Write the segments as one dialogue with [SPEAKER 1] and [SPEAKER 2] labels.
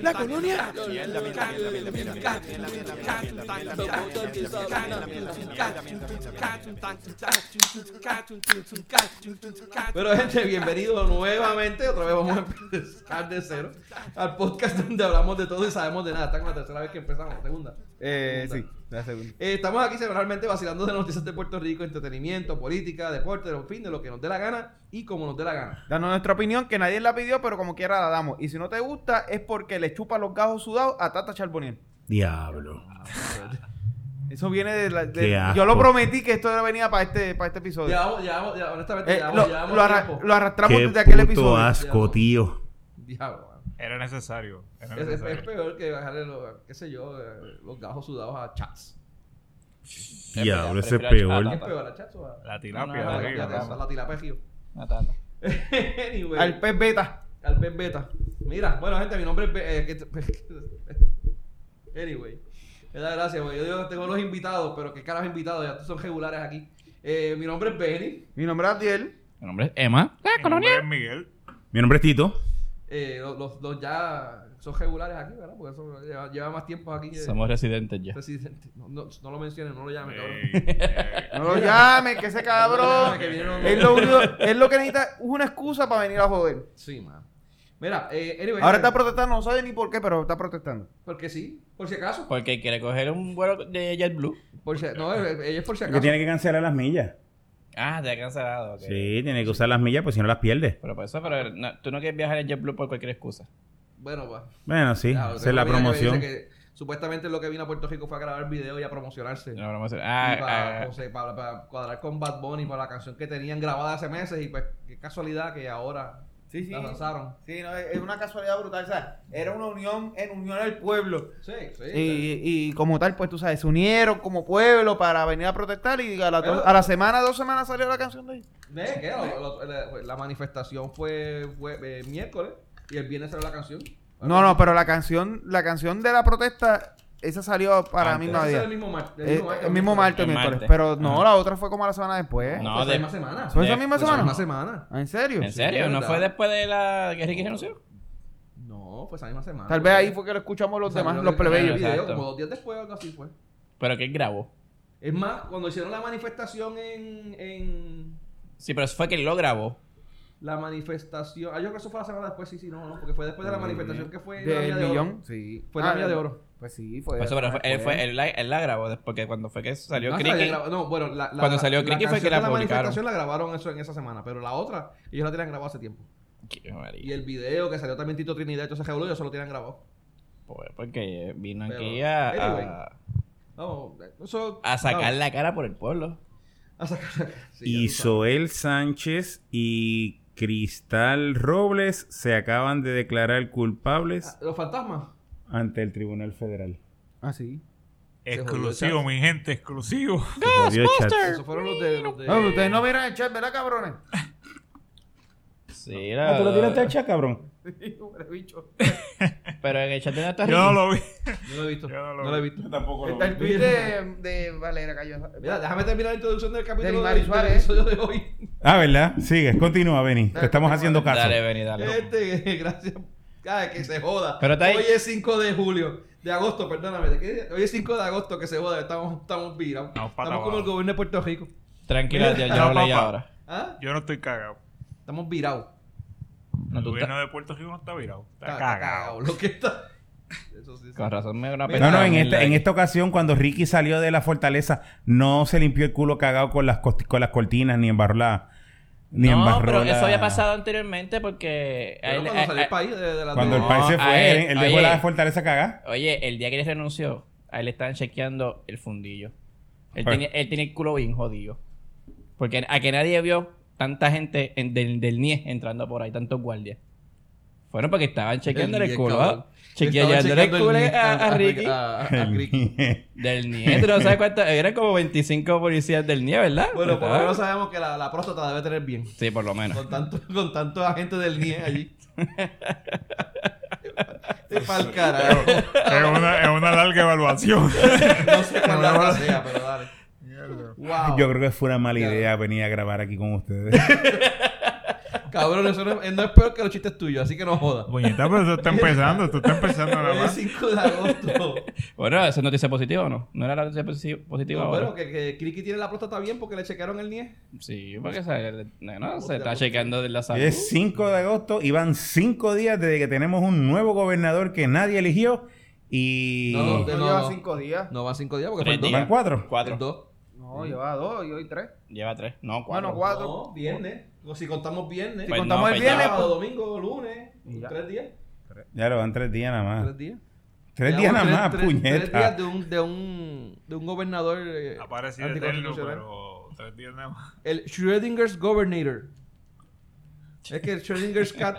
[SPEAKER 1] La colonia. Pero eh, gente, bienvenidos nuevamente. Otra vez vamos a empezar de cero al podcast donde hablamos de todo y sabemos de nada. Esta es la tercera vez que empezamos, la segunda.
[SPEAKER 2] Eh, sí, la segunda.
[SPEAKER 1] Eh, estamos aquí semanalmente vacilando de noticias de Puerto Rico, entretenimiento, política, deporte, de los fines, de lo que nos dé la gana y como nos dé la gana.
[SPEAKER 2] Danos nuestra opinión, que nadie la pidió, pero como quiera la damos. Y si no te gusta, es porque le chupa los gajos sudados a Tata Charboniel.
[SPEAKER 3] Diablo.
[SPEAKER 2] Eso viene de la. de-
[SPEAKER 3] Qué asco.
[SPEAKER 2] yo lo prometí que esto venía para este, para este episodio.
[SPEAKER 1] Llevamos, llevamos, ya, honestamente,
[SPEAKER 2] Eh,
[SPEAKER 1] llevamos,
[SPEAKER 2] lo,
[SPEAKER 1] llevamos
[SPEAKER 2] lo arra-
[SPEAKER 1] tiempo.
[SPEAKER 2] lo arrastramos
[SPEAKER 3] Qué
[SPEAKER 2] desde aquel
[SPEAKER 3] puto
[SPEAKER 2] episodio.
[SPEAKER 3] asco, tío.
[SPEAKER 1] Diablo, mano.
[SPEAKER 4] Era necesario. Era
[SPEAKER 1] Es, es- es
[SPEAKER 4] necesario.
[SPEAKER 1] peor que bajarle los, qué sé yo, eh, los gajos sudados a chats.
[SPEAKER 3] Diablo, ese es
[SPEAKER 5] prefiero a
[SPEAKER 3] peor.
[SPEAKER 1] ¿Qué es
[SPEAKER 5] Tata.
[SPEAKER 1] peor, a chats o a
[SPEAKER 4] La
[SPEAKER 1] a
[SPEAKER 4] tilapia.
[SPEAKER 5] No, no,
[SPEAKER 4] de
[SPEAKER 1] la-
[SPEAKER 4] río,
[SPEAKER 1] ya te- a
[SPEAKER 4] vamos.
[SPEAKER 1] la tilapia de Gio?
[SPEAKER 5] Matando.
[SPEAKER 1] Anyway,
[SPEAKER 2] Al pez beta.
[SPEAKER 1] al pez beta. Mira, bueno, gente, mi nombre es... Be- eh, que- anyway. Me da gracia, güey. Yo digo, tengo los invitados, pero qué caras invitados, ya estos son regulares aquí. Eh, mi nombre es Benny.
[SPEAKER 2] Mi nombre es Adiel.
[SPEAKER 5] Mi nombre es Emma.
[SPEAKER 4] Mi nombre es Miguel.
[SPEAKER 3] Mi nombre es Tito.
[SPEAKER 1] Eh, los, los- los ya son regulares aquí, ¿verdad? Porque eso lleva, lleva más tiempo aquí. que-
[SPEAKER 5] Somos residentes ya.
[SPEAKER 1] Residente. No, no, no lo menciones, no lo llames, cabrón.
[SPEAKER 4] Ey, ey.
[SPEAKER 2] No lo llame, que ese cabrón.
[SPEAKER 1] Que vinieron-
[SPEAKER 2] es, lo único, es lo que necesita, es una excusa para venir a joder.
[SPEAKER 1] Sí, man. Mira, eh, anyway,
[SPEAKER 2] Ahora está protestando, no sabe ni por qué, pero está protestando.
[SPEAKER 1] Porque sí, por si acaso.
[SPEAKER 5] Porque quiere coger un vuelo de JetBlue.
[SPEAKER 1] Por si- no, eh, ella es por si
[SPEAKER 6] Que
[SPEAKER 1] acaso.
[SPEAKER 6] tiene que cancelar las millas.
[SPEAKER 5] Ah, te ha cancelado. ok.
[SPEAKER 3] Sí, tiene que usar las millas, pues si no las pierde.
[SPEAKER 5] Pero por eso, pero no, tú no quieres viajar en JetBlue por cualquier excusa.
[SPEAKER 1] Bueno, pues. va.
[SPEAKER 3] Bueno, sí,
[SPEAKER 1] Claro,
[SPEAKER 3] esa
[SPEAKER 1] tengo
[SPEAKER 3] es la
[SPEAKER 1] una amiga que me
[SPEAKER 3] promoción.
[SPEAKER 1] dice que Supuestamente lo que vino a Puerto Rico fue a grabar video y a promocionarse.
[SPEAKER 5] No, no, no,
[SPEAKER 1] Y para,
[SPEAKER 5] ah, ah,
[SPEAKER 1] o sea, para- para cuadrar con Bad Bunny por la canción que tenían grabada hace meses y pues qué casualidad que ahora
[SPEAKER 2] Sí,
[SPEAKER 1] la lanzaron.
[SPEAKER 2] Sí, no, es es una casualidad brutal, o sea, era una unión en unión al pueblo.
[SPEAKER 1] Sí, sí.
[SPEAKER 2] Y, y como tal, pues tú sabes, se unieron como pueblo para venir a protestar y a la, do-
[SPEAKER 1] Pero-
[SPEAKER 2] a la semana, dos semanas salió la canción de ahí.
[SPEAKER 1] ¿Ve qué? Lo- lo- la, pues, la manifestación fue, fue, eh, miércoles y el viernes salió la canción.
[SPEAKER 2] No, no, pero la canción, la canción de la protesta, esa salió para
[SPEAKER 5] Antes.
[SPEAKER 2] mí
[SPEAKER 1] Esa
[SPEAKER 2] mismo
[SPEAKER 1] salió
[SPEAKER 2] día.
[SPEAKER 1] el mismo mar- el
[SPEAKER 2] Eh,
[SPEAKER 1] mismo martes.
[SPEAKER 2] El mismo martes,
[SPEAKER 5] El
[SPEAKER 2] miércoles.
[SPEAKER 5] martes.
[SPEAKER 2] Pero no,
[SPEAKER 5] Ajá.
[SPEAKER 2] la otra fue como a la semana después.
[SPEAKER 5] No,
[SPEAKER 1] Fue esa
[SPEAKER 5] de-
[SPEAKER 1] misma semana.
[SPEAKER 2] ¿Fue esa
[SPEAKER 5] de-
[SPEAKER 1] Fue
[SPEAKER 2] misma
[SPEAKER 1] esa
[SPEAKER 2] semana?
[SPEAKER 1] misma semana.
[SPEAKER 2] ¿En serio?
[SPEAKER 5] ¿En serio? ¿No
[SPEAKER 1] ¿verdad?
[SPEAKER 5] fue después de la que Ricky renunció?
[SPEAKER 1] No, fue esa misma semana.
[SPEAKER 2] Tal vez ahí fue que lo escuchamos los demás, los plebeyos.
[SPEAKER 1] video,
[SPEAKER 5] Ah, Exacto.
[SPEAKER 1] como dos días después o algo así fue.
[SPEAKER 5] Pero que él grabó.
[SPEAKER 1] Es más, cuando hicieron la manifestación en, en
[SPEAKER 5] Sí, pero eso fue que él lo grabó.
[SPEAKER 1] la manifestación. Ah, yo creo que eso fue la semana después, sí, sí, no, no, porque fue después de
[SPEAKER 5] Mm,
[SPEAKER 1] la manifestación que fue la
[SPEAKER 2] ¿Del
[SPEAKER 1] Milla de Oro.
[SPEAKER 2] millón? Sí.
[SPEAKER 1] Fue la Milla de Oro.
[SPEAKER 2] Pues sí, fue.
[SPEAKER 5] Por eso, pero fue- él,
[SPEAKER 2] fue-
[SPEAKER 5] fue, él, la, él la grabó des- porque cuando fue que salió
[SPEAKER 1] Ah,
[SPEAKER 5] Cricky.
[SPEAKER 1] salió grabado. No, bueno, la, la-
[SPEAKER 5] Cuando salió Criqui fue
[SPEAKER 1] canción
[SPEAKER 5] que la
[SPEAKER 1] de
[SPEAKER 5] publicaron.
[SPEAKER 1] manifestación la grabaron eso en esa semana, pero la otra ellos la tenían grabado hace tiempo.
[SPEAKER 5] Qué maravilla.
[SPEAKER 1] Y el video que salió también Tito Trinidad, entonces revolú, ellos se lo tenían grabado.
[SPEAKER 5] Pues, Porque vino
[SPEAKER 1] Pero,
[SPEAKER 5] aquí a, a-
[SPEAKER 1] No, eso
[SPEAKER 5] a sacar
[SPEAKER 1] vamos,
[SPEAKER 5] la cara por el pueblo.
[SPEAKER 1] a sacar. sí, ya tú sabes.
[SPEAKER 3] Isoel Sánchez y Cristal Robles se acaban de declarar culpables
[SPEAKER 1] Ah, Los fantasmas.
[SPEAKER 3] ante el Tribunal Federal.
[SPEAKER 2] Ah, sí.
[SPEAKER 4] Exclusivo, mi gente, exclusivo.
[SPEAKER 3] Se jodió, chat.
[SPEAKER 1] Esos fueron los de, los de-
[SPEAKER 2] No, pero ustedes no vieron el chat, ¿verdad, cabrones?
[SPEAKER 5] Sí,
[SPEAKER 3] Ah,
[SPEAKER 5] la-
[SPEAKER 3] ¿Tú lo tiraste al chat, cabrón?
[SPEAKER 5] Pero en el chat de no está
[SPEAKER 4] Yo no
[SPEAKER 5] Ricky.
[SPEAKER 4] lo vi.
[SPEAKER 1] No lo he visto.
[SPEAKER 4] Yo no lo
[SPEAKER 1] No lo he
[SPEAKER 4] vi.
[SPEAKER 1] visto.
[SPEAKER 6] tampoco
[SPEAKER 2] Está el tweet de, de Valera Callosa.
[SPEAKER 1] Mira, déjame terminar la introducción del capítulo de,
[SPEAKER 2] Del Mari
[SPEAKER 1] del
[SPEAKER 5] ¿eh?
[SPEAKER 2] Suárez.
[SPEAKER 1] episodio de hoy.
[SPEAKER 3] Ah, ¿verdad? Sigue, continúa, Benny. Te estamos haciendo caso.
[SPEAKER 5] Dale, vení, dale.
[SPEAKER 1] Este, gracias. Ay, que se joda.
[SPEAKER 5] Pero está ahí.
[SPEAKER 1] Hoy es 5 de julio. De agosto, perdóname. ¿de qué? Hoy es 5 de agosto que se joda. Estamos, estamos virados.
[SPEAKER 4] Estamos
[SPEAKER 1] Estamos
[SPEAKER 4] pata
[SPEAKER 1] como
[SPEAKER 4] abajo.
[SPEAKER 1] el gobierno de Puerto Rico.
[SPEAKER 5] Tranquila, ya, yo lo
[SPEAKER 4] No,
[SPEAKER 5] leí
[SPEAKER 4] papá.
[SPEAKER 5] ahora.
[SPEAKER 1] ¿Ah?
[SPEAKER 4] Yo no estoy cagado.
[SPEAKER 1] Estamos virados.
[SPEAKER 5] No,
[SPEAKER 4] el
[SPEAKER 5] tú
[SPEAKER 4] gobierno
[SPEAKER 5] estás-
[SPEAKER 4] de Puerto Rico no está virado. Está,
[SPEAKER 1] Está- está
[SPEAKER 4] cagado.
[SPEAKER 1] Lo que está. Eso sí. sí.
[SPEAKER 5] Con razón me dio una
[SPEAKER 1] No, este-
[SPEAKER 3] No,
[SPEAKER 5] pena
[SPEAKER 3] no,
[SPEAKER 4] Ah,
[SPEAKER 3] en
[SPEAKER 5] mil
[SPEAKER 3] esta, en
[SPEAKER 5] likes.
[SPEAKER 3] esta ocasión, cuando Ricky salió de la fortaleza, no se limpió el culo cagado con las, cost- con las cortinas, ni embarró la. Ni
[SPEAKER 5] No,
[SPEAKER 3] embarró
[SPEAKER 5] pero
[SPEAKER 3] la-
[SPEAKER 5] eso había pasado anteriormente porque... a
[SPEAKER 1] Pero
[SPEAKER 5] él-
[SPEAKER 1] cuando
[SPEAKER 5] a-
[SPEAKER 1] salió el
[SPEAKER 5] a-
[SPEAKER 1] país de, de la
[SPEAKER 3] Cuando el
[SPEAKER 1] de-
[SPEAKER 5] No,
[SPEAKER 3] país se
[SPEAKER 5] a
[SPEAKER 3] fue,
[SPEAKER 5] él-
[SPEAKER 3] él, él dejó
[SPEAKER 5] oye.
[SPEAKER 3] la fortaleza cagada.
[SPEAKER 5] Oye, el día que él renunció, a él le estaban chequeando el fundillo. Él,
[SPEAKER 3] Ah.
[SPEAKER 5] tenía, él tiene el culo bien jodido. Porque a que nadie vio tanta gente en- del, del NIE entrando por ahí, tantos guardias. Fueron porque estaban chequeando el,
[SPEAKER 1] NIE,
[SPEAKER 5] culo.
[SPEAKER 1] cabrón.
[SPEAKER 5] ¿ah? Chequeándole
[SPEAKER 1] Estaban
[SPEAKER 5] el culo
[SPEAKER 1] chequeando el-
[SPEAKER 5] a, a Ricky.
[SPEAKER 1] A, a- a Ricky.
[SPEAKER 5] Del NIE, tú no sabes cuántos. Eran como 25 policías del NIE, ¿verdad?
[SPEAKER 1] Bueno, por lo
[SPEAKER 5] ¿Verdad?
[SPEAKER 1] menos sabemos que la, la próstata debe tener bien.
[SPEAKER 5] Sí, por lo menos.
[SPEAKER 1] Con tanto, con tanto agente del NIE allí. Te pa'l carajo.
[SPEAKER 4] Es una, es una larga evaluación.
[SPEAKER 1] No sé cuál la sea, pero dale. Wow.
[SPEAKER 3] Yo creo que fue una mala idea venir a grabar aquí con ustedes.
[SPEAKER 1] Cabrón, eso no, es- no es peor que los chistes tuyos, así que no jodas.
[SPEAKER 4] Puñeta, pero eso está empezando, tú estás empezando nada
[SPEAKER 1] Hoy es
[SPEAKER 4] más.
[SPEAKER 1] 5 de agosto.
[SPEAKER 5] Bueno, esa es noticia positiva o no? ¿No era la noticia posi- positiva
[SPEAKER 1] No,
[SPEAKER 5] ahora?
[SPEAKER 1] bueno, que, que Kiriki tiene la próstata bien porque le chequearon el NIE.
[SPEAKER 5] Sí, porque se, no, no, se está chequeando de la salud.
[SPEAKER 3] Hoy es 5 de agosto y van 5 días desde que tenemos un nuevo gobernador que nadie eligió y...
[SPEAKER 1] No,
[SPEAKER 2] Esto
[SPEAKER 1] no,
[SPEAKER 2] lleva
[SPEAKER 1] no.
[SPEAKER 2] cinco días.
[SPEAKER 1] No, van 5 días porque fue
[SPEAKER 5] Tres
[SPEAKER 1] el 2.
[SPEAKER 5] días.
[SPEAKER 3] ¿Van cuatro?
[SPEAKER 5] Cuatro.
[SPEAKER 1] El 2.
[SPEAKER 2] No, lleva dos y hoy tres.
[SPEAKER 5] Lleva tres. No, cuatro.
[SPEAKER 2] Bueno, cuatro.
[SPEAKER 1] No, viernes. O Si contamos viernes.
[SPEAKER 2] Si
[SPEAKER 5] Pues
[SPEAKER 2] contamos
[SPEAKER 5] no,
[SPEAKER 2] el
[SPEAKER 5] pues ya.
[SPEAKER 2] viernes,
[SPEAKER 1] Sábado,
[SPEAKER 2] pues-
[SPEAKER 1] domingo, lunes.
[SPEAKER 2] Y ya.
[SPEAKER 1] Tres días.
[SPEAKER 3] Ya lo van 3 días nada más.
[SPEAKER 1] Tres días.
[SPEAKER 3] 3
[SPEAKER 1] Llevamos
[SPEAKER 3] Ah. días nada
[SPEAKER 1] tres-
[SPEAKER 3] más,
[SPEAKER 1] tres- Tres
[SPEAKER 3] puñeta.
[SPEAKER 1] días de un, de un, de un gobernador eh,
[SPEAKER 4] Ha parecido eterno, pero tres días nada más.
[SPEAKER 1] El Schrödinger's Governator. Es que el Schrödinger's Cat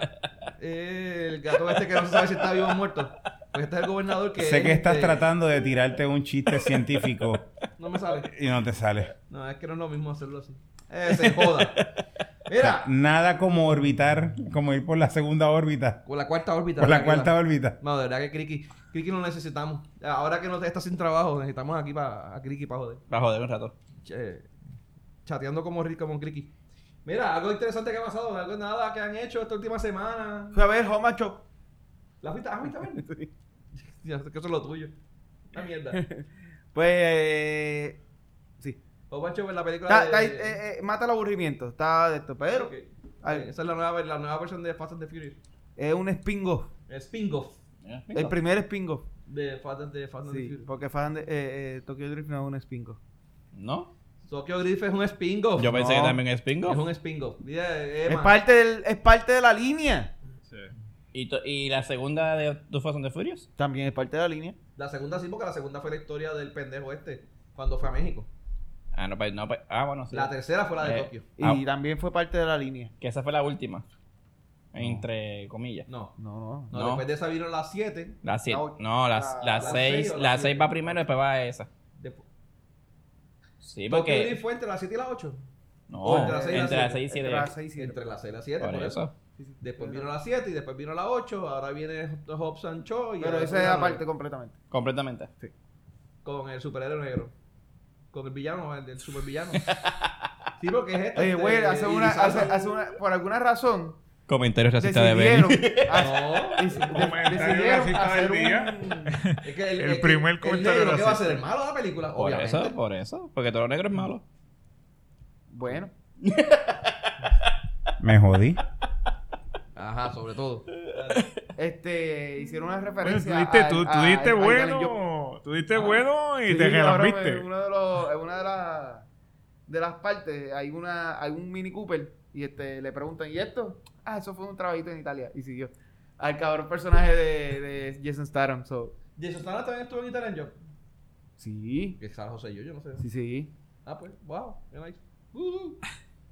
[SPEAKER 1] eh, el gato este que no se sabe si está vivo o muerto. Pues este es el gobernador que...
[SPEAKER 3] Sé que
[SPEAKER 1] es,
[SPEAKER 3] estás
[SPEAKER 1] este,
[SPEAKER 3] tratando de tirarte un chiste científico
[SPEAKER 1] No me sale.
[SPEAKER 3] y no te sale.
[SPEAKER 1] No, es que no es lo mismo hacerlo así. Eh, se joda.
[SPEAKER 3] O sea,
[SPEAKER 1] Mira.
[SPEAKER 3] nada como orbitar, como ir por la segunda órbita.
[SPEAKER 1] Con la cuarta órbita.
[SPEAKER 3] Por la
[SPEAKER 1] ¿verdad que
[SPEAKER 3] cuarta órbita.
[SPEAKER 1] No, de verdad que Criqui... Criqui lo necesitamos. Ahora que no está sin trabajo, necesitamos aquí pa- a Criqui para joder.
[SPEAKER 5] Bajo de un rato.
[SPEAKER 1] Che, chateando como rico, como Criqui. Mira, algo interesante que ha pasado. Algo nada que han hecho esta última semana.
[SPEAKER 2] Fui a ver Home and Show.
[SPEAKER 1] ¿La fuiste? ¿Has visto? Ya, que eso es lo tuyo. Una mierda.
[SPEAKER 2] Pues, eh, sí.
[SPEAKER 1] O Pancho en la película
[SPEAKER 2] Está-
[SPEAKER 1] de...
[SPEAKER 2] está ahí, eh, eh, mata el aburrimiento. Está de esto, pero
[SPEAKER 1] Ok.
[SPEAKER 2] ay,
[SPEAKER 1] Esa es la nueva, la nueva versión de Fast and the Furious.
[SPEAKER 2] es un spin-off.
[SPEAKER 1] El spin-off
[SPEAKER 2] El primer spin-off.
[SPEAKER 1] de Fast and, de Fast and the
[SPEAKER 2] Sí,
[SPEAKER 1] Furious.
[SPEAKER 2] porque fan de- eh, eh, Tokyo Drift no es un spin-off.
[SPEAKER 5] ¿No?
[SPEAKER 1] Tokyo Drift es un spin-off.
[SPEAKER 5] Yo pensé
[SPEAKER 2] no.
[SPEAKER 5] que también es Pingo.
[SPEAKER 1] Es un spin-off. Yeah,
[SPEAKER 2] Es
[SPEAKER 1] Emma.
[SPEAKER 2] parte, del, es parte de la línea.
[SPEAKER 5] ¿Y, to- y la segunda de Two Fast and the Furious?
[SPEAKER 2] También es parte de la línea.
[SPEAKER 1] La segunda sí, porque la segunda fue la historia del pendejo este cuando fue a México.
[SPEAKER 5] Ah, no, pues, no, pues, ah bueno, sí.
[SPEAKER 1] La tercera fue la de
[SPEAKER 5] Eh.
[SPEAKER 1] Tokio.
[SPEAKER 2] Y
[SPEAKER 5] Ah.
[SPEAKER 2] también fue parte de la línea.
[SPEAKER 5] que esa fue la última. Entre comillas.
[SPEAKER 1] No.
[SPEAKER 2] No, no.
[SPEAKER 1] No,
[SPEAKER 5] No.
[SPEAKER 1] después de esa vino las 7.
[SPEAKER 5] La siete.
[SPEAKER 2] La ocho.
[SPEAKER 5] No, la, la,
[SPEAKER 2] La- la
[SPEAKER 1] seis
[SPEAKER 5] seis.
[SPEAKER 1] o la
[SPEAKER 5] La
[SPEAKER 1] siete.
[SPEAKER 5] seis va primero y después va esa. Sí,
[SPEAKER 1] Tokyo
[SPEAKER 5] porque.
[SPEAKER 1] Drift fue entre las 7 y las 8.
[SPEAKER 5] No,
[SPEAKER 1] o
[SPEAKER 5] entre
[SPEAKER 1] entre
[SPEAKER 5] la
[SPEAKER 1] la seis y la siete.
[SPEAKER 5] seis y siete.
[SPEAKER 2] Entre las seis y siete.
[SPEAKER 1] Entre las 6 y las 7,
[SPEAKER 5] Por
[SPEAKER 1] por, eso.
[SPEAKER 5] eso.
[SPEAKER 2] Sí, sí.
[SPEAKER 1] Después vino la 7 y después vino la 8. Ahora viene Hobbs and Shaw. y
[SPEAKER 2] Pero
[SPEAKER 1] ahora
[SPEAKER 2] esa es
[SPEAKER 1] viene-
[SPEAKER 2] aparte completamente.
[SPEAKER 5] Completamente.
[SPEAKER 1] Con el superhéroe negro. Con el villano, el del supervillano. sí, porque es este.
[SPEAKER 2] Oye,
[SPEAKER 1] este,
[SPEAKER 2] güey, hace una, hace,
[SPEAKER 1] Irizarry.
[SPEAKER 2] hace una, por alguna razón
[SPEAKER 5] Comentarios racistas de
[SPEAKER 2] decidieron, Ah,
[SPEAKER 5] Benny.
[SPEAKER 2] hacer-
[SPEAKER 1] No.
[SPEAKER 2] deci-
[SPEAKER 4] Comentario
[SPEAKER 2] decidieron
[SPEAKER 4] racista
[SPEAKER 2] hacer
[SPEAKER 4] del día.
[SPEAKER 2] un,
[SPEAKER 1] Es que
[SPEAKER 4] El primer comentario
[SPEAKER 1] negro, ¿Qué va a
[SPEAKER 4] racista.
[SPEAKER 1] ser? ¿El malo de la película?
[SPEAKER 5] Por
[SPEAKER 1] Obviamente.
[SPEAKER 5] eso, por eso. Porque todo lo negro es malo.
[SPEAKER 2] bueno,
[SPEAKER 3] Me jodí.
[SPEAKER 1] Ajá, sobre todo.
[SPEAKER 2] este, hicieron una
[SPEAKER 4] Oye,
[SPEAKER 2] referencia.
[SPEAKER 4] tú diste,
[SPEAKER 2] al-
[SPEAKER 4] tú, tú
[SPEAKER 2] al-
[SPEAKER 4] diste
[SPEAKER 2] al
[SPEAKER 4] bueno,
[SPEAKER 2] Galileo.
[SPEAKER 4] tú diste
[SPEAKER 2] Ah,
[SPEAKER 4] bueno y
[SPEAKER 2] Sí,
[SPEAKER 4] te
[SPEAKER 2] cabrón,
[SPEAKER 4] gelambiste.
[SPEAKER 2] en uno de los- en una de las de las partes hay una hay un Mini Cooper y este le preguntan y esto ah eso fue un trabajito en Italia y siguió al cabrón personaje de, de Jason Statham so
[SPEAKER 1] Jason Statham también estuvo en Italian Job.
[SPEAKER 2] sí
[SPEAKER 1] ¿Qué carajo sé yo? Yo no sé.
[SPEAKER 2] sí sí
[SPEAKER 1] Ah, pues, wow. Qué nice. Uh, uh.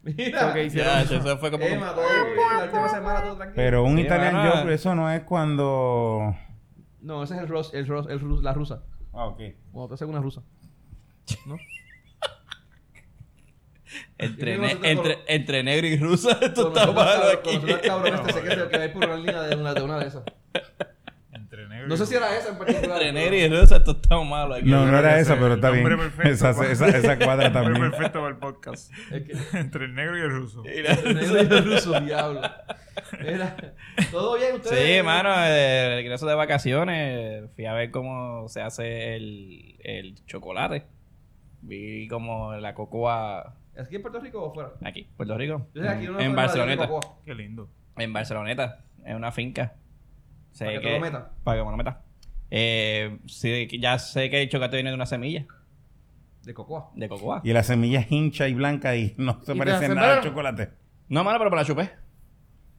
[SPEAKER 1] Mira.
[SPEAKER 2] Ok, sí.
[SPEAKER 5] Ya, eso eso fue como.
[SPEAKER 1] Emma, todo bien. La última semana todo tranquilo.
[SPEAKER 3] Pero un
[SPEAKER 5] Sí,
[SPEAKER 3] Italian
[SPEAKER 5] ¿verdad?
[SPEAKER 3] Job, eso no es cuando...
[SPEAKER 1] No, ese es el Ross, el Ross, el Rus, la rusa.
[SPEAKER 3] Ah, ok.
[SPEAKER 1] Cuando te hacen una rusa.
[SPEAKER 5] Entre,
[SPEAKER 1] Yo
[SPEAKER 5] ne-
[SPEAKER 1] no sé,
[SPEAKER 5] entre,
[SPEAKER 1] cono-
[SPEAKER 5] entre negro y ruso, esto
[SPEAKER 1] Conocer
[SPEAKER 5] está
[SPEAKER 1] al
[SPEAKER 5] malo
[SPEAKER 1] cabrón-
[SPEAKER 5] aquí.
[SPEAKER 1] conocer al cabrón este, sé que se- que va a ir por una línea de una, de una de esas.
[SPEAKER 4] Entre negro
[SPEAKER 1] No sé si era esa en particular.
[SPEAKER 5] Entre
[SPEAKER 1] pero-
[SPEAKER 5] negro y ruso, esto está malo aquí.
[SPEAKER 3] No, no era
[SPEAKER 4] Ese
[SPEAKER 3] esa,
[SPEAKER 4] es
[SPEAKER 3] pero
[SPEAKER 4] el
[SPEAKER 3] está bien.
[SPEAKER 4] nombre perfecto
[SPEAKER 3] Esa,
[SPEAKER 4] para-
[SPEAKER 3] esa, esa cuadra
[SPEAKER 4] el nombre
[SPEAKER 3] también.
[SPEAKER 4] perfecto para el podcast.
[SPEAKER 1] Es que-
[SPEAKER 4] Entre el negro y el ruso.
[SPEAKER 5] Y la-
[SPEAKER 1] Entre negro y ruso, diablo. Era- Todo bien, ustedes.
[SPEAKER 5] Sí, mano, eh, regreso de vacaciones. Fui a ver cómo se hace el, el chocolate. Vi como la cocoa
[SPEAKER 1] ¿Aquí en Puerto Rico o fuera?
[SPEAKER 5] aquí, Puerto Rico.
[SPEAKER 1] Yo sé que aquí
[SPEAKER 5] en,
[SPEAKER 1] no hay forma de
[SPEAKER 5] Barceloneta.
[SPEAKER 1] hacer cocoa,
[SPEAKER 4] Qué lindo.
[SPEAKER 5] En Barceloneta, en una finca. Sé
[SPEAKER 1] Para que te lo metan.
[SPEAKER 5] Para que me lo meta. Eh, sí, que ya sé que el chocolate viene de una semilla
[SPEAKER 1] De cocoa.
[SPEAKER 5] de cocoa.
[SPEAKER 3] Y la semilla es hincha y blanca y no se
[SPEAKER 2] Y
[SPEAKER 3] parece
[SPEAKER 2] te
[SPEAKER 3] nada al
[SPEAKER 2] sembraron.
[SPEAKER 3] chocolate.
[SPEAKER 5] No, mano, pero me la chupé.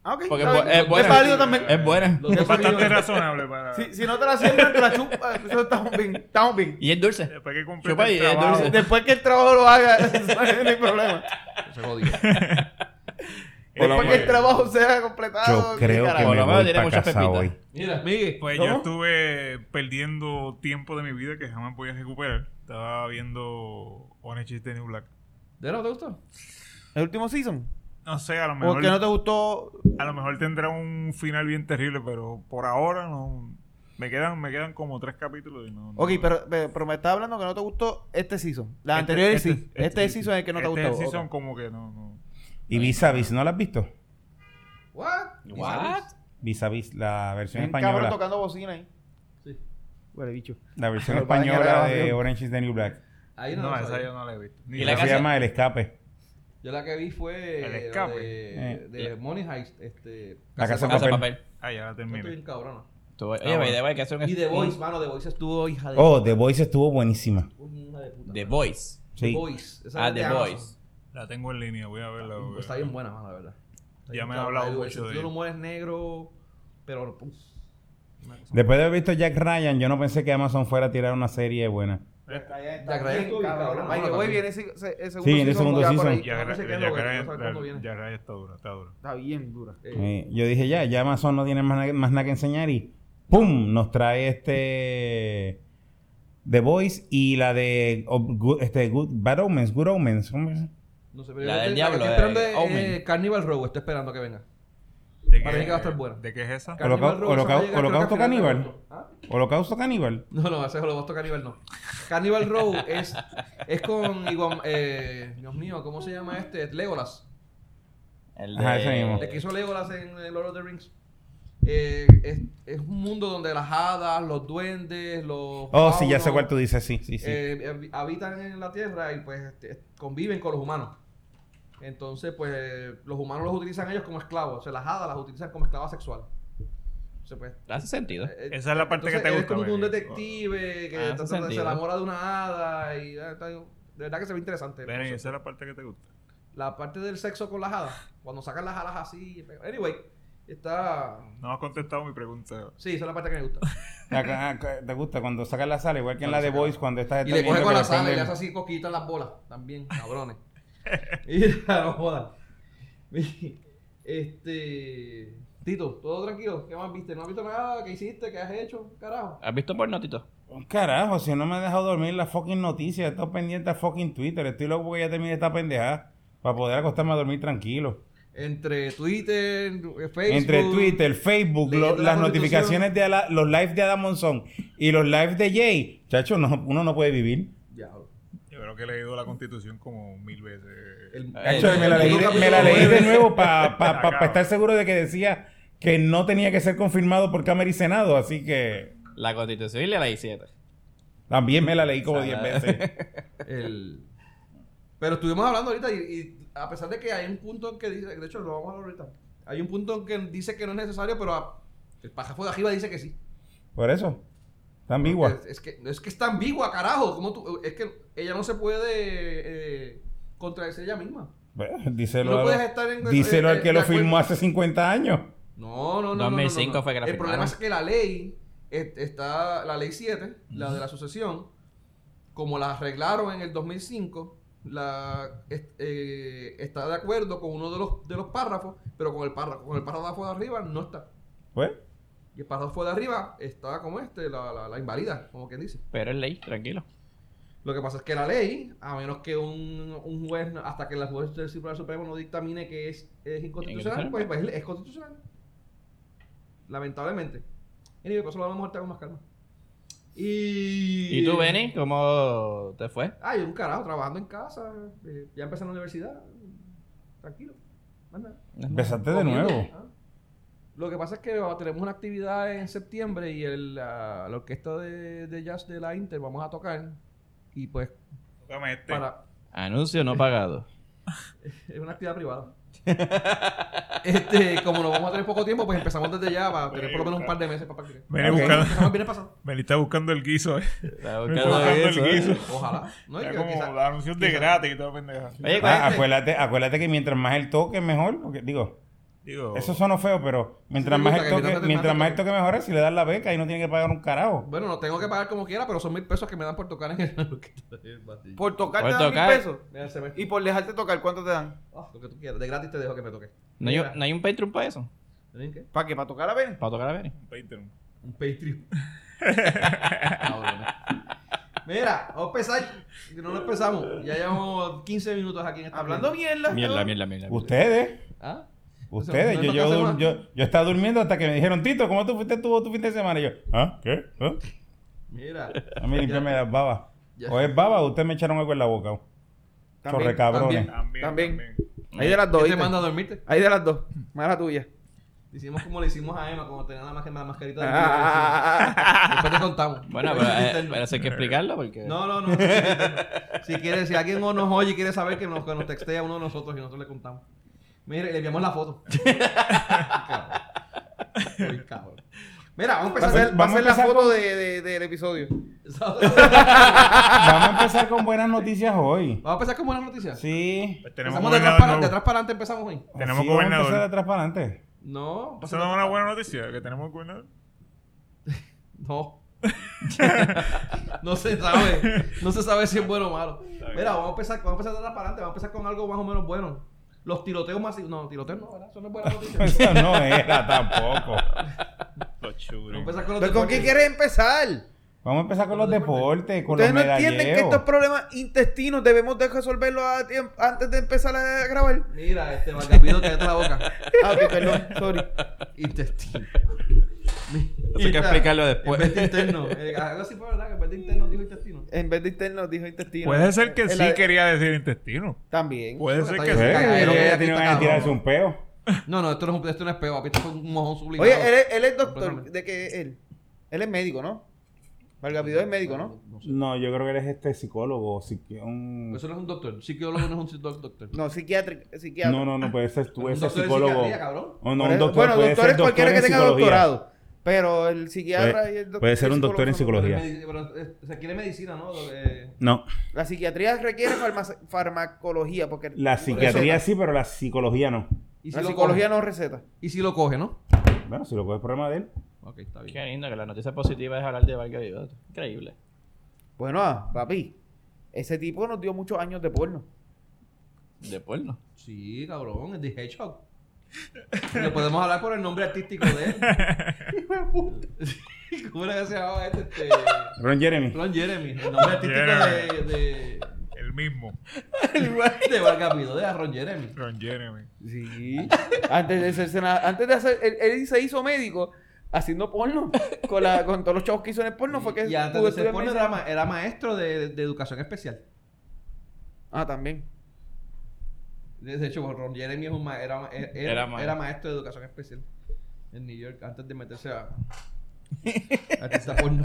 [SPEAKER 2] ah, ok
[SPEAKER 5] Porque
[SPEAKER 2] está
[SPEAKER 5] es bu-
[SPEAKER 2] bien.
[SPEAKER 5] es buena.
[SPEAKER 2] válido también
[SPEAKER 5] Es buena.
[SPEAKER 1] Los
[SPEAKER 4] Es
[SPEAKER 1] dos
[SPEAKER 4] bastante
[SPEAKER 1] amigos-
[SPEAKER 4] razonable para.
[SPEAKER 2] si, si no te la siembran te la chupas eso estamos bien estamos bien
[SPEAKER 5] Y es dulce.
[SPEAKER 4] Después que
[SPEAKER 5] Yo pa-
[SPEAKER 4] complete el
[SPEAKER 5] eh,
[SPEAKER 4] trabajo.
[SPEAKER 5] dulce.
[SPEAKER 2] después que el trabajo lo haga no hay problema
[SPEAKER 1] Se jodió.
[SPEAKER 4] Por lo
[SPEAKER 2] después que el
[SPEAKER 4] menos-
[SPEAKER 2] trabajo sea completado
[SPEAKER 3] Yo
[SPEAKER 2] qué
[SPEAKER 3] creo que
[SPEAKER 2] carajo.
[SPEAKER 5] Por
[SPEAKER 3] me
[SPEAKER 5] lo menos
[SPEAKER 3] voy
[SPEAKER 5] tiene
[SPEAKER 3] para
[SPEAKER 5] muchas
[SPEAKER 3] casa
[SPEAKER 5] pepitas.
[SPEAKER 3] hoy.
[SPEAKER 1] Mira, Miguel.
[SPEAKER 4] Pues yo
[SPEAKER 1] ¿cómo?
[SPEAKER 4] estuve perdiendo tiempo de mi vida que jamás voy a recuperar. Estaba viendo Orange is the New Black.
[SPEAKER 1] ¿De verdad te gustó?
[SPEAKER 2] el último season
[SPEAKER 4] No sé, a lo
[SPEAKER 2] o
[SPEAKER 4] mejor,
[SPEAKER 2] que no te gustó
[SPEAKER 4] a lo mejor tendrá un final bien terrible, pero por ahora no. Me quedan, me quedan como tres capítulos y no. no-
[SPEAKER 2] Ok, pero, pero pero me estás hablando que no te gustó este season. La
[SPEAKER 4] Este-
[SPEAKER 2] anterior sí. Este,
[SPEAKER 4] este
[SPEAKER 2] season es el que no te
[SPEAKER 4] este
[SPEAKER 2] gustó.
[SPEAKER 4] season
[SPEAKER 2] ok.
[SPEAKER 4] como que no, no.
[SPEAKER 3] Y Vis a Vis, ¿no la has visto?
[SPEAKER 1] ¿What?
[SPEAKER 5] What?
[SPEAKER 3] Vis a vis, la versión
[SPEAKER 7] Un cabrón
[SPEAKER 3] española.
[SPEAKER 7] tocando bocina ahí.
[SPEAKER 1] Sí.
[SPEAKER 7] Huele bicho.
[SPEAKER 3] La versión
[SPEAKER 7] Pero para
[SPEAKER 3] española
[SPEAKER 7] que la-
[SPEAKER 3] de Orange is the New Black.
[SPEAKER 1] Ahí no,
[SPEAKER 4] No,
[SPEAKER 1] lo
[SPEAKER 4] esa
[SPEAKER 1] sabía.
[SPEAKER 4] yo no la he visto. Ni
[SPEAKER 5] Y
[SPEAKER 3] Y
[SPEAKER 5] la
[SPEAKER 3] la se
[SPEAKER 5] canción-
[SPEAKER 3] llama El Escape.
[SPEAKER 1] Yo la que vi fue
[SPEAKER 4] El
[SPEAKER 1] la
[SPEAKER 4] escape.
[SPEAKER 1] de,
[SPEAKER 3] Eh.
[SPEAKER 1] de Money Heist, este
[SPEAKER 3] La Casa de
[SPEAKER 5] Casa de
[SPEAKER 3] Papel. Ah,
[SPEAKER 5] papel.
[SPEAKER 4] Ah, ya la
[SPEAKER 1] Estoy bien
[SPEAKER 4] terminé.
[SPEAKER 1] cabrona.
[SPEAKER 5] Tú- Oye, by the way, que hacer un-
[SPEAKER 1] Y The Voice, mano, The Voice estuvo hija de
[SPEAKER 3] Oh, The Voice estuvo buenísima.
[SPEAKER 1] Una hija de puta.
[SPEAKER 5] The
[SPEAKER 1] mano.
[SPEAKER 5] Voice.
[SPEAKER 1] The
[SPEAKER 3] Sí.
[SPEAKER 1] Voice. Esa
[SPEAKER 5] Ah,
[SPEAKER 1] es de
[SPEAKER 5] The
[SPEAKER 1] Amazon.
[SPEAKER 5] Voice.
[SPEAKER 4] La tengo en línea, voy a verla. voy a
[SPEAKER 1] Está
[SPEAKER 4] verla.
[SPEAKER 1] bien buena, mano, la verdad. Está
[SPEAKER 4] Ya
[SPEAKER 1] bien
[SPEAKER 4] me han
[SPEAKER 1] cabrona.
[SPEAKER 4] hablado
[SPEAKER 1] El
[SPEAKER 4] mucho de
[SPEAKER 1] sentido del
[SPEAKER 4] ella.
[SPEAKER 1] humor es negro, pero puf, Eh, una cosa
[SPEAKER 3] Después de haber visto Jack Ryan, yo no pensé que Amazon fuera a tirar una serie buena.
[SPEAKER 1] Te agradezco, cabrón.
[SPEAKER 7] By the
[SPEAKER 1] Bueno,
[SPEAKER 7] way,
[SPEAKER 1] también.
[SPEAKER 7] viene ese, ese- ese
[SPEAKER 3] Sí, viene el
[SPEAKER 7] season
[SPEAKER 3] segundo
[SPEAKER 7] ya por
[SPEAKER 3] season.
[SPEAKER 7] ahí.
[SPEAKER 4] Ya
[SPEAKER 1] No sé
[SPEAKER 4] Gra-
[SPEAKER 1] qué es
[SPEAKER 4] ya
[SPEAKER 1] lo que-
[SPEAKER 4] Gra-
[SPEAKER 1] no sé cuándo viene.
[SPEAKER 4] ya Gra- está dura, está dura.
[SPEAKER 7] Está bien dura.
[SPEAKER 1] Eh,
[SPEAKER 3] Eh, yo dije ya, ya Amazon no tiene más, na- más nada que enseñar y ¡pum! nos trae este The Voice y la de oh, Good- este, Good, Bad Omens, Good Omens. ¿cómo es?
[SPEAKER 1] No sé, pero
[SPEAKER 5] La
[SPEAKER 1] yo
[SPEAKER 5] del
[SPEAKER 1] estoy-
[SPEAKER 5] diablo,
[SPEAKER 1] estoy
[SPEAKER 5] de
[SPEAKER 1] esperando eh,
[SPEAKER 5] Omen.
[SPEAKER 1] Carnival Row, estoy esperando que venga.
[SPEAKER 4] ¿De
[SPEAKER 1] Para mí que va a estar buena.
[SPEAKER 4] ¿De qué es esa?
[SPEAKER 3] Holocau-
[SPEAKER 1] Carnival Row,
[SPEAKER 3] Holocau-
[SPEAKER 1] esa va a llegar, creo que
[SPEAKER 3] Holocausto
[SPEAKER 1] a finales de
[SPEAKER 3] Caníbal.
[SPEAKER 1] agosto. ¿Ah?
[SPEAKER 3] Holocausto Caníbal.
[SPEAKER 1] No, no, ese es Holocausto Caníbal no. Carnival Row es, es con igual, eh, Dios mío, ¿cómo se llama este? Legolas.
[SPEAKER 5] El
[SPEAKER 3] Ajá, ese mismo.
[SPEAKER 1] El que hizo Legolas en eh, Lord of the Rings. Eh, es, es un mundo donde las hadas, los duendes, los.
[SPEAKER 3] Oh, sí, ya sé
[SPEAKER 1] faunos,
[SPEAKER 3] cuál tú dices, sí, sí, sí.
[SPEAKER 1] eh, hab- habitan en la tierra y pues este, conviven con los humanos. Entonces, pues los humanos los utilizan ellos como esclavos. O sea, las hadas las utilizan como esclavas sexuales. Entonces, pues,
[SPEAKER 5] Hace sentido.
[SPEAKER 1] eh,
[SPEAKER 4] Esa es la parte que
[SPEAKER 1] entonces,
[SPEAKER 4] te
[SPEAKER 1] él
[SPEAKER 4] gusta. pues.
[SPEAKER 1] Es como que un
[SPEAKER 4] ¿verdad?
[SPEAKER 1] detective que
[SPEAKER 5] Ah, hace
[SPEAKER 1] trata- se
[SPEAKER 5] sentido.
[SPEAKER 1] enamora de una hada y ah, está- de verdad que se ve interesante.
[SPEAKER 4] Benny,
[SPEAKER 1] Entonces,
[SPEAKER 4] esa es la parte que te gusta.
[SPEAKER 1] La parte del sexo con las hadas, cuando sacan las alas así. Anyway, está.
[SPEAKER 4] No has contestado mi pregunta.
[SPEAKER 1] Sí, esa es la parte que me gusta.
[SPEAKER 3] Acá- acá- te gusta cuando sacas la sala, igual que en la de Voice, cuando estás
[SPEAKER 1] Y le coge
[SPEAKER 3] viendo
[SPEAKER 1] con
[SPEAKER 3] que
[SPEAKER 1] la sala y le
[SPEAKER 3] prenden-
[SPEAKER 1] hace así coquita en las bolas. También, cabrones. Mira, no jodas. Este. Tito, todo tranquilo. ¿Qué más viste? ¿No has visto nada? ¿Qué hiciste? ¿Qué has hecho? Carajo.
[SPEAKER 5] ¿Has visto porno, Tito?
[SPEAKER 3] Carajo, si no me ha dejado dormir la fucking noticia, he estado pendiente a fucking Twitter. Estoy loco porque ya terminé esta pendejada para poder acostarme a dormir tranquilo.
[SPEAKER 1] Entre Twitter, Facebook.
[SPEAKER 3] Entre Twitter, Facebook, lo-
[SPEAKER 1] leyendo la
[SPEAKER 3] las
[SPEAKER 1] Constitución.
[SPEAKER 3] notificaciones de Ala- los lives de Adam Monzón y los lives de Jay, chacho, no- uno no puede vivir.
[SPEAKER 1] Diablo.
[SPEAKER 4] Yo creo que he leído la constitución como mil veces.
[SPEAKER 1] El-
[SPEAKER 3] Chacho,
[SPEAKER 5] Eh,
[SPEAKER 3] me la
[SPEAKER 5] el
[SPEAKER 3] leí,
[SPEAKER 1] capítulo
[SPEAKER 3] me la leí de
[SPEAKER 1] nueve.
[SPEAKER 3] nuevo para
[SPEAKER 4] Acaba.
[SPEAKER 3] estar seguro de que decía que no tenía que ser confirmado por Cámara y Senado, así que
[SPEAKER 5] La Constitución y la Ley 7.
[SPEAKER 3] también me la leí como
[SPEAKER 5] O
[SPEAKER 3] 10
[SPEAKER 5] sea,
[SPEAKER 3] veces.
[SPEAKER 1] El- Pero estuvimos hablando ahorita y, y a pesar de que hay un punto en que dice, de hecho lo vamos a hablar ahorita, hay un punto en que dice que no es necesario, pero a- el pajafo de arriba dice que sí.
[SPEAKER 3] Por eso, tan ambigua.
[SPEAKER 1] Es, es que, es que está ambigua, carajo. ¿Cómo tú- es que ella no se puede eh, contradecir ella misma.
[SPEAKER 3] Bueno, díselo
[SPEAKER 1] No
[SPEAKER 3] al-
[SPEAKER 1] puedes estar en-
[SPEAKER 3] díselo
[SPEAKER 1] eh,
[SPEAKER 3] al que
[SPEAKER 1] eh,
[SPEAKER 3] lo
[SPEAKER 1] de acuerdo.
[SPEAKER 3] firmó hace 50 años.
[SPEAKER 1] No, no, no, no. no, no,
[SPEAKER 5] 2005
[SPEAKER 1] no.
[SPEAKER 5] fue que la
[SPEAKER 1] El problema
[SPEAKER 5] firmaron.
[SPEAKER 1] es que la ley, est- está la ley 7, la de la sucesión, como la arreglaron en el 2005, la, est- eh, está de acuerdo con uno de los, de los párrafos, pero con el, párrafo, con el párrafo de arriba no está.
[SPEAKER 3] Pues,
[SPEAKER 1] Y el párrafo de arriba está como este, la, la, la inválida, como quien dice.
[SPEAKER 5] Pero es ley, tranquilo.
[SPEAKER 1] Lo que pasa es que la ley, a menos que un, un juez, no- hasta que el juez del Tribunal Supremo no dictamine que es, es inconstitucional, pues, pues, es constitucional. Lamentablemente. Anyway, por eso lo vamos a ahorita con más calma. Y...
[SPEAKER 5] ¿Y tú, Benny? ¿Cómo te fue?
[SPEAKER 1] Ay, un carajo, trabajando en casa. eh, ya empecé en la universidad. Tranquilo. más nada.
[SPEAKER 3] empezaste de
[SPEAKER 1] Comiendo,
[SPEAKER 3] nuevo.
[SPEAKER 1] ah. Lo que pasa es que ah, tenemos una actividad en septiembre y el, la, la orquesta de, de jazz de la Inter vamos a tocar. Y pues,
[SPEAKER 4] Tócame este.
[SPEAKER 1] para,
[SPEAKER 5] Anuncio no pagado.
[SPEAKER 1] Es una actividad privada. este, como lo vamos a tener poco tiempo, pues empezamos desde ya para tener por lo menos un par de meses para partir.
[SPEAKER 4] Vení
[SPEAKER 3] Ok.
[SPEAKER 4] buscando,
[SPEAKER 1] Empezamos el viernes pasado.
[SPEAKER 4] Benny está buscando el guiso. Eh.
[SPEAKER 5] Está
[SPEAKER 4] Buscando el
[SPEAKER 5] eso,
[SPEAKER 4] guiso.
[SPEAKER 5] ¿eh?
[SPEAKER 1] Ojalá. No, y
[SPEAKER 4] Está
[SPEAKER 1] que
[SPEAKER 4] como
[SPEAKER 1] quizá-
[SPEAKER 4] la anunción de
[SPEAKER 1] quizá-
[SPEAKER 4] gratis y toda pendeja.
[SPEAKER 5] Oye,
[SPEAKER 3] Ah,
[SPEAKER 5] ¿cuál es?
[SPEAKER 3] acuérdate, acuérdate que mientras más el toque, mejor. Porque, digo,
[SPEAKER 4] Digo,
[SPEAKER 3] eso suena feo, pero mientras
[SPEAKER 1] Sí, me
[SPEAKER 3] más
[SPEAKER 1] gusta
[SPEAKER 3] el
[SPEAKER 1] que
[SPEAKER 3] toque,
[SPEAKER 1] mientras más-
[SPEAKER 3] mientras más el
[SPEAKER 1] más-
[SPEAKER 3] toque mejor es si le das la beca y no tiene que pagar un carajo.
[SPEAKER 1] Bueno, no tengo que pagar como quiera, pero son mil pesos que me dan por tocar en el orquesta.
[SPEAKER 7] Por tocar
[SPEAKER 5] Por
[SPEAKER 7] te dan
[SPEAKER 5] tocar.
[SPEAKER 7] mil pesos.
[SPEAKER 1] Mira, se me-
[SPEAKER 7] Y por dejarte tocar, ¿cuánto te dan?
[SPEAKER 1] Ah, lo que tú quieras. De gratis te dejo que me toque.
[SPEAKER 5] ¿No hay,
[SPEAKER 1] Mira.
[SPEAKER 5] un- no hay un Patreon para eso?
[SPEAKER 1] ¿Tienen qué?
[SPEAKER 7] ¿Para qué? ¿Para tocar a Benny?
[SPEAKER 5] ¿Para tocar a Benny?
[SPEAKER 4] Patreon.
[SPEAKER 1] Un Patreon. Cabrones. Mira, vamos a empezar. Que No lo empezamos. Ya llevamos 15 minutos aquí en esta
[SPEAKER 7] Hablando mierda.
[SPEAKER 5] Mierda,
[SPEAKER 7] cabrón.
[SPEAKER 5] mierda, mierda.
[SPEAKER 3] Ustedes,
[SPEAKER 1] ¿Ah?
[SPEAKER 3] ustedes.
[SPEAKER 1] no
[SPEAKER 3] Yo,
[SPEAKER 1] es para
[SPEAKER 3] yo,
[SPEAKER 1] hacer
[SPEAKER 3] yo, yo estaba durmiendo hasta que me dijeron, Tito, ¿cómo tú fuiste tu, tu fin de semana? Y yo, ¿ah? ¿Qué? ¿Ah?
[SPEAKER 1] Mira.
[SPEAKER 3] A mí limpiarme las babas.
[SPEAKER 1] Ya.
[SPEAKER 3] O es baba o ustedes me echaron algo en la boca. o.
[SPEAKER 7] También,
[SPEAKER 3] Chorrecabrones.
[SPEAKER 7] También.
[SPEAKER 4] También. Pues
[SPEAKER 7] Hay de las dos.
[SPEAKER 1] ¿Quién te
[SPEAKER 7] ¿viste?
[SPEAKER 1] manda a dormirte?
[SPEAKER 7] Hay de las dos. Mala tuya.
[SPEAKER 1] Hicimos como le hicimos a Emma cuando tenía la, masca- la mascarita de Después te contamos.
[SPEAKER 5] Bueno,
[SPEAKER 1] Eso
[SPEAKER 5] pero,
[SPEAKER 1] es
[SPEAKER 5] eh,
[SPEAKER 1] interno.
[SPEAKER 5] pero eso hay que explicarlo porque...
[SPEAKER 1] No, no, no. eso es interno. si quieres, si alguien nos oye y quiere saber que nos, que nos textea uno de nosotros y nosotros le contamos. Mire, le enviamos la foto. Cabrón. Ay, cabrón. Mira, vamos a empezar.
[SPEAKER 2] Va a
[SPEAKER 3] Va a
[SPEAKER 2] ser,
[SPEAKER 3] ser-
[SPEAKER 2] va Pues, a
[SPEAKER 3] vamos a
[SPEAKER 2] ser la
[SPEAKER 3] empezar
[SPEAKER 2] foto de, de- del episodio.
[SPEAKER 3] Vamos a empezar con buenas noticias hoy.
[SPEAKER 1] vamos a empezar con buenas noticias.
[SPEAKER 3] Sí.
[SPEAKER 4] Pues tenemos
[SPEAKER 1] Empezamos de atrás,
[SPEAKER 4] gobernador
[SPEAKER 1] para, de
[SPEAKER 4] nuevo.
[SPEAKER 1] atrás para adelante empezamos hoy.
[SPEAKER 4] Tenemos
[SPEAKER 3] Sí, Vamos a
[SPEAKER 4] gobernador.
[SPEAKER 3] empezar de atrás para adelante.
[SPEAKER 1] No,
[SPEAKER 4] Esa es una buena noticia, que tenemos gobernador.
[SPEAKER 1] No. no se sabe. No se sabe si es bueno o malo. Mira, vamos a empezar, vamos a empezar de atrás para adelante. Vamos a empezar con algo más o menos bueno. Los tiroteos masivos. No, tiroteos no, ¿verdad? Eso no es buena noticia. vamos
[SPEAKER 3] Eso no era tampoco.
[SPEAKER 4] Lo
[SPEAKER 1] a
[SPEAKER 4] chulo.
[SPEAKER 1] empezar con los
[SPEAKER 2] ¿Pero con qué
[SPEAKER 1] deportes.
[SPEAKER 2] quieres empezar?
[SPEAKER 3] Vamos a empezar con los deportes, con los
[SPEAKER 2] Ustedes no entienden que
[SPEAKER 3] medalleos.
[SPEAKER 2] estos problemas intestinos debemos de resolverlos a tiemp- antes de empezar a grabar.
[SPEAKER 1] Mira, este Valcapido, cállate la boca.
[SPEAKER 2] Ah, ok, perdón, sorry.
[SPEAKER 1] Intestino.
[SPEAKER 5] Eso hay que
[SPEAKER 1] Mira,
[SPEAKER 5] explicarlo
[SPEAKER 1] En
[SPEAKER 5] después.
[SPEAKER 1] vez de interno. Eh, Algo así fue verdad, que en vez de interno dijo intestino.
[SPEAKER 2] En vez de internos dijo intestino.
[SPEAKER 4] Puede ser que
[SPEAKER 2] En
[SPEAKER 4] sí
[SPEAKER 2] la de-
[SPEAKER 4] quería decir intestino.
[SPEAKER 2] También.
[SPEAKER 4] Puede ser que
[SPEAKER 1] está
[SPEAKER 3] Eh,
[SPEAKER 1] bien.
[SPEAKER 4] sí.
[SPEAKER 1] Cagadero que
[SPEAKER 3] Ella
[SPEAKER 1] aquí
[SPEAKER 3] tiene
[SPEAKER 1] está
[SPEAKER 3] ganas de tirarse
[SPEAKER 1] cabrón.
[SPEAKER 3] un peo.
[SPEAKER 1] No, no, esto no es un, esto no es peo, papi. Esto fue un mojón
[SPEAKER 2] Oye,
[SPEAKER 1] sublimado.
[SPEAKER 2] él es, él es doctor.
[SPEAKER 1] Completamente.
[SPEAKER 2] ¿De qué es él? Él es médico, ¿no? Valgapido es médico, ¿no?
[SPEAKER 3] No, yo creo que eres este psicólogo. psiqui- un-
[SPEAKER 2] Pues
[SPEAKER 1] Eso no es un doctor. Psiquiólogo no es un doc- doctor.
[SPEAKER 2] No, psiquiátrico. psiquiatra.
[SPEAKER 3] No, no, no puede ser tú,
[SPEAKER 1] Un
[SPEAKER 3] ese
[SPEAKER 1] doctor de
[SPEAKER 3] psicólogo.
[SPEAKER 1] psiquiatría, cabrón.
[SPEAKER 3] O no,
[SPEAKER 2] Por
[SPEAKER 3] un
[SPEAKER 2] eso-
[SPEAKER 3] doctor,
[SPEAKER 2] bueno,
[SPEAKER 3] puede
[SPEAKER 2] doctor
[SPEAKER 3] ser
[SPEAKER 2] es cualquiera
[SPEAKER 3] doctor
[SPEAKER 2] que
[SPEAKER 3] en
[SPEAKER 2] tenga
[SPEAKER 3] psicología.
[SPEAKER 2] doctorado. Pero el psiquiatra
[SPEAKER 3] Puede-
[SPEAKER 2] y el doctor.
[SPEAKER 3] puede ser un doctor en
[SPEAKER 2] psicólogo son-
[SPEAKER 3] psicología.
[SPEAKER 1] Medi- pero, eh, o sea, quiere medicina, ¿no? Eh,
[SPEAKER 3] No,
[SPEAKER 2] La psiquiatría requiere farmac- farmacología. porque
[SPEAKER 3] la psiquiatría sí, pero la psicología no.
[SPEAKER 1] ¿y si
[SPEAKER 2] La
[SPEAKER 1] lo
[SPEAKER 2] psicología
[SPEAKER 1] coge?
[SPEAKER 2] no receta.
[SPEAKER 1] Y si lo coge, ¿no?
[SPEAKER 3] Bueno, si lo coges el problema de él.
[SPEAKER 1] Ok, está bien.
[SPEAKER 5] Qué lindo que la noticia positiva es hablar de Vargas Vidal. Increíble.
[SPEAKER 2] Bueno, ah, papi. Ese tipo nos dio muchos años de porno.
[SPEAKER 5] De porno.
[SPEAKER 1] Sí, cabrón, es The Hedgehog. Le podemos hablar por el nombre artístico de él. ¿Cómo era que se llamaba este? este?
[SPEAKER 3] Ron Jeremy.
[SPEAKER 1] Ron Jeremy. El nombre artístico de,
[SPEAKER 4] Jeremy.
[SPEAKER 1] de,
[SPEAKER 4] El mismo.
[SPEAKER 1] de Vargas Vidal, de Ron Jeremy.
[SPEAKER 4] Ron Jeremy.
[SPEAKER 2] Sí. Antes de ser sena- antes de hacer, él, él se hizo médico haciendo porno. Con, la, con todos los chavos que hizo en el porno fue que
[SPEAKER 1] y antes
[SPEAKER 2] pudo
[SPEAKER 1] de ser
[SPEAKER 2] estudiar
[SPEAKER 1] porno
[SPEAKER 2] medicina.
[SPEAKER 1] era, ma- era maestro de, de educación especial.
[SPEAKER 2] Ah, también.
[SPEAKER 1] De de hecho, Ron Jeremy es un ma- era, ma- era-
[SPEAKER 5] Era ma-
[SPEAKER 1] era maestro de educación especial en New York antes de meterse a... Artista porno.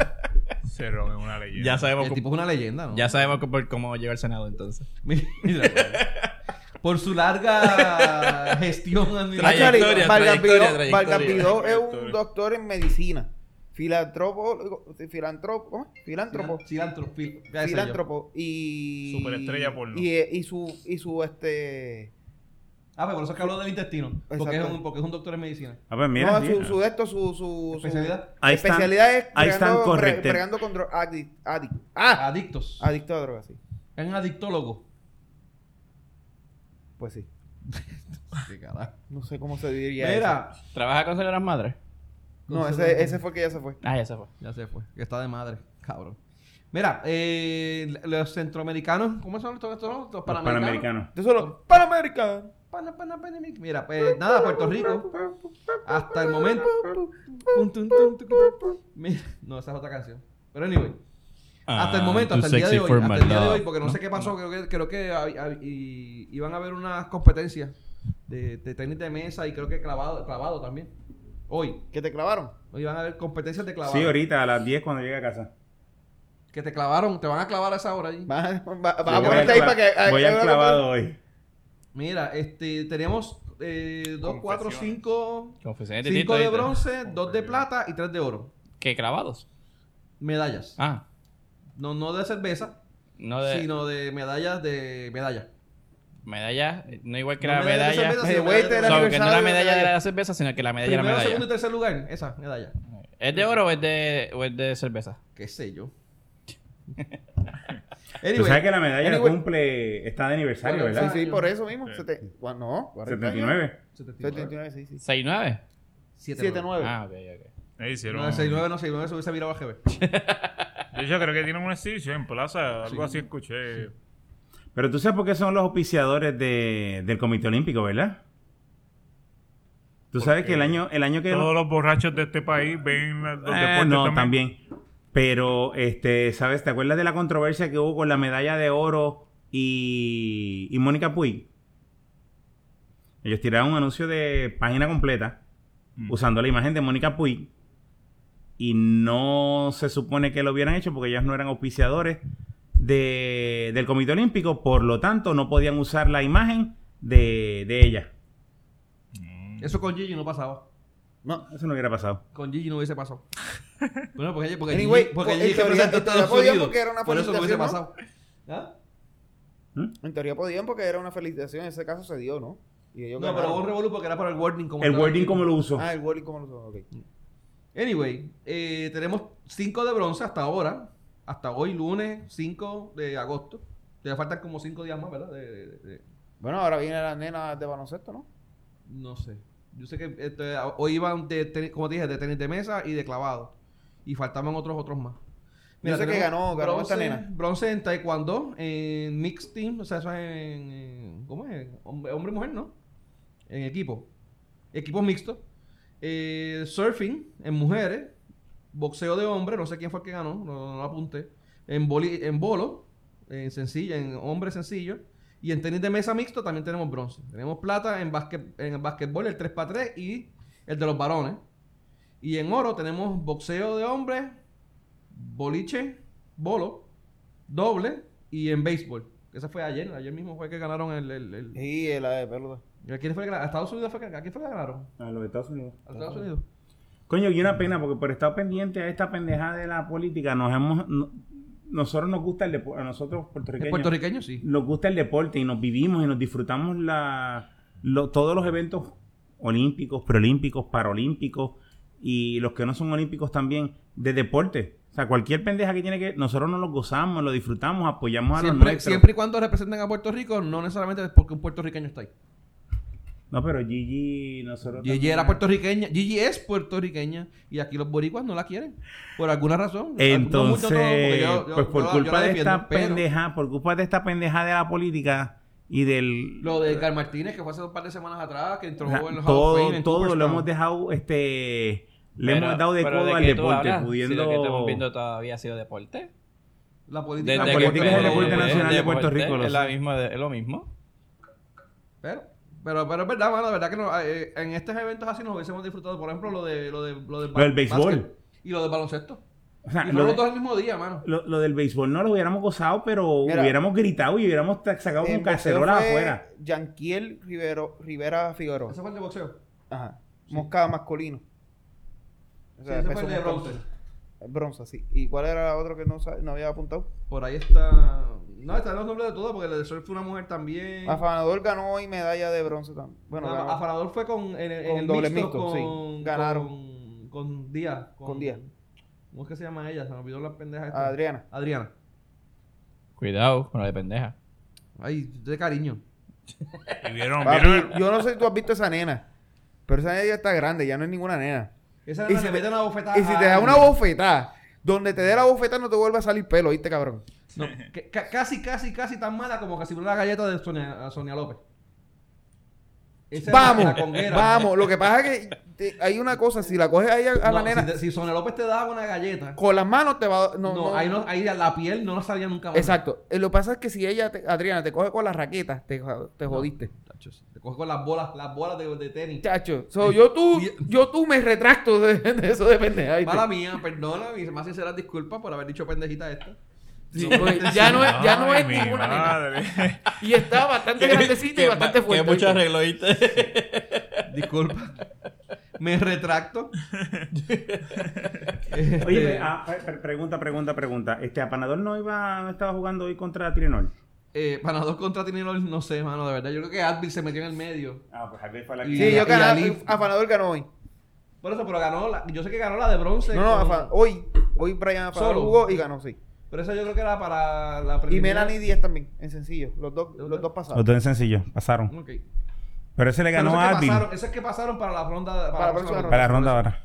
[SPEAKER 4] Se Ron es una leyenda.
[SPEAKER 5] Ya sabemos,
[SPEAKER 1] El
[SPEAKER 5] cómo-
[SPEAKER 1] tipo es una leyenda, ¿no?
[SPEAKER 5] ya sabemos cómo, cómo llegó al Senado entonces.
[SPEAKER 1] Mira, por su larga gestión administrativa.
[SPEAKER 2] Ah,
[SPEAKER 5] Trayectoria,
[SPEAKER 2] Actually, Vargas
[SPEAKER 5] trayectoria,
[SPEAKER 2] Vidó-
[SPEAKER 5] trayectoria.
[SPEAKER 2] Vargas Vidó es un
[SPEAKER 4] Trayectoria.
[SPEAKER 2] doctor en medicina. Filantropo, filantropo, ¿cómo es? Filántropo.
[SPEAKER 1] Cilantro, fil- ya sé yo.
[SPEAKER 2] Filántropo. Y.
[SPEAKER 4] Superestrella porno.
[SPEAKER 2] Y, y su, y su este.
[SPEAKER 1] Ah, pero por eso es que habló del intestino. Porque es,
[SPEAKER 2] Exacto.
[SPEAKER 1] un, porque es un doctor en medicina.
[SPEAKER 3] A ver, Ah, pues mira.
[SPEAKER 2] no,
[SPEAKER 3] mira.
[SPEAKER 2] su, su esto, su, su, su-
[SPEAKER 1] Especialidad.
[SPEAKER 3] Ahí están-
[SPEAKER 2] especialidad es
[SPEAKER 3] ahí están
[SPEAKER 2] pregando, pre-
[SPEAKER 3] correctos.
[SPEAKER 2] pregando con dro- adic- adic- ah,
[SPEAKER 1] Adictos.
[SPEAKER 2] adicto a drogas, sí.
[SPEAKER 1] Es un adictólogo.
[SPEAKER 2] Pues sí.
[SPEAKER 1] Qué carajo.
[SPEAKER 2] No sé cómo se diría eso.
[SPEAKER 1] Mira.
[SPEAKER 5] ¿Trabaja con señoras madres?
[SPEAKER 2] No, ese, ese fue que ya se fue.
[SPEAKER 5] Ah, ya se fue.
[SPEAKER 1] Ya se fue. Que está de madre, cabrón. Mira, eh, los centroamericanos. ¿Cómo son estos? estos los
[SPEAKER 3] Los
[SPEAKER 1] panamericanos.
[SPEAKER 3] panamericanos.
[SPEAKER 2] Entonces solo Panamérica.
[SPEAKER 1] Pana- pana- panameric- Mira, pues nada, Puerto Rico. Hasta el momento. Tun, tun, tun, tun, tun. Mira, no, esa es otra canción. Pero anyway. Hasta el momento, hasta el día de hoy, hasta el día de hoy, porque no, sé qué pasó, creo que, creo que hab- hab- y- iban a haber unas competencias de, de tenis de mesa y creo que clavado, clavado también. Hoy,
[SPEAKER 2] Que te clavaron.
[SPEAKER 1] hoy van a haber competencias de clavado.
[SPEAKER 3] Sí, ahorita a las 10 cuando llegue a casa.
[SPEAKER 2] Ah,
[SPEAKER 1] Que te clavaron, te van a clavar a esa hora allí.
[SPEAKER 2] Va, va- va
[SPEAKER 3] Yo
[SPEAKER 2] pues a
[SPEAKER 3] voy
[SPEAKER 2] ponerte
[SPEAKER 3] al
[SPEAKER 2] ahí
[SPEAKER 3] cla-
[SPEAKER 2] para que. a-
[SPEAKER 3] Voy
[SPEAKER 2] a-
[SPEAKER 3] al
[SPEAKER 2] a-
[SPEAKER 3] clavado hoy.
[SPEAKER 1] Mira, este, tenemos eh, 2, 4,
[SPEAKER 4] Confesiones.
[SPEAKER 1] 5,
[SPEAKER 5] Confesiones de
[SPEAKER 1] 5
[SPEAKER 5] Tito.
[SPEAKER 1] de
[SPEAKER 5] ¿viste?
[SPEAKER 1] bronce, 2 de plata y 3 de oro.
[SPEAKER 5] ¿Qué clavados?
[SPEAKER 1] Medallas.
[SPEAKER 5] Ah,
[SPEAKER 1] No, no de cerveza,
[SPEAKER 5] no de...
[SPEAKER 1] sino de medallas de medallas.
[SPEAKER 5] Medalla, no igual que
[SPEAKER 1] No
[SPEAKER 5] la
[SPEAKER 1] medallas de
[SPEAKER 5] medalla...
[SPEAKER 1] cerveza,
[SPEAKER 2] Me
[SPEAKER 1] sino
[SPEAKER 2] devuelta
[SPEAKER 1] medallas
[SPEAKER 2] el
[SPEAKER 1] de-
[SPEAKER 5] So, que no la
[SPEAKER 2] aniversario
[SPEAKER 5] medalla
[SPEAKER 2] de-
[SPEAKER 5] de la cerveza, sino que la medalla era
[SPEAKER 1] Primero, segundo
[SPEAKER 5] medalla.
[SPEAKER 1] y tercer lugar, esa medalla.
[SPEAKER 5] ¿Es de oro o es de, o es de cerveza?
[SPEAKER 1] qué sé yo.
[SPEAKER 3] Tú sabes
[SPEAKER 1] anyway,
[SPEAKER 3] que la medalla
[SPEAKER 2] Anyway.
[SPEAKER 3] cumple... Está de aniversario,
[SPEAKER 1] Bueno,
[SPEAKER 3] ¿verdad?
[SPEAKER 2] Sí, sí, por eso mismo.
[SPEAKER 4] Sí.
[SPEAKER 2] Sete- cua- no, 40 años.
[SPEAKER 3] 79.
[SPEAKER 1] 79.
[SPEAKER 2] 79, sí, sí.
[SPEAKER 5] 6-9.
[SPEAKER 1] 79.
[SPEAKER 2] 79.
[SPEAKER 5] Ah, ok, ok.
[SPEAKER 4] Ahí hicieron.
[SPEAKER 1] No, 69 no, 69 se hubiese mirado a GB.
[SPEAKER 4] De hecho, creo que tienen un exhibición en plaza. Algo
[SPEAKER 1] Sí.
[SPEAKER 4] así escuché.
[SPEAKER 3] Pero tú sabes por qué son los auspiciadores de- del Comité Olímpico, ¿verdad? Tú sabes que el año, el año que...
[SPEAKER 4] Todos los borrachos de este país ven la- los
[SPEAKER 3] Eh,
[SPEAKER 4] deportes
[SPEAKER 3] no, también. Pero, este, ¿sabes? ¿Te acuerdas de la controversia que hubo con la medalla de oro y, y Mónica Puig? Ellos tiraron un anuncio de página completa usando la imagen de Mónica Puig. Y no se supone que lo hubieran hecho porque ellas no eran auspiciadores de- del Comité Olímpico, por lo tanto no podían usar la imagen de, de ella.
[SPEAKER 1] Eso con Gigi no pasaba.
[SPEAKER 3] No, eso no hubiera pasado.
[SPEAKER 1] Con Gigi no hubiese pasado. bueno, porque, porque
[SPEAKER 2] Anyway, pues,
[SPEAKER 1] Gigi, porque
[SPEAKER 2] en
[SPEAKER 1] Gigi
[SPEAKER 2] teoría,
[SPEAKER 1] representa a
[SPEAKER 2] en teoría
[SPEAKER 1] Estados
[SPEAKER 2] podía
[SPEAKER 1] Unidos.
[SPEAKER 2] porque era una
[SPEAKER 1] Por eso no hubiese
[SPEAKER 2] felicitación,
[SPEAKER 1] pasado. ¿Ah?
[SPEAKER 2] En teoría podían porque era una felicitación. En ese caso se dio, ¿no? Y ellos
[SPEAKER 1] No, pero
[SPEAKER 2] ganaron.
[SPEAKER 1] hubo un revolú porque era para el wording. Como
[SPEAKER 3] El
[SPEAKER 1] estaba.
[SPEAKER 3] wording como lo uso.
[SPEAKER 2] Ah, el Wally como lo okay.
[SPEAKER 1] Anyway, eh, tenemos 5 de bronce hasta ahora. Hasta hoy, lunes 5 de agosto. Te faltan como 5 días más, ¿verdad? De- de- de-
[SPEAKER 2] Bueno, ahora vienen las nenas de baloncesto, ¿no?
[SPEAKER 1] no sé. Yo sé que este, a- hoy iban, de tenis- como te dije, de tenis de mesa y de clavado. Y faltaban otros otros más.
[SPEAKER 2] sé que
[SPEAKER 1] tenemos
[SPEAKER 2] ganó- ganó esta nena.
[SPEAKER 1] Bronce en taekwondo, en mixed team, o sea, eso es en... en- ¿Cómo es? Hombre, hombre y mujer, ¿no? En equipo. Equipos mixtos. Eh, surfing en mujeres. Boxeo de hombre, no sé quién fue el que ganó, no, no lo apunté. En, boli- en bolo, en sencillo, en hombre sencillo. Y en tenis de mesa mixto también tenemos bronce. Tenemos plata en, basque- en el basquetbol, el 3x3 y el de los varones. Y en oro tenemos boxeo de hombres, boliche, bolo, doble y en béisbol. Esa fue ayer, ayer mismo fue que ganaron el... el, el-
[SPEAKER 2] Sí, la de pelota.
[SPEAKER 1] ¿A quién fue que ganaron? ¿A Estados Unidos fue que, a quién fue que ganaron?
[SPEAKER 3] A los Ah, Estados Unidos.
[SPEAKER 1] ¿A Estados Unidos?
[SPEAKER 3] Coño, y una pena, porque por estar pendiente a esta pendejada de la política, nos hemos. no- nosotros nos gusta el deporte, a nosotros
[SPEAKER 1] ¿Es
[SPEAKER 3] puertorriqueños,
[SPEAKER 1] puertorriqueño? Sí.
[SPEAKER 3] nos gusta el deporte y nos vivimos y nos disfrutamos la, lo- todos los eventos olímpicos, preolímpicos, paralímpicos y los que no son olímpicos también, de deporte. O sea, cualquier pendeja que tiene que. Nosotros nos lo gozamos, lo disfrutamos, apoyamos a los
[SPEAKER 1] Siempre,
[SPEAKER 3] nuestros.
[SPEAKER 1] siempre y cuando representen a Puerto Rico, no necesariamente es porque un puertorriqueño está ahí.
[SPEAKER 3] No, pero Gigi, nosotros.
[SPEAKER 1] Gigi
[SPEAKER 3] también-
[SPEAKER 1] era puertorriqueña, Gigi es puertorriqueña y aquí los boricuas no la quieren por alguna razón. Ah, No mucho,
[SPEAKER 3] Entonces,
[SPEAKER 1] no, porque yo- yo-
[SPEAKER 3] pues por
[SPEAKER 1] yo la- yo
[SPEAKER 3] culpa
[SPEAKER 1] la
[SPEAKER 3] de
[SPEAKER 1] defiendo,
[SPEAKER 3] esta
[SPEAKER 1] pero
[SPEAKER 3] pendeja, por culpa de esta pendeja de la política y del
[SPEAKER 1] Lo de Carl Martínez que fue hace un par de semanas atrás que entró
[SPEAKER 3] o sea,
[SPEAKER 1] en los Hall of
[SPEAKER 3] todo,
[SPEAKER 1] Fame en
[SPEAKER 3] todo lo
[SPEAKER 1] Cooperstown.
[SPEAKER 3] hemos dejado este le
[SPEAKER 5] Pero-
[SPEAKER 3] hemos dado de
[SPEAKER 5] pero
[SPEAKER 3] codo al
[SPEAKER 5] qué tú
[SPEAKER 3] deporte,
[SPEAKER 5] hablas?
[SPEAKER 3] pudiendo
[SPEAKER 5] Si lo que estamos viendo todavía ha sido deporte.
[SPEAKER 1] La política,
[SPEAKER 5] Desde
[SPEAKER 3] La
[SPEAKER 5] que
[SPEAKER 3] política es el
[SPEAKER 5] empezó
[SPEAKER 3] deporte
[SPEAKER 5] el
[SPEAKER 3] nacional de Puerto
[SPEAKER 5] deporte,
[SPEAKER 3] Rico, lo
[SPEAKER 5] Es, la
[SPEAKER 3] sé.
[SPEAKER 5] misma de- es lo mismo.
[SPEAKER 1] Pero, pero, pero es verdad, mano, la verdad que no, eh, en estos eventos así nos hubiésemos disfrutado, por ejemplo, lo de lo de lo de
[SPEAKER 3] Lo del béisbol.
[SPEAKER 1] básquet y lo de baloncesto.
[SPEAKER 3] o sea,
[SPEAKER 1] y
[SPEAKER 3] lo,
[SPEAKER 1] fueron
[SPEAKER 3] de-
[SPEAKER 1] los dos el mismo día, mano.
[SPEAKER 3] lo- lo del béisbol no lo hubiéramos gozado, pero
[SPEAKER 2] Mira.
[SPEAKER 3] hubiéramos gritado y hubiéramos ta- sacado un cacerola afuera.
[SPEAKER 2] Yanquiel Rivero, Rivera Figueroa.
[SPEAKER 1] Ese fue el de boxeo.
[SPEAKER 2] Ajá. Moscada masculino. O
[SPEAKER 1] Sí, ese fue el
[SPEAKER 2] peso
[SPEAKER 1] de
[SPEAKER 2] montón.
[SPEAKER 1] bronce.
[SPEAKER 2] Bronce, sí. ¿Y cuál era otro que no, sa- no había apuntado?
[SPEAKER 1] Por ahí está. No, están los nombres de todo, porque el de surf fue una mujer también.
[SPEAKER 2] Afanador ganó hoy medalla de bronce también. Bueno,
[SPEAKER 1] No,
[SPEAKER 2] ganó.
[SPEAKER 1] Afanador fue con en, el- en
[SPEAKER 2] Con
[SPEAKER 1] el
[SPEAKER 2] doble
[SPEAKER 1] mixto,
[SPEAKER 2] mixto, sí.
[SPEAKER 1] con,
[SPEAKER 2] Ganaron.
[SPEAKER 1] Con, con Díaz.
[SPEAKER 2] Con Díaz.
[SPEAKER 1] ¿Cómo es que se llama ella? Se me olvidó la pendeja esta.
[SPEAKER 2] Adriana.
[SPEAKER 1] Adriana.
[SPEAKER 5] Cuidado con la de pendeja.
[SPEAKER 1] Ay, de cariño.
[SPEAKER 4] Y vieron,
[SPEAKER 2] Papi,
[SPEAKER 4] vieron.
[SPEAKER 2] yo no sé si tú has visto esa nena. Pero esa nena ya está grande, ya no es ninguna nena.
[SPEAKER 1] Esa
[SPEAKER 2] Y
[SPEAKER 1] nena
[SPEAKER 2] si
[SPEAKER 1] le
[SPEAKER 2] te-
[SPEAKER 1] mete una bofetada.
[SPEAKER 2] Y si te da
[SPEAKER 1] a
[SPEAKER 2] una
[SPEAKER 1] alguien.
[SPEAKER 2] bofetada, donde te dé la bofetada no te vuelve a salir pelo, ¿viste, cabrón?
[SPEAKER 1] No, que- ca- casi, casi, casi tan mala como que si fuera la galleta de Sonia, a Sonia López. Esa era
[SPEAKER 2] Vamos,
[SPEAKER 1] la conguera.
[SPEAKER 2] vamos. Lo que pasa es que te- hay una cosa, si la coges ahí a, a
[SPEAKER 1] No,
[SPEAKER 2] la nena,
[SPEAKER 1] si, te- si Sonia López te daba una galleta,
[SPEAKER 2] con las manos te va a...
[SPEAKER 1] no,
[SPEAKER 2] No, no.
[SPEAKER 1] Ahí, no, ahí la piel no la salía nunca más.
[SPEAKER 2] Exacto. Eh, Lo que pasa es que si ella, te- Adriana, te coge con las raquetas, te, te jodiste.
[SPEAKER 1] Chacho, Te coge con las bolas, las bolas de, de tenis.
[SPEAKER 2] Chacho, so, yo tú,
[SPEAKER 1] Y-
[SPEAKER 2] yo tú me retracto de, de eso de pendeja. ¿viste?
[SPEAKER 1] Mala mía, perdona, mis más sinceras disculpas por haber dicho pendejita esta.
[SPEAKER 2] Sí, porque ya no es, ya no
[SPEAKER 4] Ay,
[SPEAKER 2] es
[SPEAKER 4] mi
[SPEAKER 2] ninguna nena.
[SPEAKER 4] madre.
[SPEAKER 2] Y está bastante grandecita y bastante fuerte.
[SPEAKER 5] Que mucho
[SPEAKER 2] ¿viste?
[SPEAKER 5] arreglo, ¿viste?
[SPEAKER 1] Disculpa. Me retracto.
[SPEAKER 3] Oye,
[SPEAKER 1] Este,
[SPEAKER 3] pe- ah, pe- pre- pregunta, pregunta, pregunta. Este apanador no iba no estaba jugando hoy contra Tirinol.
[SPEAKER 1] eh, Panador contra Tinerol, no sé, mano, de verdad. Yo creo que Advil se metió en el medio.
[SPEAKER 3] Ah, pues Javier fue la
[SPEAKER 1] que-
[SPEAKER 2] Sí, yo
[SPEAKER 1] Y la
[SPEAKER 2] gané.
[SPEAKER 1] Leaf.
[SPEAKER 2] Afanador ganó hoy.
[SPEAKER 1] Por eso, pero ganó la, yo sé que ganó la de bronce.
[SPEAKER 2] No, no,
[SPEAKER 1] con-
[SPEAKER 2] Afa- hoy, hoy Brian Afanador
[SPEAKER 1] Solo.
[SPEAKER 2] jugó y ganó, sí.
[SPEAKER 1] Pero esa yo creo que era para la
[SPEAKER 2] Y
[SPEAKER 1] preliminar.
[SPEAKER 2] Melanie Díaz también, en sencillo. Los dos, los dos pasados.
[SPEAKER 3] Los dos en sencillo, pasaron.
[SPEAKER 1] Ok.
[SPEAKER 3] Pero ese le
[SPEAKER 1] Pero
[SPEAKER 3] ganó
[SPEAKER 1] esos que
[SPEAKER 3] a Alvin
[SPEAKER 1] pasaron- Esos que pasaron para la ronda.
[SPEAKER 2] Para la próxima
[SPEAKER 3] para la ronda ahora.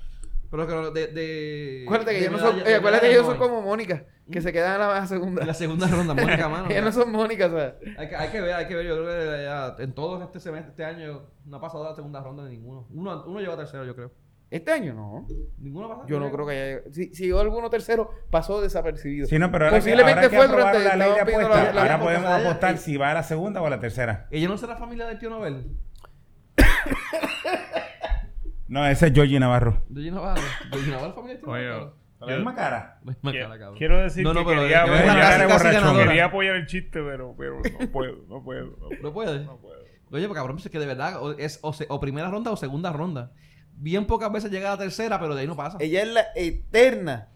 [SPEAKER 1] Pero que no, de, de.
[SPEAKER 2] Acuérdate que
[SPEAKER 1] de
[SPEAKER 2] yo no
[SPEAKER 1] medalla-
[SPEAKER 2] soy,
[SPEAKER 1] de
[SPEAKER 2] eh, acuérdate que
[SPEAKER 1] medalla
[SPEAKER 2] yo
[SPEAKER 1] no
[SPEAKER 2] soy
[SPEAKER 1] hay.
[SPEAKER 2] como Mónica, que se queda en la segunda.
[SPEAKER 1] En La segunda ronda, Mónica, mano.
[SPEAKER 2] Ellas no son Mónica, o sea.
[SPEAKER 1] Hay que, hay que ver, hay que ver. Yo creo que ya en todos este semestre, este año, no ha pasado la segunda ronda de ninguno. Uno, uno lleva tercero, yo creo.
[SPEAKER 2] Este año no.
[SPEAKER 1] Ninguno pasa.
[SPEAKER 2] Yo no creo que haya llegado. Si, si llegó alguno tercero, pasó desapercibido.
[SPEAKER 3] Sí, no, pero ahora, que-
[SPEAKER 2] Posiblemente
[SPEAKER 3] ahora que
[SPEAKER 2] fue
[SPEAKER 3] aprobaron
[SPEAKER 2] durante-
[SPEAKER 3] la ley de
[SPEAKER 2] estaban pidiendo la-
[SPEAKER 3] apuesta,
[SPEAKER 2] la-
[SPEAKER 3] ahora
[SPEAKER 2] la-
[SPEAKER 3] podemos
[SPEAKER 1] la-
[SPEAKER 3] apostar si va a la segunda o a la tercera.
[SPEAKER 1] ¿Ella no será familia del tío Nobel?
[SPEAKER 3] No, ese es Georgie Navarro.
[SPEAKER 1] Georgie Navarro. Georgie Navarro familia de
[SPEAKER 4] Oye,
[SPEAKER 1] Navarro.
[SPEAKER 3] La misma cara.
[SPEAKER 1] No es más
[SPEAKER 4] Quie-
[SPEAKER 1] cara, cabrón.
[SPEAKER 4] Quiero decir
[SPEAKER 1] No, no,
[SPEAKER 4] que
[SPEAKER 1] pero
[SPEAKER 4] quería,
[SPEAKER 1] es una
[SPEAKER 4] apoyar,
[SPEAKER 1] casi, casi
[SPEAKER 4] borrachón.
[SPEAKER 1] ganadora.
[SPEAKER 4] Quería apoyar el chiste, pero, pero no puedo, no puedo, no puedo.
[SPEAKER 1] No puede.
[SPEAKER 4] No puedo.
[SPEAKER 1] Oye, pero cabrón, pues es que de verdad o- es o, se- o primera ronda o segunda ronda. Bien pocas veces llega a la tercera, pero de ahí no pasa.
[SPEAKER 2] Ella es la eterna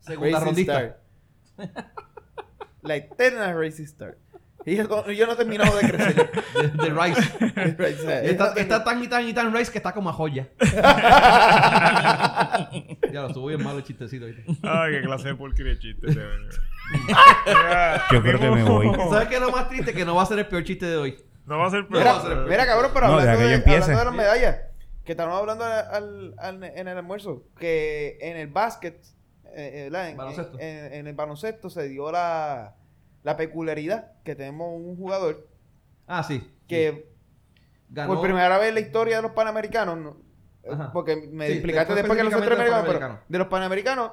[SPEAKER 1] Segunda
[SPEAKER 2] racing
[SPEAKER 1] rondista.
[SPEAKER 2] star. La eterna Racing Star. Y yo, yo no he terminado de crecer.
[SPEAKER 1] De, de Rice.
[SPEAKER 2] O sea,
[SPEAKER 1] Está,
[SPEAKER 2] ella-
[SPEAKER 1] está tan y tan y tan Rice que está como a joya. ya lo estuvo bien malo el chistecito. ¿viste?
[SPEAKER 4] Ay, qué clase de porquería de chiste. de verdad.
[SPEAKER 3] Yo creo que me voy.
[SPEAKER 4] Oh.
[SPEAKER 1] ¿Sabes qué es lo más triste? Que no va a ser el peor chiste de hoy.
[SPEAKER 4] No va a ser
[SPEAKER 2] Mira,
[SPEAKER 1] No,
[SPEAKER 4] peor.
[SPEAKER 2] mira, cabrón, pero
[SPEAKER 3] No, deja
[SPEAKER 2] hablando,
[SPEAKER 3] que
[SPEAKER 2] de,
[SPEAKER 3] yo empiece.
[SPEAKER 2] hablando de las medallas, que estábamos hablando al- al- en el almuerzo, que en el básquet, eh, eh, ¿verdad? en,
[SPEAKER 1] Baloncesto.
[SPEAKER 2] en- en el baloncesto se dio la, la peculiaridad que tenemos un jugador
[SPEAKER 1] Ah, sí.
[SPEAKER 2] que
[SPEAKER 1] ganó.
[SPEAKER 2] por primera vez en la historia de los panamericanos, no-
[SPEAKER 1] Ajá.
[SPEAKER 2] porque me
[SPEAKER 1] Sí,
[SPEAKER 2] explicaste
[SPEAKER 1] después
[SPEAKER 2] después que los
[SPEAKER 1] específicamente de
[SPEAKER 2] otros
[SPEAKER 1] los
[SPEAKER 2] americanos, pero
[SPEAKER 1] panamericanos.
[SPEAKER 2] de los panamericanos,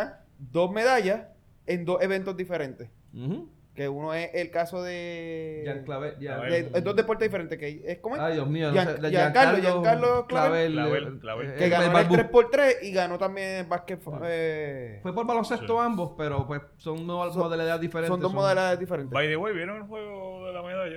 [SPEAKER 2] gana dos medallas en dos eventos diferentes.
[SPEAKER 1] Ujú.
[SPEAKER 2] Que uno es el caso de.
[SPEAKER 1] Jan Clavel. Jan-
[SPEAKER 2] Eh, de- de dos deportes diferentes. Que es como
[SPEAKER 1] Ay, Dios mío. no
[SPEAKER 2] Gian-
[SPEAKER 1] sé, de
[SPEAKER 2] Giancarlo, Giancarlo Clavel.
[SPEAKER 4] Clavel, Clavel.
[SPEAKER 1] eh, el-
[SPEAKER 2] que
[SPEAKER 1] el
[SPEAKER 2] ganó en el
[SPEAKER 1] Balbu.
[SPEAKER 2] 3x3 y ganó también en básquet.
[SPEAKER 1] Sí.
[SPEAKER 2] eh,
[SPEAKER 1] Fue por baloncesto
[SPEAKER 4] Sí.
[SPEAKER 1] ambos, pero pues son dos
[SPEAKER 2] Son-
[SPEAKER 1] modalidades diferentes.
[SPEAKER 2] son dos modalidades diferentes.
[SPEAKER 4] By the way, ¿vieron el juego de la medalla?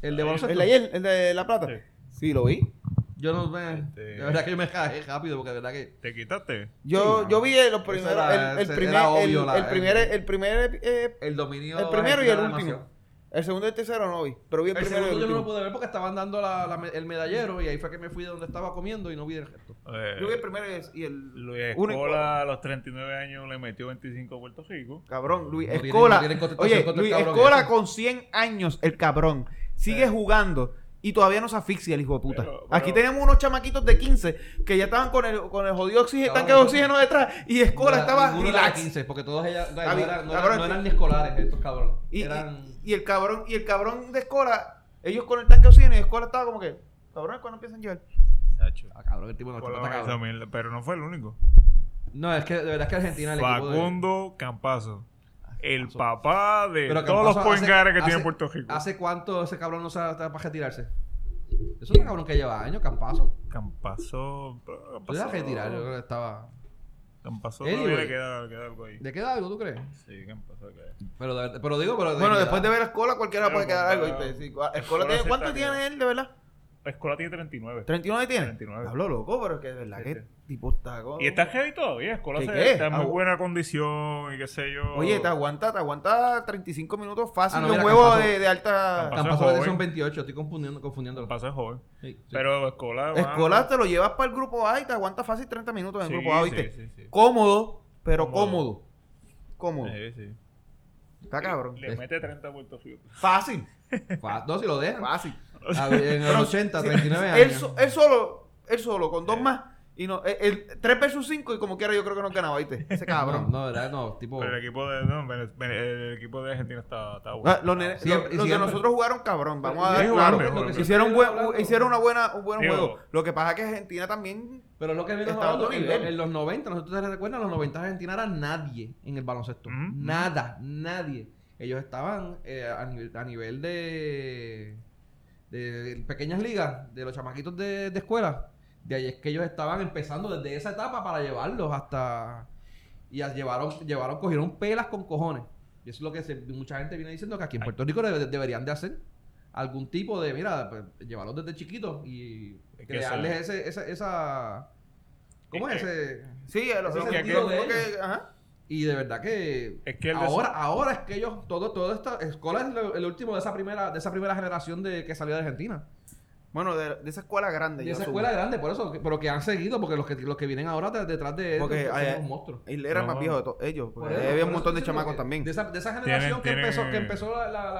[SPEAKER 1] El de baloncesto.
[SPEAKER 2] ¿El de ayer? ¿El de La Plata? Sí, lo vi.
[SPEAKER 1] Yo no me...
[SPEAKER 4] Este-
[SPEAKER 1] De verdad que yo me cagué rápido porque de verdad que...
[SPEAKER 4] ¿Te quitaste?
[SPEAKER 2] Yo,
[SPEAKER 1] Sí,
[SPEAKER 2] yo vi los
[SPEAKER 1] Eso
[SPEAKER 2] primeros.
[SPEAKER 1] era-
[SPEAKER 2] El, el
[SPEAKER 1] era
[SPEAKER 2] primer.
[SPEAKER 1] obvio
[SPEAKER 2] el,
[SPEAKER 1] la-
[SPEAKER 2] el primer. El primer. eh,
[SPEAKER 1] El dominio...
[SPEAKER 2] el primero y el
[SPEAKER 1] era
[SPEAKER 2] último.
[SPEAKER 1] demasiado.
[SPEAKER 2] El segundo y el tercero no vi. Pero vi el,
[SPEAKER 1] El
[SPEAKER 2] primero y
[SPEAKER 1] segundo
[SPEAKER 2] el
[SPEAKER 1] yo no
[SPEAKER 2] último.
[SPEAKER 1] lo pude ver porque estaban dando la- la me- el medallero y ahí fue que me fui de donde estaba comiendo y no vi el resto.
[SPEAKER 4] Eh,
[SPEAKER 2] Yo vi el primero y el- y el.
[SPEAKER 4] Luis
[SPEAKER 2] Único.
[SPEAKER 4] Escola a los 39 años le metió 25 a Puerto Rico.
[SPEAKER 2] Cabrón, Luis
[SPEAKER 1] No tiene- no
[SPEAKER 2] Escola.
[SPEAKER 1] tiene contestación
[SPEAKER 2] Oye,
[SPEAKER 1] contra el
[SPEAKER 2] Luis
[SPEAKER 1] cabrón
[SPEAKER 2] Escola
[SPEAKER 1] ese. Eh.
[SPEAKER 2] con 100 años, el cabrón. Sigue jugando y todavía no se asfixia el hijo de puta.
[SPEAKER 4] Pero- pero-
[SPEAKER 2] Aquí tenemos unos chamaquitos de 15 que ya estaban con el, con el jodido oxígeno,
[SPEAKER 1] Cabrón,
[SPEAKER 2] tanque de oxígeno detrás y Escola
[SPEAKER 1] No era-
[SPEAKER 2] estaba
[SPEAKER 1] ninguno era de
[SPEAKER 2] relax.
[SPEAKER 1] 15, porque todos ellas... No,
[SPEAKER 2] Ah, bien,
[SPEAKER 1] eran, no, eran,
[SPEAKER 2] cabrón.
[SPEAKER 1] no eran ni escolares estos cabrones.
[SPEAKER 2] Y, y-
[SPEAKER 1] eran...
[SPEAKER 2] y el cabrón, y el cabrón de Escola, ellos con el tanque de oxígeno y Escola estaba como que, cabrón, ¿cuándo empiezan a llevar?
[SPEAKER 4] Sacho.
[SPEAKER 1] Ah, cabrón, el tipo no
[SPEAKER 4] Escola
[SPEAKER 1] está
[SPEAKER 4] hizo
[SPEAKER 1] cabrón.
[SPEAKER 4] mil- Pero no fue el único.
[SPEAKER 1] No, es que de verdad es que Argentina... el equipo de- Ah,
[SPEAKER 4] Facundo Campazo. El papá de
[SPEAKER 1] Pero
[SPEAKER 4] todos los
[SPEAKER 1] Campazzo
[SPEAKER 4] point
[SPEAKER 1] hace-
[SPEAKER 4] guards que
[SPEAKER 1] hace-
[SPEAKER 4] tiene Puerto Rico.
[SPEAKER 1] ¿Hace cuánto ese cabrón no sabe para retirarse? Eso es un cabrón que lleva años, Campazo.
[SPEAKER 4] Campazo. bro,
[SPEAKER 1] Yo
[SPEAKER 4] Campazo.
[SPEAKER 1] iba a retirar, yo creo que estaba.
[SPEAKER 4] Campazo
[SPEAKER 1] Anyway.
[SPEAKER 4] todavía le queda, le queda algo ahí.
[SPEAKER 1] ¿Le queda algo, tú crees?
[SPEAKER 4] Sí, Campazo le queda.
[SPEAKER 1] Pero, de- pero digo, pero.
[SPEAKER 2] Bueno, después de ver a Escola, cualquiera
[SPEAKER 4] Pero
[SPEAKER 2] puede quedar algo.
[SPEAKER 4] comparado-
[SPEAKER 2] ¿viste? Sí, Escola
[SPEAKER 4] Escola
[SPEAKER 2] tiene,
[SPEAKER 4] se
[SPEAKER 2] ¿Cuánto
[SPEAKER 4] está
[SPEAKER 2] tiene
[SPEAKER 4] quedando.
[SPEAKER 2] él, de verdad?
[SPEAKER 4] Escola tiene 39.
[SPEAKER 2] ¿39 tiene?
[SPEAKER 4] 39.
[SPEAKER 2] Hablo loco, pero es que de verdad, que
[SPEAKER 4] Sí,
[SPEAKER 2] tipo está...
[SPEAKER 4] Y está heavy todavía. Escola
[SPEAKER 2] ¿Qué,
[SPEAKER 4] se-
[SPEAKER 2] qué?
[SPEAKER 4] está en muy
[SPEAKER 2] Ah,
[SPEAKER 4] buena condición y qué sé yo.
[SPEAKER 2] Oye, te aguanta, te aguanta 35 minutos fácil
[SPEAKER 1] Ah, no,
[SPEAKER 2] de un
[SPEAKER 1] mira,
[SPEAKER 2] juego
[SPEAKER 1] Campazo.
[SPEAKER 2] de, de alta.
[SPEAKER 4] Campazo.
[SPEAKER 1] Campazo
[SPEAKER 4] joven.
[SPEAKER 1] de son 28, estoy confundiendo, confundiéndolo.
[SPEAKER 4] Campazo es joven.
[SPEAKER 1] Sí, sí.
[SPEAKER 4] Pero Escola. mano,
[SPEAKER 2] Escolar te lo llevas para el grupo A y te aguanta fácil 30 minutos en
[SPEAKER 4] sí,
[SPEAKER 2] el grupo A,
[SPEAKER 4] sí,
[SPEAKER 2] ¿viste?
[SPEAKER 4] sí, sí.
[SPEAKER 2] Cómodo, pero
[SPEAKER 4] Cómodo.
[SPEAKER 2] cómodo. Cómodo.
[SPEAKER 1] Eh,
[SPEAKER 4] Sí, sí.
[SPEAKER 2] Está cabrón.
[SPEAKER 4] Le mete 30 a Puerto Rico.
[SPEAKER 2] Fácil,
[SPEAKER 1] Fa- No, si lo dejan.
[SPEAKER 2] fácil.
[SPEAKER 1] A ver, En el 80, 39 años.
[SPEAKER 2] Él, so- él solo, él solo, con dos
[SPEAKER 1] eh.
[SPEAKER 2] más. Y no, eh, el, 3 versus 5 y como quiera yo creo que no ganaba, ¿viste? Ese
[SPEAKER 1] No,
[SPEAKER 2] cabrón.
[SPEAKER 1] no, verdad, no. Tipo.
[SPEAKER 4] Pero el equipo de, no, Vene- Vene- el equipo de Argentina está, está bueno.
[SPEAKER 2] Oh. Ah, Los, nenes- los-
[SPEAKER 1] Siempre- y
[SPEAKER 2] los que
[SPEAKER 1] siempre.
[SPEAKER 2] nosotros jugaron cabrón, vamos a
[SPEAKER 1] Sí,
[SPEAKER 2] dar
[SPEAKER 4] jugaron
[SPEAKER 2] claro.
[SPEAKER 4] mejor,
[SPEAKER 1] lo que
[SPEAKER 2] Hicieron,
[SPEAKER 1] siempre
[SPEAKER 2] buen,
[SPEAKER 1] hablando.
[SPEAKER 2] hicieron una buena, un buen
[SPEAKER 4] Digo-
[SPEAKER 2] juego. Lo que pasa es que Argentina también
[SPEAKER 1] Pero lo que viene
[SPEAKER 2] Está a otro
[SPEAKER 1] hablando, en,
[SPEAKER 2] nivel.
[SPEAKER 1] en los 90, no sé si ustedes recuerdan, en los 90 Argentina era nadie en el baloncesto.
[SPEAKER 4] Ujú.
[SPEAKER 1] Nada, nadie. Ellos estaban eh, a, nivel, a nivel de, de pequeñas ligas, de los chamaquitos de, de escuela. De ahí es que ellos estaban empezando desde esa etapa para llevarlos hasta... Y a- llevaron, llevaron, cogieron pelas con cojones. Y eso es lo que se- mucha gente viene diciendo que aquí en Puerto Rico debe- deberían de hacer algún tipo de, mira, pues, llevarlos desde chiquitos y
[SPEAKER 4] Es que
[SPEAKER 1] crearles ese, esa, esa... ¿Cómo
[SPEAKER 4] Es
[SPEAKER 1] es ese?
[SPEAKER 2] Sí, el,
[SPEAKER 1] Ese
[SPEAKER 2] el
[SPEAKER 1] sentido
[SPEAKER 2] sentido
[SPEAKER 1] de
[SPEAKER 2] porque-
[SPEAKER 1] ellos.
[SPEAKER 2] ajá.
[SPEAKER 1] Y de verdad que,
[SPEAKER 4] Es
[SPEAKER 2] Ah,
[SPEAKER 4] que el de-
[SPEAKER 1] ahora, ahora es que ellos, todo, todo esta, Escola es lo- el último de esa primera, de esa primera generación de que salió de Argentina.
[SPEAKER 2] Bueno, de, de esa escuela grande.
[SPEAKER 1] De
[SPEAKER 2] yo
[SPEAKER 1] esa
[SPEAKER 2] asumo.
[SPEAKER 1] escuela grande, por eso, que- pero que han seguido, porque los que los que vienen ahora de- detrás de él
[SPEAKER 2] Porque
[SPEAKER 1] son
[SPEAKER 2] hay-
[SPEAKER 1] unos monstruos.
[SPEAKER 2] Él era
[SPEAKER 4] No,
[SPEAKER 2] más
[SPEAKER 4] no.
[SPEAKER 2] viejo de todos ellos.
[SPEAKER 1] Por
[SPEAKER 2] Porque
[SPEAKER 1] eso,
[SPEAKER 2] había
[SPEAKER 1] por
[SPEAKER 2] un
[SPEAKER 1] eso
[SPEAKER 2] montón de
[SPEAKER 1] estoy diciendo
[SPEAKER 2] chamacos
[SPEAKER 1] que
[SPEAKER 2] también.
[SPEAKER 1] De esa, de esa
[SPEAKER 4] Tienen-
[SPEAKER 1] generación que empezó,
[SPEAKER 4] tienen-
[SPEAKER 1] que empezó la, la,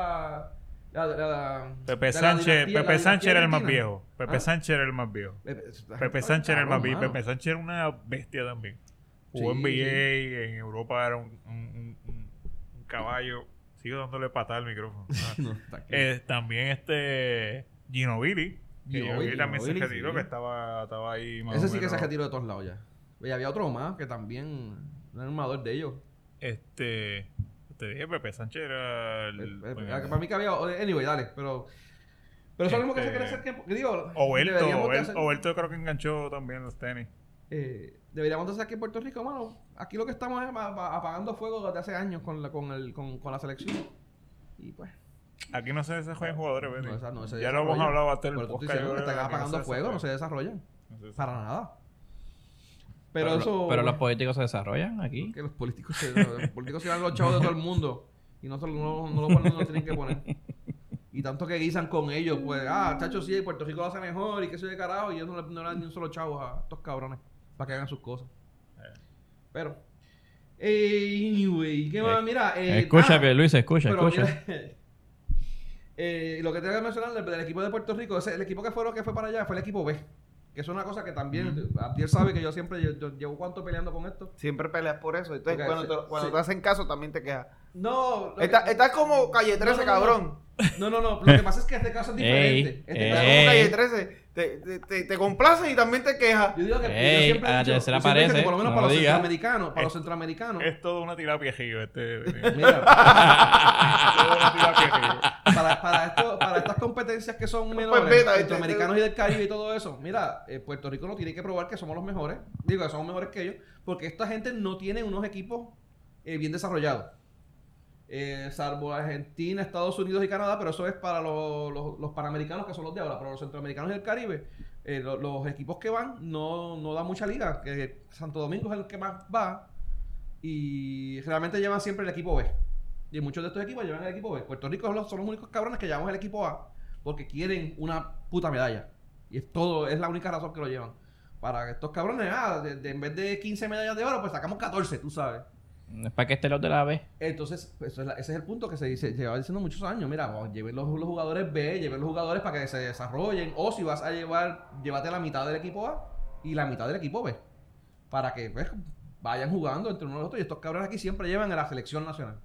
[SPEAKER 1] la- la- la- la-
[SPEAKER 4] Pepe
[SPEAKER 1] la
[SPEAKER 4] Sánchez,
[SPEAKER 1] dinastía- la
[SPEAKER 4] Pepe
[SPEAKER 1] dinastía
[SPEAKER 4] Sánchez era el más
[SPEAKER 1] argentina.
[SPEAKER 4] viejo. Pepe
[SPEAKER 1] Ah.
[SPEAKER 4] Sánchez era el más viejo.
[SPEAKER 1] Pepe,
[SPEAKER 4] Pepe Sánchez era el más
[SPEAKER 1] Cabrón,
[SPEAKER 4] viejo.
[SPEAKER 1] mano.
[SPEAKER 4] Pepe Sánchez era una bestia también. Jugó
[SPEAKER 1] Sí,
[SPEAKER 4] en NBA, en Europa era un, un- un- un caballo. Sigo dándole patada al micrófono. Ah.
[SPEAKER 1] No, está aquí.
[SPEAKER 4] Eh, también este Ginovili.
[SPEAKER 1] Ginobili,
[SPEAKER 4] Ginovili también se
[SPEAKER 1] Ginobili,
[SPEAKER 4] retiró,
[SPEAKER 1] sí.
[SPEAKER 4] que estaba, estaba ahí más
[SPEAKER 1] Ese
[SPEAKER 4] o
[SPEAKER 1] sí que se
[SPEAKER 4] menos.
[SPEAKER 1] retiró de todos lados ya. Y había otro más que también era un armador de ellos.
[SPEAKER 4] Este, te dije, Pepe Sánchez era el...
[SPEAKER 1] Eh,
[SPEAKER 4] pues,
[SPEAKER 1] ah, El- el- el- para mí que había. Anyway, dale, pero. Pero eso es lo mismo que se
[SPEAKER 4] Este-
[SPEAKER 1] quiere hacer que. Digo,
[SPEAKER 4] Oberto,
[SPEAKER 1] deberíamos de
[SPEAKER 4] Obel-
[SPEAKER 1] hacer-
[SPEAKER 4] Oberto creo que enganchó también los tenis.
[SPEAKER 1] eh, deberíamos de hacer aquí en Puerto Rico, mano. Aquí lo que estamos es apa- apa- apagando fuego desde hace años con la, con el, con, con la selección. Y pues.
[SPEAKER 4] Aquí no se desarrollan jugadores, Benny.
[SPEAKER 1] No, esa- no se
[SPEAKER 4] Ya lo hemos
[SPEAKER 1] desarrollan.
[SPEAKER 4] hablado hasta el
[SPEAKER 1] Por eso estoy
[SPEAKER 4] podcast,
[SPEAKER 1] diciendo que
[SPEAKER 4] yo creo
[SPEAKER 1] están
[SPEAKER 4] que no
[SPEAKER 1] apagando
[SPEAKER 4] se
[SPEAKER 1] fuego, no se
[SPEAKER 4] desarrollan.
[SPEAKER 1] desarrollan.
[SPEAKER 4] No se desarrollan.
[SPEAKER 1] Para nada. Pero, eso.
[SPEAKER 5] Pero los políticos se desarrollan aquí.
[SPEAKER 1] Que los políticos se, los políticos se dan los chavos de todo el mundo. Y nosotros no, no lo ponen, no lo tienen que poner. Y tanto que guisan con ellos, pues, ah, chacho, sí, Puerto Rico lo hace mejor y que soy de carajo. Y ellos no le, no le dan ni un solo chavo a estos cabrones para que hagan sus cosas. Pero, eh, anyway, ¿qué más?
[SPEAKER 5] Eh,
[SPEAKER 1] Mira, eh,
[SPEAKER 5] Escucha,
[SPEAKER 1] nada.
[SPEAKER 5] Luis, escucha,
[SPEAKER 1] Pero
[SPEAKER 5] escucha.
[SPEAKER 1] mira, eh, lo que tengo que mencionar del, del equipo de Puerto Rico, ese- el equipo que fue, que fue para allá fue el equipo B. Que es una cosa que también, Abdiel sabe que yo siempre yo- yo llevo cuánto peleando con esto.
[SPEAKER 7] Siempre peleas por eso. Entonces,
[SPEAKER 1] Ok,
[SPEAKER 7] cuando,
[SPEAKER 1] sí,
[SPEAKER 7] te, cuando
[SPEAKER 1] sí.
[SPEAKER 7] te hacen caso, también te quejas.
[SPEAKER 1] No, lo
[SPEAKER 7] Estás
[SPEAKER 1] que-
[SPEAKER 7] estás como calle 13,
[SPEAKER 1] no, no,
[SPEAKER 7] cabrón.
[SPEAKER 1] No, no, no. Lo que pasa es que este caso es diferente.
[SPEAKER 5] Ey,
[SPEAKER 1] Este
[SPEAKER 5] ey.
[SPEAKER 7] Estás
[SPEAKER 1] caso-
[SPEAKER 7] como calle
[SPEAKER 5] Eh.
[SPEAKER 7] 13. Te, te, te, te complaces y también te quejas.
[SPEAKER 1] yo digo que
[SPEAKER 5] Ey,
[SPEAKER 1] yo siempre he
[SPEAKER 5] a la
[SPEAKER 1] dicho-
[SPEAKER 5] tercera
[SPEAKER 1] yo siempre he dicho
[SPEAKER 5] parece,
[SPEAKER 1] que por lo menos
[SPEAKER 5] no
[SPEAKER 1] para los
[SPEAKER 5] diga.
[SPEAKER 1] centroamericanos, para los centroamericanos.
[SPEAKER 4] Es todo una tilapia giro este. Benny.
[SPEAKER 1] Mira,
[SPEAKER 4] Todo una tilapia giro.
[SPEAKER 1] para, para, esto- para estas competencias que son menores,
[SPEAKER 7] vete, vete,
[SPEAKER 1] centroamericanos y del Caribe y todo eso, mira, eh, Puerto Rico no tiene que probar que somos los mejores, digo que somos mejores que ellos, porque esta gente no tiene unos equipos eh, bien desarrollados. Eh, salvo Argentina, Estados Unidos y Canadá, pero eso es para los, los, los panamericanos que son los de ahora, pero los centroamericanos y del Caribe, eh, lo- los equipos que van no, no dan mucha liga, que Santo Domingo es el que más va y realmente llevan siempre el equipo B. Y muchos de estos equipos llevan el equipo B. Puerto Rico son los, son los únicos cabrones que llevamos el equipo A porque quieren una puta medalla. Y es todo, es la única razón que lo llevan. Para que estos cabrones, ah, de- de- en vez de 15 medallas de oro, pues sacamos 14, tú sabes.
[SPEAKER 5] Es para que esté los de la B.
[SPEAKER 1] Entonces, eso es la- ese es el punto que se dice, lleva diciendo muchos años. Mira, vamos, lleven los, los jugadores B, lleven los jugadores para que se desarrollen. O si vas a llevar, llévate la mitad del equipo A y la mitad del equipo B. Para que pues, vayan jugando entre uno y los otro. Y estos cabrones aquí siempre llevan a la selección nacional.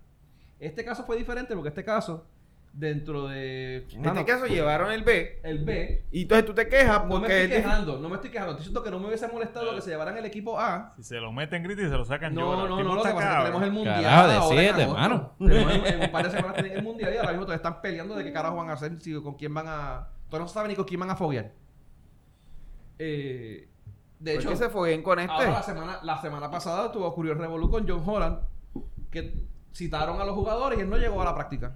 [SPEAKER 1] Este caso fue diferente porque este caso, dentro de.
[SPEAKER 7] En este caso, llevaron el B.
[SPEAKER 1] el B,
[SPEAKER 7] Y entonces tú te quejas
[SPEAKER 1] no me
[SPEAKER 7] porque.
[SPEAKER 1] estoy
[SPEAKER 7] es Eh. difícil.
[SPEAKER 1] quejando, no me estoy quejando. Estoy diciendo que no me hubiese molestado que se llevaran el equipo A
[SPEAKER 4] Si se lo meten grito y se lo sacan
[SPEAKER 1] no,
[SPEAKER 4] llora.
[SPEAKER 1] no,
[SPEAKER 4] El tipo
[SPEAKER 1] no, lo que
[SPEAKER 4] está
[SPEAKER 1] pasa es que
[SPEAKER 4] cabrón.
[SPEAKER 1] tenemos el mundial.
[SPEAKER 5] Carajo, de
[SPEAKER 1] ahora en
[SPEAKER 5] siete,
[SPEAKER 1] agosto.
[SPEAKER 5] mano.
[SPEAKER 1] Tenemos en- en un par de semanas tienen el mundial y ahora mismo todavía están peleando de qué carajo van a hacer, si, con quién van a. Todavía no saben ni con quién van a foguear. Eh, de
[SPEAKER 2] Pues
[SPEAKER 7] ¿Por
[SPEAKER 1] hecho,
[SPEAKER 7] qué se fue con este?
[SPEAKER 1] ahora la semana, la semana pasada tuvo ocurrió el revolú con John Holland, que citaron a los jugadores y él no llegó a la práctica.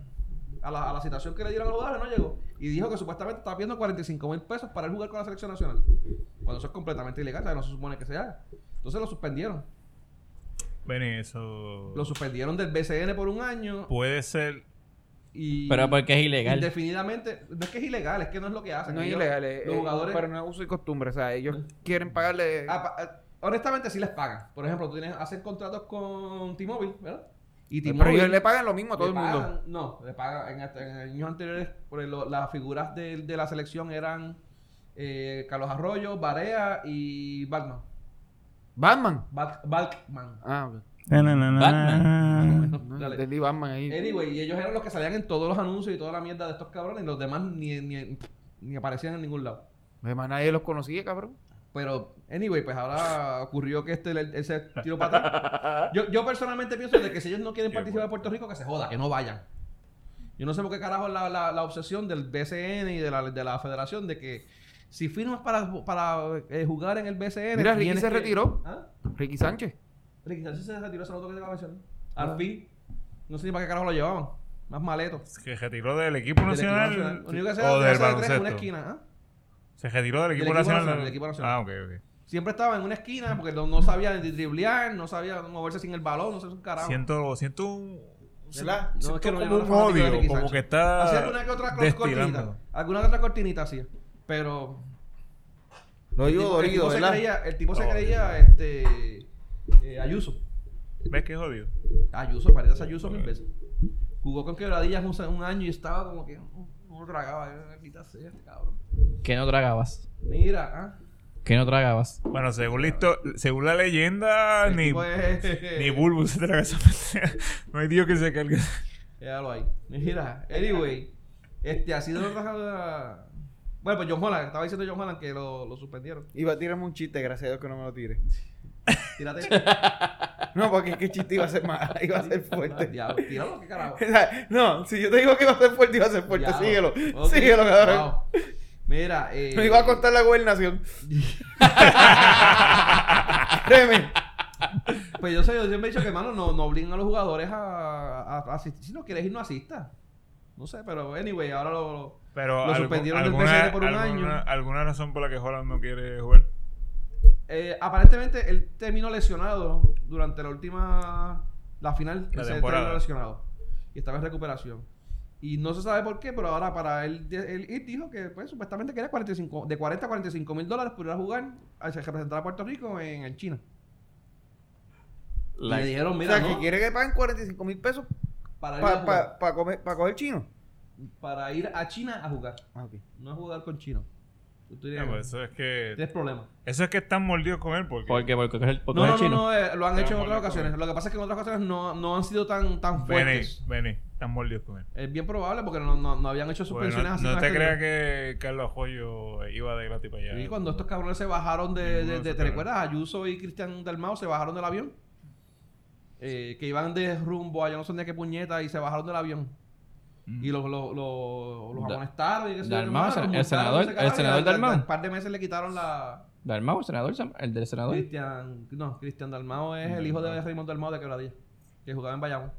[SPEAKER 1] A la, a la citación que le dieron a los jugadores no llegó. Y dijo que supuestamente estaba pidiendo 45 mil pesos para él jugar con la selección nacional. Cuando eso es completamente ilegal, o sea, no se supone que se haga. Entonces lo suspendieron.
[SPEAKER 4] Benny, eso.
[SPEAKER 1] Lo suspendieron del BCN por un año
[SPEAKER 4] Puede ser.
[SPEAKER 1] y
[SPEAKER 5] Pero porque es ilegal.
[SPEAKER 1] indefinidamente. No es que es ilegal, es que no es lo que hacen.
[SPEAKER 7] No es
[SPEAKER 1] Ellos-
[SPEAKER 7] ilegal, eh,
[SPEAKER 1] Los
[SPEAKER 7] eh,
[SPEAKER 1] jugadores.
[SPEAKER 7] pero no es uso y costumbre. O sea, ellos quieren pagarle.
[SPEAKER 1] Ah, pa- ah, honestamente, sí les pagan. Por ejemplo, tú tienes, hacen contratos con T-Mobile, ¿verdad? Y
[SPEAKER 7] pero ellos le pagan lo mismo a todo
[SPEAKER 1] le
[SPEAKER 7] el mundo.
[SPEAKER 1] pagan- no, le pagan. En, hasta- en años anteriores, por el- las figuras de, de la selección eran eh, Carlos Arroyo, Barea y Balkman.
[SPEAKER 7] Batman.
[SPEAKER 1] Balk- Balkman.
[SPEAKER 7] Ah, ok.
[SPEAKER 5] Batman.
[SPEAKER 7] Ah, No,
[SPEAKER 1] Dale.
[SPEAKER 7] entendí Batman ahí.
[SPEAKER 1] Anyway, y ellos eran los que salían en todos los anuncios y toda la mierda de estos cabrones. Y los demás ni, ni, ni aparecían en ningún lado.
[SPEAKER 7] Además, nadie los conocía, cabrón.
[SPEAKER 1] Pero, anyway, pues ahora ocurrió que este él se tiró para atrás. Yo, yo personalmente pienso de que si ellos no quieren
[SPEAKER 4] Qué
[SPEAKER 1] participar en Puerto Rico, que se joda, que no vayan. Yo no sé por qué carajo es la, la, la obsesión del BCN y de la, de la federación de que si firmas para, para eh, jugar en el BCN.
[SPEAKER 7] Mira, Ricky
[SPEAKER 1] tienes
[SPEAKER 7] se
[SPEAKER 1] que-
[SPEAKER 7] retiró.
[SPEAKER 1] ¿Ah?
[SPEAKER 7] Ricky Sánchez.
[SPEAKER 1] Ricky Sánchez se retiró, eso no tengo que la mención.
[SPEAKER 7] Ah.
[SPEAKER 1] Al fin, no sé ni para qué carajo lo llevaban. Más maleto.
[SPEAKER 4] Se retiró del equipo
[SPEAKER 1] Del equipo
[SPEAKER 4] nacional.
[SPEAKER 1] nacional. Lo único que se
[SPEAKER 4] o del
[SPEAKER 1] hace es tres en
[SPEAKER 4] baloncesto.
[SPEAKER 1] una esquina. ¿ah?
[SPEAKER 4] Se retiró del equipo
[SPEAKER 1] equipo
[SPEAKER 4] nacional.
[SPEAKER 1] nacional, del equipo nacional.
[SPEAKER 4] Ah, ok, ok.
[SPEAKER 1] Siempre estaba en una esquina porque no, no sabía ni driblear, no sabía moverse sin el balón, no sé, es un carajo.
[SPEAKER 4] Siento, siento un.
[SPEAKER 1] ¿Verdad? No, es que no, yo
[SPEAKER 4] como un
[SPEAKER 1] no era fanático de
[SPEAKER 4] odio,
[SPEAKER 1] Ricky
[SPEAKER 4] como
[SPEAKER 1] Sánchez.
[SPEAKER 4] que está.
[SPEAKER 1] Hacía alguna que otra cor- cortinita.
[SPEAKER 4] destilando.
[SPEAKER 1] Alguna que otra cortinita hacía. Pero.
[SPEAKER 7] Lo
[SPEAKER 1] el tipo- el tipo se creía, el tipo se
[SPEAKER 4] No,
[SPEAKER 1] creía este. eh, Ayuso.
[SPEAKER 4] ¿Ves que es odio?
[SPEAKER 1] Ayuso, parece Ayuso mil veces. Jugó con quebradillas un, un año y estaba como que. No no tragaba, eh, maldita sea, este cabrón.
[SPEAKER 5] Que no tragabas.
[SPEAKER 1] Mira, ah.
[SPEAKER 5] Que no tragabas.
[SPEAKER 4] Bueno, según, la histo- según la leyenda,
[SPEAKER 1] el
[SPEAKER 4] ni,
[SPEAKER 1] tipo es-
[SPEAKER 4] ni Bulbul se traga esa pendeja. No hay Dios que se cargue.
[SPEAKER 1] Déjalo ahí. Mira, anyway, este, así de otra. Bueno, pues John Holland, estaba diciendo John Holland que lo, lo suspendieron.
[SPEAKER 2] Iba a tirarme un chiste, gracias a Dios que no me lo tire.
[SPEAKER 1] Tírate.
[SPEAKER 2] No, porque es que el chiste iba a ser mal, iba a ser fuerte.
[SPEAKER 1] Diablo, tíralo, qué carajo.
[SPEAKER 2] O sea, no, si yo te digo que iba a ser fuerte, iba a ser fuerte.
[SPEAKER 1] Diablo.
[SPEAKER 2] Síguelo,
[SPEAKER 1] Ok,
[SPEAKER 2] síguelo, cabrón.
[SPEAKER 1] wow. Mira, eh.
[SPEAKER 2] Me iba a costar la gobernación. Créeme.
[SPEAKER 1] Pues yo, sé, yo siempre he dicho que, mano, no, no obliguen a los jugadores a, a- a asistir. Si no quieres ir, no asista. No sé, pero anyway, ahora lo. lo-
[SPEAKER 4] Pero
[SPEAKER 1] Lo
[SPEAKER 4] algu-
[SPEAKER 1] suspendieron del
[SPEAKER 4] alguna,
[SPEAKER 1] PCN por un
[SPEAKER 4] alguna-
[SPEAKER 1] año.
[SPEAKER 4] alguna razón por la que Holland no quiere jugar.
[SPEAKER 1] eh, aparentemente él terminó lesionado durante la última. La final.
[SPEAKER 4] La
[SPEAKER 1] él se
[SPEAKER 4] temporada.
[SPEAKER 1] terminó lesionado. Y estaba en recuperación. Y no se sabe por qué, pero ahora para él, él, él dijo que pues, supuestamente quería 45, de 40 a 45 mil dólares pudiera jugar, a- se representar a Puerto Rico en, en China. Y le dijeron,
[SPEAKER 2] O
[SPEAKER 1] mira,
[SPEAKER 2] sea,
[SPEAKER 1] no,
[SPEAKER 2] que quiere que paguen 45 mil pesos
[SPEAKER 1] para, ir a
[SPEAKER 2] para
[SPEAKER 1] jugar,
[SPEAKER 2] coger chino.
[SPEAKER 1] para ir a China a jugar.
[SPEAKER 2] Ah, ok.
[SPEAKER 1] No es jugar con chino. Tú tienes,
[SPEAKER 4] No, pues eso es que.
[SPEAKER 1] tienes problemas.
[SPEAKER 4] Eso es que están mordidos con él porque.
[SPEAKER 5] Porque, porque es el, porque
[SPEAKER 1] No,
[SPEAKER 5] es
[SPEAKER 1] no,
[SPEAKER 5] el chino.
[SPEAKER 1] no, no, eh, lo han
[SPEAKER 4] Te
[SPEAKER 1] hecho en
[SPEAKER 4] vamos a
[SPEAKER 1] otras
[SPEAKER 4] comer.
[SPEAKER 1] ocasiones. Lo que pasa es que en otras ocasiones no, no han sido tan, tan
[SPEAKER 4] Vení,
[SPEAKER 1] fuertes.
[SPEAKER 4] vení, están mordidos con él.
[SPEAKER 1] Es bien probable porque no, no, no habían hecho
[SPEAKER 4] Bueno,
[SPEAKER 1] suspensiones así.
[SPEAKER 4] no
[SPEAKER 1] tan
[SPEAKER 4] te
[SPEAKER 1] extensas.
[SPEAKER 4] creas que Carlos Arroyo iba de gratis para allá.
[SPEAKER 1] Y cuando estos cabrones se bajaron de...
[SPEAKER 4] Ninguno
[SPEAKER 1] de,
[SPEAKER 4] se
[SPEAKER 1] de- ¿Te
[SPEAKER 4] paró.
[SPEAKER 1] recuerdas? Ayuso y Cristian Dalmao se bajaron del avión. Eh, que iban de rumbo a yo no sé ni a qué puñeta y se bajaron del avión.
[SPEAKER 4] Mm.
[SPEAKER 1] Y los, los, los, los
[SPEAKER 5] Da-
[SPEAKER 1] amonestaron. Y qué sé yo,
[SPEAKER 5] Dalmao,
[SPEAKER 1] hermano,
[SPEAKER 5] el
[SPEAKER 1] los multaron,
[SPEAKER 5] senador-
[SPEAKER 1] no sé qué
[SPEAKER 5] el
[SPEAKER 1] carajo, y
[SPEAKER 5] senador
[SPEAKER 1] al- al-
[SPEAKER 5] Dalmao.
[SPEAKER 1] al par de meses le quitaron la...
[SPEAKER 5] Dalmau, senador, Sam- el del senador.
[SPEAKER 1] Cristian, no, Cristian Dalmao es el hijo de Raymond Dalmao de Quebradilla, que jugaba en Bayamón.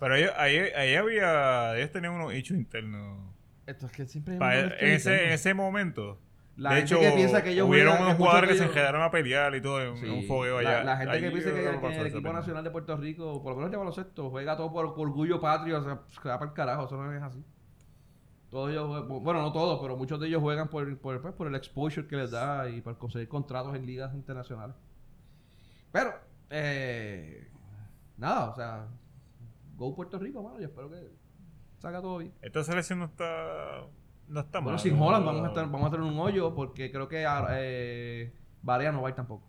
[SPEAKER 4] Pero ellos, ahí, ahí había. Ellos tenían unos hechos internos.
[SPEAKER 1] Esto es que siempre
[SPEAKER 4] Pa- en, ese, en ese momento.
[SPEAKER 1] La
[SPEAKER 4] de
[SPEAKER 1] gente
[SPEAKER 4] hecho,
[SPEAKER 1] que piensa que ellos
[SPEAKER 4] hubieron
[SPEAKER 1] juegan,
[SPEAKER 4] unos
[SPEAKER 1] que
[SPEAKER 4] jugadores que
[SPEAKER 1] muchos de
[SPEAKER 4] se
[SPEAKER 1] ellos-
[SPEAKER 4] quedaron a pelear y todo en
[SPEAKER 1] Sí,
[SPEAKER 4] un fogueo allá.
[SPEAKER 1] La, la gente
[SPEAKER 4] Ahí
[SPEAKER 1] que piensa que,
[SPEAKER 4] algo
[SPEAKER 1] que
[SPEAKER 4] pasó
[SPEAKER 1] el
[SPEAKER 4] ese
[SPEAKER 1] equipo
[SPEAKER 4] pendejo.
[SPEAKER 1] nacional de Puerto Rico, por lo menos de baloncesto, juega todo por, por orgullo patrio, o sea, se va para el carajo, eso no es así. Todos ellos, jue- bueno, no todos, pero muchos de ellos juegan por, por, pues, por el exposure que les da y por conseguir contratos en ligas internacionales. Pero, eh, nada, o sea, go Puerto Rico, mano, yo espero que salga todo bien.
[SPEAKER 4] Esta selección no está. No está
[SPEAKER 1] Bueno,
[SPEAKER 4] mal.
[SPEAKER 1] sin Holland vamos a,
[SPEAKER 4] No.
[SPEAKER 1] estar, vamos a tener un hoyo porque creo que ah, eh, Barea no va a ir tampoco.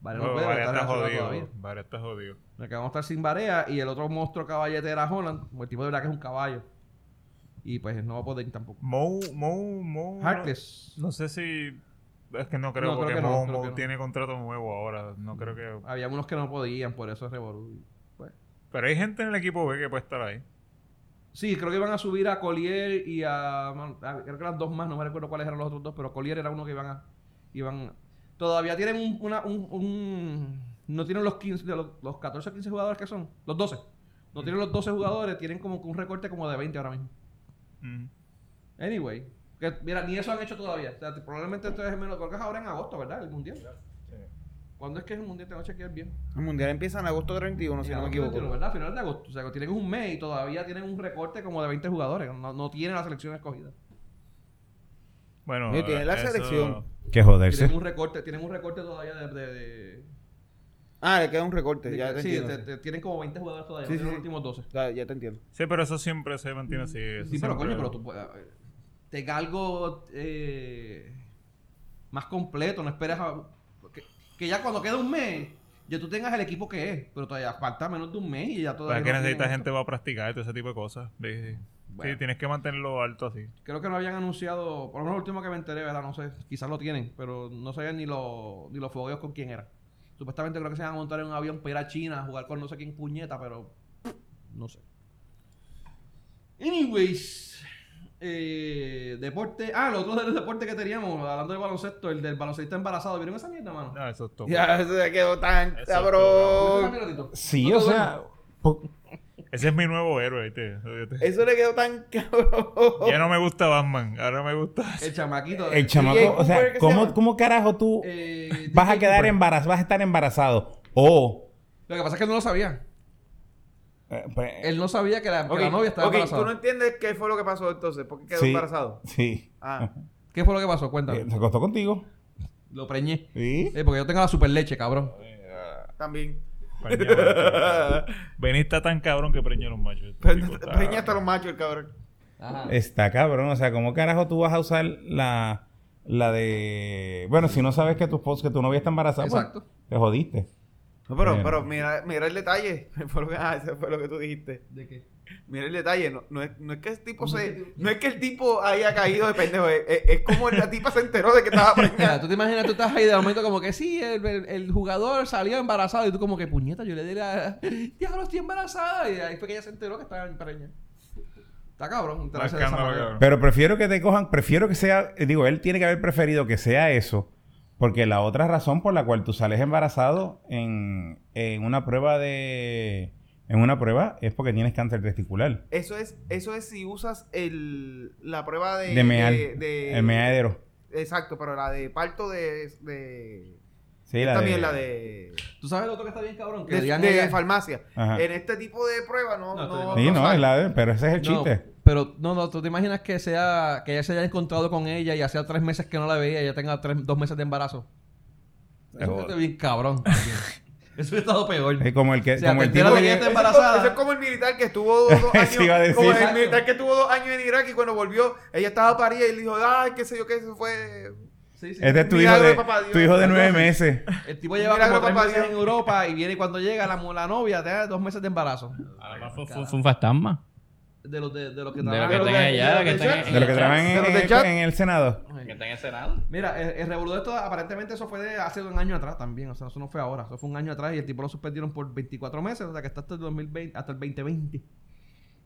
[SPEAKER 1] Barea no,
[SPEAKER 4] No,
[SPEAKER 1] puede, porque
[SPEAKER 4] Barea
[SPEAKER 1] está
[SPEAKER 4] está
[SPEAKER 1] relacionado
[SPEAKER 4] jodido.
[SPEAKER 1] todavía.
[SPEAKER 4] Barea está jodido.
[SPEAKER 1] Nos quedamos a estar sin Barea y el otro monstruo caballete era Holland. pues, El tipo de verdad que es un caballo. Y pues no va a poder ir tampoco.
[SPEAKER 4] Mo, Mo, Mo. no-
[SPEAKER 1] Harkless.
[SPEAKER 4] No sé si. Es que no creo,
[SPEAKER 1] No, creo
[SPEAKER 4] porque
[SPEAKER 1] que no,
[SPEAKER 4] Mo-
[SPEAKER 1] creo
[SPEAKER 4] Mo
[SPEAKER 1] que no. Ah.
[SPEAKER 4] tiene contrato nuevo ahora. No creo que.
[SPEAKER 1] Había unos que no podían, por eso es revolú. Pues.
[SPEAKER 4] Pero hay gente en el equipo B que puede estar ahí.
[SPEAKER 1] Sí, creo que iban a subir a Collier y a, a- Creo que eran dos más, no me recuerdo cuáles eran los otros dos, pero Collier era uno que iban a. Iban, todavía tienen un, una- un- un- No tienen los 15, de los, los 14 o 15 jugadores que son. Los 12. No tienen los 12 jugadores, tienen como que un recorte como de 20 ahora mismo.
[SPEAKER 4] Mm.
[SPEAKER 1] Anyway. Que, mira, ni eso han hecho todavía. O sea, te- probablemente esto es menos. Creo que es ahora en agosto, ¿verdad? El mundial. ¿Cuándo es que es el mundial? Tengo que chequear bien.
[SPEAKER 2] El mundial empieza en agosto 31, si
[SPEAKER 1] En
[SPEAKER 2] no me
[SPEAKER 1] agosto 21,
[SPEAKER 2] equivoco.
[SPEAKER 1] ¿verdad? Final de agosto. O sea, que tienen un mes y todavía tienen un recorte como de 20 jugadores. No, no tienen la selección escogida.
[SPEAKER 4] Bueno.
[SPEAKER 2] Oye, tiene la selección.
[SPEAKER 3] Que joderse.
[SPEAKER 1] Tienen un recorte, tienen un recorte todavía de. de, de-
[SPEAKER 2] Ah, le queda un recorte.
[SPEAKER 1] de-
[SPEAKER 2] ya te
[SPEAKER 1] sí,
[SPEAKER 2] entiendo.
[SPEAKER 1] te- te- tienen como 20 jugadores todavía,
[SPEAKER 2] Sí,
[SPEAKER 1] no tienen
[SPEAKER 2] sí,
[SPEAKER 1] los
[SPEAKER 2] sí.
[SPEAKER 1] últimos 12.
[SPEAKER 2] Ya, ya te entiendo.
[SPEAKER 4] Sí, pero eso siempre se mantiene así. eso
[SPEAKER 1] Sí, pero
[SPEAKER 4] siempre-
[SPEAKER 1] coño, pero tú puedes. eh, Te galgo eh, más completo, no esperes a. Que, que ya cuando queda un mes, ya tú tengas el equipo que es, pero todavía falta menos de un mes y ya todavía.
[SPEAKER 4] Para que
[SPEAKER 1] no tienen
[SPEAKER 4] necesitas
[SPEAKER 1] esto.
[SPEAKER 4] gente para practicar y todo ese tipo de cosas. Sí, sí.
[SPEAKER 1] Bueno.
[SPEAKER 4] Sí, tienes que mantenerlo alto así.
[SPEAKER 1] Creo que no habían anunciado, por lo menos lo último que me enteré, ¿verdad? No sé, quizás lo tienen, pero no sabían ni, los ni los fogueos con quién era. Supuestamente creo que se iban a montar en un avión para ir a China a jugar con no sé quién puñeta, pero no sé. Anyways, eh, deporte. Ah, lo otro del deporte que teníamos, hablando del baloncesto, el del baloncestista embarazado. ¿Vieron esa mierda, mano?
[SPEAKER 4] Ah, eso es todo.
[SPEAKER 2] Ya, eso se quedó tan
[SPEAKER 4] Eso,
[SPEAKER 1] ¿Viste esa
[SPEAKER 2] cabrón.
[SPEAKER 1] mierda, Tito?
[SPEAKER 3] Sí,
[SPEAKER 1] No
[SPEAKER 3] o
[SPEAKER 1] te
[SPEAKER 3] sea. po-
[SPEAKER 4] Ese es mi nuevo héroe, ¿viste? Fíjate.
[SPEAKER 2] Eso le quedó tan cabrón.
[SPEAKER 4] Ya no me gusta Batman, ahora me gusta.
[SPEAKER 1] El chamaquito.
[SPEAKER 3] El chamaco. O
[SPEAKER 2] Cooper,
[SPEAKER 3] sea,
[SPEAKER 2] ¿qué se
[SPEAKER 3] ¿cómo,
[SPEAKER 2] llama?
[SPEAKER 3] cómo carajo tú
[SPEAKER 1] eh,
[SPEAKER 3] vas a
[SPEAKER 1] DK
[SPEAKER 3] quedar
[SPEAKER 1] Cooper.
[SPEAKER 3] embarazado? Vas a estar embarazado. O.
[SPEAKER 1] Lo que pasa es que no lo sabía.
[SPEAKER 3] eh, pues,
[SPEAKER 1] Él no sabía que la, que
[SPEAKER 7] Ok,
[SPEAKER 1] la novia estaba
[SPEAKER 7] ok,
[SPEAKER 1] embarazada.
[SPEAKER 7] tú no entiendes qué fue lo que pasó entonces, porque quedó
[SPEAKER 3] sí,
[SPEAKER 7] embarazado.
[SPEAKER 3] Sí.
[SPEAKER 7] Ah,
[SPEAKER 1] ¿Qué fue lo que pasó? Cuéntame.
[SPEAKER 3] Eh, Se acostó contigo.
[SPEAKER 1] Lo preñé.
[SPEAKER 3] Sí.
[SPEAKER 1] Eh, porque yo tengo la super leche, cabrón.
[SPEAKER 7] también.
[SPEAKER 4] Peña, macho. Benny está tan cabrón que preña a los machos. Este tipo está-
[SPEAKER 7] Peña hasta los machos el cabrón.
[SPEAKER 1] Ajá.
[SPEAKER 3] Está cabrón, o sea, ¿cómo carajo tú vas a usar la, la de... Bueno, si no sabes que tu esposa, que tu novia está embarazada, pues,
[SPEAKER 1] Exacto.
[SPEAKER 3] te jodiste.
[SPEAKER 2] No, pero,
[SPEAKER 3] Bueno.
[SPEAKER 2] pero mira, mira el detalle. Fue lo que- ah, eso fue lo que tú dijiste.
[SPEAKER 1] ¿De qué?
[SPEAKER 2] Mira el detalle. No, no es, no es que el tipo se. No es que el tipo haya caído de pendejo. Es, es- es como la tipa se enteró de que estaba preñada.
[SPEAKER 1] Mira, tú te imaginas, tú estás ahí de momento como que sí, el, el- el jugador salió embarazado y tú como que puñeta, yo le di la... Diablo, estoy embarazada. Y ahí fue que ella se enteró que estaba embarazada. Está cabrón. Te la hace de esa
[SPEAKER 4] Escándalo,
[SPEAKER 1] manera.
[SPEAKER 4] cabrón.
[SPEAKER 3] Pero prefiero que te cojan, prefiero que sea, eh, digo, él tiene que haber preferido que sea eso, porque la otra razón por la cual tú sales embarazado en, en una prueba de, en una prueba es porque tienes cáncer testicular,
[SPEAKER 2] Eso es, eso es si usas el, la prueba de.
[SPEAKER 3] de meal,
[SPEAKER 2] de- de-
[SPEAKER 3] el meadero.
[SPEAKER 2] Exacto, pero la de parto de. de
[SPEAKER 3] Sí, la
[SPEAKER 2] también
[SPEAKER 3] de,
[SPEAKER 2] la de.
[SPEAKER 1] ¿Tú sabes lo otro que está bien cabrón? Que
[SPEAKER 2] De,
[SPEAKER 1] digan
[SPEAKER 2] de
[SPEAKER 1] ella-
[SPEAKER 2] farmacia.
[SPEAKER 3] Ajá.
[SPEAKER 2] En este tipo de pruebas no.
[SPEAKER 1] No,
[SPEAKER 2] No,
[SPEAKER 1] te digo.
[SPEAKER 3] Ah. Sí, no,
[SPEAKER 2] sale.
[SPEAKER 3] es la de- pero ese es el
[SPEAKER 1] No,
[SPEAKER 3] chiste.
[SPEAKER 1] pero no, no, tú te imaginas que sea que ella se haya encontrado con ella y hacía tres meses que no la veía y ya tenga tres, dos meses de embarazo. Eso
[SPEAKER 3] Joder.
[SPEAKER 1] está bien cabrón. también. Eso hubiera estado peor.
[SPEAKER 3] Es como el que,
[SPEAKER 1] O sea,
[SPEAKER 3] como
[SPEAKER 1] te
[SPEAKER 3] el
[SPEAKER 1] enteras
[SPEAKER 3] tipo,
[SPEAKER 1] de que ella
[SPEAKER 2] Eso
[SPEAKER 1] está
[SPEAKER 2] es como-
[SPEAKER 1] embarazada.
[SPEAKER 2] Eso es como el militar que estuvo dos
[SPEAKER 3] Eso
[SPEAKER 2] años.
[SPEAKER 3] iba a decir.
[SPEAKER 2] como el
[SPEAKER 1] Exacto.
[SPEAKER 2] militar que estuvo dos años en Irak y cuando volvió, ella estaba parida y él dijo, ay, qué sé yo, qué se fue.
[SPEAKER 1] Sí, sí.
[SPEAKER 3] este es tu hijo
[SPEAKER 2] Milagro de
[SPEAKER 3] de,
[SPEAKER 2] papá Dios.
[SPEAKER 3] tu hijo de nueve
[SPEAKER 2] Algo así.
[SPEAKER 3] meses.
[SPEAKER 1] El tipo lleva
[SPEAKER 2] Milagro,
[SPEAKER 1] como tres
[SPEAKER 2] papá
[SPEAKER 1] meses
[SPEAKER 2] Dios.
[SPEAKER 1] en Europa y viene y cuando llega la, mu- la novia te da dos meses de embarazo.
[SPEAKER 5] Además, fue, fue- fue un fantasma.
[SPEAKER 1] De los, de, de los que
[SPEAKER 5] De lo
[SPEAKER 1] trabajan.
[SPEAKER 5] que
[SPEAKER 2] lo
[SPEAKER 5] están
[SPEAKER 2] que- de
[SPEAKER 5] allá,
[SPEAKER 2] lo
[SPEAKER 5] de que
[SPEAKER 2] que
[SPEAKER 5] están
[SPEAKER 2] chat-
[SPEAKER 5] en-
[SPEAKER 3] De lo que
[SPEAKER 5] en-
[SPEAKER 3] trabajan en,
[SPEAKER 2] Pero de
[SPEAKER 3] en-
[SPEAKER 2] chat.
[SPEAKER 3] en el Senado.
[SPEAKER 5] Que están en Senado.
[SPEAKER 1] Mira, el, el revolú de esto, aparentemente eso fue de hace un año atrás también. O sea, eso no fue ahora. Eso fue un año atrás y el tipo lo suspendieron por 24 meses. O sea, que está hasta el 2020. Hasta el 2020.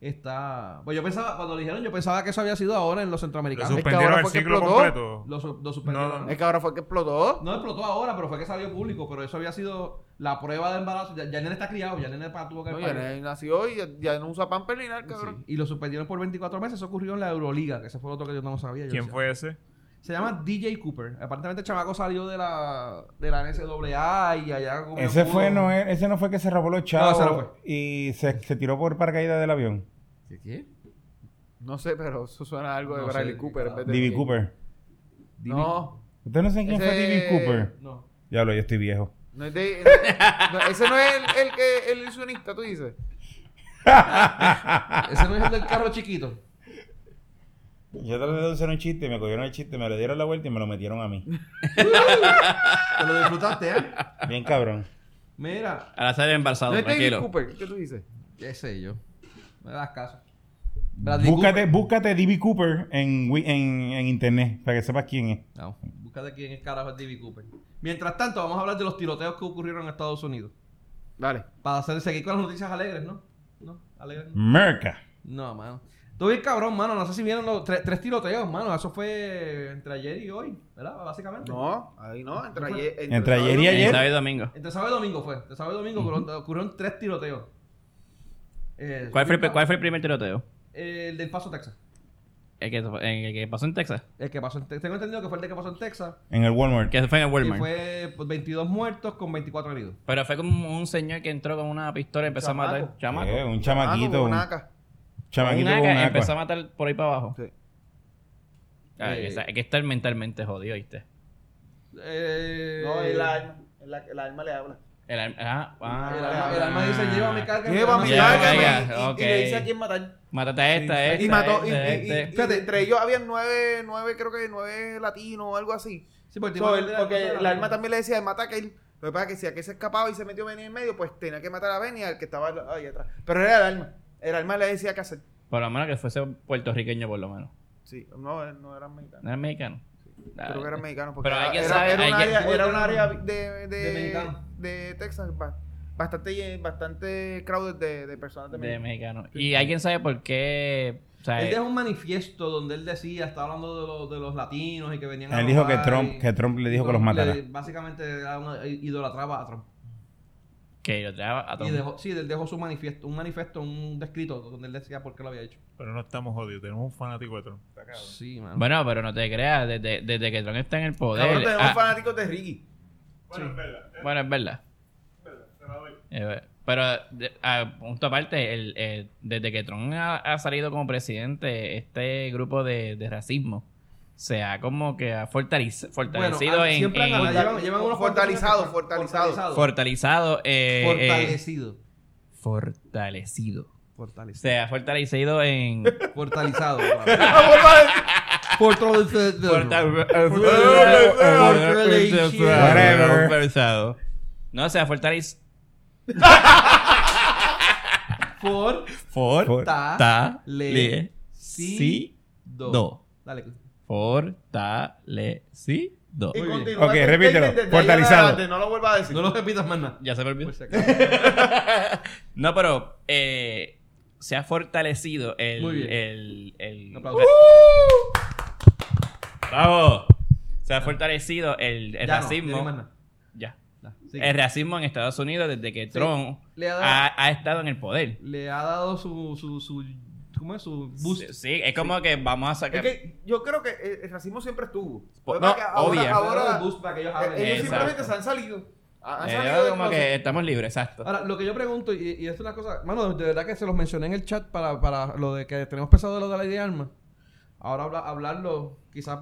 [SPEAKER 1] Está... Pues yo pensaba, cuando lo dijeron, yo pensaba que eso había sido ahora en los
[SPEAKER 4] Lo
[SPEAKER 1] centroamericanos.
[SPEAKER 4] suspendieron
[SPEAKER 2] ahora
[SPEAKER 4] el
[SPEAKER 2] fue que
[SPEAKER 4] ciclo
[SPEAKER 2] explotó.
[SPEAKER 4] completo.
[SPEAKER 1] Lo, su- lo suspendieron.
[SPEAKER 4] No,
[SPEAKER 1] No,
[SPEAKER 2] Es que ahora fue que explotó.
[SPEAKER 1] explotó ahora, pero fue que salió público. Pero eso había sido la prueba de embarazo. Ya, ya el nene está criado, ya el nene pa- tuvo que...
[SPEAKER 7] No,
[SPEAKER 1] parir.
[SPEAKER 7] ya no- nació y ya, ya no usa pamper ni nada,
[SPEAKER 1] Sí.
[SPEAKER 7] cabrón.
[SPEAKER 1] Y lo suspendieron por 24 meses. Eso ocurrió en la Euroliga, que ese fue otro que yo no sabía. Yo
[SPEAKER 4] ¿Quién
[SPEAKER 1] decía,
[SPEAKER 4] fue ese?
[SPEAKER 1] Se llama DJ Cooper. Aparentemente el chamaco salió de la, de la NCAA y allá como
[SPEAKER 3] Ese
[SPEAKER 1] pudo.
[SPEAKER 3] fue, no, es- ese no fue que se robó los chavos
[SPEAKER 1] ese no fue.
[SPEAKER 3] y se, se tiró por paracaídas del avión.
[SPEAKER 1] ¿Qué? qué?
[SPEAKER 7] No sé, pero eso suena a algo de
[SPEAKER 1] No
[SPEAKER 7] Bradley
[SPEAKER 1] sé,
[SPEAKER 7] Cooper. en
[SPEAKER 1] ah,
[SPEAKER 7] vez de-
[SPEAKER 3] D.B. Cooper.
[SPEAKER 7] No,
[SPEAKER 3] ¿Ustedes no saben quién fue
[SPEAKER 7] Ese-
[SPEAKER 3] D.B. Cooper?
[SPEAKER 1] No.
[SPEAKER 3] Ya lo, yo estoy viejo.
[SPEAKER 7] no es de... no, ese no es el, el que el ilusionista, tú dices.
[SPEAKER 1] Ese no es el del carro chiquito.
[SPEAKER 3] Yo traté de hacer un chiste, me cogieron el chiste, me lo dieron la vuelta y me lo metieron a mí.
[SPEAKER 1] Te lo disfrutaste, ¿eh?
[SPEAKER 3] Bien cabrón.
[SPEAKER 1] Mira.
[SPEAKER 5] Ahora sale embarazado,
[SPEAKER 7] No es David
[SPEAKER 5] tranquilo.
[SPEAKER 7] Cooper, ¿qué tú dices?
[SPEAKER 1] Qué sé yo. No le das caso. Bradley
[SPEAKER 3] Búscate,
[SPEAKER 1] Cooper.
[SPEAKER 3] búscate D.B. Cooper en, wi- en, en internet para que sepas quién es.
[SPEAKER 1] No, búscate quién es carajo es D.B. Cooper. Mientras tanto, vamos a hablar de los tiroteos que ocurrieron en Estados Unidos.
[SPEAKER 7] Dale.
[SPEAKER 1] Para hacer seguir con las noticias alegres, ¿no? No, alegres no.
[SPEAKER 3] Merca.
[SPEAKER 1] No, mano. Estuvo bien cabrón, mano. No sé si vieron los tre- tres tiroteos, mano. Eso fue entre ayer y hoy, ¿verdad? Básicamente.
[SPEAKER 7] No, ahí no, entre ayer...
[SPEAKER 3] Entre ayer y
[SPEAKER 5] En
[SPEAKER 3] ayer.
[SPEAKER 5] sábado y domingo.
[SPEAKER 1] Entre sábado y domingo fue. Entre sábado y domingo ocurrieron- ocurrieron tres tiroteos. Eh,
[SPEAKER 5] ¿Cuál fue, el- ¿Cuál fue el primer tiroteo?
[SPEAKER 1] El del Paso, Texas.
[SPEAKER 5] El que, en el que pasó en Texas.
[SPEAKER 1] El que pasó en Texas. Tengo entendido que fue el de que pasó en Texas.
[SPEAKER 3] En el Walmart.
[SPEAKER 5] Que fue en el
[SPEAKER 1] Que
[SPEAKER 5] Walmart.
[SPEAKER 1] fue pues, 22 muertos con 24 heridos.
[SPEAKER 5] Pero fue como un señor que entró con una pistola y empezó a matar.
[SPEAKER 7] Chamaco.
[SPEAKER 5] Chamaco.
[SPEAKER 3] Eh, un
[SPEAKER 7] Ah, no,
[SPEAKER 3] chamaquito.
[SPEAKER 7] como
[SPEAKER 3] Un
[SPEAKER 7] naca.
[SPEAKER 3] chamaquito
[SPEAKER 5] Un
[SPEAKER 3] con
[SPEAKER 5] naca
[SPEAKER 3] un
[SPEAKER 5] empezó a
[SPEAKER 3] agua.
[SPEAKER 5] matar por ahí para abajo.
[SPEAKER 7] Sí.
[SPEAKER 5] Ay,
[SPEAKER 1] Eh.
[SPEAKER 5] que está- hay que estar mentalmente jodido, ¿viste?
[SPEAKER 1] Eh,
[SPEAKER 7] No, el alma. El, el alma le habla.
[SPEAKER 5] El, alma- ah, ah.
[SPEAKER 1] el alma- el alma dice: Llévame, cárgame.
[SPEAKER 7] Llévame,
[SPEAKER 1] Llévame,
[SPEAKER 5] cárgame".
[SPEAKER 1] cárgame.
[SPEAKER 5] ok.
[SPEAKER 7] Y, y le dice a quién matar.
[SPEAKER 5] Mátate a esta, esta.
[SPEAKER 7] y mató. Y,
[SPEAKER 5] esta,
[SPEAKER 7] y- y-
[SPEAKER 5] esta.
[SPEAKER 7] y de entre ellos habían nueve, nueve, creo que nueve latinos o algo así.
[SPEAKER 1] Sí, porque el tipo
[SPEAKER 7] So,
[SPEAKER 1] era
[SPEAKER 7] él-
[SPEAKER 1] de la-
[SPEAKER 7] porque el alma también le decía, mata a aquel. Lo que pasa es que si aquel se escapaba y se metió Benny en medio, pues tenía que matar a Benny al que estaba ahí atrás. Pero era el alma. El alma le decía qué hacer.
[SPEAKER 5] Por lo menos que fuese puertorriqueño, por lo menos.
[SPEAKER 7] Sí, no, no eran mexicanos.
[SPEAKER 5] ¿No era mexicano? Ah,
[SPEAKER 7] Creo que eran mexicanos. Porque
[SPEAKER 5] Pero hay
[SPEAKER 7] era,
[SPEAKER 5] que
[SPEAKER 7] era-
[SPEAKER 5] saber,
[SPEAKER 7] era
[SPEAKER 5] hay
[SPEAKER 7] un
[SPEAKER 5] que-
[SPEAKER 7] área, era un área de, de,
[SPEAKER 1] De mexicanos.
[SPEAKER 7] de Texas ba- bastante, llen- bastante crowded de, de personas de
[SPEAKER 5] De
[SPEAKER 7] México.
[SPEAKER 5] mexicano. ¿Y alguien sabe por qué? O sea,
[SPEAKER 1] Él dejó un manifiesto donde él decía, estaba hablando de los, de los latinos y que venían a
[SPEAKER 3] Él dijo que
[SPEAKER 1] robar y-
[SPEAKER 3] Trump, que Trump le dijo que los
[SPEAKER 1] le-
[SPEAKER 3] matara.
[SPEAKER 1] Básicamente era una- idolatraba a Trump.
[SPEAKER 5] que yo traía a todo.
[SPEAKER 1] Y dejó, sí, él dejó su manifiesto, un manifiesto, un descrito donde él decía por qué lo había hecho.
[SPEAKER 4] Pero no estamos jodidos. Tenemos un fanático de Trump.
[SPEAKER 1] Sí, mano.
[SPEAKER 5] Bueno, pero no te creas, desde, desde que Trump está en el poder.
[SPEAKER 7] Cabrón, tenemos
[SPEAKER 5] ah,
[SPEAKER 7] fanáticos de Ricky.
[SPEAKER 4] Bueno, es verdad.
[SPEAKER 5] Bueno, es verdad. Eh, Pero, de- a punto aparte, el, eh, desde que Trump ha, ha salido como presidente, este grupo de, de racismo se ha como que ha fortalece- fortalecido
[SPEAKER 1] ah,
[SPEAKER 5] en,
[SPEAKER 1] siempre han
[SPEAKER 5] en-
[SPEAKER 1] ganado, llevan, llevan unos
[SPEAKER 7] Fortalizado,
[SPEAKER 1] cuantos años
[SPEAKER 7] fortalizado.
[SPEAKER 5] fortalizado. eh, eh,
[SPEAKER 1] fortalecido.
[SPEAKER 5] fortalecido.
[SPEAKER 1] Fortalecido.
[SPEAKER 5] Se ha fortalecido en...
[SPEAKER 1] Fortalizado.
[SPEAKER 5] Fortale-
[SPEAKER 1] Fortalecido.
[SPEAKER 5] Fortalecido. No, se ha fortalecido.
[SPEAKER 1] Por
[SPEAKER 5] For,
[SPEAKER 3] For-
[SPEAKER 1] ta le-
[SPEAKER 5] le-
[SPEAKER 1] si-
[SPEAKER 5] si-
[SPEAKER 1] do.
[SPEAKER 5] do.
[SPEAKER 1] Dale.
[SPEAKER 5] fortalecido.
[SPEAKER 2] Y
[SPEAKER 1] Muy bien.
[SPEAKER 2] continúa
[SPEAKER 3] Ok,
[SPEAKER 2] tu statement
[SPEAKER 3] repítelo.
[SPEAKER 2] desde ahí en
[SPEAKER 3] Fortalizado.
[SPEAKER 2] adelante, No lo vuelvas a decir.
[SPEAKER 1] No lo repitas más nada.
[SPEAKER 5] Ya se me olvidó.
[SPEAKER 1] Por si acaso.
[SPEAKER 5] No, pero eh, se ha fortalecido el.
[SPEAKER 1] Muy bien.
[SPEAKER 5] el, el-
[SPEAKER 1] Un
[SPEAKER 5] Uh.
[SPEAKER 1] aplauso.
[SPEAKER 5] ¡Bravo! Se ha fortalecido el, el
[SPEAKER 1] Ya no, ya
[SPEAKER 5] racismo.
[SPEAKER 1] no hay más nada.
[SPEAKER 5] ya.
[SPEAKER 1] Da, sigue.
[SPEAKER 5] El racismo en Estados Unidos desde que
[SPEAKER 1] Sí.
[SPEAKER 5] Trump
[SPEAKER 1] Le ha dado-
[SPEAKER 3] Ah,
[SPEAKER 5] ha, ha estado en el poder.
[SPEAKER 1] Le ha dado su, su, su, ¿cómo es? Su boost.
[SPEAKER 5] Sí, sí, es como que vamos a
[SPEAKER 2] Es
[SPEAKER 5] sacar.
[SPEAKER 2] que yo creo que eh, el el racismo siempre estuvo.
[SPEAKER 5] Em, Po-
[SPEAKER 2] Lo que pasa
[SPEAKER 5] no,
[SPEAKER 2] es que ahora,
[SPEAKER 5] obvio.
[SPEAKER 1] Le ha dado
[SPEAKER 2] ahora
[SPEAKER 1] el boost para que ellos hablen.
[SPEAKER 2] ellos
[SPEAKER 5] Exacto.
[SPEAKER 2] simplemente se han salido. Han
[SPEAKER 5] Eh,
[SPEAKER 2] salido del
[SPEAKER 5] como
[SPEAKER 2] closet.
[SPEAKER 5] que estamos libres, exacto.
[SPEAKER 1] Ahora, lo que yo pregunto, y, y es una cosa, mano, de verdad que se los mencioné en el chat para, para lo de que tenemos pensado de lo de la ley de armas. Ahora habla- hablarlo, quizás,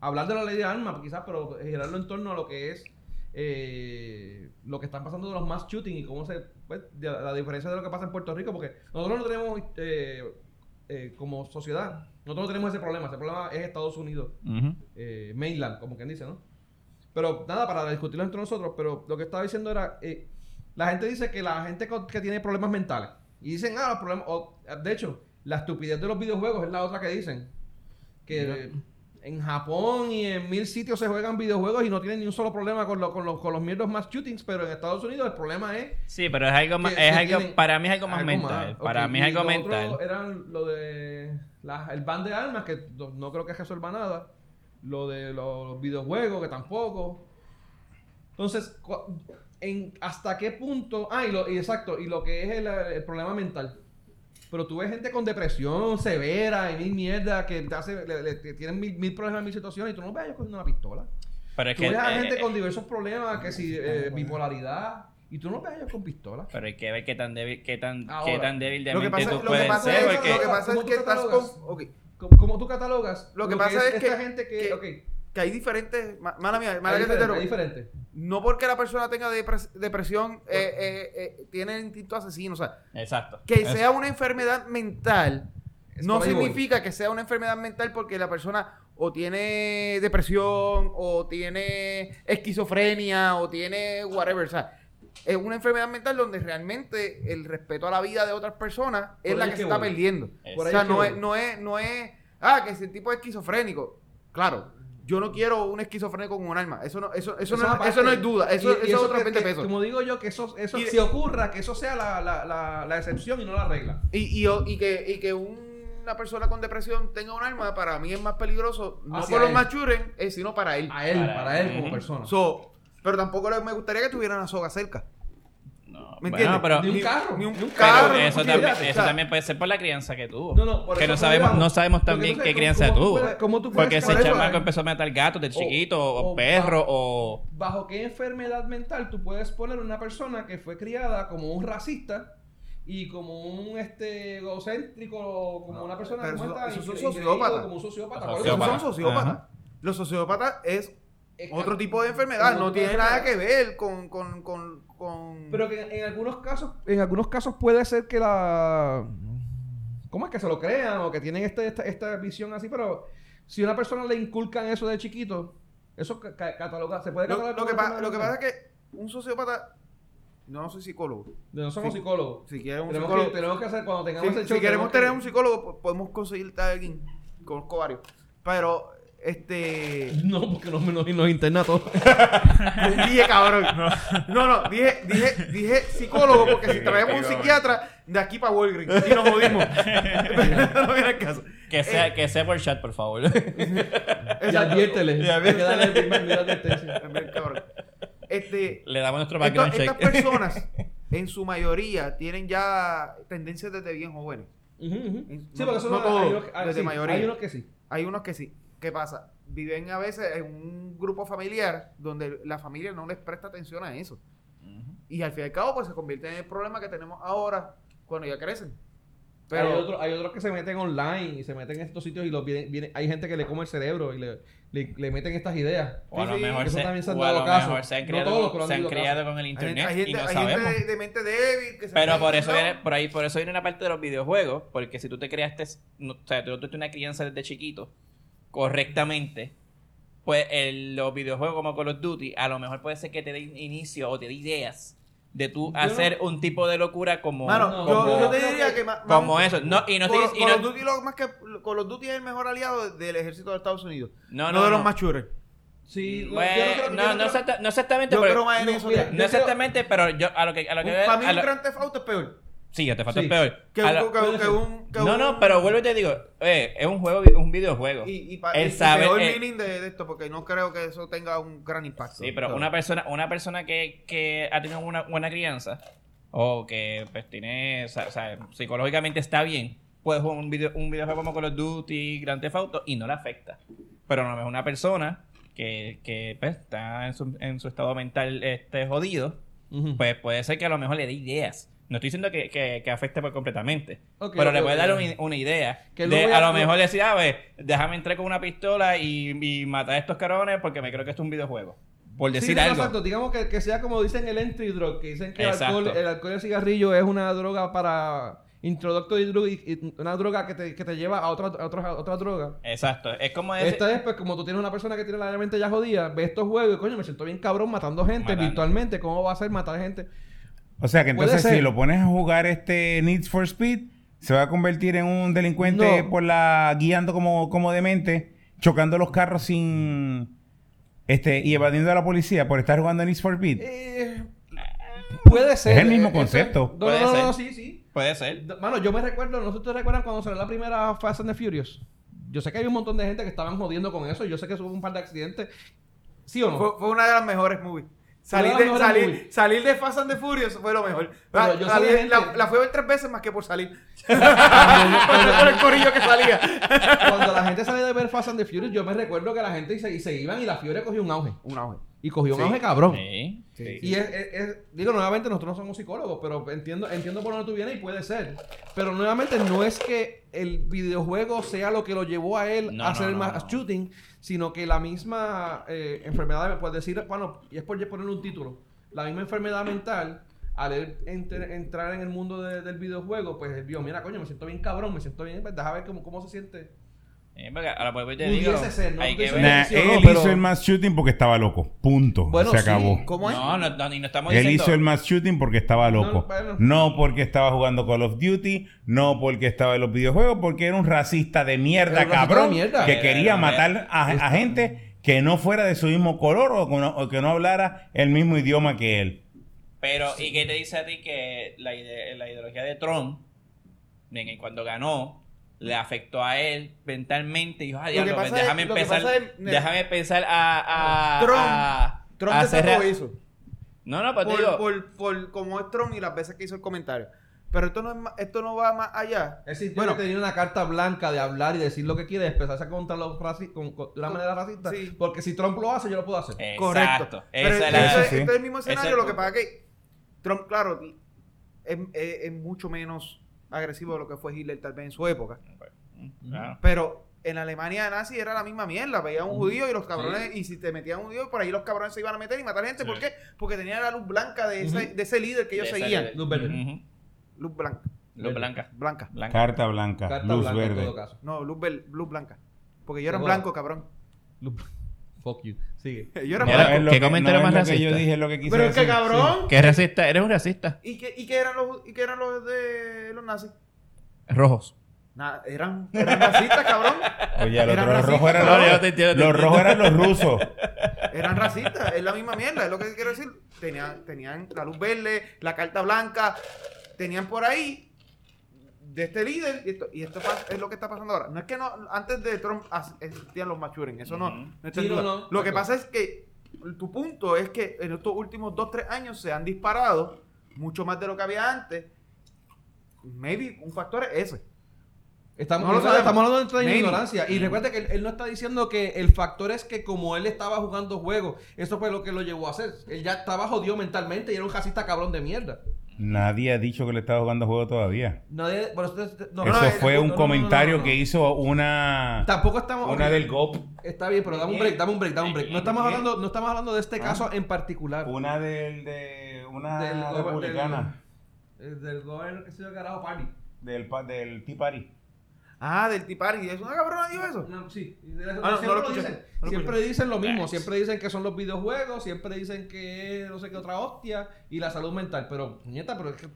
[SPEAKER 1] hablar de la ley de armas, quizás, pero girarlo en torno a lo que es eh, lo que están pasando de los mass shooting y cómo se, pues, de la, la diferencia de lo que pasa en Puerto Rico, porque nosotros no tenemos, eh, eh, como sociedad, nosotros no tenemos ese problema, ese problema es Estados Unidos
[SPEAKER 5] Ujú.
[SPEAKER 1] eh, mainland, como quien dice, ¿no? Pero nada, para discutirlo entre nosotros, pero lo que estaba diciendo era, eh, la gente dice que la gente co- que tiene problemas mentales, y dicen, ah, los problemas, o, de hecho, la estupidez de los videojuegos es la otra que dicen, que eh, en Japón y en mil sitios se juegan videojuegos y no tienen ni un solo problema con, lo- con, los con los mierdos más shootings, pero en Estados Unidos el problema es...
[SPEAKER 5] Sí, pero es algo más,
[SPEAKER 1] que-
[SPEAKER 5] es
[SPEAKER 1] que
[SPEAKER 5] algo,
[SPEAKER 1] tienen
[SPEAKER 5] para mí es algo más
[SPEAKER 1] algo
[SPEAKER 5] mental.
[SPEAKER 1] más.
[SPEAKER 5] Para
[SPEAKER 1] Ok,
[SPEAKER 5] mí
[SPEAKER 1] y
[SPEAKER 5] es algo
[SPEAKER 1] lo otro
[SPEAKER 5] mental.
[SPEAKER 1] eran lo de las- el ban de armas, que no, no creo que resuelva nada. Lo de los videojuegos, que tampoco. Entonces, cu- en, ¿hasta qué punto? Ah, y, lo, y exacto, y lo que es el, el problema mental. Pero tú ves gente con depresión severa y mil mierda que te hace, le- le- que tienen mil, mil problemas, mil situaciones y tú no ves a ellos cogiendo una pistola.
[SPEAKER 5] Pero es
[SPEAKER 1] Tú
[SPEAKER 5] que.
[SPEAKER 1] ves a
[SPEAKER 5] eh,
[SPEAKER 1] gente
[SPEAKER 5] eh,
[SPEAKER 1] con diversos problemas, que si eh, bipolaridad, y tú no ves a ellos con pistolas.
[SPEAKER 5] Pero hay que ver qué tan débil, qué tan,
[SPEAKER 1] Ahora,
[SPEAKER 5] qué tan débil de
[SPEAKER 2] Lo que
[SPEAKER 5] mente
[SPEAKER 2] pasa,
[SPEAKER 5] tú
[SPEAKER 2] lo que
[SPEAKER 5] puedes
[SPEAKER 2] pasa
[SPEAKER 5] ser.
[SPEAKER 2] es,
[SPEAKER 5] porque-
[SPEAKER 2] lo que, pasa es
[SPEAKER 1] ¿Cómo
[SPEAKER 2] que
[SPEAKER 1] tú
[SPEAKER 2] estás
[SPEAKER 1] catalogas?
[SPEAKER 2] con- ok,
[SPEAKER 1] ¿Cómo, cómo tú catalogas?
[SPEAKER 2] Lo que pasa es
[SPEAKER 1] esta
[SPEAKER 2] que-
[SPEAKER 1] gente que,
[SPEAKER 2] que-
[SPEAKER 1] ok,
[SPEAKER 2] que hay diferentes. ma- Mala mía, mala
[SPEAKER 1] hay
[SPEAKER 2] que
[SPEAKER 1] diferente,
[SPEAKER 2] te interrumpa.
[SPEAKER 1] hay diferente.
[SPEAKER 2] No porque la persona tenga depres- depresión, eh, eh, eh, tiene el instinto asesino. O sea,
[SPEAKER 5] Exacto.
[SPEAKER 2] que
[SPEAKER 5] Eso.
[SPEAKER 2] sea una enfermedad mental
[SPEAKER 1] Es
[SPEAKER 2] no
[SPEAKER 1] por ahí voy.
[SPEAKER 2] significa que sea una enfermedad mental porque la persona o tiene depresión o tiene esquizofrenia o tiene whatever. O sea, es una enfermedad mental donde realmente el respeto a la vida de otras personas es
[SPEAKER 1] Por
[SPEAKER 2] la
[SPEAKER 1] ahí
[SPEAKER 2] que
[SPEAKER 1] es
[SPEAKER 2] se
[SPEAKER 1] que
[SPEAKER 2] está
[SPEAKER 1] voy.
[SPEAKER 2] perdiendo.
[SPEAKER 1] Por
[SPEAKER 2] O
[SPEAKER 1] ahí
[SPEAKER 2] sea,
[SPEAKER 1] es que
[SPEAKER 2] no es,
[SPEAKER 1] voy.
[SPEAKER 2] no es, no es, ah, que ese tipo es esquizofrénico. Claro, yo no quiero un esquizofrénico con un arma. Eso no, eso, eso no, es-
[SPEAKER 1] aparte.
[SPEAKER 2] eso no es duda. Eso,
[SPEAKER 1] Y- y
[SPEAKER 2] eso es otros
[SPEAKER 1] que-
[SPEAKER 2] 20
[SPEAKER 1] que-
[SPEAKER 2] pesos.
[SPEAKER 1] Como digo yo, que eso, eso
[SPEAKER 2] Y-
[SPEAKER 1] si ocurra, que eso sea la, la, la, la excepción y no la regla.
[SPEAKER 2] Y, y, y que, y que una persona con depresión tenga un arma, para mí es más peligroso, no
[SPEAKER 1] Hacia
[SPEAKER 2] por los
[SPEAKER 1] él.
[SPEAKER 2] machuren, eh, sino para él.
[SPEAKER 1] A él, para,
[SPEAKER 5] Para
[SPEAKER 1] él
[SPEAKER 5] él.
[SPEAKER 1] como
[SPEAKER 5] Ujú.
[SPEAKER 1] persona.
[SPEAKER 2] So, pero tampoco le- me gustaría que tuviera una soga cerca.
[SPEAKER 5] No,
[SPEAKER 2] ¿Me
[SPEAKER 5] bueno,
[SPEAKER 2] entiendes?
[SPEAKER 5] pero,
[SPEAKER 1] ni un
[SPEAKER 2] ni-
[SPEAKER 1] carro.
[SPEAKER 2] ni un
[SPEAKER 1] ni
[SPEAKER 5] pero
[SPEAKER 2] carro,
[SPEAKER 1] ni
[SPEAKER 5] eso,
[SPEAKER 1] un
[SPEAKER 5] también,
[SPEAKER 1] cuchillo.
[SPEAKER 5] eso también puede ser por la crianza que tuvo.
[SPEAKER 1] No, no, por
[SPEAKER 5] que
[SPEAKER 1] eso
[SPEAKER 5] no
[SPEAKER 1] te
[SPEAKER 5] sabemos,
[SPEAKER 1] digo.
[SPEAKER 5] no sabemos
[SPEAKER 1] Porque
[SPEAKER 5] también
[SPEAKER 1] entonces,
[SPEAKER 5] qué
[SPEAKER 1] ¿cómo-
[SPEAKER 5] crianza
[SPEAKER 1] cómo tú
[SPEAKER 5] tuvo.
[SPEAKER 1] puedes- cómo tú puedes
[SPEAKER 5] Porque ese
[SPEAKER 1] saber eso? eh.
[SPEAKER 5] chamaco empezó a matar gatos de chiquito, o,
[SPEAKER 1] o-
[SPEAKER 5] perro, o.
[SPEAKER 1] ¿Bajo qué enfermedad mental tú puedes poner una persona que fue criada como un racista y como un este egocéntrico, o como
[SPEAKER 2] No,
[SPEAKER 1] una persona
[SPEAKER 2] pero
[SPEAKER 1] como
[SPEAKER 2] eso-
[SPEAKER 1] esta,
[SPEAKER 2] esos son
[SPEAKER 1] incre- increíble,
[SPEAKER 2] sociópatas.
[SPEAKER 1] Como un sociópata. por
[SPEAKER 5] Los
[SPEAKER 1] eso
[SPEAKER 2] Esos
[SPEAKER 5] sociópatas.
[SPEAKER 2] son sociópatas.
[SPEAKER 5] Ajá.
[SPEAKER 2] Los sociópatas es
[SPEAKER 1] es que-
[SPEAKER 2] otro tipo de enfermedad,
[SPEAKER 1] Otro
[SPEAKER 2] no
[SPEAKER 1] tipo de
[SPEAKER 2] tiene nada que
[SPEAKER 1] enfermedad.
[SPEAKER 2] ver con... con, con, con-
[SPEAKER 1] Pero que en, en algunos casos, en algunos casos puede ser que la. ¿Cómo es que se lo crean? O que tienen este- esta, esta visión así, pero si a una persona le inculcan eso de chiquito, eso ca- ca- cataloga, se puede
[SPEAKER 2] lo,
[SPEAKER 1] catalogar.
[SPEAKER 2] lo que
[SPEAKER 1] como
[SPEAKER 2] pa- lo que
[SPEAKER 1] enfermedad
[SPEAKER 2] pasa es que un sociópata... No, no soy psicólogo.
[SPEAKER 1] mental. No somos
[SPEAKER 2] sí.
[SPEAKER 1] psicólogos.
[SPEAKER 2] Si quieres un
[SPEAKER 1] Tenemos que,
[SPEAKER 2] psicólogo...
[SPEAKER 1] tenemos que hacer cuando
[SPEAKER 2] Si,
[SPEAKER 1] tengamos el
[SPEAKER 2] si
[SPEAKER 1] show, tenemos
[SPEAKER 2] queremos
[SPEAKER 1] que-
[SPEAKER 2] tener un psicólogo, po- podemos conseguirte a alguien. Conozco varios. Pero, este.
[SPEAKER 1] No, porque no nos, nos interna a todos.
[SPEAKER 2] dije, cabrón. No, no, dije, dije, dije psicólogo, porque si traemos un
[SPEAKER 8] cabrón.
[SPEAKER 2] psiquiatra, de aquí para Walgreens. Y nos jodimos. Pero no viene el caso.
[SPEAKER 5] Que
[SPEAKER 1] Eh.
[SPEAKER 5] sea, que sea por chat, por favor.
[SPEAKER 1] Y adviértele.
[SPEAKER 5] Y
[SPEAKER 1] Hay que darle el primer nivel de advertencia.
[SPEAKER 2] También, cabrón. Este.
[SPEAKER 5] Le damos nuestro
[SPEAKER 2] esta-
[SPEAKER 5] background
[SPEAKER 2] estas
[SPEAKER 5] check.
[SPEAKER 2] personas, en su mayoría, tienen ya tendencias desde bien jóvenes.
[SPEAKER 1] Ujú, ujú.
[SPEAKER 2] No-
[SPEAKER 1] Sí, porque eso
[SPEAKER 2] no
[SPEAKER 1] no,
[SPEAKER 2] todo,
[SPEAKER 1] hay unos, ah,
[SPEAKER 2] desde
[SPEAKER 1] sí,
[SPEAKER 2] mayoría.
[SPEAKER 1] hay unos que sí.
[SPEAKER 2] Hay unos que sí. ¿Qué pasa? Viven a veces en un grupo familiar donde la familia no les presta atención a eso. Y al fin y al cabo, pues se convierte en el problema que tenemos ahora cuando ya crecen. Pero
[SPEAKER 1] hay, otro- hay otros que se meten online y se meten en estos sitios y los viene- viene- hay gente que le come el cerebro y le, le- le meten estas ideas.
[SPEAKER 5] O a lo
[SPEAKER 2] Sí, sí,
[SPEAKER 5] mejor
[SPEAKER 1] eso
[SPEAKER 5] se,
[SPEAKER 1] también se han
[SPEAKER 5] o a
[SPEAKER 1] dado
[SPEAKER 5] lo
[SPEAKER 1] caso.
[SPEAKER 5] mejor se han
[SPEAKER 1] No
[SPEAKER 5] criado,
[SPEAKER 1] todos,
[SPEAKER 5] con-
[SPEAKER 1] pero han
[SPEAKER 5] se han
[SPEAKER 1] dado caso.
[SPEAKER 5] criado con el
[SPEAKER 2] hay gente,
[SPEAKER 5] internet
[SPEAKER 2] hay gente-
[SPEAKER 5] y no
[SPEAKER 2] hay
[SPEAKER 5] sabemos.
[SPEAKER 2] gente de, de mente débil. que se
[SPEAKER 5] Pero por
[SPEAKER 2] mete-
[SPEAKER 5] eso
[SPEAKER 2] no.
[SPEAKER 5] viene, por ahí, por eso viene la parte de los videojuegos, porque si tú te creaste, no- o sea, tú tuviste una crianza desde chiquito, correctamente, pues el- los videojuegos como Call of Duty, a lo mejor puede ser que te dé in- inicio o te dé ideas de tú hacer un tipo de locura como,
[SPEAKER 2] Mano,
[SPEAKER 1] No,
[SPEAKER 2] yo,
[SPEAKER 5] como,
[SPEAKER 2] yo te diría que más,
[SPEAKER 5] como eso. No, y no
[SPEAKER 2] Call,
[SPEAKER 5] estoy y no-
[SPEAKER 2] Call of Duty lo más que Call of Duty es el mejor aliado del ejército de Estados Unidos.
[SPEAKER 5] No,
[SPEAKER 2] No,
[SPEAKER 5] no,
[SPEAKER 2] de los
[SPEAKER 5] no.
[SPEAKER 2] más shooters.
[SPEAKER 1] Sí,
[SPEAKER 5] Bueno,
[SPEAKER 1] yo
[SPEAKER 5] no,
[SPEAKER 1] creo- yo
[SPEAKER 5] pues, no
[SPEAKER 1] creo-
[SPEAKER 5] exacta- no exactamente,
[SPEAKER 2] Yo
[SPEAKER 5] pero-
[SPEAKER 2] creo más en
[SPEAKER 1] no,
[SPEAKER 2] eso.
[SPEAKER 1] mira,
[SPEAKER 2] que-
[SPEAKER 1] yo
[SPEAKER 5] no exactamente, pero yo a lo que a lo que
[SPEAKER 2] un-
[SPEAKER 5] veo-
[SPEAKER 2] para mí
[SPEAKER 5] a
[SPEAKER 2] un
[SPEAKER 5] lo-
[SPEAKER 2] Grand Theft Auto es peor.
[SPEAKER 5] sí, yo te falta
[SPEAKER 1] Sí.
[SPEAKER 5] peor.
[SPEAKER 2] Que,
[SPEAKER 5] A
[SPEAKER 2] un,
[SPEAKER 5] lo-
[SPEAKER 2] que, que un- que
[SPEAKER 5] no,
[SPEAKER 2] un-
[SPEAKER 5] no, pero vuelvo y te digo, eh, es un juego, vi- un videojuego.
[SPEAKER 2] Y, y, pa-
[SPEAKER 5] Él
[SPEAKER 2] y- y
[SPEAKER 5] sabe,
[SPEAKER 2] peor
[SPEAKER 5] eh.
[SPEAKER 2] meaning de, de esto, porque no creo que eso tenga un gran impacto.
[SPEAKER 5] Sí, pero una persona, una persona que, que ha tenido una buena crianza o que pues, tiene, o sea, o sea, psicológicamente está bien, puede jugar un, video, un videojuego como Call of Duty, Grand Theft Auto y no le afecta. Pero no es una persona que, que pues, está en su, en su estado mental este, jodido,
[SPEAKER 1] Ujú.
[SPEAKER 5] pues puede ser que a lo mejor le dé ideas. No estoy diciendo que, que, que afecte por completamente,
[SPEAKER 1] Ok,
[SPEAKER 5] pero
[SPEAKER 1] ok,
[SPEAKER 5] le puede
[SPEAKER 1] ok.
[SPEAKER 5] dar un- una idea.
[SPEAKER 1] Que
[SPEAKER 5] de,
[SPEAKER 1] luego-
[SPEAKER 5] a lo mejor le decir, a ver, déjame entrar con una pistola y, y matar a estos carones porque me creo que esto es un videojuego. Por
[SPEAKER 1] Sí,
[SPEAKER 5] decir
[SPEAKER 1] no,
[SPEAKER 5] algo.
[SPEAKER 1] Exacto, digamos que, que sea como dicen el entry drug, que dicen que el
[SPEAKER 5] Exacto.
[SPEAKER 1] alcohol, el alcohol y el cigarrillo es una droga para introductory drug, y- y una droga que te, que te lleva a otra, a otra, a otra droga.
[SPEAKER 5] Exacto. Es como ese-
[SPEAKER 1] Esta es, pues, como tú tienes una persona que tiene la mente ya jodida, ve estos juegos y coño, me siento bien cabrón matando gente
[SPEAKER 5] Matando.
[SPEAKER 1] virtualmente. ¿Cómo va a ser matar gente?
[SPEAKER 3] O sea que
[SPEAKER 1] Puede
[SPEAKER 3] entonces
[SPEAKER 1] ser.
[SPEAKER 3] si lo pones a jugar este Needs for Speed, se va a convertir en un delincuente
[SPEAKER 1] No.
[SPEAKER 3] por la guiando como, como demente, chocando los carros sin este y evadiendo a la policía por estar jugando Needs for Speed.
[SPEAKER 1] Eh, puede ser.
[SPEAKER 3] el mismo
[SPEAKER 1] eh, eso-
[SPEAKER 3] concepto.
[SPEAKER 1] No,
[SPEAKER 5] Puede
[SPEAKER 1] no, no,
[SPEAKER 5] ser.
[SPEAKER 1] no, sí, sí.
[SPEAKER 5] Puede ser.
[SPEAKER 1] Mano, yo me recuerdo, no sé si ustedes recuerdan cuando salió la primera Fast and the Furious. Yo sé que hay un montón de gente que estaban jodiendo con eso. Yo sé que hubo un par de accidentes. ¿Sí o no?
[SPEAKER 2] Fue, fue una de las mejores movies. Salir
[SPEAKER 1] las
[SPEAKER 2] de,
[SPEAKER 1] mejores
[SPEAKER 2] salir,
[SPEAKER 1] movies.
[SPEAKER 2] salir de Fast and the Furious fue lo mejor.
[SPEAKER 1] Pero
[SPEAKER 2] La,
[SPEAKER 1] yo
[SPEAKER 2] la-
[SPEAKER 1] soy de gente-
[SPEAKER 2] la- la fui a ver tres veces más que por salir. Por- por el corillo que salía.
[SPEAKER 1] Cuando la gente salió de ver Fast and the Furious, yo me recuerdo que la gente se, y se iban y la fiebre cogió un auge.
[SPEAKER 2] Un auge.
[SPEAKER 1] Y cogió un auge cabrón.
[SPEAKER 5] Sí.
[SPEAKER 1] Y es, es- es- digo, nuevamente, nosotros no somos psicólogos, pero entiendo, entiendo por dónde tú vienes y puede ser. Pero nuevamente, no es que el videojuego sea lo que lo llevó a él
[SPEAKER 5] No,
[SPEAKER 1] a hacer
[SPEAKER 5] no,
[SPEAKER 1] el
[SPEAKER 5] no,
[SPEAKER 1] más
[SPEAKER 5] no.
[SPEAKER 1] shooting, sino que la misma eh, enfermedad, por decir, bueno, y es por ponerle un título, la misma enfermedad mental. Al él enter- entrar en el mundo de- del videojuego, pues él vio, mira, coño, me siento bien cabrón, me siento bien, pues, deja ver cómo, cómo se siente.
[SPEAKER 5] Sí, porque a lo mejor te
[SPEAKER 1] Pudiese
[SPEAKER 5] digo,
[SPEAKER 1] ser, ¿no?
[SPEAKER 5] hay que
[SPEAKER 1] Tú
[SPEAKER 5] ver.
[SPEAKER 3] Nah,
[SPEAKER 1] sí o
[SPEAKER 3] él
[SPEAKER 1] no,
[SPEAKER 3] hizo
[SPEAKER 1] pero-
[SPEAKER 3] el mass shooting porque estaba loco. Punto.
[SPEAKER 1] Bueno,
[SPEAKER 3] se
[SPEAKER 1] sí.
[SPEAKER 3] acabó.
[SPEAKER 2] ¿Cómo es?
[SPEAKER 5] No, no, no, ni no estamos
[SPEAKER 3] Él
[SPEAKER 5] diciendo.
[SPEAKER 3] hizo el mass shooting porque estaba loco.
[SPEAKER 1] No,
[SPEAKER 3] No,
[SPEAKER 1] bueno.
[SPEAKER 3] porque estaba jugando Call of Duty, no porque estaba en los videojuegos, porque era un racista de mierda,
[SPEAKER 1] Era un racista
[SPEAKER 3] cabrón,
[SPEAKER 1] de mierda.
[SPEAKER 3] que
[SPEAKER 5] Era,
[SPEAKER 3] quería
[SPEAKER 5] era,
[SPEAKER 3] matar a, a gente que no fuera de su mismo color o que no, o que no hablara el mismo idioma que él.
[SPEAKER 5] Pero, ¿y qué te dice a ti que la, ide- la ideología de Trump, en el- cuando ganó, le afectó a él mentalmente? Y dijo, ah,
[SPEAKER 2] que
[SPEAKER 5] diablo, pues,
[SPEAKER 2] pasa es-
[SPEAKER 5] déjame
[SPEAKER 2] lo que
[SPEAKER 5] empezar,
[SPEAKER 2] pasa es-
[SPEAKER 5] déjame empezar a... a
[SPEAKER 2] Trump-
[SPEAKER 5] a-
[SPEAKER 2] Trump
[SPEAKER 5] a
[SPEAKER 2] de
[SPEAKER 5] hacer-
[SPEAKER 2] Santo hizo.
[SPEAKER 5] No, no, pero te
[SPEAKER 2] Por,
[SPEAKER 5] digo...
[SPEAKER 2] por, por como es Trump y las veces que hizo el comentario. Pero esto no, es ma- esto no va más allá.
[SPEAKER 1] Él sintió
[SPEAKER 2] Bueno.
[SPEAKER 1] que tenía una carta blanca de hablar y decir lo que quiere, expresarse contra los raci- con, con- de una
[SPEAKER 2] Con-
[SPEAKER 1] manera racista.
[SPEAKER 2] sí. Eh,
[SPEAKER 1] Porque si Trump lo hace, yo lo puedo hacer.
[SPEAKER 5] Exacto.
[SPEAKER 2] Correcto. Pero
[SPEAKER 5] Esa es
[SPEAKER 2] entonces,
[SPEAKER 5] la...
[SPEAKER 3] Eso sí.
[SPEAKER 2] esto es el mismo
[SPEAKER 5] Ese es el
[SPEAKER 2] escenario, lo que
[SPEAKER 5] punto.
[SPEAKER 2] pasa que Trump, claro, es, es- es mucho menos agresivo de lo que fue Hitler tal vez en su época.
[SPEAKER 5] Claro.
[SPEAKER 2] Pero en la Alemania nazi era la misma mierda. Veía un judío y los cabrones, y si te metían un judío, por ahí los cabrones se iban a meter y matar gente.
[SPEAKER 9] Sí.
[SPEAKER 2] ¿Por qué? Porque tenían la luz blanca de ese, de ese líder que ellos
[SPEAKER 5] De esa
[SPEAKER 2] seguían.
[SPEAKER 5] líder.
[SPEAKER 1] Luz verde.
[SPEAKER 2] mm.
[SPEAKER 5] Ujú.
[SPEAKER 2] Luz blanca.
[SPEAKER 5] Luz blanca.
[SPEAKER 2] Blanca.
[SPEAKER 5] Blanca.
[SPEAKER 3] Carta blanca,
[SPEAKER 1] Carta
[SPEAKER 3] luz
[SPEAKER 1] blanca en todo
[SPEAKER 3] verde.
[SPEAKER 1] caso.
[SPEAKER 2] No, luz, bel- luz blanca. Porque yo era
[SPEAKER 1] Sí,
[SPEAKER 2] un
[SPEAKER 1] bueno.
[SPEAKER 2] blanco, cabrón.
[SPEAKER 1] Luz- Fuck you. Sigue.
[SPEAKER 2] Yo era
[SPEAKER 3] No,
[SPEAKER 2] blanco.
[SPEAKER 5] Era-
[SPEAKER 3] es lo
[SPEAKER 5] ¿qué
[SPEAKER 3] que-
[SPEAKER 5] comentario
[SPEAKER 3] no es
[SPEAKER 5] más
[SPEAKER 3] lo que yo
[SPEAKER 5] racista?
[SPEAKER 3] dije, es lo que quise
[SPEAKER 2] Pero es que
[SPEAKER 3] decir.
[SPEAKER 2] cabrón.
[SPEAKER 5] ¿Qué racista? Eres un racista.
[SPEAKER 2] ¿Y qué, y qué eran los y qué eran los de los nazis?
[SPEAKER 5] Rojos.
[SPEAKER 2] Nada, eran, eran racistas, cabrón.
[SPEAKER 3] Oye, el
[SPEAKER 2] Eran
[SPEAKER 3] otro, los
[SPEAKER 2] racistas,
[SPEAKER 3] rojos eran
[SPEAKER 5] cabrón.
[SPEAKER 3] los-
[SPEAKER 5] No, yo te entiendo, te
[SPEAKER 3] los
[SPEAKER 5] entiendo.
[SPEAKER 3] rojos eran los rusos.
[SPEAKER 2] Eran racistas, es la misma mierda, es lo que quiero decir. Tenían, tenían la luz verde, la carta blanca, tenían por ahí de este líder, y esto, y esto pas- es lo que está pasando ahora. No es que no, antes de Trump as- existían los machuren, eso no.
[SPEAKER 5] Ujú.
[SPEAKER 2] no está
[SPEAKER 1] Sí,
[SPEAKER 2] en duda.
[SPEAKER 1] no, no.
[SPEAKER 2] Lo que pasa es que tu punto es que en estos últimos 2-3 años se han disparado mucho más de lo que había antes. Maybe un factor es ese.
[SPEAKER 1] Estamos,
[SPEAKER 2] No lo sabemos. Mm.
[SPEAKER 1] estamos hablando de
[SPEAKER 2] Maybe.
[SPEAKER 1] ignorancia. Y recuerda que él, él no está diciendo que el factor es que como él estaba jugando juegos, eso fue lo que lo llevó a hacer. Él ya estaba jodido mentalmente y era un racista cabrón de mierda.
[SPEAKER 3] Nadie ha dicho que le estaba jugando juego todavía.
[SPEAKER 1] Nadie, por eso, no,
[SPEAKER 3] Eso
[SPEAKER 1] no,
[SPEAKER 3] fue
[SPEAKER 1] no,
[SPEAKER 3] un
[SPEAKER 1] no, no,
[SPEAKER 3] comentario
[SPEAKER 1] no, no, no.
[SPEAKER 3] que hizo una,
[SPEAKER 1] Tampoco estamos...
[SPEAKER 3] una del GOP.
[SPEAKER 1] Está bien, pero dame un break, dame un break, dame un break. No estamos hablando, no estamos hablando de
[SPEAKER 2] Ah.
[SPEAKER 1] este caso en particular.
[SPEAKER 3] Una del, de una
[SPEAKER 1] Del go-
[SPEAKER 3] republicana
[SPEAKER 1] Del, eh, del gobierno que se dio carajo party.
[SPEAKER 3] del, pa- del Tea Party.
[SPEAKER 2] Ah, del tipari. ¿Es una cabrona dijo eso? Ah,
[SPEAKER 1] No, sí. Siempre
[SPEAKER 2] no lo
[SPEAKER 1] lo
[SPEAKER 2] escuché.
[SPEAKER 1] dicen.
[SPEAKER 2] No lo
[SPEAKER 1] Siempre dicen lo mismo.
[SPEAKER 5] Nice.
[SPEAKER 1] Siempre dicen que son los videojuegos. Siempre dicen que es no sé qué otra hostia. Y la salud mental. Pero, nieta, pero es que.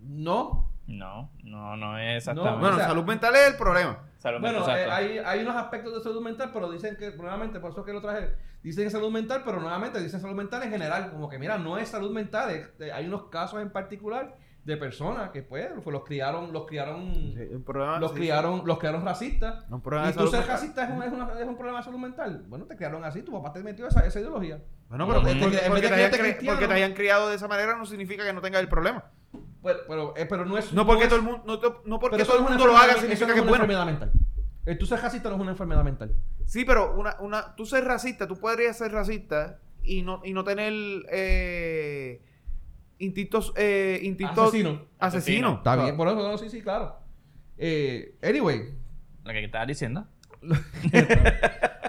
[SPEAKER 1] No.
[SPEAKER 5] No, no, no es exactamente.
[SPEAKER 1] No,
[SPEAKER 2] Bueno,
[SPEAKER 1] o sea-
[SPEAKER 2] salud mental es el problema.
[SPEAKER 5] Salud
[SPEAKER 1] Bueno,
[SPEAKER 5] mental,
[SPEAKER 1] eh,
[SPEAKER 5] exacto.
[SPEAKER 1] hay, hay unos aspectos de salud mental, pero dicen que, nuevamente, por eso es que lo traje. Dicen salud mental, pero nuevamente dicen salud mental en general. Como que, mira, no es salud mental. es- eh, hay unos casos en particular de personas que, pues, los criaron. Los criaron.
[SPEAKER 2] Un problema,
[SPEAKER 1] Los
[SPEAKER 2] sí,
[SPEAKER 1] criaron, los criaron racistas.
[SPEAKER 2] sí. Un problema de
[SPEAKER 1] y tú
[SPEAKER 2] salud
[SPEAKER 1] ser
[SPEAKER 2] mental.
[SPEAKER 1] racista es un, es, una- es un problema de salud mental. Bueno, te criaron así, tu papá te metió esa, esa ideología.
[SPEAKER 2] Bueno, pero
[SPEAKER 1] Porque-
[SPEAKER 2] porque,
[SPEAKER 1] en vez de
[SPEAKER 2] porque te
[SPEAKER 1] que yo
[SPEAKER 2] hayan
[SPEAKER 1] te
[SPEAKER 2] cre-
[SPEAKER 1] cristiano-
[SPEAKER 2] porque te hayan criado de esa manera no significa que no tengas el problema.
[SPEAKER 1] Pero, pero, eh, pero no es.
[SPEAKER 2] No porque
[SPEAKER 1] es-
[SPEAKER 2] todo el mundo, no, to- no porque
[SPEAKER 1] pero eso
[SPEAKER 2] todo el
[SPEAKER 1] no es
[SPEAKER 2] mundo lo haga
[SPEAKER 1] enfermedad- eso
[SPEAKER 2] significa
[SPEAKER 1] no
[SPEAKER 2] que
[SPEAKER 1] es
[SPEAKER 2] es
[SPEAKER 1] una
[SPEAKER 2] bueno.
[SPEAKER 1] enfermedad mental. Eh, tú ser racista no es una enfermedad mental.
[SPEAKER 2] Sí, pero una, una, tú ser racista, tú podrías ser racista y no, y no tener eh, instintos, eh, instintos
[SPEAKER 1] Asesino.
[SPEAKER 2] asesino.
[SPEAKER 1] Está bien, por eso, no, sí, sí, claro. Eh, anyway,
[SPEAKER 5] Lo que estabas diciendo.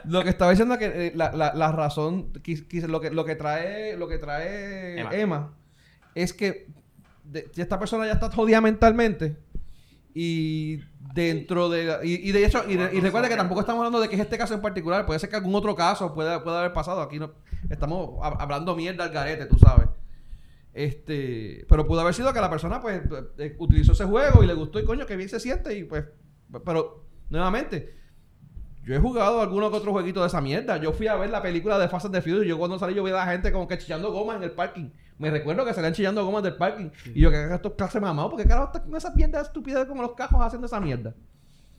[SPEAKER 1] lo que estaba diciendo es que eh, la, la, la razón, quis- quis- lo, que, lo que trae, lo que trae Emma,
[SPEAKER 5] Emma.
[SPEAKER 1] es que de- si esta persona ya está jodida mentalmente y dentro de... la- Y, y de hecho, y, de- y recuerda que tampoco estamos hablando de que es este caso en particular, puede ser que algún otro caso pueda, pueda haber pasado, aquí no estamos hab- hablando mierda al garete, tú sabes. Este, pero pudo haber sido que la persona pues eh, utilizó ese juego y le gustó y coño que bien se siente y pues pero nuevamente yo he jugado alguno que otro jueguito de esa mierda. Yo fui a ver la película de Fast and the Furious y yo cuando salí yo vi a la gente como que chillando gomas en el parking. Me recuerdo que salían chillando gomas del parking. Y yo, que hagan estos clases mamados? porque qué carajo están con esas mierdas estúpidas como los cajos haciendo esa mierda?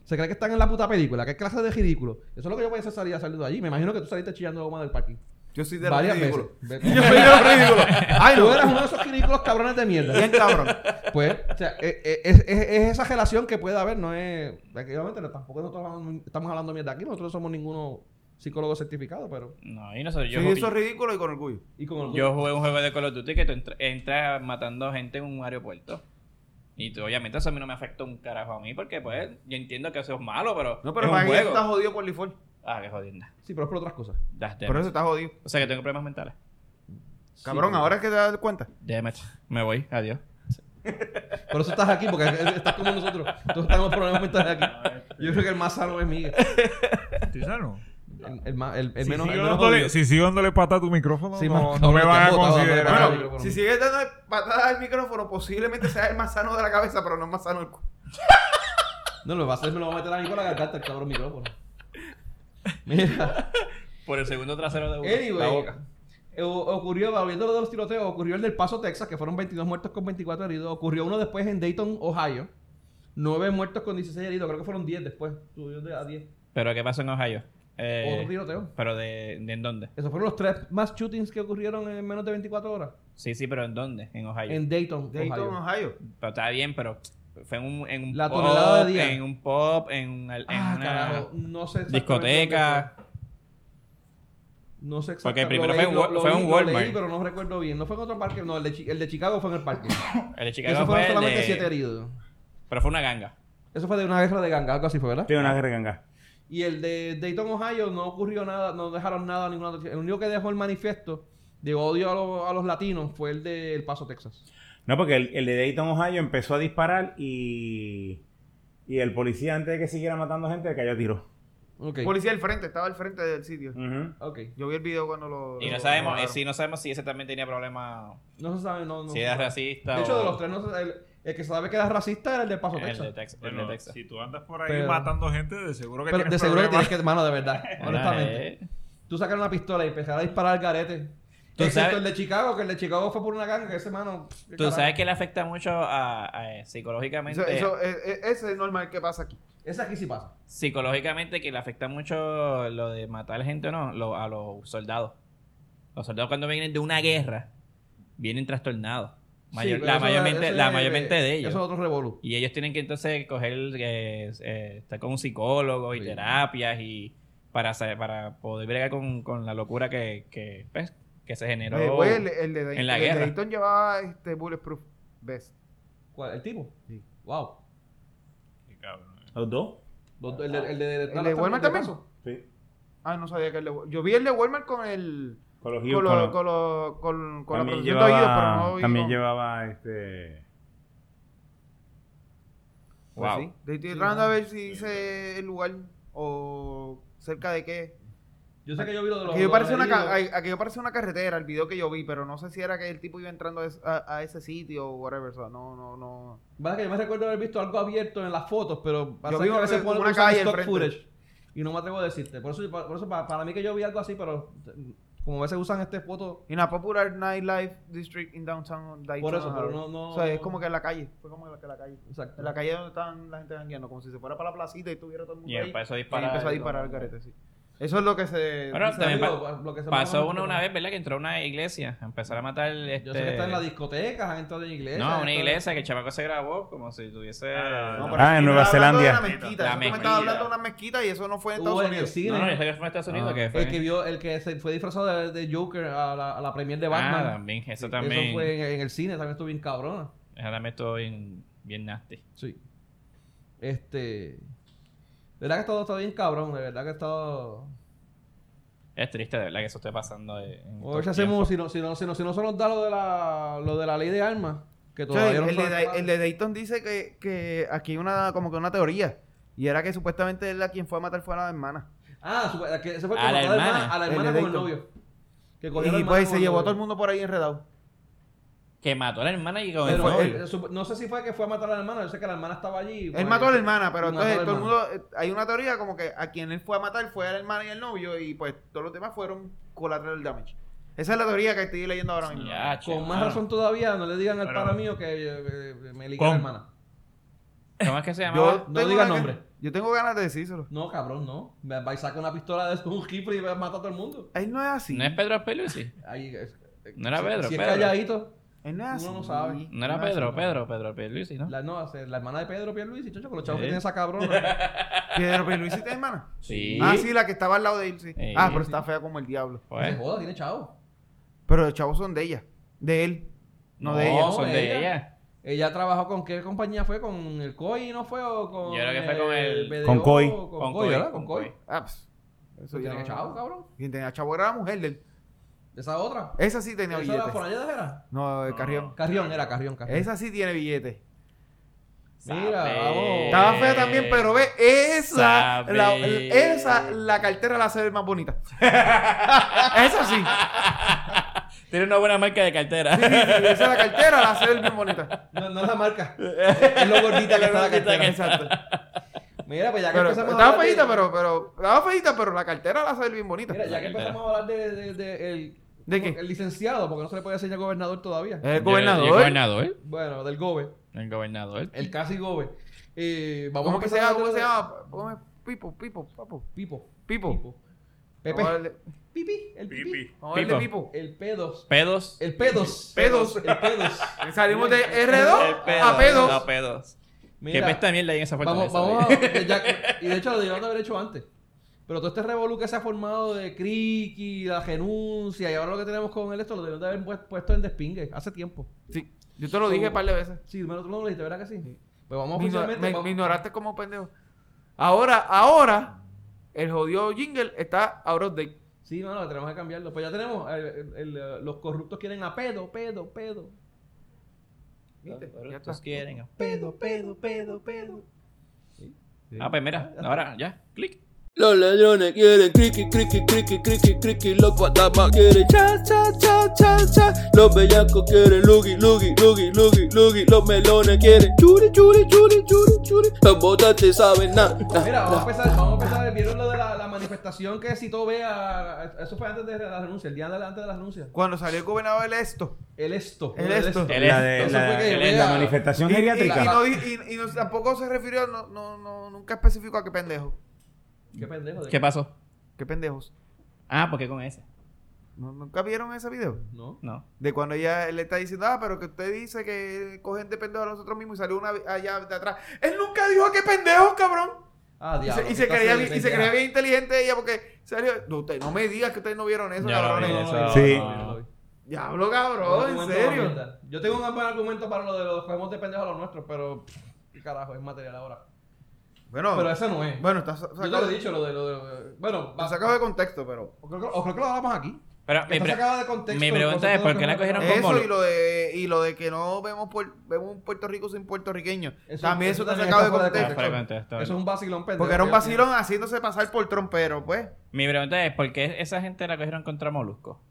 [SPEAKER 1] Se cree que están en la puta película. ¿Qué clase de ridículo? Eso es lo que yo pensé salir a salir de allí. Me imagino que tú saliste chillando gomas del parking.
[SPEAKER 2] Yo soy de los
[SPEAKER 1] Varias
[SPEAKER 2] ridículos.
[SPEAKER 1] veces.
[SPEAKER 2] Yo soy de los ridículos.
[SPEAKER 1] Ay, no eras uno de esos ridículos cabrones de mierda.
[SPEAKER 2] Bien cabrón.
[SPEAKER 1] Pues, o sea, eh, eh, es, es- es esa relación que puede haber, no es. aquí, Obviamente, no- tampoco nosotros hablamos- estamos hablando mierda aquí, nosotros no somos ninguno psicólogo certificado, pero.
[SPEAKER 5] No, y no sé, yo,
[SPEAKER 2] Soy de esos ridículos y con orgullo.
[SPEAKER 1] Y con orgullo.
[SPEAKER 5] yo jugué un juego de Call of Duty que tú entra- entras matando gente en un aeropuerto. Y tú, obviamente, eso a mí no me afecta un carajo a mí, porque pues yo entiendo que eso es malo, pero.
[SPEAKER 2] No, pero
[SPEAKER 5] es un
[SPEAKER 2] Maguire está
[SPEAKER 5] juego.
[SPEAKER 2] jodido por default.
[SPEAKER 5] Ah, qué jodienda.
[SPEAKER 1] Sí, pero es por otras cosas.
[SPEAKER 5] Das damn
[SPEAKER 2] Por
[SPEAKER 5] it.
[SPEAKER 2] eso está jodido.
[SPEAKER 5] O sea que tengo problemas mentales.
[SPEAKER 2] Cabrón, ahora es que te das cuenta.
[SPEAKER 5] Damn it. Me voy, adiós.
[SPEAKER 1] Por eso estás aquí, porque estás como nosotros. Todos tenemos problemas mentales aquí. Yo creo que el más sano es Miguel.
[SPEAKER 4] ¿Tú sabes, no?
[SPEAKER 1] El, el más- el- el
[SPEAKER 4] Si
[SPEAKER 1] menos. el
[SPEAKER 4] sigo
[SPEAKER 1] menos
[SPEAKER 4] dándole-
[SPEAKER 1] jodido.
[SPEAKER 4] Si sigo dándole pata a tu micrófono,
[SPEAKER 1] Sí,
[SPEAKER 4] no,
[SPEAKER 1] más
[SPEAKER 4] no me van
[SPEAKER 1] cabrón, te
[SPEAKER 4] a
[SPEAKER 1] has botado,
[SPEAKER 4] considerar.
[SPEAKER 1] Bueno,
[SPEAKER 2] Bueno,
[SPEAKER 1] yo creo que
[SPEAKER 2] si
[SPEAKER 1] no.
[SPEAKER 2] sigues dando patadas al micrófono, posiblemente sea el más sano de la cabeza, pero no el más sano del cuerpo.
[SPEAKER 1] No, lo que va a hacer, me lo va a meter a mí con la garganta, el cabrón micrófono. Mira.
[SPEAKER 5] Por el segundo trasero de uno.
[SPEAKER 1] Anyway,
[SPEAKER 5] La boca.
[SPEAKER 1] eh, o- ocurrió, volviendo a lo de los tiroteos, ocurrió el del Paso, Texas, que fueron 22 muertos con 24 heridos. Ocurrió uno después en Dayton, Ohio. 9 muertos con 16 heridos. Creo que fueron 10 después. Subió de a 10.
[SPEAKER 5] Pero ¿qué pasó en Ohio? Eh,
[SPEAKER 1] Otro tiroteo.
[SPEAKER 5] pero de, de en dónde?
[SPEAKER 1] Esos fueron los tres más shootings que ocurrieron en menos de 24 horas.
[SPEAKER 5] Sí, sí, pero ¿en dónde? En Ohio.
[SPEAKER 1] En Dayton,
[SPEAKER 2] Dayton,
[SPEAKER 1] Ohio.
[SPEAKER 2] Ohio.
[SPEAKER 5] Pero está bien, pero fue en un, en un
[SPEAKER 1] La
[SPEAKER 5] pop,
[SPEAKER 1] tonelada de día.
[SPEAKER 5] en un pop, en, un- en
[SPEAKER 1] Ah,
[SPEAKER 5] una
[SPEAKER 1] carajo. No sé exactamente
[SPEAKER 5] discoteca.
[SPEAKER 1] dónde fue. No sé
[SPEAKER 5] Porque
[SPEAKER 1] exactamente.
[SPEAKER 5] primero
[SPEAKER 1] Lo
[SPEAKER 5] fue
[SPEAKER 1] leí,
[SPEAKER 5] en
[SPEAKER 1] lo-
[SPEAKER 5] Wa-
[SPEAKER 1] lo
[SPEAKER 5] fue en
[SPEAKER 1] leí, lo
[SPEAKER 5] Walmart.
[SPEAKER 1] leí, pero no recuerdo bien. No fue en otro parque. No, el de, Chi- el de Chicago fue en el parque.
[SPEAKER 5] El de Chicago
[SPEAKER 1] Esos
[SPEAKER 5] fue
[SPEAKER 1] fueron
[SPEAKER 5] el
[SPEAKER 1] solamente
[SPEAKER 5] de-
[SPEAKER 1] 7 heridos.
[SPEAKER 5] Pero fue una ganga.
[SPEAKER 1] Eso fue de una guerra de ganga, algo así fue, ¿verdad?
[SPEAKER 3] Tengo una garganga.
[SPEAKER 1] Y el de Dayton, Ohio, no ocurrió nada, no dejaron nada, ninguna noticia. El único que dejó el manifiesto de odio a, los- a los latinos fue el de El Paso, Texas.
[SPEAKER 3] No, porque el, el de Dayton, Ohio, empezó a disparar y, y el policía, antes de que siguiera matando gente, le cayó a tiro.
[SPEAKER 1] Ok.
[SPEAKER 2] Policía al frente, estaba al frente del sitio.
[SPEAKER 3] Ujú.
[SPEAKER 1] Ok.
[SPEAKER 2] Yo vi el video cuando lo.
[SPEAKER 5] Y no
[SPEAKER 2] lo-
[SPEAKER 5] sabemos,
[SPEAKER 2] lo
[SPEAKER 5] eh, sí, no sabemos si ese también tenía problemas,
[SPEAKER 1] No se sabe, no. no
[SPEAKER 5] si
[SPEAKER 1] se
[SPEAKER 5] era
[SPEAKER 1] sabe.
[SPEAKER 5] racista
[SPEAKER 1] De hecho,
[SPEAKER 5] o
[SPEAKER 1] de los tres, no se- el, el que sabe que era racista era el de El Paso,
[SPEAKER 5] el de
[SPEAKER 1] Texas.
[SPEAKER 5] Texas. el de
[SPEAKER 4] Bueno,
[SPEAKER 5] Texas.
[SPEAKER 4] si tú andas por ahí
[SPEAKER 1] Pero-
[SPEAKER 4] matando gente, de seguro que
[SPEAKER 1] Pero de
[SPEAKER 4] tienes
[SPEAKER 1] seguro que
[SPEAKER 4] problemas.
[SPEAKER 1] tienes que, mano, de verdad, honestamente.
[SPEAKER 5] Eh,
[SPEAKER 1] Tú sacas una pistola y empezar a disparar al garete.
[SPEAKER 5] Tú
[SPEAKER 1] Excepto
[SPEAKER 5] sabes-
[SPEAKER 1] el de Chicago, que el de Chicago fue por una ganga, que ese mano. pff, qué
[SPEAKER 5] Tú
[SPEAKER 1] carajo.
[SPEAKER 5] sabes que le afecta mucho a, a, eh, psicológicamente.
[SPEAKER 2] Eso, eso- eh, eh, ese es normal que pasa aquí.
[SPEAKER 1] Ese aquí sí pasa.
[SPEAKER 5] psicológicamente que le afecta mucho lo de matar gente o no lo- a los soldados. Los soldados cuando vienen de una guerra vienen trastornados. Mayor-
[SPEAKER 1] Sí, pero
[SPEAKER 5] la
[SPEAKER 1] eso-
[SPEAKER 5] mayormente,
[SPEAKER 1] eso
[SPEAKER 5] la
[SPEAKER 1] es-
[SPEAKER 5] mayormente de ellos.
[SPEAKER 1] Eso es otro revolú.
[SPEAKER 5] Y ellos tienen que entonces coger, eh, eh, estar con un psicólogo y
[SPEAKER 1] Sí.
[SPEAKER 5] terapias y para, sa- para poder bregar con, con la locura que, que, pues, que se generó.
[SPEAKER 2] Eh, güey, el, el de Dayton,
[SPEAKER 5] en la
[SPEAKER 2] el de
[SPEAKER 5] guerra.
[SPEAKER 2] Dayton llevaba este bulletproof vest.
[SPEAKER 1] ¿Cuál? ¿El tipo?
[SPEAKER 2] Sí.
[SPEAKER 1] Wow.
[SPEAKER 4] Qué cabrón.
[SPEAKER 3] ¿Los dos?
[SPEAKER 1] Los do- El, de- el de,
[SPEAKER 2] Ah, ¿El de Walmart también?
[SPEAKER 3] Sí.
[SPEAKER 2] Ah, no sabía que el de Walmart. Yo vi el de Walmart con el.
[SPEAKER 3] Con los
[SPEAKER 2] Con,
[SPEAKER 3] Hughes,
[SPEAKER 2] lo,
[SPEAKER 3] con los-
[SPEAKER 2] con, lo, con, con la
[SPEAKER 3] también
[SPEAKER 2] producción de
[SPEAKER 3] llevaba, este,
[SPEAKER 2] oídos, pero no vi.
[SPEAKER 3] también
[SPEAKER 2] con-
[SPEAKER 3] llevaba este...
[SPEAKER 1] pues
[SPEAKER 5] Wow.
[SPEAKER 7] sí.
[SPEAKER 2] Yo Estoy tratando a ver si hice el lugar o cerca de qué.
[SPEAKER 1] Yo
[SPEAKER 2] Ah,
[SPEAKER 1] sé que yo vi lo de los.
[SPEAKER 2] Aquello parece, una, ca-
[SPEAKER 1] adheridos.
[SPEAKER 2] ay- aquello parece una carretera, el video que yo vi, pero no sé si era que el tipo iba entrando a es- a, a ese sitio o whatever. o sea, no, no, no.
[SPEAKER 1] Pasa que yo me recuerdo haber visto algo abierto en las fotos, pero pasa
[SPEAKER 2] vi
[SPEAKER 1] que a
[SPEAKER 2] una-
[SPEAKER 1] veces
[SPEAKER 2] como
[SPEAKER 1] ponen
[SPEAKER 2] una
[SPEAKER 1] usan
[SPEAKER 2] calle al
[SPEAKER 1] stock
[SPEAKER 2] frente.
[SPEAKER 1] footage y no me atrevo a decirte. Por eso, por eso para, para mí que yo vi algo así, pero eh, como a veces usan este foto,
[SPEAKER 2] En la popular nightlife district in downtown Daytona.
[SPEAKER 1] Por eso, pero no- no-
[SPEAKER 2] O sea, es
[SPEAKER 1] no-
[SPEAKER 2] como que en la calle. Fue como que en la calle.
[SPEAKER 1] exacto.
[SPEAKER 2] En la calle donde estaban la gente jangueando, como si se fuera para la placita y estuviera todo el mundo
[SPEAKER 5] Y
[SPEAKER 2] ahí.
[SPEAKER 5] empezó a
[SPEAKER 2] Y
[SPEAKER 5] disparar.
[SPEAKER 2] empezó a disparar el carete, sí. Eso es lo que se...
[SPEAKER 5] Pero
[SPEAKER 2] dice.
[SPEAKER 5] también
[SPEAKER 1] Digo,
[SPEAKER 5] pa-
[SPEAKER 1] lo que se
[SPEAKER 5] Pasó
[SPEAKER 1] maneja
[SPEAKER 5] uno una
[SPEAKER 1] mucho.
[SPEAKER 5] vez, ¿verdad? Que entró a una iglesia. Empezar a matar. Este...
[SPEAKER 1] Yo sé que está en las discotecas, han entrado en iglesias.
[SPEAKER 5] No,
[SPEAKER 1] han
[SPEAKER 5] una
[SPEAKER 1] entrado-
[SPEAKER 5] iglesia que el chamaco se grabó como si tuviese.
[SPEAKER 4] Ah,
[SPEAKER 5] no,
[SPEAKER 2] No,
[SPEAKER 5] no,
[SPEAKER 2] pero
[SPEAKER 3] Ah, en
[SPEAKER 2] tú me
[SPEAKER 3] Nueva
[SPEAKER 2] estabas hablando de
[SPEAKER 3] Zelanda.
[SPEAKER 2] una mezquita.
[SPEAKER 5] La
[SPEAKER 2] Tú me estabas
[SPEAKER 5] mezquita.
[SPEAKER 2] hablando de una mezquita y eso no fue en
[SPEAKER 1] Estuvo
[SPEAKER 2] Estados
[SPEAKER 1] en el
[SPEAKER 2] Unidos.
[SPEAKER 1] cine.
[SPEAKER 5] no, yo sé que fue en Estados Unidos.
[SPEAKER 1] Ah,
[SPEAKER 5] que fue.
[SPEAKER 1] el que vio, el que se fue disfrazado de, de Joker a la, a la premier de Batman.
[SPEAKER 5] Ah, también. Eso también.
[SPEAKER 1] Eso fue en, en el cine, también estuvo bien cabrona.
[SPEAKER 5] Ahora me estoy en- bien nasty.
[SPEAKER 1] Sí. Este. De verdad que todo está bien cabrón, de verdad que está.
[SPEAKER 5] Es triste, de verdad, que eso esté pasando. de- en
[SPEAKER 1] O sea,
[SPEAKER 5] estos
[SPEAKER 1] hacemos, si no, si, no, si, no, si no se nos da lo de la, lo de la ley de armas, que
[SPEAKER 2] O sea,
[SPEAKER 1] todavía
[SPEAKER 2] el,
[SPEAKER 1] no
[SPEAKER 2] el
[SPEAKER 1] se
[SPEAKER 2] de,
[SPEAKER 1] ha
[SPEAKER 2] Day- el de Dayton dice que, que aquí hay una, como que una teoría. Y era que supuestamente él a quien fue a matar fue a la hermana.
[SPEAKER 1] Ah, su- que ese fue el que
[SPEAKER 5] A la
[SPEAKER 1] mató a la hermana,
[SPEAKER 5] hermana.
[SPEAKER 1] a la
[SPEAKER 2] El
[SPEAKER 1] hermana
[SPEAKER 2] de
[SPEAKER 1] con el
[SPEAKER 2] Dayton.
[SPEAKER 1] novio. Que cogió a la
[SPEAKER 2] Y
[SPEAKER 1] hermana
[SPEAKER 2] pues
[SPEAKER 1] con
[SPEAKER 2] se llevó a
[SPEAKER 1] novio.
[SPEAKER 2] todo el mundo por ahí enredado.
[SPEAKER 5] Que mató a la hermana y con el
[SPEAKER 1] Pero
[SPEAKER 5] novio.
[SPEAKER 1] él- su- no sé si fue que fue a matar a la hermana, yo sé que la hermana estaba allí. pues,
[SPEAKER 2] Él mató a la hermana, pero
[SPEAKER 1] y mató a
[SPEAKER 2] entonces
[SPEAKER 1] la
[SPEAKER 2] todo el mundo... eh, Hay una teoría como que a quien él fue a matar fue a la hermana y el novio. Y pues todos los demás fueron colateral damage. Esa es la teoría que estoy leyendo ahora mismo.
[SPEAKER 5] Ya, che,
[SPEAKER 1] Con más
[SPEAKER 5] mano.
[SPEAKER 1] razón todavía, no le digan al
[SPEAKER 4] Pero-
[SPEAKER 1] para mío que eh, eh, me liga
[SPEAKER 4] Con-
[SPEAKER 1] la hermana.
[SPEAKER 5] ¿Cómo es que se
[SPEAKER 2] Yo
[SPEAKER 5] llamaba?
[SPEAKER 1] no
[SPEAKER 2] tengo
[SPEAKER 1] diga
[SPEAKER 2] ganas-
[SPEAKER 1] nombre.
[SPEAKER 2] Yo tengo ganas de decírselo.
[SPEAKER 1] No, cabrón, no. Va va y saca una pistola de un rifle y va a matar a todo el mundo.
[SPEAKER 2] Él no es así.
[SPEAKER 5] ¿No es Pedro Pelusi?
[SPEAKER 1] Ahí, eh,
[SPEAKER 5] No era
[SPEAKER 1] si-
[SPEAKER 5] Pedro,
[SPEAKER 1] Si
[SPEAKER 5] Pedro.
[SPEAKER 1] es calladito.
[SPEAKER 2] Él no es así.
[SPEAKER 1] Uno no sabe.
[SPEAKER 5] No era
[SPEAKER 2] Él es
[SPEAKER 5] Pedro,
[SPEAKER 2] así.
[SPEAKER 5] Pedro, Pedro Pelusi, ¿no?
[SPEAKER 1] La, no, la hermana de Pedro Pierluisi, chocho, con los chavos
[SPEAKER 5] Sí.
[SPEAKER 1] que tiene esa cabrona.
[SPEAKER 2] Pedro Pierluisi tiene hermana.
[SPEAKER 5] Sí.
[SPEAKER 2] Ah, sí, la que estaba al lado de él, sí.
[SPEAKER 5] Eh,
[SPEAKER 2] ah, pero está fea como el diablo.
[SPEAKER 1] Se
[SPEAKER 5] Pues,
[SPEAKER 1] joda, tiene chavo.
[SPEAKER 2] Pero los chavos son de ella. De él. No, de ella.
[SPEAKER 5] son
[SPEAKER 1] de
[SPEAKER 5] de
[SPEAKER 1] ella.
[SPEAKER 5] ella.
[SPEAKER 1] Ella trabajó con qué compañía fue, con el COI, ¿no fue? O con,
[SPEAKER 5] Yo creo que fue con el-
[SPEAKER 1] BDO,
[SPEAKER 3] Con COI.
[SPEAKER 1] Con COI, ¿verdad? Con COI.
[SPEAKER 2] Ah, pues. Eso
[SPEAKER 1] Eso
[SPEAKER 2] ya
[SPEAKER 1] tiene
[SPEAKER 2] no-
[SPEAKER 1] chavo, cabrón.
[SPEAKER 2] Quien tenía chavo era la mujer de él.
[SPEAKER 1] Esa otra.
[SPEAKER 2] Esa sí tenía
[SPEAKER 1] ¿Esa era
[SPEAKER 2] billetes.
[SPEAKER 1] Fornalledas era?
[SPEAKER 2] No, de Carrión.
[SPEAKER 1] Carrión era, Carrión, Carrión.
[SPEAKER 2] Esa sí tiene billetes.
[SPEAKER 1] Mira,
[SPEAKER 5] Sabe.
[SPEAKER 1] vamos.
[SPEAKER 2] Estaba fea también, pero ve, esa,
[SPEAKER 5] Sabe.
[SPEAKER 2] la, esa, la cartera la hace ver más bonita. esa sí.
[SPEAKER 5] Tiene una buena marca de cartera.
[SPEAKER 2] Sí, sí, sí, Esa la cartera la hace ver bien bonita.
[SPEAKER 1] No, no es la marca. Es lo gordita que está la cartera. Exacto. Mira, pues ya que
[SPEAKER 2] Pero,
[SPEAKER 1] empezamos a
[SPEAKER 2] estaba
[SPEAKER 1] hablar de-
[SPEAKER 2] feita, pero, pero, estaba feita, pero la cartera la hace ver bien bonita.
[SPEAKER 1] Mira, ya que empezamos a hablar de, de, de- el,
[SPEAKER 2] ¿De qué?
[SPEAKER 1] el licenciado, porque no se le puede decir ya gobernador todavía.
[SPEAKER 2] El
[SPEAKER 5] El
[SPEAKER 2] gobernador.
[SPEAKER 5] gobernador.
[SPEAKER 1] Bueno, del gobe,
[SPEAKER 5] El gobernador.
[SPEAKER 1] el casi gobe. Eh, vamos
[SPEAKER 2] ¿Cómo
[SPEAKER 1] a
[SPEAKER 2] que se
[SPEAKER 1] empezar
[SPEAKER 2] llama? ¿Cómo
[SPEAKER 1] a
[SPEAKER 2] se
[SPEAKER 1] hablar de-
[SPEAKER 2] llama? ¿Cómo es? Pipo, Pipo, Papo.
[SPEAKER 1] Pipo.
[SPEAKER 2] Pipo.
[SPEAKER 1] Pepe.
[SPEAKER 2] Vamos a darle-
[SPEAKER 1] Pipi, el pipi.
[SPEAKER 4] Pipi.
[SPEAKER 2] vamos a darle Pipo.
[SPEAKER 5] Pipo.
[SPEAKER 1] El P2.
[SPEAKER 5] Pedos.
[SPEAKER 1] El P2.
[SPEAKER 2] Pedos.
[SPEAKER 1] El P2.
[SPEAKER 2] Salimos de
[SPEAKER 5] El
[SPEAKER 2] R2
[SPEAKER 5] pedo,
[SPEAKER 2] a
[SPEAKER 5] A
[SPEAKER 2] P2.
[SPEAKER 5] pedos. Qué
[SPEAKER 1] Mira,
[SPEAKER 5] pesta mierda hay en esa
[SPEAKER 1] vamos,
[SPEAKER 5] fortaleza.
[SPEAKER 1] vamos
[SPEAKER 5] oye.
[SPEAKER 1] a- ya- y de hecho lo debieron de haber hecho antes. Pero todo este revolú que se ha formado de Criqui, la renuncia y ahora lo que tenemos con el esto lo debieron de haber pu- puesto en despingue hace tiempo.
[SPEAKER 2] Sí, yo te lo dije un par de veces.
[SPEAKER 1] Sí, me lo, tú me lo dijiste, ¿verdad que sí? Pues vamos
[SPEAKER 2] Me, ignora-
[SPEAKER 1] oficialmente.
[SPEAKER 2] me-
[SPEAKER 1] vamos-
[SPEAKER 2] me ignoraste como pendejo. Ahora, ahora, el jodido jingle está out of date.
[SPEAKER 1] Sí, no, no, tenemos que cambiarlo. Pues ya tenemos, eh, el- el, eh, los corruptos quieren a pedo, pedo, pedo.
[SPEAKER 2] ¿Viste? Ya está.
[SPEAKER 5] Estos quieren. Pedo, pedo, pedo, pedo. Ah, pues mira, ahora ya, clic.
[SPEAKER 10] Los ladrones quieren criqui, criqui, criqui, criqui, criqui. Los guatamas quieren cha, cha, cha, cha, cha. Los bellacos quieren lugi, lugi, lugi, lugi, lugi. Los melones quieren churi, churi, churi, churi, churi. Las botas te saben nada.
[SPEAKER 1] Mira, vamos a empezar, vamos a empezar. ¿Vieron lo de la, la manifestación que citó Bea? Eso fue antes de la renuncia, el día de- antes de la renuncia.
[SPEAKER 2] Cuando salió el gobernador del esto.
[SPEAKER 1] El esto.
[SPEAKER 2] El
[SPEAKER 1] lo del
[SPEAKER 2] esto.
[SPEAKER 5] El
[SPEAKER 3] La de
[SPEAKER 5] esto.
[SPEAKER 3] la,
[SPEAKER 1] Eso fue que
[SPEAKER 3] la-
[SPEAKER 1] yo
[SPEAKER 3] la
[SPEAKER 1] vea-
[SPEAKER 3] manifestación
[SPEAKER 2] Y, y-
[SPEAKER 3] geriátrica.
[SPEAKER 2] y no di- y- y no- tampoco se refirió, no, no, no, nunca especificó a qué pendejo.
[SPEAKER 1] Qué pendejo. de-
[SPEAKER 5] ¿Qué pasó?
[SPEAKER 2] ¿Qué pendejos?
[SPEAKER 5] Ah, porque con ese.
[SPEAKER 2] ¿No- ¿Nunca vieron ese video?
[SPEAKER 1] ¿No?
[SPEAKER 5] No.
[SPEAKER 2] De cuando ella él le está diciendo, ah, pero que usted dice que cogen de pendejos a nosotros mismos y salió una allá de atrás. Él nunca dijo que pendejos, cabrón.
[SPEAKER 1] Ah,
[SPEAKER 2] Y
[SPEAKER 1] diablo.
[SPEAKER 2] se, y
[SPEAKER 1] qué este
[SPEAKER 2] se
[SPEAKER 1] clase
[SPEAKER 2] creía,
[SPEAKER 1] de
[SPEAKER 2] bien- y se
[SPEAKER 1] pendeja.
[SPEAKER 2] creía bien inteligente ella porque salió. No, usted, no me digas que ustedes no vieron eso,
[SPEAKER 5] Ya lo
[SPEAKER 2] cabrones.
[SPEAKER 5] vi,
[SPEAKER 1] No, no, no,
[SPEAKER 5] eso,
[SPEAKER 3] Sí.
[SPEAKER 5] no, no, no.
[SPEAKER 2] Diablo,
[SPEAKER 1] No,
[SPEAKER 2] cabrón, en
[SPEAKER 1] argumento para
[SPEAKER 2] serio.
[SPEAKER 1] mierda. Yo tengo un buen argumento para lo de los juegos de pendejos a los nuestros, pero. ¿Qué carajo? Es material ahora.
[SPEAKER 2] Bueno,
[SPEAKER 1] Pero eso no es.
[SPEAKER 2] bueno, está sa-
[SPEAKER 1] Yo te
[SPEAKER 2] sacado,
[SPEAKER 1] lo he dicho, lo Pues de. Lo de bueno,
[SPEAKER 2] está
[SPEAKER 1] va-
[SPEAKER 2] sacado de contexto, pero.
[SPEAKER 1] o creo, que- o creo que lo hablamos aquí.
[SPEAKER 5] Pero mi,
[SPEAKER 1] Está
[SPEAKER 5] pre-
[SPEAKER 1] sacado de contexto.
[SPEAKER 5] mi pregunta es, ¿por qué la cogieron con
[SPEAKER 2] Eso
[SPEAKER 5] bolu?
[SPEAKER 2] y lo, de, y lo de que no vemos, puer- vemos un Puerto Rico sin puertorriqueño.
[SPEAKER 1] Eso-
[SPEAKER 2] también
[SPEAKER 1] eso
[SPEAKER 2] eso, te ha
[SPEAKER 1] también
[SPEAKER 2] sacado de
[SPEAKER 1] está fuera de
[SPEAKER 5] Ah,
[SPEAKER 2] contexto.
[SPEAKER 5] fuera de contexto.
[SPEAKER 1] Eso es un vacilón pendejo.
[SPEAKER 2] Porque era un vacilón haciéndose pasar por trompero, pues.
[SPEAKER 5] Mi pregunta es, ¿por qué esa gente la cogieron contra Molusco?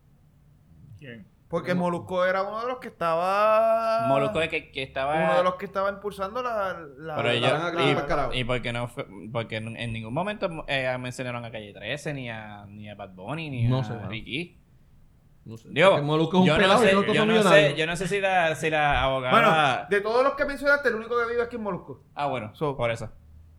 [SPEAKER 4] ¿Quién?
[SPEAKER 2] Porque Molusco era uno de los que estaba.
[SPEAKER 5] Molusco es que, que estaba...
[SPEAKER 2] Ah. Uno de los que estaba impulsando la. la-
[SPEAKER 5] Pero
[SPEAKER 2] la-
[SPEAKER 5] ellos-
[SPEAKER 1] van a clavar pa'l carajo.
[SPEAKER 5] y, y porque no fue- porque en en ningún momento eh, mencionaron a Calle 13, ni a, ni a Bad Bunny, ni
[SPEAKER 1] No
[SPEAKER 5] a
[SPEAKER 1] sé, mano.
[SPEAKER 5] Ricky. Digo,
[SPEAKER 1] Digo, Molusco es un
[SPEAKER 5] yo,
[SPEAKER 1] pelado
[SPEAKER 5] no sé,
[SPEAKER 1] y el otro
[SPEAKER 5] yo,
[SPEAKER 1] son
[SPEAKER 5] no sé,
[SPEAKER 1] millonarios.
[SPEAKER 5] yo no sé si la, si la abogada...
[SPEAKER 2] Bueno, de todos los que mencionaste, el único que vive aquí es Molusco.
[SPEAKER 5] ah, bueno,
[SPEAKER 2] So-
[SPEAKER 5] por eso.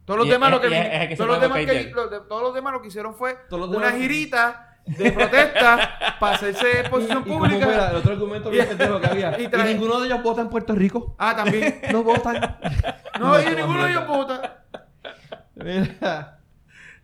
[SPEAKER 2] Todos los
[SPEAKER 5] Y
[SPEAKER 2] demás
[SPEAKER 5] es-
[SPEAKER 2] lo que,
[SPEAKER 5] y es- es el que se
[SPEAKER 2] todos los
[SPEAKER 5] puede
[SPEAKER 2] demás
[SPEAKER 5] buscar
[SPEAKER 2] que-
[SPEAKER 5] y
[SPEAKER 2] lo de- todos los demás lo que hicieron fue
[SPEAKER 1] Todos los
[SPEAKER 2] una
[SPEAKER 1] demás-
[SPEAKER 2] girita de protesta para hacerse exposición
[SPEAKER 1] ¿Y cómo fuera?
[SPEAKER 2] pública.
[SPEAKER 1] El otro argumento bien pendejo que había.
[SPEAKER 2] Y
[SPEAKER 1] Y,
[SPEAKER 2] trae-
[SPEAKER 1] ninguno de ellos vota en Puerto Rico.
[SPEAKER 2] Ah, también.
[SPEAKER 1] No votan.
[SPEAKER 2] No, y ninguno de ellos vota.
[SPEAKER 1] Mira.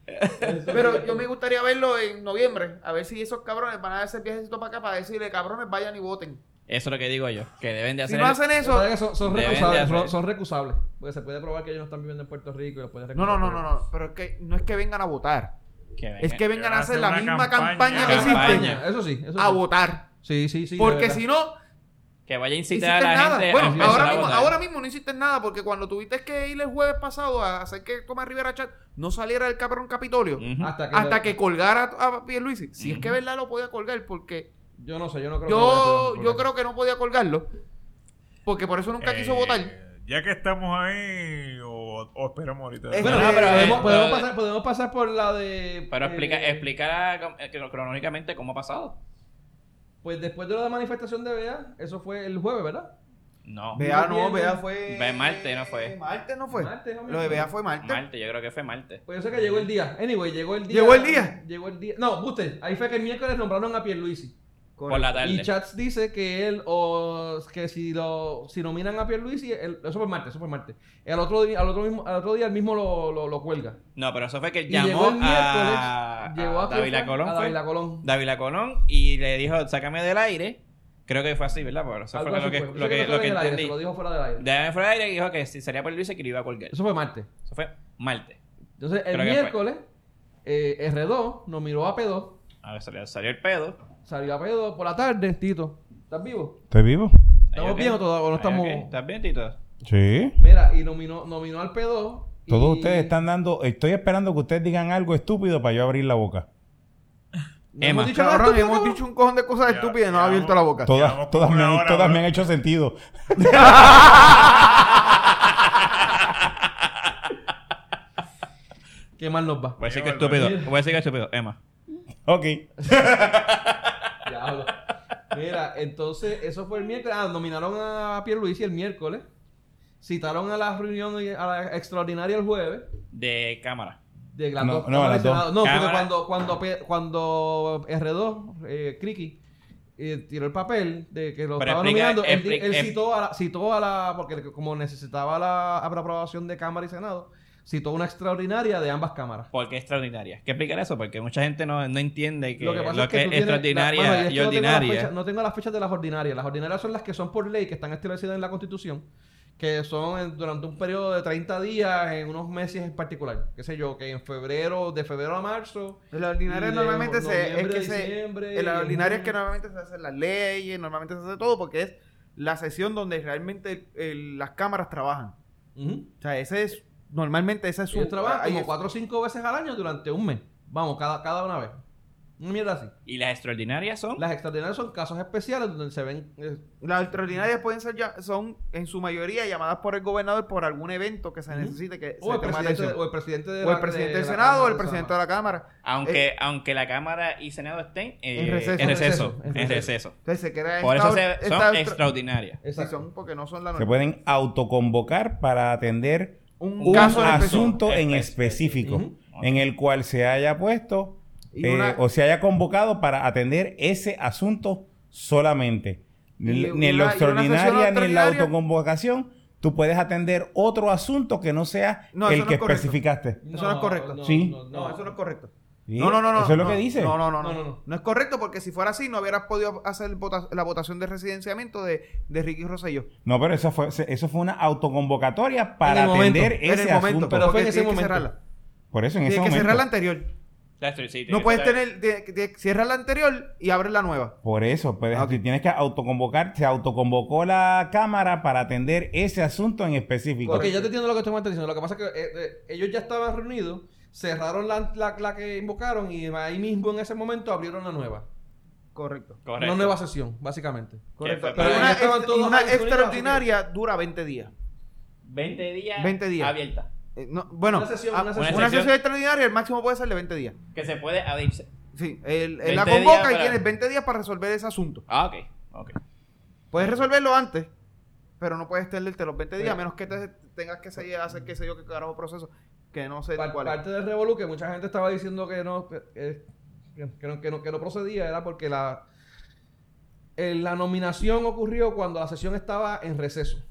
[SPEAKER 1] Eso-
[SPEAKER 2] Pero yo me gustaría verlo en noviembre. A ver si esos cabrones van a hacer viajecito para acá para decirle, cabrones, vayan y voten.
[SPEAKER 5] Eso es lo que digo yo, que deben de
[SPEAKER 2] Si
[SPEAKER 5] hacer...
[SPEAKER 2] no
[SPEAKER 5] el-
[SPEAKER 2] hacen
[SPEAKER 1] Lo que
[SPEAKER 2] eso.
[SPEAKER 1] pasa es que son, son
[SPEAKER 5] Deben de
[SPEAKER 1] recusables,
[SPEAKER 5] hacer-
[SPEAKER 1] son, son recusables. Porque se puede probar que ellos no están viviendo en Puerto Rico y los pueden
[SPEAKER 2] No,
[SPEAKER 1] recusar.
[SPEAKER 2] no, no, no, no. Pero es que no es que vengan a votar.
[SPEAKER 5] que vengan.
[SPEAKER 2] Es que vengan a hacer la
[SPEAKER 4] una
[SPEAKER 2] misma
[SPEAKER 4] campaña.
[SPEAKER 2] campaña que hiciste
[SPEAKER 5] Campaña.
[SPEAKER 1] Eso sí, eso
[SPEAKER 2] a
[SPEAKER 1] sí.
[SPEAKER 2] votar.
[SPEAKER 1] Ah, Sí, sí, sí. de
[SPEAKER 2] Porque
[SPEAKER 1] verdad.
[SPEAKER 2] si no,
[SPEAKER 5] Que vaya a
[SPEAKER 2] hiciste
[SPEAKER 5] incitar a la
[SPEAKER 2] nada.
[SPEAKER 5] gente a
[SPEAKER 2] Bueno,
[SPEAKER 5] empezar
[SPEAKER 2] ahora
[SPEAKER 5] a
[SPEAKER 2] mismo,
[SPEAKER 5] votar.
[SPEAKER 2] ahora mismo no hiciste nada porque cuando tuviste que ir el jueves pasado a hacer que Tomás Rivera Chat no saliera del cabrón Capitolio
[SPEAKER 5] Ujú.
[SPEAKER 1] Hasta que.
[SPEAKER 2] Mm. hasta que colgara a a Pierluisi. Si es
[SPEAKER 5] Ujú.
[SPEAKER 2] que verdad lo podía colgar porque
[SPEAKER 1] Yo no sé, yo no creo
[SPEAKER 2] yo,
[SPEAKER 1] que.
[SPEAKER 2] yo creo que no podía colgarlo porque por eso nunca quiso
[SPEAKER 4] Eh,
[SPEAKER 2] votar.
[SPEAKER 4] Ya que estamos ahí, o, o esperamos ahorita.
[SPEAKER 2] Es-
[SPEAKER 1] Bueno,
[SPEAKER 2] Eh,
[SPEAKER 1] pero
[SPEAKER 2] eh,
[SPEAKER 1] podemos,
[SPEAKER 5] eh,
[SPEAKER 1] podemos
[SPEAKER 5] eh,
[SPEAKER 1] pasar, podemos pasar por la de.
[SPEAKER 5] Pero explica,
[SPEAKER 1] eh,
[SPEAKER 5] explica eh, cron- cronológicamente cómo ha pasado.
[SPEAKER 1] Pues después de la manifestación de Bea, eso fue el jueves, ¿verdad?
[SPEAKER 5] No.
[SPEAKER 2] Vea, no,
[SPEAKER 1] bien,
[SPEAKER 2] Vea
[SPEAKER 1] no.
[SPEAKER 2] fue.
[SPEAKER 5] Ve, Marte no fue.
[SPEAKER 2] Marte no fue.
[SPEAKER 1] Marte, no,
[SPEAKER 2] Lo de Vea fue Marte.
[SPEAKER 5] Marte, yo creo que fue Marte.
[SPEAKER 1] Pues yo sé que llegó el día. Anyway, llegó el día.
[SPEAKER 2] ¿Llegó el día?
[SPEAKER 1] Llegó el día. No, usted, ahí fue que el miércoles nombraron a Pierluisi.
[SPEAKER 5] Por la
[SPEAKER 1] Y
[SPEAKER 5] tarde.
[SPEAKER 1] Chats dice que él, o que si lo si nominan a Pierluisi, él- eso fue Marte, eso fue Marte. Al otro, día- al otro, mismo, al otro día él mismo lo, lo, lo cuelga.
[SPEAKER 5] No, pero eso fue que
[SPEAKER 1] Y llegó
[SPEAKER 5] llamó
[SPEAKER 1] el miércoles.
[SPEAKER 5] a,
[SPEAKER 1] llegó
[SPEAKER 5] a
[SPEAKER 1] quién
[SPEAKER 5] Dávila
[SPEAKER 1] fue?
[SPEAKER 5] Colón.
[SPEAKER 1] A
[SPEAKER 5] fue.
[SPEAKER 1] Dávila Colón.
[SPEAKER 5] Dávila Colón y le dijo, sácame del aire. Creo que fue así, ¿verdad? Porque eso
[SPEAKER 1] Algo
[SPEAKER 5] fue
[SPEAKER 1] así
[SPEAKER 5] lo que,
[SPEAKER 1] fue. Yo
[SPEAKER 5] lo
[SPEAKER 1] sé
[SPEAKER 5] que,
[SPEAKER 1] no
[SPEAKER 5] lo que
[SPEAKER 1] fue en el aire,
[SPEAKER 5] entendí.
[SPEAKER 1] se lo dijo fuera del aire.
[SPEAKER 5] Dávila fuera del aire y dijo que si salía por Luis que lo iba a colgar.
[SPEAKER 1] Eso fue Marte.
[SPEAKER 5] Eso fue Marte.
[SPEAKER 1] Entonces, el
[SPEAKER 5] Creo que fue.
[SPEAKER 1] miércoles, eh, R2 nos miró a P2,
[SPEAKER 5] A ver, salió, salió el pedo.
[SPEAKER 1] salió a P2 por la tarde, Tito. ¿Estás vivo?
[SPEAKER 3] ¿Estoy vivo?
[SPEAKER 1] ¿Estamos
[SPEAKER 5] Ahí,
[SPEAKER 1] bien
[SPEAKER 5] ok.
[SPEAKER 1] o todavía no
[SPEAKER 5] Ahí,
[SPEAKER 1] estamos?
[SPEAKER 5] ok. ¿Estás bien, Tito?
[SPEAKER 3] Sí.
[SPEAKER 1] Mira, y nominó, nominó al P2. y-
[SPEAKER 3] Todos ustedes están dando. Estoy esperando que ustedes digan algo estúpido para yo abrir la boca.
[SPEAKER 1] ¿No
[SPEAKER 5] Emma.
[SPEAKER 1] hemos dicho nada,
[SPEAKER 2] Cabrón,
[SPEAKER 1] estúpido,
[SPEAKER 2] hemos
[SPEAKER 1] cabrón?
[SPEAKER 2] dicho un cojón de cosas
[SPEAKER 4] Ya,
[SPEAKER 2] estúpidas y no ha
[SPEAKER 4] ya,
[SPEAKER 2] abierto la boca.
[SPEAKER 3] Todas,
[SPEAKER 4] Llevamos
[SPEAKER 3] todas,
[SPEAKER 4] como
[SPEAKER 3] me, han-
[SPEAKER 4] una hora,
[SPEAKER 3] todas
[SPEAKER 4] bro.
[SPEAKER 3] me han hecho sentido.
[SPEAKER 1] Qué mal nos va.
[SPEAKER 5] Voy a decir
[SPEAKER 4] Qué
[SPEAKER 5] que estúpido.
[SPEAKER 1] barbaridad.
[SPEAKER 5] Voy a decir que estúpido. Emma.
[SPEAKER 3] Ok.
[SPEAKER 1] Diablo. Mira, entonces, eso fue el miércoles. Ah, nominaron a Pierluisi el miércoles. Citaron a la reunión y- a la extraordinaria el jueves.
[SPEAKER 5] De cámara.
[SPEAKER 1] De las
[SPEAKER 3] No,
[SPEAKER 1] dos
[SPEAKER 3] no,
[SPEAKER 1] cámaras
[SPEAKER 3] las
[SPEAKER 1] del
[SPEAKER 3] dos.
[SPEAKER 1] Senado. No, porque
[SPEAKER 5] Cámara.
[SPEAKER 1] cuando, cuando, P- cuando R2, eh, Criqui, eh, tiró el papel de que lo
[SPEAKER 5] Pero
[SPEAKER 1] estaba
[SPEAKER 5] explica-
[SPEAKER 1] nominando, él, di-
[SPEAKER 5] expli- em-
[SPEAKER 1] él
[SPEAKER 5] ex-
[SPEAKER 1] citó, a la, citó a la, porque como necesitaba la aprobación de Cámara y Senado, citó una extraordinaria de ambas cámaras.
[SPEAKER 5] ¿Por qué extraordinaria? ¿Qué explicar eso? Porque mucha gente no, no entiende que lo que,
[SPEAKER 1] pasa
[SPEAKER 5] es,
[SPEAKER 1] tú tienes-
[SPEAKER 5] extraordinaria
[SPEAKER 1] la- bueno,
[SPEAKER 5] y,
[SPEAKER 1] es que no tengo las
[SPEAKER 5] ordinaria.
[SPEAKER 1] fechas- No tengo las fechas de las ordinarias. Las ordinarias son las que son por ley, que están establecidas en la Constitución, que son en- durante un periodo de 30 días, en unos meses en particular. Qué sé yo, que en febrero, de febrero a marzo.
[SPEAKER 2] En las ordinarias
[SPEAKER 1] Y de
[SPEAKER 2] normalmente se, es
[SPEAKER 1] noviembre,
[SPEAKER 2] que se,
[SPEAKER 1] diciembre,
[SPEAKER 2] en las
[SPEAKER 1] y-
[SPEAKER 2] ordinarias que normalmente se hacen las leyes, normalmente se hace todo porque es la sesión donde realmente el- las cámaras trabajan.
[SPEAKER 1] Ujú.
[SPEAKER 2] O sea, ese es, normalmente ese es su
[SPEAKER 1] Ellos trabajan
[SPEAKER 2] ahí
[SPEAKER 1] como
[SPEAKER 2] es-
[SPEAKER 1] cuatro o cinco veces al año durante un mes. Vamos, cada, cada una vez. Una mierda así.
[SPEAKER 5] Y las extraordinarias son.
[SPEAKER 1] Las extraordinarias son casos especiales donde se ven... eh,
[SPEAKER 2] Las extraordinarias pueden ser ya, son en su mayoría llamadas por el gobernador por algún evento que se
[SPEAKER 1] Ujú.
[SPEAKER 2] necesite que
[SPEAKER 1] o, el
[SPEAKER 2] se tome
[SPEAKER 1] presidente,
[SPEAKER 2] atención.
[SPEAKER 1] o el presidente, de
[SPEAKER 2] O el
[SPEAKER 1] la-
[SPEAKER 2] presidente
[SPEAKER 1] de
[SPEAKER 2] del
[SPEAKER 1] la
[SPEAKER 2] Senado o
[SPEAKER 1] Cámara
[SPEAKER 2] el presidente de la Cámara.
[SPEAKER 5] Aunque, aunque la Cámara y Senado estén eh,
[SPEAKER 2] Eh, En receso.
[SPEAKER 5] en receso.
[SPEAKER 1] En
[SPEAKER 5] en
[SPEAKER 1] receso.
[SPEAKER 5] receso.
[SPEAKER 2] Entonces se crea
[SPEAKER 5] Por eso
[SPEAKER 2] esta-
[SPEAKER 5] se- son
[SPEAKER 2] esta-
[SPEAKER 5] extraordinarias.
[SPEAKER 2] Sí,
[SPEAKER 1] Exacto.
[SPEAKER 2] son porque no son la
[SPEAKER 3] Se
[SPEAKER 2] norma.
[SPEAKER 3] pueden autoconvocar para atender
[SPEAKER 2] Un,
[SPEAKER 1] Oh.
[SPEAKER 3] un
[SPEAKER 2] caso en específico.
[SPEAKER 3] asunto en específico
[SPEAKER 1] Ujú.
[SPEAKER 3] en el cual se haya puesto
[SPEAKER 2] Y
[SPEAKER 3] eh,
[SPEAKER 2] una-
[SPEAKER 3] o se haya convocado para atender ese asunto solamente. Ni,
[SPEAKER 2] Y-
[SPEAKER 3] ni
[SPEAKER 2] y
[SPEAKER 3] en la
[SPEAKER 2] una- y una sesión
[SPEAKER 3] extraordinaria ni en la
[SPEAKER 2] ordinaria-
[SPEAKER 3] autoconvocación, tú puedes atender otro asunto que no sea
[SPEAKER 2] No,
[SPEAKER 3] el
[SPEAKER 2] eso no
[SPEAKER 3] que
[SPEAKER 2] es correcto.
[SPEAKER 3] especificaste.
[SPEAKER 2] Eso no es correcto.
[SPEAKER 3] Sí.
[SPEAKER 2] No, eso no es correcto.
[SPEAKER 3] ¿Sí?
[SPEAKER 2] No, no, no, no.
[SPEAKER 3] Eso es lo
[SPEAKER 2] no,
[SPEAKER 3] que dice.
[SPEAKER 2] No, no, no,
[SPEAKER 1] No,
[SPEAKER 2] no.
[SPEAKER 1] no, no.
[SPEAKER 2] No es correcto porque si fuera así no hubieras podido hacer vota- la votación de residenciamiento de, de Ricky Rosselló.
[SPEAKER 3] No, pero eso fue, eso fue una autoconvocatoria para
[SPEAKER 1] En el momento,
[SPEAKER 3] atender
[SPEAKER 2] en
[SPEAKER 3] ese
[SPEAKER 2] el momento,
[SPEAKER 3] asunto.
[SPEAKER 1] pero- fue
[SPEAKER 2] porque
[SPEAKER 1] en ese
[SPEAKER 2] tienes que
[SPEAKER 1] momento.
[SPEAKER 2] cerrarla.
[SPEAKER 3] Por eso en
[SPEAKER 2] Tienes
[SPEAKER 3] ese
[SPEAKER 2] que
[SPEAKER 3] momento.
[SPEAKER 2] cerrar la anterior.
[SPEAKER 11] That's it, sí, tiene
[SPEAKER 2] No
[SPEAKER 11] que
[SPEAKER 2] puedes
[SPEAKER 11] estar-
[SPEAKER 2] tener. te- te- Cierras la anterior y abres la nueva.
[SPEAKER 3] Por eso, pues,
[SPEAKER 1] Ah,
[SPEAKER 3] si tienes que autoconvocar, se autoconvocó la cámara para atender ese asunto en específico.
[SPEAKER 1] Ok, ya te entiendo lo que estoy diciendo. Lo que pasa es que eh, eh, ellos ya estaban reunidos, cerraron la, la, la que invocaron y ahí mismo en ese momento abrieron la nueva.
[SPEAKER 2] Correcto.
[SPEAKER 11] Correcto.
[SPEAKER 1] Una nueva sesión, básicamente.
[SPEAKER 11] Correcto.
[SPEAKER 1] Pero
[SPEAKER 2] una
[SPEAKER 1] ya estaban
[SPEAKER 2] ex-
[SPEAKER 1] todos
[SPEAKER 2] y una
[SPEAKER 1] ahí disponibles,
[SPEAKER 2] extraordinaria dura 20 días.
[SPEAKER 11] 20 días.
[SPEAKER 2] 20 días.
[SPEAKER 11] Abierta.
[SPEAKER 2] Eh, no, bueno,
[SPEAKER 1] Una sesión,
[SPEAKER 2] ah,
[SPEAKER 1] una sesión.
[SPEAKER 2] una sesión extraordinaria, el máximo puede ser de 20 días.
[SPEAKER 11] Que se puede abrirse.
[SPEAKER 2] Sí, él, él la
[SPEAKER 11] 20
[SPEAKER 2] convoca
[SPEAKER 11] días
[SPEAKER 2] y
[SPEAKER 11] para-
[SPEAKER 2] tienes 20 días para resolver ese asunto.
[SPEAKER 11] Ah, ok. Ok.
[SPEAKER 2] Puedes resolverlo antes, pero no puedes tenerte los 20 días, a menos que te- tengas que seguir, hacer qué sé yo, qué carajo proceso, que no sé
[SPEAKER 1] Par-
[SPEAKER 2] cuál es.
[SPEAKER 1] parte del revolú que mucha gente estaba diciendo que no que, que- que no, que no- que no procedía era porque la eh, la nominación ocurrió cuando la sesión estaba en receso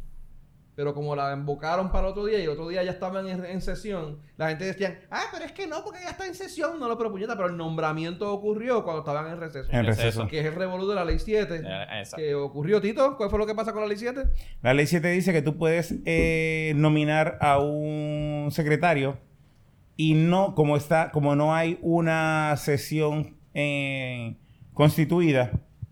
[SPEAKER 1] pero como la invocaron para otro día y el otro día ya estaban en, en sesión la gente decía ah pero es que no porque ya está en sesión no lo pero puñeta pero el nombramiento ocurrió cuando estaban en receso
[SPEAKER 3] en receso.
[SPEAKER 1] que es el revolú de la ley 7
[SPEAKER 11] Eh, Exacto.
[SPEAKER 1] que ocurrió Tito ¿cuál fue lo que pasa con la ley 7?
[SPEAKER 3] La ley 7 dice que tú puedes eh, nominar a un secretario y no, como está, como no hay una sesión eh, constituida,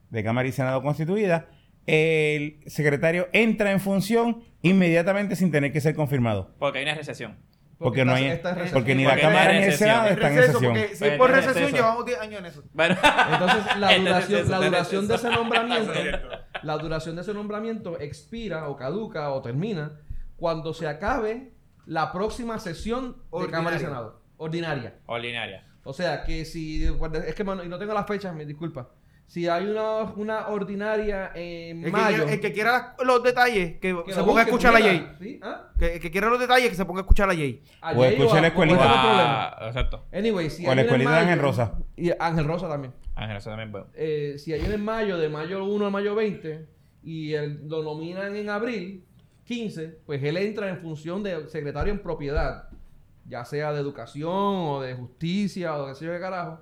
[SPEAKER 3] de Cámara y Senado constituida, el secretario entra en función inmediatamente sin tener que ser confirmado.
[SPEAKER 11] Porque hay una recesión.
[SPEAKER 3] Porque, no hay,
[SPEAKER 1] está en receso.
[SPEAKER 3] porque ni la
[SPEAKER 11] Porque
[SPEAKER 3] Cámara
[SPEAKER 11] no hay
[SPEAKER 3] ni el
[SPEAKER 11] recesión.
[SPEAKER 3] Senado
[SPEAKER 2] En
[SPEAKER 3] están en
[SPEAKER 2] receso,
[SPEAKER 3] sesión.
[SPEAKER 2] porque si
[SPEAKER 11] Pero
[SPEAKER 2] es por
[SPEAKER 11] está en
[SPEAKER 2] recesión
[SPEAKER 11] receso.
[SPEAKER 2] llevamos 10 años en eso.
[SPEAKER 11] Bueno,
[SPEAKER 1] Entonces, la
[SPEAKER 11] Este
[SPEAKER 1] duración,
[SPEAKER 11] receso,
[SPEAKER 1] la
[SPEAKER 11] este
[SPEAKER 1] duración de ese
[SPEAKER 11] receso.
[SPEAKER 1] nombramiento,
[SPEAKER 4] Eso es cierto.
[SPEAKER 1] la duración de ese nombramiento expira o caduca o termina cuando se acabe la próxima sesión de
[SPEAKER 2] Ordinaria.
[SPEAKER 1] Cámara y Senado. Ordinaria.
[SPEAKER 11] ordinaria.
[SPEAKER 1] O sea, que si... pues, Es que mano, y no tengo las fechas, me disculpa. Si hay una, una ordinaria en
[SPEAKER 2] El que,
[SPEAKER 1] mayo...
[SPEAKER 2] quiera, el que quiera las- los detalles, que,
[SPEAKER 1] que la
[SPEAKER 2] se ponga a
[SPEAKER 1] busque,
[SPEAKER 2] escuchar a
[SPEAKER 1] puñeta.
[SPEAKER 2] Jay.
[SPEAKER 1] ¿Sí? ¿Ah?
[SPEAKER 2] Que, el que quiera los detalles, que se ponga a escuchar a Jay.
[SPEAKER 1] A
[SPEAKER 3] O
[SPEAKER 1] Jay
[SPEAKER 3] escuche
[SPEAKER 1] a-
[SPEAKER 3] la escuelita.
[SPEAKER 1] o a-
[SPEAKER 11] Ah, exacto.
[SPEAKER 1] Anyway, si
[SPEAKER 3] O
[SPEAKER 1] hay una
[SPEAKER 3] la
[SPEAKER 1] en
[SPEAKER 3] escuelita de Ángel
[SPEAKER 1] mayo-
[SPEAKER 3] Rosa.
[SPEAKER 1] Y Ángel Rosa también.
[SPEAKER 11] Ángel, Ah, eso también puedo.
[SPEAKER 1] eh, si hay una en mayo, de mayo 1 a mayo 20, y el- lo nominan en abril 15, pues él entra en función de secretario en propiedad, ya sea de educación o de justicia o de qué sé yo qué carajo,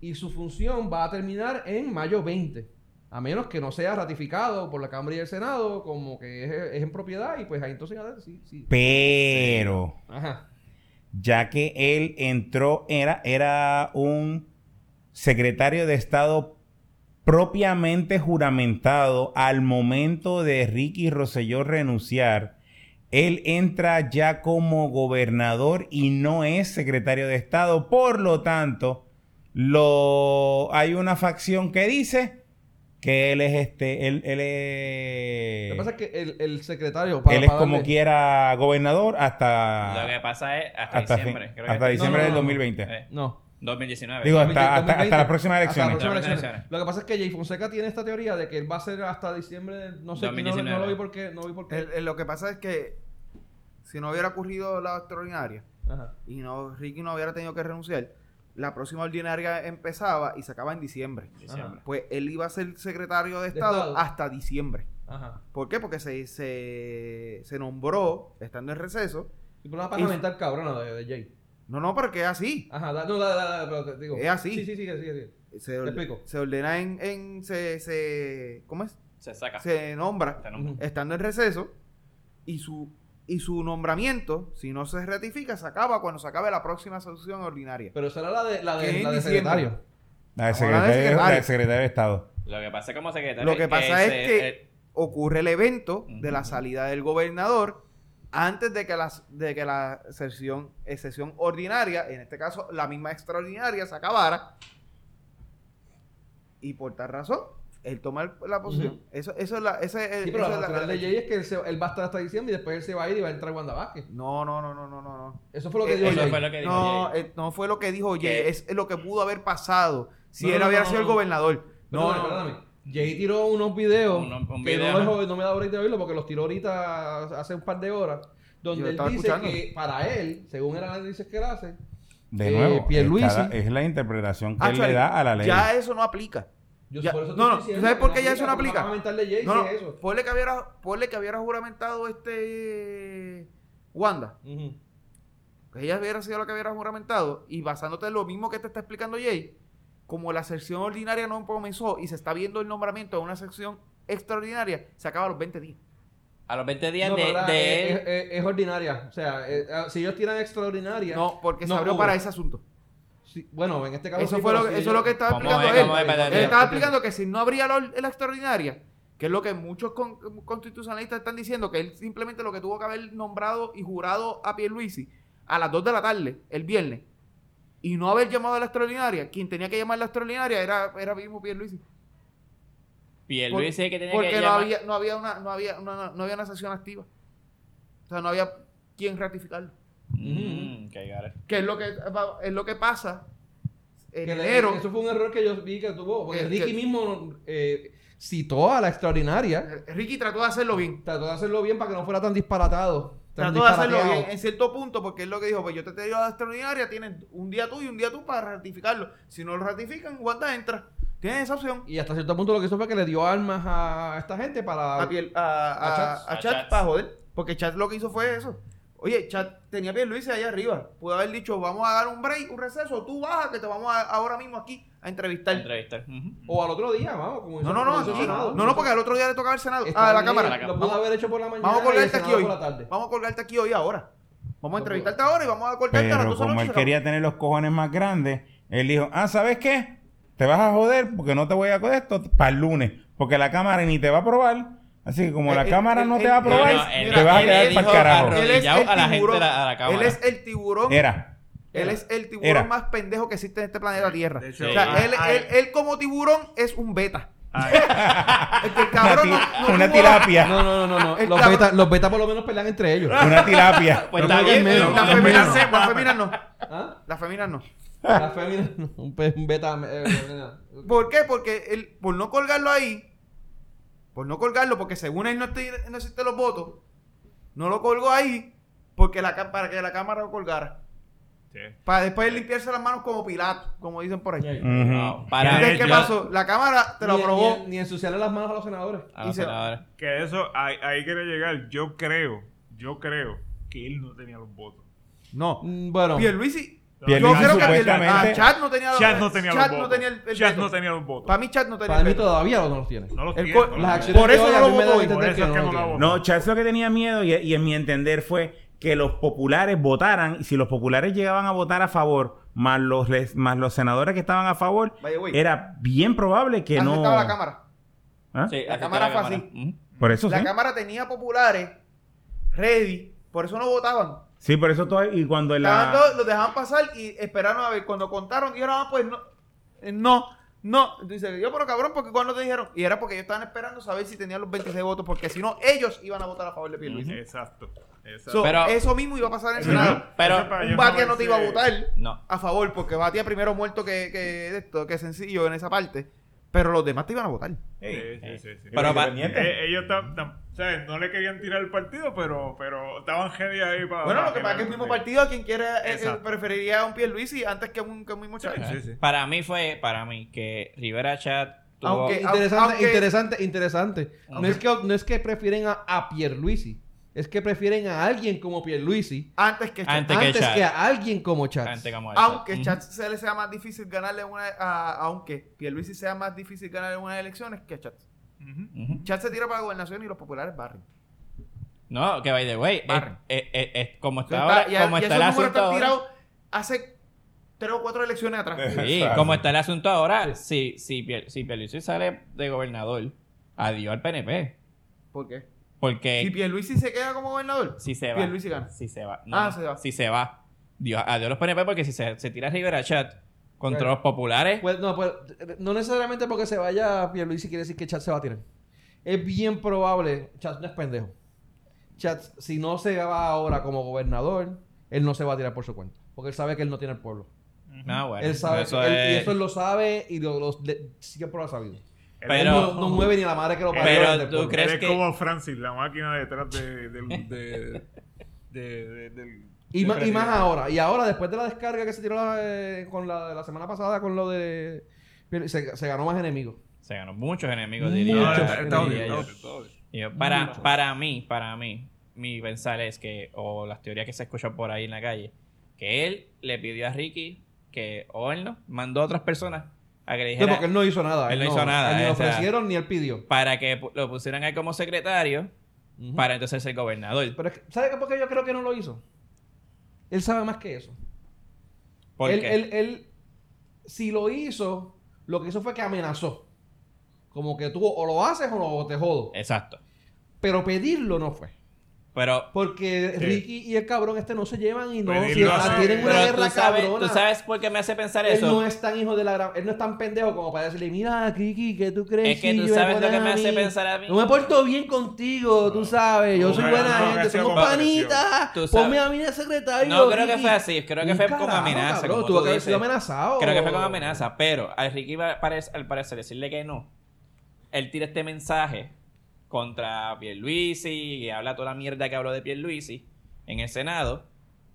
[SPEAKER 1] y su función va a terminar en mayo 20, a menos que no sea ratificado por la Cámara y el Senado, como que es, es en propiedad, y pues ahí entonces adelante, sí, sí.
[SPEAKER 3] Pero...
[SPEAKER 1] Ajá.
[SPEAKER 3] ya que él entró, era, era un secretario de Estado propiamente juramentado al momento de Ricky Rosselló renunciar. Él entra ya como gobernador y no es secretario de Estado. Por lo tanto, lo, hay una facción que dice que él es este, él, él es,
[SPEAKER 1] Lo que pasa es que el, el secretario...
[SPEAKER 3] él es como
[SPEAKER 1] darle-
[SPEAKER 3] quiera gobernador
[SPEAKER 11] Lo
[SPEAKER 3] hasta,
[SPEAKER 11] que pasa es hasta,
[SPEAKER 3] Ah, hasta, fin-
[SPEAKER 11] diciembre. creo que
[SPEAKER 3] hasta
[SPEAKER 11] es-
[SPEAKER 1] No,
[SPEAKER 3] diciembre
[SPEAKER 1] no,
[SPEAKER 3] del
[SPEAKER 1] no, no.
[SPEAKER 3] 2020.
[SPEAKER 11] Eh,
[SPEAKER 1] No,
[SPEAKER 11] 2019.
[SPEAKER 3] Digo,
[SPEAKER 1] Hasta-
[SPEAKER 3] hasta, hasta, hasta
[SPEAKER 1] 2020.
[SPEAKER 3] las próximas
[SPEAKER 1] Hasta las
[SPEAKER 3] elecciones.
[SPEAKER 1] próximas
[SPEAKER 11] Hasta las próximas
[SPEAKER 1] elecciones. Lo que pasa es que Jay Fonseca tiene esta teoría de que él va a ser hasta diciembre de, no sé, no-
[SPEAKER 11] 2019.
[SPEAKER 1] No, lo vi porque no vi porque
[SPEAKER 2] El- el- lo que pasa es que si no hubiera ocurrido la extraordinaria
[SPEAKER 1] Ajá.
[SPEAKER 2] y no Ricky no hubiera tenido que renunciar, la próxima ordinaria empezaba y se acaba en diciembre.
[SPEAKER 11] Diciembre.
[SPEAKER 2] Ajá. Pues él iba a ser secretario de
[SPEAKER 1] De
[SPEAKER 2] Estado,
[SPEAKER 1] Estado.
[SPEAKER 2] hasta diciembre.
[SPEAKER 1] Ajá.
[SPEAKER 2] ¿Por qué? Porque se, se, se nombró, estando en receso.
[SPEAKER 1] Sí, pero una paja
[SPEAKER 2] Y-
[SPEAKER 1] mental cabrona de, de Jay.
[SPEAKER 2] No, no, porque es así.
[SPEAKER 1] Ajá, da- no, da, da, da, pero te digo.
[SPEAKER 2] Es así.
[SPEAKER 1] Sí, sí, sí, sí, sí, sí.
[SPEAKER 2] Se,
[SPEAKER 1] Te
[SPEAKER 2] orde-
[SPEAKER 1] explico.
[SPEAKER 2] se ordena en... en- se, se- ¿Cómo es?
[SPEAKER 11] Se
[SPEAKER 5] Ah.
[SPEAKER 11] saca.
[SPEAKER 2] Se nombra.
[SPEAKER 11] Este nombre.
[SPEAKER 1] Ujú.
[SPEAKER 2] estando en receso y su y su nombramiento, si no se ratifica, se acaba cuando se acabe la próxima sesión ordinaria.
[SPEAKER 1] Pero será la de la
[SPEAKER 2] Que
[SPEAKER 1] de,
[SPEAKER 2] en
[SPEAKER 1] la de
[SPEAKER 2] diciembre.
[SPEAKER 1] secretario.
[SPEAKER 3] La
[SPEAKER 2] Ahora
[SPEAKER 3] de
[SPEAKER 2] de
[SPEAKER 3] secretario,
[SPEAKER 2] secretario.
[SPEAKER 3] la de secretario de Estado.
[SPEAKER 11] Lo que pasa como secretario.
[SPEAKER 2] Lo que pasa es
[SPEAKER 11] se-
[SPEAKER 2] que-
[SPEAKER 11] eh,
[SPEAKER 2] Ocurre el evento de la
[SPEAKER 11] Ujú.
[SPEAKER 2] salida del gobernador antes de que la, de que la sesión, eh, sesión ordinaria, en este caso la misma extraordinaria, se acabara. Y por tal razón, él toma el- la posición.
[SPEAKER 1] Ujú.
[SPEAKER 2] Eso, eso es la... Ese, es-
[SPEAKER 1] Sí, pero
[SPEAKER 2] eso
[SPEAKER 1] la
[SPEAKER 2] es la-
[SPEAKER 1] natural de Jay es que él, se- él va a estar hasta diciembre y después él se va a ir y va a entrar Wanda Vázquez.
[SPEAKER 2] No, no, no, no, no, no. no.
[SPEAKER 1] Eso fue lo que
[SPEAKER 2] Eh,
[SPEAKER 1] dijo
[SPEAKER 11] Eso
[SPEAKER 1] Jay.
[SPEAKER 11] fue lo que dijo.
[SPEAKER 2] No,
[SPEAKER 11] Jay.
[SPEAKER 2] eh, no fue lo que dijo Jay,
[SPEAKER 11] ¿Qué?
[SPEAKER 2] es lo que pudo haber pasado si
[SPEAKER 1] No,
[SPEAKER 2] él
[SPEAKER 1] no,
[SPEAKER 2] hubiera
[SPEAKER 1] no,
[SPEAKER 2] sido el
[SPEAKER 1] no.
[SPEAKER 2] gobernador. No,
[SPEAKER 1] No,
[SPEAKER 2] no,
[SPEAKER 1] perdóname. Jay tiró unos videos
[SPEAKER 11] Un- un
[SPEAKER 1] que
[SPEAKER 11] video,
[SPEAKER 1] no,
[SPEAKER 11] ¿no?
[SPEAKER 1] los- no me da ahorita de oírlo porque los tiró ahorita hace un par de horas.
[SPEAKER 2] Yo
[SPEAKER 1] Donde él
[SPEAKER 2] estaba
[SPEAKER 1] dice
[SPEAKER 2] escuchando.
[SPEAKER 1] que para él, según el análisis que él hace,
[SPEAKER 3] De
[SPEAKER 1] Eh,
[SPEAKER 3] nuevo,
[SPEAKER 1] Pierluisi.
[SPEAKER 3] es, cada- es la interpretación que él
[SPEAKER 2] Actually,
[SPEAKER 3] le da a la ley.
[SPEAKER 2] Ah, Ya eso no aplica.
[SPEAKER 1] yo
[SPEAKER 2] Ya,
[SPEAKER 1] por eso te
[SPEAKER 2] no,
[SPEAKER 1] estoy
[SPEAKER 2] no,
[SPEAKER 1] diciendo
[SPEAKER 2] ¿sabes
[SPEAKER 1] que
[SPEAKER 2] por qué ya eso no
[SPEAKER 1] porque
[SPEAKER 2] aplica?
[SPEAKER 1] la forma mental de Jay
[SPEAKER 2] No,
[SPEAKER 1] sí
[SPEAKER 2] no,
[SPEAKER 1] es eso.
[SPEAKER 2] Ponle que hubiera, ponle que hubiera juramentado este Wanda.
[SPEAKER 1] Ujú.
[SPEAKER 2] Que ella hubiera sido la que hubiera juramentado. Y basándote en lo mismo que te está explicando Jay, como la sección ordinaria no comenzó y se está viendo el nombramiento de una sección extraordinaria, se acaba a los 20 días.
[SPEAKER 11] a los 20 días
[SPEAKER 1] No,
[SPEAKER 11] de,
[SPEAKER 1] ¿verdad?
[SPEAKER 11] de
[SPEAKER 2] eh,
[SPEAKER 1] es,
[SPEAKER 11] él.
[SPEAKER 1] es- es- es ordinaria. O sea, eh, ah, si ellos tiran extraordinaria.
[SPEAKER 2] No, porque
[SPEAKER 1] No
[SPEAKER 2] se abrió
[SPEAKER 1] hubo.
[SPEAKER 2] para ese asunto.
[SPEAKER 1] Sí, bueno, en este caso.
[SPEAKER 2] Eso,
[SPEAKER 1] sí,
[SPEAKER 2] fue
[SPEAKER 1] pero
[SPEAKER 2] lo, que-
[SPEAKER 1] sí,
[SPEAKER 2] eso es
[SPEAKER 1] yo-
[SPEAKER 2] lo que estaba
[SPEAKER 5] Vamos a
[SPEAKER 2] explicando
[SPEAKER 5] ver,
[SPEAKER 2] él.
[SPEAKER 5] vamos a ver,
[SPEAKER 2] él
[SPEAKER 5] espérate.
[SPEAKER 2] Eh, estaba explicando que si no abría la, la extraordinaria, que es lo que muchos con- constitucionalistas están diciendo, que él simplemente lo que tuvo que haber nombrado y jurado a Pierluisi a las 2 de la tarde, el viernes, y no haber llamado a la extraordinaria, quien tenía que llamar a la extraordinaria era, era mismo Pierluisi.
[SPEAKER 5] Pierluisi es el que tenía
[SPEAKER 2] Porque
[SPEAKER 5] que
[SPEAKER 2] no,
[SPEAKER 5] llamar.
[SPEAKER 2] había, no, había una, no, había una, no había una sesión activa. O sea, no había quien ratificarlo.
[SPEAKER 5] Mm, ok, got it.
[SPEAKER 2] Que es lo que, es lo que pasa en
[SPEAKER 1] que le-
[SPEAKER 2] enero.
[SPEAKER 1] Eso fue un error que yo vi que tuvo. Porque
[SPEAKER 2] Que-
[SPEAKER 1] Ricky
[SPEAKER 2] que-
[SPEAKER 1] mismo eh, citó a la extraordinaria.
[SPEAKER 2] Ricky trató de hacerlo bien.
[SPEAKER 1] Trató de hacerlo bien para que no fuera tan disparatado. Tan
[SPEAKER 2] Trató de hacerlo
[SPEAKER 1] disparateado.
[SPEAKER 2] bien en cierto punto porque es lo que dijo, pues yo te traigo a la extraordinaria, tienes un día tú y un día tú para ratificarlo. Si no lo ratifican, Wanda entra. Tienes esa opción.
[SPEAKER 1] Y hasta cierto punto lo que hizo fue que le dio armas a esta gente para.
[SPEAKER 2] A, Piel- a,
[SPEAKER 1] a
[SPEAKER 2] a-
[SPEAKER 1] Chats.
[SPEAKER 2] a
[SPEAKER 5] A
[SPEAKER 2] Chats
[SPEAKER 5] Chats.
[SPEAKER 2] para joder. Porque Chat lo que hizo fue eso. Oye, Chat tenía piel Luis allá arriba. Pudo haber dicho, vamos a dar un break, un receso, tú baja que te vamos a- ahora mismo aquí a entrevistar.
[SPEAKER 5] Entrevistar. Ujú.
[SPEAKER 1] O al otro día, vamos. Como
[SPEAKER 2] no,
[SPEAKER 1] hizo-
[SPEAKER 2] no,
[SPEAKER 1] como
[SPEAKER 2] no,
[SPEAKER 1] hizo
[SPEAKER 2] aquí.
[SPEAKER 1] el Senado.
[SPEAKER 2] no, no, porque al otro día le toca al Senado.
[SPEAKER 1] Está
[SPEAKER 2] A la
[SPEAKER 1] bien,
[SPEAKER 2] cámara.
[SPEAKER 1] Lo pudo haber hecho por la mañana.
[SPEAKER 2] Vamos a colgarte
[SPEAKER 1] y el
[SPEAKER 2] aquí
[SPEAKER 1] Senado
[SPEAKER 2] hoy.
[SPEAKER 1] Por la tarde.
[SPEAKER 2] Vamos a colgarte aquí hoy ahora. Vamos a entrevistarte ahora y vamos a colgarte a las 12 de
[SPEAKER 3] Pero
[SPEAKER 2] la
[SPEAKER 3] como
[SPEAKER 2] noche,
[SPEAKER 3] él
[SPEAKER 2] se acabó.
[SPEAKER 3] quería tener los cojones más grandes, él dijo, ah, ¿sabes qué? Te vas a joder porque no te voy a coger esto para el lunes, porque la cámara ni te va a aprobar. Así que como
[SPEAKER 2] Eh,
[SPEAKER 3] la
[SPEAKER 2] eh,
[SPEAKER 3] cámara
[SPEAKER 2] eh,
[SPEAKER 3] no
[SPEAKER 2] eh,
[SPEAKER 3] te va a
[SPEAKER 2] no, no,
[SPEAKER 3] aprobar,
[SPEAKER 5] él-
[SPEAKER 3] te
[SPEAKER 5] mira,
[SPEAKER 3] vas a
[SPEAKER 5] él
[SPEAKER 3] quedar
[SPEAKER 5] dijo
[SPEAKER 3] para el carajo.
[SPEAKER 5] arro-
[SPEAKER 2] Él es
[SPEAKER 5] arrodillado
[SPEAKER 2] el
[SPEAKER 5] a la gente
[SPEAKER 2] tiburón.
[SPEAKER 5] de la- a la cámara.
[SPEAKER 2] Él es el tiburón.
[SPEAKER 3] Era.
[SPEAKER 2] Él
[SPEAKER 5] Era.
[SPEAKER 2] es el tiburón
[SPEAKER 3] Era.
[SPEAKER 2] más pendejo que existe en este planeta Tierra.
[SPEAKER 4] De hecho,
[SPEAKER 2] o sea,
[SPEAKER 4] ah,
[SPEAKER 2] él,
[SPEAKER 4] ah,
[SPEAKER 2] él- él como tiburón es un beta.
[SPEAKER 4] ah,
[SPEAKER 2] Es que el
[SPEAKER 3] Una,
[SPEAKER 2] cabrón no,
[SPEAKER 3] ti-
[SPEAKER 2] no
[SPEAKER 3] una
[SPEAKER 2] tuvo-
[SPEAKER 3] tilapia.
[SPEAKER 1] No, no, no, no. no.
[SPEAKER 2] El
[SPEAKER 1] Los,
[SPEAKER 2] cabrón-
[SPEAKER 1] beta, los beta por lo menos pelean entre ellos.
[SPEAKER 3] Una tilapia.
[SPEAKER 5] Pues
[SPEAKER 1] No
[SPEAKER 5] está
[SPEAKER 1] me
[SPEAKER 5] bien,
[SPEAKER 1] hagas
[SPEAKER 5] pero-
[SPEAKER 1] menos.
[SPEAKER 2] Las
[SPEAKER 4] Las
[SPEAKER 2] feminas
[SPEAKER 4] feminas no.
[SPEAKER 2] no. Las feminas no.
[SPEAKER 1] ¿Ah?
[SPEAKER 2] Las feminas no.
[SPEAKER 1] La fémina. no, Un pe- un beta. eh, eh, eh,
[SPEAKER 2] ¿Por qué? Porque él, por no colgarlo ahí, por no colgarlo, porque según él no, existe- no existen los votos, no lo colgó ahí porque la, ca- para que la cámara lo colgara.
[SPEAKER 4] sí.
[SPEAKER 2] Para después limpiarse las manos como Pilato, como dicen por ahí.
[SPEAKER 3] Ujú.
[SPEAKER 5] No,
[SPEAKER 4] Ya,
[SPEAKER 5] para.
[SPEAKER 2] Entonces, ¿Qué
[SPEAKER 4] yo-
[SPEAKER 2] pasó? La cámara te lo
[SPEAKER 1] ni-
[SPEAKER 2] aprobó.
[SPEAKER 1] Ni, ni ensuciarle las manos a los senadores.
[SPEAKER 5] Ah, no,
[SPEAKER 2] y se va.
[SPEAKER 5] senadora.
[SPEAKER 4] Que eso, ahí, ahí quería llegar. Yo creo, yo creo que él no tenía los votos.
[SPEAKER 2] No.
[SPEAKER 1] Mm, Bueno.
[SPEAKER 2] Pierluisi.
[SPEAKER 3] Pierluisi
[SPEAKER 2] yo creo que
[SPEAKER 3] supuestamente-
[SPEAKER 2] ah, Chat no tenía
[SPEAKER 4] Chat no tenía
[SPEAKER 2] Chat
[SPEAKER 4] los
[SPEAKER 2] no
[SPEAKER 4] votos.
[SPEAKER 2] tenía el, el
[SPEAKER 4] Chat
[SPEAKER 2] veto.
[SPEAKER 4] no tenía los votos.
[SPEAKER 2] Para mí Chat no tenía
[SPEAKER 1] Para
[SPEAKER 2] el
[SPEAKER 1] mí
[SPEAKER 2] veto.
[SPEAKER 1] todavía no los tiene.
[SPEAKER 4] No los
[SPEAKER 2] el
[SPEAKER 4] tiene.
[SPEAKER 2] co-
[SPEAKER 4] no los
[SPEAKER 1] Las
[SPEAKER 4] tiene.
[SPEAKER 1] acciones
[SPEAKER 2] Por
[SPEAKER 1] que
[SPEAKER 2] eso
[SPEAKER 1] hoy
[SPEAKER 2] no
[SPEAKER 1] a
[SPEAKER 2] lo
[SPEAKER 1] mí me
[SPEAKER 2] votó
[SPEAKER 1] dan a
[SPEAKER 2] hoy,
[SPEAKER 4] por
[SPEAKER 1] entender
[SPEAKER 4] eso
[SPEAKER 1] que
[SPEAKER 4] es que
[SPEAKER 1] no
[SPEAKER 4] no
[SPEAKER 1] lo
[SPEAKER 4] la
[SPEAKER 1] tiene.
[SPEAKER 3] No, Chávez lo que tenía miedo y, y en mi entender fue que los populares votaran y si los populares llegaban a votar a favor más los les- más los senadores que estaban a favor
[SPEAKER 2] By the way,
[SPEAKER 3] era bien probable que
[SPEAKER 2] así
[SPEAKER 3] no
[SPEAKER 2] estaba la cámara.
[SPEAKER 3] ¿Ah?
[SPEAKER 5] Sí,
[SPEAKER 2] La
[SPEAKER 5] así
[SPEAKER 2] cámara
[SPEAKER 5] está
[SPEAKER 2] fue
[SPEAKER 5] Ujú.
[SPEAKER 3] por eso
[SPEAKER 2] La
[SPEAKER 3] sí
[SPEAKER 2] cámara tenía populares ready, por eso no votaban.
[SPEAKER 3] sí por eso todo y cuando
[SPEAKER 2] Estaban
[SPEAKER 3] la
[SPEAKER 2] todos- los dejaban pasar y esperaron a ver. Cuando contaron, dijeron, ah, pues no, eh, no, no. Dice, yo, pero cabrón, porque cuando te dijeron. Y era porque ellos estaban esperando saber si tenían los 26 votos, porque si no, ellos iban a votar a favor de Pierluisi.
[SPEAKER 4] Exacto. exacto.
[SPEAKER 2] So,
[SPEAKER 5] Pero-
[SPEAKER 2] eso mismo iba a pasar en el
[SPEAKER 4] Ujú.
[SPEAKER 2] Senado.
[SPEAKER 5] Pero.
[SPEAKER 4] Sepa, yo
[SPEAKER 2] Un Batia
[SPEAKER 4] no
[SPEAKER 2] no te iba a
[SPEAKER 4] sé-
[SPEAKER 2] votar
[SPEAKER 5] No.
[SPEAKER 2] a favor, porque Batia primero muerto que, que de esto, que sencillo en esa parte. Pero los demás te iban a votar.
[SPEAKER 4] Sí, sí, sí, sí.
[SPEAKER 5] Pero pa-
[SPEAKER 4] Eh, ellos tam- tam- ¿sabes? no le querían tirar el partido, pero, pero estaban heavy ahí para.
[SPEAKER 2] Bueno, lo que pasa es que el mismo partido, quien quiera, eh, eh,
[SPEAKER 4] Exacto.
[SPEAKER 2] preferiría a un Pierluisi antes que a un, que a un mismo Chávez.
[SPEAKER 4] Sí, sí.
[SPEAKER 5] Para mí fue, para mí, que Rivera Chat tuvo.
[SPEAKER 2] Aunque-
[SPEAKER 1] Interesante,
[SPEAKER 2] Aunque-
[SPEAKER 1] interesante, interesante. No, es que, no es que prefieren a, a Pierluisi. Es que prefieren a alguien como Pierluisi
[SPEAKER 2] Antes que Chávez.
[SPEAKER 5] Ah, Antes que
[SPEAKER 1] antes
[SPEAKER 5] Chats.
[SPEAKER 1] que a alguien como Chats.
[SPEAKER 5] Antes que Amor
[SPEAKER 2] Aunque
[SPEAKER 5] Ujú.
[SPEAKER 2] Chat se le sea más difícil ganarle una. a- aunque Pierluisi sea más difícil ganarle unas elecciones que a Chat.
[SPEAKER 4] Ujú.
[SPEAKER 5] Ujú.
[SPEAKER 2] Chat se tira para la gobernación y los populares barren.
[SPEAKER 5] No, que by the way. Es,
[SPEAKER 2] Barren.
[SPEAKER 5] es- es- es- como está
[SPEAKER 2] Entonces,
[SPEAKER 5] ahora,
[SPEAKER 2] ya-
[SPEAKER 5] como
[SPEAKER 2] ya
[SPEAKER 5] está el
[SPEAKER 2] esos números
[SPEAKER 5] asunto.
[SPEAKER 2] están
[SPEAKER 5] ahora-
[SPEAKER 2] tirados hace tres o cuatro elecciones atrás.
[SPEAKER 5] Sí,
[SPEAKER 3] Exacto.
[SPEAKER 5] como está el asunto ahora, si, si, Pier- si Pierluisi sale de gobernador, adiós al PNP.
[SPEAKER 2] ¿Por qué? Si
[SPEAKER 5] Porque
[SPEAKER 2] Pierluisi se queda como gobernador,
[SPEAKER 5] si se va.
[SPEAKER 2] Pierluisi gana.
[SPEAKER 5] Si se va.
[SPEAKER 2] Ah, se va.
[SPEAKER 5] Si se va. Dios, adiós los PNP porque si se, se tira Rivera Chat contra los populares.
[SPEAKER 1] Pues, no, pues, eh, no necesariamente porque se vaya Pierluisi quiere decir que Chats se va a tirar. Es bien probable. Chats no es pendejo. Chats, si no se va ahora como gobernador, él no se va a tirar por su cuenta. Porque él sabe que él no tiene el pueblo.
[SPEAKER 5] no, ah, bueno.
[SPEAKER 1] él sabe
[SPEAKER 5] eso
[SPEAKER 1] él-
[SPEAKER 5] es-
[SPEAKER 1] y eso él lo sabe y lo, lo- le- siempre lo ha sabido. Él
[SPEAKER 5] Pero-
[SPEAKER 1] no, no mueve ni la madre que lo parió.
[SPEAKER 5] Pero
[SPEAKER 1] él del
[SPEAKER 5] tú
[SPEAKER 1] pueblo.
[SPEAKER 5] crees-
[SPEAKER 4] Eres
[SPEAKER 5] que-
[SPEAKER 4] como Francis, la máquina detrás de, del- de- de- de- del-
[SPEAKER 1] Y, ma- y
[SPEAKER 4] del-
[SPEAKER 1] más ahora. Y ahora, después de la descarga que se tiró la, eh, con la, la semana pasada con lo de... Se, se ganó más enemigos.
[SPEAKER 5] Se ganó muchos enemigos, diría.
[SPEAKER 4] No, está-
[SPEAKER 5] diría
[SPEAKER 4] está odio,
[SPEAKER 5] yo.
[SPEAKER 4] está odio, está odio.
[SPEAKER 5] Yo, para, para mí, para mí, mi pensar es que, o las teorías que se escuchan por ahí en la calle, que él le pidió a Ricky que, o él no, mandó a otras personas a que le
[SPEAKER 1] No,
[SPEAKER 5] dijera
[SPEAKER 1] porque él no hizo nada.
[SPEAKER 5] Él no hizo nada,
[SPEAKER 1] Ni
[SPEAKER 5] eh,
[SPEAKER 1] le
[SPEAKER 5] o sea-
[SPEAKER 1] ofrecieron ni él pidió.
[SPEAKER 5] para que pu- lo pusieran ahí como secretario
[SPEAKER 1] Ujú.
[SPEAKER 5] para entonces ser gobernador.
[SPEAKER 1] Pero es que, ¿sabe qué? por qué yo creo que no lo hizo? Él sabe más que eso.
[SPEAKER 5] Porque
[SPEAKER 1] él, él, él si lo hizo, lo que hizo fue que amenazó. Como que tú o lo haces o, lo- o te jodo.
[SPEAKER 5] Exacto.
[SPEAKER 1] Pero pedirlo no fue.
[SPEAKER 5] Pero,
[SPEAKER 1] Porque
[SPEAKER 4] Sí.
[SPEAKER 1] Ricky y el cabrón este no se llevan y no
[SPEAKER 4] Pedirlo
[SPEAKER 1] si-
[SPEAKER 4] hace-
[SPEAKER 1] tienen una
[SPEAKER 5] pero
[SPEAKER 1] guerra
[SPEAKER 5] tú, sabes,
[SPEAKER 1] cabrona.
[SPEAKER 5] tú sabes por qué me hace pensar
[SPEAKER 1] él
[SPEAKER 5] eso.
[SPEAKER 1] no es tan hijo de la gran... Él no es tan pendejo como para decirle, mira, Ricky, ¿qué tú crees?
[SPEAKER 5] Es que tú
[SPEAKER 1] yo
[SPEAKER 5] sabes
[SPEAKER 1] era
[SPEAKER 5] lo que me
[SPEAKER 1] a
[SPEAKER 5] hace
[SPEAKER 1] mí?
[SPEAKER 5] pensar a mí.
[SPEAKER 1] No me porto bien contigo, tú sabes. Yo
[SPEAKER 4] No,
[SPEAKER 1] soy
[SPEAKER 4] no,
[SPEAKER 1] buena
[SPEAKER 4] no, no,
[SPEAKER 1] gente,
[SPEAKER 4] que sea
[SPEAKER 1] somos
[SPEAKER 4] comparación.
[SPEAKER 1] panitas.
[SPEAKER 5] Tú sabes.
[SPEAKER 1] Ponme a mí de secretario.
[SPEAKER 5] No creo que
[SPEAKER 1] Ricky.
[SPEAKER 5] fue así, creo que
[SPEAKER 1] Un
[SPEAKER 5] fue como
[SPEAKER 1] carajo,
[SPEAKER 5] amenaza,
[SPEAKER 1] cabrón,
[SPEAKER 5] como
[SPEAKER 1] tuvo
[SPEAKER 5] tú
[SPEAKER 1] que haber sido
[SPEAKER 5] dices.
[SPEAKER 1] amenazado.
[SPEAKER 5] Creo que fue con amenaza, pero a Ricky va- pare- al parecer decirle que no. Él tira este mensaje contra Pierluisi y habla toda la mierda que habló de Pierluisi en el Senado.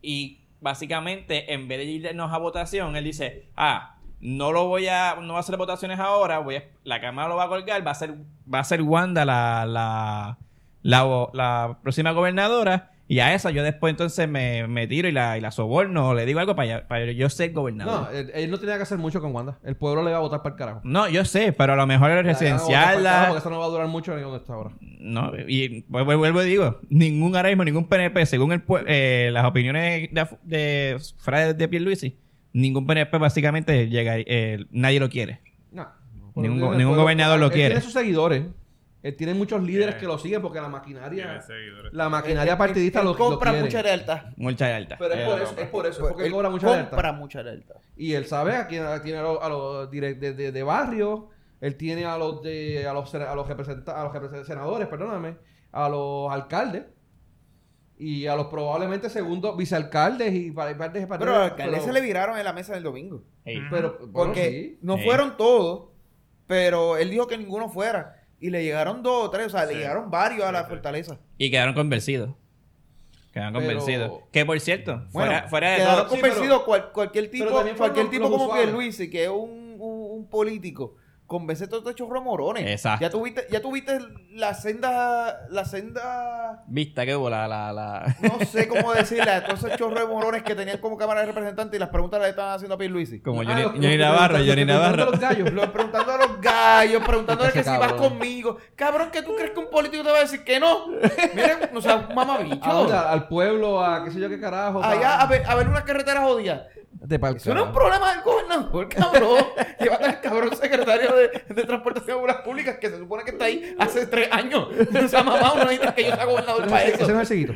[SPEAKER 5] Y básicamente, en vez de irnos a votación, él dice: Ah, no lo voy a, no voy a hacer votaciones ahora, voy a- la Cámara lo va a colgar, va a ser, va a ser Wanda la, la, la, la próxima gobernadora. Y a esa yo después entonces me, me tiro y la, y la soborno, o le digo algo para, para yo ser gobernador.
[SPEAKER 1] No, él, él no tenía que hacer mucho con Wanda. El pueblo le va a votar para el carajo.
[SPEAKER 5] No, yo sé, pero a lo mejor el
[SPEAKER 1] La- la-
[SPEAKER 5] residencial.
[SPEAKER 1] la-
[SPEAKER 5] la-
[SPEAKER 1] Porque eso no va a durar mucho ni donde está ahora.
[SPEAKER 5] No, y vuelvo, vuelvo y digo: ningún ahora mismo, ningún PNP, según el pue- eh, las opiniones de, afu- de fuera de, de Pierluisi, ningún PNP básicamente llega. eh, nadie lo quiere.
[SPEAKER 1] No.
[SPEAKER 5] Ningún go-
[SPEAKER 1] Él
[SPEAKER 5] ningún
[SPEAKER 1] puede-
[SPEAKER 5] gobernador lo
[SPEAKER 1] él
[SPEAKER 5] quiere.
[SPEAKER 1] Tiene sus seguidores. Él tiene muchos líderes
[SPEAKER 4] Tiene-
[SPEAKER 1] que lo siguen porque la maquinaria,
[SPEAKER 4] Tiene seguidores.
[SPEAKER 1] la maquinaria partidista
[SPEAKER 2] Él
[SPEAKER 1] lo, lo
[SPEAKER 2] compra
[SPEAKER 1] quiere.
[SPEAKER 2] mucha lealtad.
[SPEAKER 5] Mucha alta.
[SPEAKER 1] Pero es por eso, es por eso, es porque Pues él cobra mucha
[SPEAKER 2] compra
[SPEAKER 1] lealtad.
[SPEAKER 2] mucha lealtad.
[SPEAKER 1] Y él sabe a quién a quién a los, a los direct- de, de- de barrio, él tiene a los de a los sena- a los, representa- a los represent- senadores, perdóname, a los alcaldes y a los probablemente segundos vicealcaldes y para alcaldes
[SPEAKER 2] Pero a los alcaldes se le viraron en la mesa del domingo.
[SPEAKER 1] pero bueno,
[SPEAKER 2] Porque
[SPEAKER 1] sí.
[SPEAKER 2] no
[SPEAKER 5] Sí.
[SPEAKER 2] fueron todos, pero él dijo que ninguno fuera. Y le llegaron dos o tres, o sea, le
[SPEAKER 4] Sí.
[SPEAKER 2] llegaron varios a la
[SPEAKER 4] Sí, sí.
[SPEAKER 2] fortaleza.
[SPEAKER 5] Y quedaron convencidos. Quedaron
[SPEAKER 1] Pero-
[SPEAKER 5] convencidos. Que por cierto,
[SPEAKER 2] Bueno,
[SPEAKER 5] fuera, fuera de
[SPEAKER 2] Quedaron
[SPEAKER 5] todo-
[SPEAKER 1] Eh, sí,
[SPEAKER 2] convencidos cual- cualquier tipo,
[SPEAKER 1] pero también fueron
[SPEAKER 2] cualquier
[SPEAKER 1] los-
[SPEAKER 2] tipo
[SPEAKER 1] los
[SPEAKER 2] como
[SPEAKER 1] usuarios.
[SPEAKER 2] Pierluisi, que es un, un- un político. Convence a todos estos chorromorones.
[SPEAKER 5] Exacto.
[SPEAKER 2] Ya tuviste, ya tuviste la senda, la senda,
[SPEAKER 5] Vista que hubo la. la, la-
[SPEAKER 2] no sé cómo decirle, a todos esos chorromorones que tenían como cámara de representantes y las preguntas las estaban haciendo a Pierluisi.
[SPEAKER 5] Como
[SPEAKER 1] Ah,
[SPEAKER 5] Johnny,
[SPEAKER 1] los- los
[SPEAKER 5] Johnny
[SPEAKER 1] que
[SPEAKER 5] Navarro,
[SPEAKER 1] preguntan-
[SPEAKER 5] Johnny
[SPEAKER 1] los que preguntan
[SPEAKER 5] Navarro.
[SPEAKER 1] los gallos.
[SPEAKER 2] Lo- preguntando a los gallos, preguntándole que
[SPEAKER 1] Ese
[SPEAKER 2] si vas
[SPEAKER 1] cabrón.
[SPEAKER 2] conmigo. Cabrón, que tú crees que un político te va a decir que no. Miren, no seas mamabicho.
[SPEAKER 1] ¿A dónde? Ah, al pueblo, a qué sé yo qué carajo.
[SPEAKER 2] Allá a ver, a ver una carretera jodida.
[SPEAKER 1] de pa'l
[SPEAKER 2] Eso no es un
[SPEAKER 1] carajo.
[SPEAKER 2] problema del gobernador, cabrón. Llévate al cabrón secretario de, de Transportación de Obras Públicas que se supone que está ahí hace tres años. O sea, mamá, no necesitas que yo sea gobernador para
[SPEAKER 1] Ese no
[SPEAKER 2] eso.
[SPEAKER 1] es el seguido.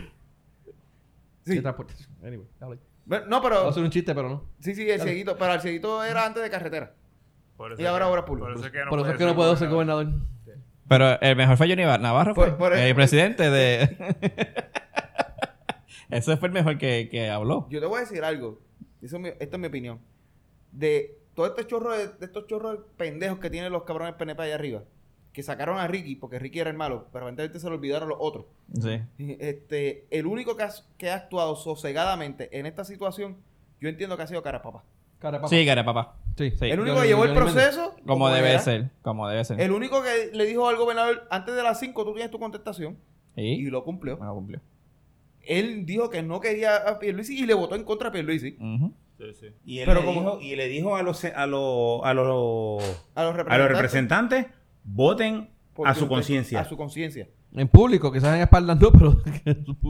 [SPEAKER 2] Sí.
[SPEAKER 1] De transportación. Anyway, déjalo ahí.
[SPEAKER 2] Bueno, No,
[SPEAKER 1] Va a
[SPEAKER 2] pero.
[SPEAKER 1] ser un chiste, pero no.
[SPEAKER 2] Sí, sí, el cieguito. Pero el cieguito era antes de carretera.
[SPEAKER 4] Por eso
[SPEAKER 2] Y ahora
[SPEAKER 4] que-
[SPEAKER 2] obra pública.
[SPEAKER 4] Por eso es que no
[SPEAKER 1] pues. Por eso
[SPEAKER 4] puede
[SPEAKER 1] es que no puedo ser gobernador.
[SPEAKER 5] Pero el mejor fue Johnny Bar- Navarro, fue,
[SPEAKER 2] Por- por
[SPEAKER 5] el
[SPEAKER 2] eso.
[SPEAKER 5] presidente de... Ese fue el mejor que, que habló.
[SPEAKER 2] Yo te voy a decir algo. Eso es mi- esta es mi opinión. De todo este chorro de, de estos chorros de pendejos que tienen los cabrones PNP allá arriba, que sacaron a Ricky porque Ricky era el malo, pero evidentemente se lo olvidaron los otros.
[SPEAKER 5] Sí.
[SPEAKER 2] Este, el único que, has- que ha actuado sosegadamente en esta situación, yo entiendo que ha sido cara papá.
[SPEAKER 1] Cara, papá.
[SPEAKER 5] Sí, cara, papá.
[SPEAKER 1] Sí.
[SPEAKER 5] Sí.
[SPEAKER 2] el único
[SPEAKER 1] yo-
[SPEAKER 2] que llevó
[SPEAKER 1] yo no
[SPEAKER 2] el
[SPEAKER 1] me-
[SPEAKER 2] proceso.
[SPEAKER 5] Como debe
[SPEAKER 2] era.
[SPEAKER 5] ser. Como debe ser.
[SPEAKER 2] El único que le dijo al gobernador, antes de las 5 tú tienes tu contestación, y
[SPEAKER 5] Y
[SPEAKER 2] lo cumplió.
[SPEAKER 5] bueno, cumplió.
[SPEAKER 2] Él dijo que no quería a Pierluisi y le votó en contra a Pierluisi.
[SPEAKER 5] Ujú.
[SPEAKER 4] Sí, sí.
[SPEAKER 3] Y, él
[SPEAKER 2] Pero
[SPEAKER 3] le
[SPEAKER 2] como-
[SPEAKER 3] dijo, y le dijo a los a los
[SPEAKER 2] A
[SPEAKER 3] a los
[SPEAKER 2] los
[SPEAKER 3] a los
[SPEAKER 2] representantes.
[SPEAKER 3] representantes voten
[SPEAKER 2] porque
[SPEAKER 3] a su
[SPEAKER 2] usted-
[SPEAKER 3] conciencia.
[SPEAKER 2] A su conciencia.
[SPEAKER 1] En público, quizás en espaldas no, pero.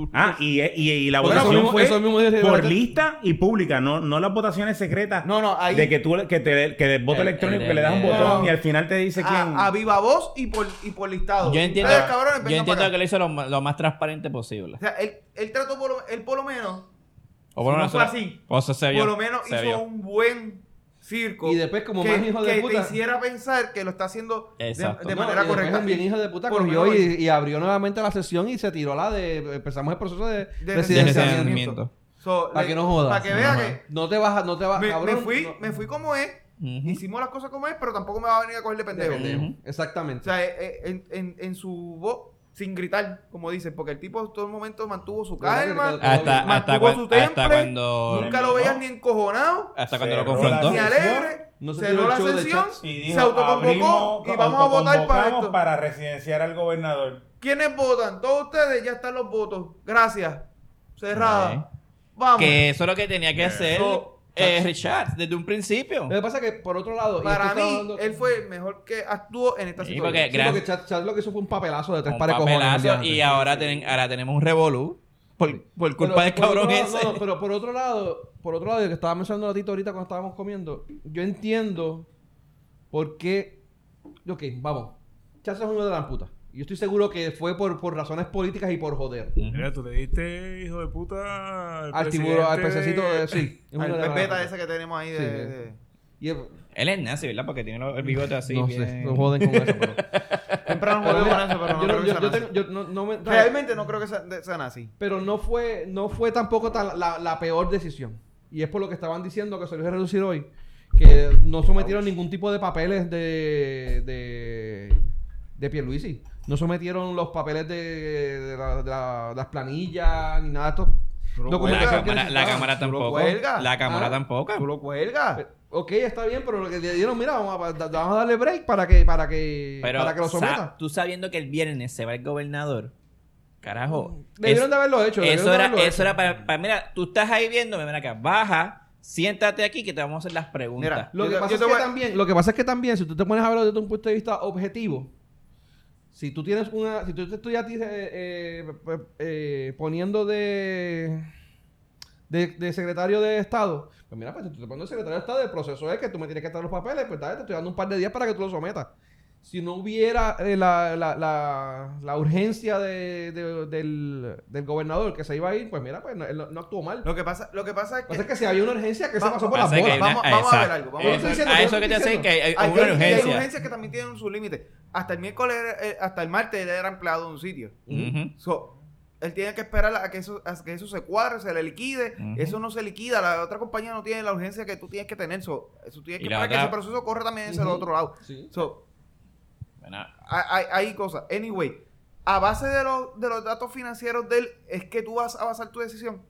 [SPEAKER 3] Ah, y, y, y la
[SPEAKER 1] Por eso
[SPEAKER 3] votación
[SPEAKER 1] mismo-
[SPEAKER 3] fue
[SPEAKER 1] eso mismo dije-
[SPEAKER 3] por lista y pública, no, no las votaciones secretas
[SPEAKER 2] No, no, ahí.
[SPEAKER 3] de que tú que te que el voto
[SPEAKER 5] El-
[SPEAKER 3] electrónico
[SPEAKER 5] el-
[SPEAKER 3] que le das un
[SPEAKER 5] el-
[SPEAKER 3] botón
[SPEAKER 2] no.
[SPEAKER 3] y al final te
[SPEAKER 2] Ah,
[SPEAKER 3] dice quién.
[SPEAKER 2] a, a viva voz y por, y por listado.
[SPEAKER 5] Yo entiendo,
[SPEAKER 2] Ustedes, cabrones,
[SPEAKER 5] yo
[SPEAKER 2] vengan para
[SPEAKER 5] entiendo
[SPEAKER 2] acá.
[SPEAKER 5] que lo hizo lo, ma- lo más transparente posible.
[SPEAKER 2] O sea, él, él trató, por lo, él por lo menos,
[SPEAKER 5] O por
[SPEAKER 2] Si
[SPEAKER 5] lo
[SPEAKER 2] no
[SPEAKER 5] menos-
[SPEAKER 2] fue así,
[SPEAKER 5] o sea, se vio,
[SPEAKER 2] por lo menos
[SPEAKER 5] se
[SPEAKER 2] hizo
[SPEAKER 5] vio.
[SPEAKER 2] un buen circo.
[SPEAKER 1] Y después, como
[SPEAKER 2] que,
[SPEAKER 1] más hijo de
[SPEAKER 2] que
[SPEAKER 1] puta-
[SPEAKER 2] te hiciera pensar que lo está haciendo de,
[SPEAKER 5] Exacto.
[SPEAKER 2] de
[SPEAKER 1] No,
[SPEAKER 2] manera
[SPEAKER 1] y después
[SPEAKER 2] correcta.
[SPEAKER 1] un bien hijo de puta
[SPEAKER 2] Por lo
[SPEAKER 1] cogió
[SPEAKER 2] menos-
[SPEAKER 1] y, y abrió nuevamente la sesión y se tiró la de. Empezamos el proceso de,
[SPEAKER 2] de
[SPEAKER 1] residenciamiento.
[SPEAKER 5] residenciamiento.
[SPEAKER 2] So,
[SPEAKER 1] Para
[SPEAKER 2] le-
[SPEAKER 1] que no jodas.
[SPEAKER 2] Para que vea que
[SPEAKER 1] No te vas, a- no te vas,
[SPEAKER 2] me,
[SPEAKER 1] cabrón.
[SPEAKER 2] me fui,
[SPEAKER 1] no-
[SPEAKER 2] me fui como es,
[SPEAKER 5] Ujú.
[SPEAKER 2] hicimos las cosas como es, pero tampoco me va a venir a coger de
[SPEAKER 1] de
[SPEAKER 2] pendejo.
[SPEAKER 1] pendejo.
[SPEAKER 5] Ujú.
[SPEAKER 2] O
[SPEAKER 1] Exactamente.
[SPEAKER 2] sea, eh, eh, en, en, en su voz, sin gritar, como dicen, porque el tipo en todo el momento mantuvo su
[SPEAKER 1] Verdad que
[SPEAKER 2] calma.
[SPEAKER 1] le quedó-
[SPEAKER 5] Hasta,
[SPEAKER 2] Mantuvo
[SPEAKER 5] hasta,
[SPEAKER 2] su
[SPEAKER 5] cuan-
[SPEAKER 2] temple,
[SPEAKER 5] hasta cuando...
[SPEAKER 2] Nunca lo veías ni encojonado,
[SPEAKER 5] Hasta cuando lo
[SPEAKER 3] Cerró la
[SPEAKER 5] confrontó.
[SPEAKER 2] ni
[SPEAKER 3] sesión.
[SPEAKER 2] alegre.
[SPEAKER 1] No se tiró
[SPEAKER 2] cerró
[SPEAKER 1] el
[SPEAKER 2] la
[SPEAKER 1] show de
[SPEAKER 2] sesión,
[SPEAKER 1] chats.
[SPEAKER 3] Y
[SPEAKER 2] se autoconvocó
[SPEAKER 3] abrimos-
[SPEAKER 2] y vamos a votar para
[SPEAKER 3] autoconvocamos
[SPEAKER 2] esto.
[SPEAKER 3] para residenciar al gobernador.
[SPEAKER 2] ¿Quiénes votan? Todos ustedes, ya están los votos. Gracias. Cerrada. Vamos.
[SPEAKER 5] Que eso es lo que tenía que hacer
[SPEAKER 2] No.
[SPEAKER 5] eh, Richard desde un principio.
[SPEAKER 1] Lo que pasa es que, por otro lado. y
[SPEAKER 2] Para
[SPEAKER 1] esto estaba
[SPEAKER 2] mí,
[SPEAKER 1] hablando-
[SPEAKER 2] él fue el mejor que actuó en esta
[SPEAKER 5] Sí,
[SPEAKER 2] situación.
[SPEAKER 5] porque-
[SPEAKER 1] Sí, porque Chad, Chad lo que hizo fue un papelazo de tres
[SPEAKER 5] Un
[SPEAKER 1] pares de cojones.
[SPEAKER 5] papelazo,
[SPEAKER 1] el día
[SPEAKER 5] y
[SPEAKER 1] antes.
[SPEAKER 5] ahora, ten- ahora tenemos un revolú
[SPEAKER 11] Por, por culpa del
[SPEAKER 1] por
[SPEAKER 11] cabrón
[SPEAKER 1] otro lado-
[SPEAKER 11] ese.
[SPEAKER 1] no, no, pero por otro lado, por otro lado, lo que estaba mencionando a Tito ahorita cuando estábamos comiendo, yo entiendo por qué. Ok, vamos. Chance es uno de las putas. Yo estoy seguro que fue por, por razones políticas y por joder.
[SPEAKER 4] Mira, tú le diste, hijo de puta, al,
[SPEAKER 1] Al tiburón, al pececito,
[SPEAKER 4] de-
[SPEAKER 1] eh, sí. es uno
[SPEAKER 2] Al
[SPEAKER 1] de las
[SPEAKER 2] pepeta
[SPEAKER 1] putas.
[SPEAKER 2] ese que tenemos ahí de...
[SPEAKER 1] Sí,
[SPEAKER 2] de-
[SPEAKER 1] Y es-
[SPEAKER 11] Él es nazi, ¿verdad? Porque tiene lo- el bigote así.
[SPEAKER 1] no sé,
[SPEAKER 11] bien-
[SPEAKER 1] no joden con eso, pero.
[SPEAKER 2] Temprano
[SPEAKER 1] Pero
[SPEAKER 2] juego
[SPEAKER 1] mira,
[SPEAKER 2] con eso, pero no
[SPEAKER 1] yo no- yo- yo
[SPEAKER 2] creo que sea nazi.
[SPEAKER 1] tengo- yo no- no me-
[SPEAKER 2] Realmente no creo que sea, de- sean así.
[SPEAKER 1] Pero no fue, no fue tampoco tan- la, la peor decisión. Y es por lo que estaban diciendo que se lo iba a reducir hoy. Que no sometieron ningún tipo de papeles de. de. de Pierluisi. No sometieron los papeles de, de la- de la- las planillas ni nada de esto.
[SPEAKER 11] La
[SPEAKER 1] Documentación que
[SPEAKER 11] cámara, la
[SPEAKER 1] necesitaban.
[SPEAKER 11] cámara tampoco.
[SPEAKER 2] cuelgas.
[SPEAKER 11] La cámara
[SPEAKER 1] Ah.
[SPEAKER 2] Tú
[SPEAKER 11] tampoco.
[SPEAKER 2] lo cuelgas.
[SPEAKER 1] Eh, Ok, está bien, pero lo que le dieron, mira, vamos a, da- vamos a darle break para que, para que,
[SPEAKER 11] Pero
[SPEAKER 1] para que lo
[SPEAKER 11] sa-
[SPEAKER 1] someta.
[SPEAKER 11] tú sabiendo que el viernes se va el gobernador. Carajo.
[SPEAKER 1] Debieron
[SPEAKER 11] es-
[SPEAKER 1] Mm. de haberlo hecho. debieron
[SPEAKER 11] Eso
[SPEAKER 1] de
[SPEAKER 11] era,
[SPEAKER 1] haberlo
[SPEAKER 11] eso
[SPEAKER 1] hecho.
[SPEAKER 11] era para, para- Mira, tú estás ahí viéndome, ven acá. Baja, siéntate aquí que te vamos a hacer las preguntas.
[SPEAKER 2] Mira,
[SPEAKER 1] Lo
[SPEAKER 2] Yo
[SPEAKER 1] que,
[SPEAKER 2] te-
[SPEAKER 1] pasa
[SPEAKER 2] yo
[SPEAKER 1] es
[SPEAKER 2] te
[SPEAKER 1] que
[SPEAKER 2] voy a-
[SPEAKER 1] también, lo que pasa es que también, si tú te pones a verlo desde un punto de vista objetivo, si tú tienes una. Si tú te estoy a ti, eh, eh, eh, eh, poniendo de, de. de secretario de Estado, pues mira, pues si tú te pones de secretario de Estado, el proceso es que tú me tienes que traer los papeles, pues dale, te estoy dando un par de días para que tú los sometas. Si no hubiera eh, la, la, la, la urgencia de, de- del, del gobernador que se iba a ir, pues mira, pues no, él no, no actuó mal. Lo
[SPEAKER 2] Lo que pasa, lo que pasa es
[SPEAKER 1] que
[SPEAKER 2] que...
[SPEAKER 1] pasa es que si había una urgencia que se
[SPEAKER 2] Va-
[SPEAKER 1] pasó por
[SPEAKER 11] Pasa
[SPEAKER 1] las
[SPEAKER 11] que
[SPEAKER 1] bolas.
[SPEAKER 11] hay
[SPEAKER 2] Vamos- vamos a ver algo, vamos a ver
[SPEAKER 11] Eso-
[SPEAKER 1] algo. Estoy
[SPEAKER 11] a
[SPEAKER 1] diciendo,
[SPEAKER 11] eso que te hace
[SPEAKER 1] estoy
[SPEAKER 11] Eh, es que hay, hay
[SPEAKER 2] Hay,
[SPEAKER 11] una
[SPEAKER 2] hay- y hay
[SPEAKER 11] urgencia.
[SPEAKER 2] urgencias que también tienen su límite. Hasta el miércoles, era- eh, hasta el martes él era empleado de un sitio.
[SPEAKER 11] Ujú.
[SPEAKER 2] So, él tiene que esperar a que eso, a que eso se cuadre, se le liquide.
[SPEAKER 11] Ujú.
[SPEAKER 2] Eso no se liquida. La otra compañía no tiene la urgencia que tú tienes que tener. So, eso tienes
[SPEAKER 11] Y
[SPEAKER 2] que
[SPEAKER 11] la
[SPEAKER 2] esperar que
[SPEAKER 11] otra-
[SPEAKER 2] ese proceso corra también hacia el
[SPEAKER 1] Ujú.
[SPEAKER 2] otro lado.
[SPEAKER 1] Sí.
[SPEAKER 2] So,
[SPEAKER 11] Bueno,
[SPEAKER 2] hay, hay- hay cosas. Anyway, a base de, los- de los datos financieros de él, es que tú vas a basar tu decisión.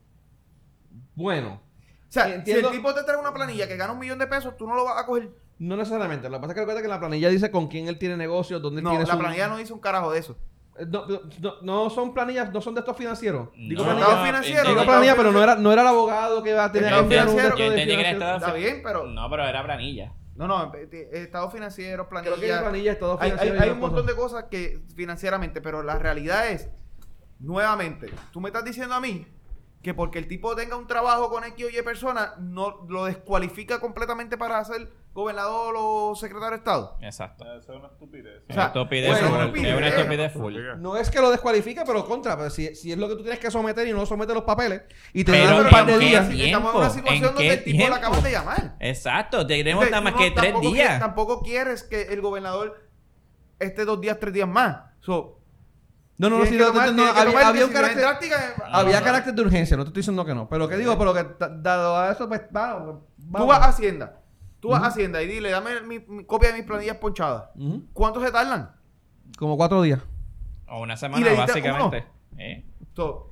[SPEAKER 1] Bueno,
[SPEAKER 2] O sea, si
[SPEAKER 1] Entiendo.
[SPEAKER 2] el tipo te trae una planilla que gana un millón de pesos, tú no lo vas a coger.
[SPEAKER 1] No necesariamente. Lo que pasa es que recuerda que la planilla dice con quién él tiene negocios, dónde él
[SPEAKER 2] No,
[SPEAKER 1] tiene
[SPEAKER 2] la
[SPEAKER 1] su-
[SPEAKER 2] planilla no hizo un carajo de eso.
[SPEAKER 1] Eh, No, no- no son planillas, no son de estos financieros.
[SPEAKER 2] Digo,
[SPEAKER 11] no,
[SPEAKER 2] mercado
[SPEAKER 11] no,
[SPEAKER 2] financiero,
[SPEAKER 11] entiendo
[SPEAKER 1] Digo
[SPEAKER 2] no,
[SPEAKER 11] que-
[SPEAKER 1] planilla,
[SPEAKER 2] no,
[SPEAKER 1] pero no
[SPEAKER 2] no,
[SPEAKER 1] era, no era el abogado que va a tener
[SPEAKER 2] Mercado
[SPEAKER 1] que enviar un
[SPEAKER 2] financiero.
[SPEAKER 1] texto
[SPEAKER 11] Yo
[SPEAKER 1] de
[SPEAKER 11] entendí que era estado-
[SPEAKER 1] financiación.
[SPEAKER 2] Está bien, pero...
[SPEAKER 11] No, pero era planilla.
[SPEAKER 2] No, no, eh, eh, estados financieros, planillas.
[SPEAKER 1] Creo que hay planillas, estados
[SPEAKER 2] Hay, hay-
[SPEAKER 1] financieros. y
[SPEAKER 2] hay
[SPEAKER 1] otras
[SPEAKER 2] un montón
[SPEAKER 1] cosas.
[SPEAKER 2] de cosas que financieramente, pero la realidad es, nuevamente, tú me estás diciendo a mí que porque el tipo tenga un trabajo con X o Y persona, no lo descualifica completamente para ser gobernador o secretario de Estado.
[SPEAKER 11] Exacto.
[SPEAKER 4] Eso es una estupidez.
[SPEAKER 2] O sea,
[SPEAKER 11] Es una estupidez
[SPEAKER 2] bueno,
[SPEAKER 11] full,
[SPEAKER 2] estupidez.
[SPEAKER 11] es una estupidez full.
[SPEAKER 1] No es que lo descualifica, pero contra. pero si, si es lo que tú tienes que someter y no sometes los papeles y te
[SPEAKER 11] Pero
[SPEAKER 1] dan un
[SPEAKER 11] ¿en
[SPEAKER 1] par de
[SPEAKER 11] qué
[SPEAKER 1] días.
[SPEAKER 11] tiempo?
[SPEAKER 2] Estamos en una situación
[SPEAKER 11] ¿En
[SPEAKER 2] donde
[SPEAKER 11] qué
[SPEAKER 2] el tipo
[SPEAKER 11] tiempo?
[SPEAKER 2] lo acabas de llamar.
[SPEAKER 11] Exacto, tenemos
[SPEAKER 2] Entonces,
[SPEAKER 11] nada más
[SPEAKER 2] tú
[SPEAKER 11] que
[SPEAKER 2] no-
[SPEAKER 11] tres
[SPEAKER 2] tampoco quieres-
[SPEAKER 11] días.
[SPEAKER 2] tampoco quieres que el gobernador esté dos días, tres días más. So,
[SPEAKER 1] No, no, no,
[SPEAKER 2] tienes
[SPEAKER 1] sí,
[SPEAKER 2] que
[SPEAKER 1] no,
[SPEAKER 2] tomar-
[SPEAKER 1] no,
[SPEAKER 2] tienes que
[SPEAKER 1] había,
[SPEAKER 2] tomar
[SPEAKER 1] había un
[SPEAKER 2] decisiones
[SPEAKER 1] carácter.
[SPEAKER 2] drásticas en-
[SPEAKER 1] Había carácter de urgencia, no te estoy diciendo que no. Pero que digo, pero que da- dado a eso, pues va. va-
[SPEAKER 2] Tú vas a Hacienda. Tú vas a Hacienda y dile, dame mi, mi copia de mis planillas ponchadas.
[SPEAKER 1] Ujú.
[SPEAKER 2] ¿Cuánto se tardan?
[SPEAKER 1] Como cuatro días.
[SPEAKER 11] O una
[SPEAKER 2] Y
[SPEAKER 11] semana,
[SPEAKER 2] le diste
[SPEAKER 11] básicamente. Eh.
[SPEAKER 2] So,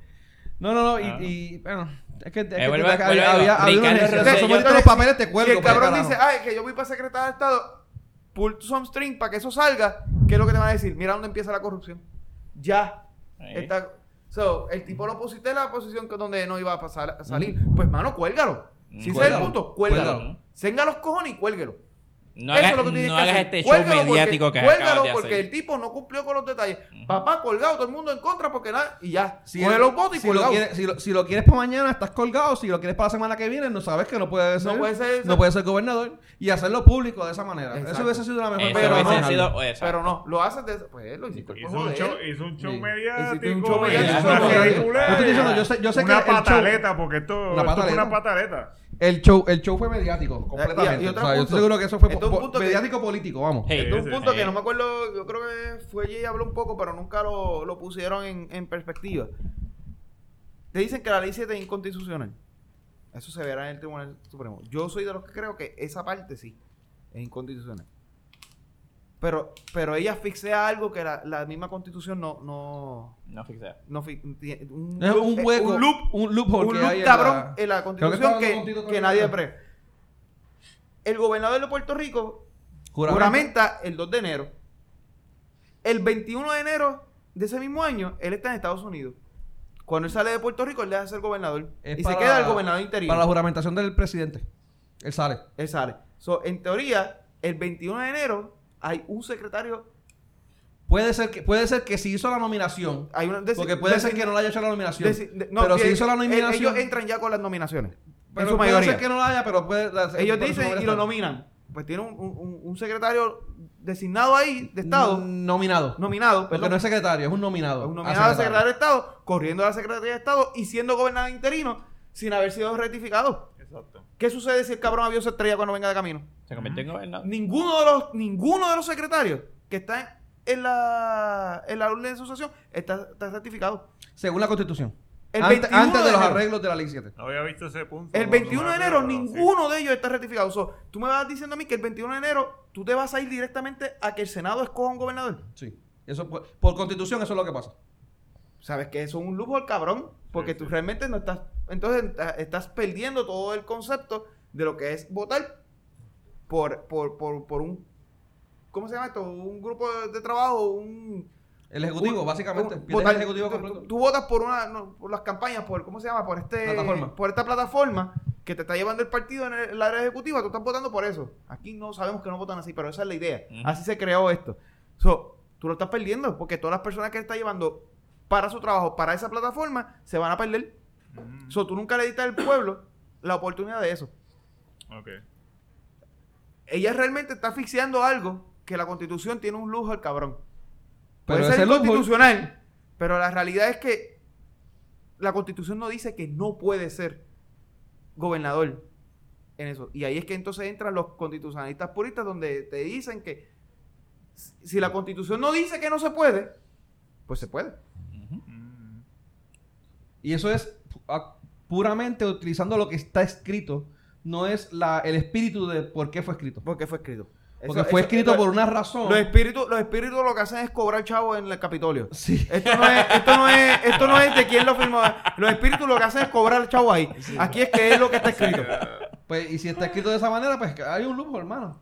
[SPEAKER 1] No, no, no, y,
[SPEAKER 11] Ah.
[SPEAKER 1] y bueno, es que, es que
[SPEAKER 11] Eh, vuelve-
[SPEAKER 1] había,
[SPEAKER 11] vuelve-
[SPEAKER 1] había, había una
[SPEAKER 11] Ricardo
[SPEAKER 1] necesidad.
[SPEAKER 11] Rosselló-
[SPEAKER 1] Somete
[SPEAKER 2] yo-
[SPEAKER 1] los papeles, te
[SPEAKER 2] si
[SPEAKER 1] cuelgo.
[SPEAKER 2] el
[SPEAKER 1] por ahí,
[SPEAKER 2] cabrón
[SPEAKER 1] carajo.
[SPEAKER 2] dice, ah, ay, que yo voy para secretario de Estado, pull some string para que eso salga, ¿qué es lo que te van a decir? Mira dónde empieza la corrupción. Ya.
[SPEAKER 11] Eh.
[SPEAKER 2] Está- so, el tipo lo pusiste en la posición que- donde no iba a pasar, a salir. Pues, mano, cuélgalo. Si ese es el
[SPEAKER 1] Cuélgalo,
[SPEAKER 2] punto, cuélgalo.
[SPEAKER 11] cuélgalo.
[SPEAKER 2] Tenga los cojones y cuélgalo.
[SPEAKER 11] No
[SPEAKER 2] Eso
[SPEAKER 11] hagas,
[SPEAKER 2] es lo que tú tienes
[SPEAKER 11] no
[SPEAKER 2] que
[SPEAKER 11] hagas
[SPEAKER 2] hacer.
[SPEAKER 11] este show
[SPEAKER 2] Cuélgalo
[SPEAKER 11] mediático que
[SPEAKER 2] porque,
[SPEAKER 11] acabas
[SPEAKER 2] Cuélgalo
[SPEAKER 11] de
[SPEAKER 2] porque el
[SPEAKER 11] hacer.
[SPEAKER 2] tipo no cumplió con los detalles. Papá, colgado, todo el mundo en contra porque nada. Y ya.
[SPEAKER 1] Si,
[SPEAKER 2] Coge
[SPEAKER 1] él-
[SPEAKER 2] los votos y
[SPEAKER 1] si, lo
[SPEAKER 2] colgado.
[SPEAKER 1] quieres, si, lo, si lo quieres para mañana, estás colgado. Si lo quieres para la semana que viene, no sabes que no puede ser,
[SPEAKER 2] puede ser-
[SPEAKER 1] no puede ser gobernador. Y hacerlo público de esa manera. Eso
[SPEAKER 2] Exacto.
[SPEAKER 1] hubiese sido la mejor
[SPEAKER 11] Eso
[SPEAKER 2] Pero
[SPEAKER 11] hubiese
[SPEAKER 2] no,
[SPEAKER 11] sido- exacto.
[SPEAKER 2] Pero no, lo haces de. Pues lo hiciste. por
[SPEAKER 4] Hizo un,
[SPEAKER 2] joder.
[SPEAKER 4] show, hizo un show
[SPEAKER 1] Sí.
[SPEAKER 4] mediático.
[SPEAKER 2] Hiciste un show
[SPEAKER 4] y una
[SPEAKER 2] mediático. Yo estoy
[SPEAKER 4] ridiculez.
[SPEAKER 1] diciendo, yo sé- yo sé
[SPEAKER 4] una
[SPEAKER 1] que el show-
[SPEAKER 4] pataleta, porque esto,
[SPEAKER 1] Una
[SPEAKER 4] esto fue
[SPEAKER 1] pataleta.
[SPEAKER 4] una pataleta.
[SPEAKER 1] El show, el show fue mediático,
[SPEAKER 2] Eh, y-
[SPEAKER 1] completamente.
[SPEAKER 2] y
[SPEAKER 1] o
[SPEAKER 2] otro
[SPEAKER 1] sea, yo
[SPEAKER 2] punto.
[SPEAKER 1] estoy seguro que eso fue po-
[SPEAKER 2] Entonces, un
[SPEAKER 1] po-
[SPEAKER 2] punto que-
[SPEAKER 1] mediático político, vamos.
[SPEAKER 11] Hey,
[SPEAKER 2] De un punto
[SPEAKER 11] hey.
[SPEAKER 2] que no me acuerdo, yo creo que fue ella habló un poco, pero nunca lo, lo pusieron en, en perspectiva. Te dicen que la ley 7 es inconstitucional. Eso se verá en el Tribunal Supremo. Yo soy de los que creo que esa parte sí es inconstitucional. Pero, pero ella fixea algo que la, la misma constitución no, no,
[SPEAKER 11] No fixé.
[SPEAKER 2] no fi- tiene- un,
[SPEAKER 1] Es un
[SPEAKER 2] eh,
[SPEAKER 1] hueco.
[SPEAKER 2] un loop
[SPEAKER 1] Un loop, porque
[SPEAKER 2] un loop
[SPEAKER 1] hay en la-
[SPEAKER 2] cabrón eh, en la
[SPEAKER 1] Creo que
[SPEAKER 2] constitución
[SPEAKER 1] estaba
[SPEAKER 2] que,
[SPEAKER 1] contigo
[SPEAKER 2] que
[SPEAKER 1] también,
[SPEAKER 2] nadie
[SPEAKER 1] ¿verdad?
[SPEAKER 2] aprueba. El gobernador de Puerto Rico
[SPEAKER 1] Juramento.
[SPEAKER 2] juramenta el 2 de enero. El 21 de enero de ese mismo año, él está en Estados Unidos. Cuando él sale de Puerto Rico, él deja de ser gobernador.
[SPEAKER 1] Es
[SPEAKER 2] y
[SPEAKER 1] para-
[SPEAKER 2] se queda el gobernador interino.
[SPEAKER 1] Para la juramentación del presidente. Él sale.
[SPEAKER 2] Él sale. So, en teoría, el 21 de enero hay un secretario
[SPEAKER 1] Puede ser que, puede ser que si hizo la nominación.
[SPEAKER 2] Hay una- deci-
[SPEAKER 1] Porque puede ser
[SPEAKER 2] deci-
[SPEAKER 1] que no le haya hecho la nominación.
[SPEAKER 2] deci- de- no,
[SPEAKER 1] pero si
[SPEAKER 2] bien,
[SPEAKER 1] hizo la
[SPEAKER 2] el-
[SPEAKER 1] nominación.
[SPEAKER 2] Ellos entran ya con las nominaciones. en
[SPEAKER 1] pero
[SPEAKER 2] su
[SPEAKER 1] puede
[SPEAKER 2] mayoría.
[SPEAKER 1] ser que no la haya, pero puede. la-
[SPEAKER 2] Ellos
[SPEAKER 1] por eso
[SPEAKER 2] dicen
[SPEAKER 1] no
[SPEAKER 2] y lo
[SPEAKER 1] molestan.
[SPEAKER 2] nominan. Pues tiene un, un- un secretario designado ahí de Estado,
[SPEAKER 1] Mm, Nominado.
[SPEAKER 2] nominado,
[SPEAKER 1] Porque
[SPEAKER 2] perdón,
[SPEAKER 1] no es secretario, es un nominado.
[SPEAKER 2] un
[SPEAKER 1] a
[SPEAKER 2] nominado a secretario de Estado, corriendo a la Secretaría de Estado y siendo gobernador interino sin haber sido rectificado.
[SPEAKER 4] Exacto.
[SPEAKER 2] ¿Qué sucede si el cabrón avión se estrella cuando venga de camino?
[SPEAKER 5] Se convirtió en
[SPEAKER 2] ¿Ah?
[SPEAKER 5] gobernador.
[SPEAKER 2] Ninguno de los, ninguno de los secretarios que están en la, en la orden de asociación está, está certificado.
[SPEAKER 1] Según la Constitución.
[SPEAKER 2] El
[SPEAKER 1] Ante-
[SPEAKER 2] 21
[SPEAKER 1] antes de los
[SPEAKER 2] enero.
[SPEAKER 1] arreglos de la ley 7.
[SPEAKER 4] No había visto ese punto.
[SPEAKER 2] El
[SPEAKER 4] no,
[SPEAKER 2] 21
[SPEAKER 4] no
[SPEAKER 2] de
[SPEAKER 4] me
[SPEAKER 2] enero
[SPEAKER 4] acuerdo, sí.
[SPEAKER 2] ninguno de ellos está ratificado. So, tú me vas diciendo a mí que el 21 de enero tú te vas a ir directamente a que el Senado escoja un gobernador.
[SPEAKER 1] Sí. Eso, por, por Constitución, eso es lo que pasa.
[SPEAKER 2] Sabes que eso es un loophole, cabrón, porque
[SPEAKER 4] Sí,
[SPEAKER 2] tú
[SPEAKER 4] sí.
[SPEAKER 2] realmente no estás... Entonces ta- estás perdiendo todo el concepto de lo que es votar por, por, por, por un... ¿Cómo se llama esto? Un grupo de- de trabajo, un...
[SPEAKER 1] El Ejecutivo,
[SPEAKER 2] un-
[SPEAKER 1] básicamente.
[SPEAKER 2] un-
[SPEAKER 1] pierde
[SPEAKER 2] votar-
[SPEAKER 1] el Ejecutivo
[SPEAKER 2] tú,
[SPEAKER 1] completo.
[SPEAKER 2] tú- tú votas por una no, por las campañas, por ¿cómo se llama? Por este
[SPEAKER 1] Plataforma.
[SPEAKER 2] por esta plataforma que te está llevando el partido en el, el área ejecutiva, tú estás votando por eso. Aquí no sabemos que no votan así, pero esa es la idea. Así se creó esto. So, tú lo estás perdiendo porque todas las personas que está llevando para su trabajo, para esa plataforma, se van a perder.
[SPEAKER 4] Mm,
[SPEAKER 2] So, tú nunca le diste al pueblo la oportunidad de eso.
[SPEAKER 4] ok.
[SPEAKER 2] Ella realmente está asfixiando algo que la Constitución tiene un lujo al cabrón.
[SPEAKER 1] Pero
[SPEAKER 2] Puede
[SPEAKER 1] ese
[SPEAKER 2] ser
[SPEAKER 1] loophole-
[SPEAKER 2] constitucional, pero la realidad es que la constitución no dice que no puede ser gobernador en eso. Y ahí es que entonces entran los constitucionalistas puristas donde te dicen que si si la constitución no dice que no se puede, pues se puede.
[SPEAKER 4] Mm,
[SPEAKER 1] Y eso es pu- a- puramente utilizando lo que está escrito. No es la, el espíritu de por qué fue escrito.
[SPEAKER 2] Porque fue escrito.
[SPEAKER 1] Porque
[SPEAKER 2] Eso-
[SPEAKER 1] fue
[SPEAKER 2] eso-
[SPEAKER 1] escrito
[SPEAKER 2] lo-
[SPEAKER 1] por una razón.
[SPEAKER 2] Los espíritus, los espíritus lo que hacen es cobrar chavo en el Capitolio.
[SPEAKER 1] Sí.
[SPEAKER 2] Esto no es, esto no es, esto no es de quién lo firmó. Los espíritus lo que hacen es cobrar el chavo ahí. Aquí es que es lo que está escrito.
[SPEAKER 1] Pues, y si está escrito de esa manera, pues que hay un lujo, hermano.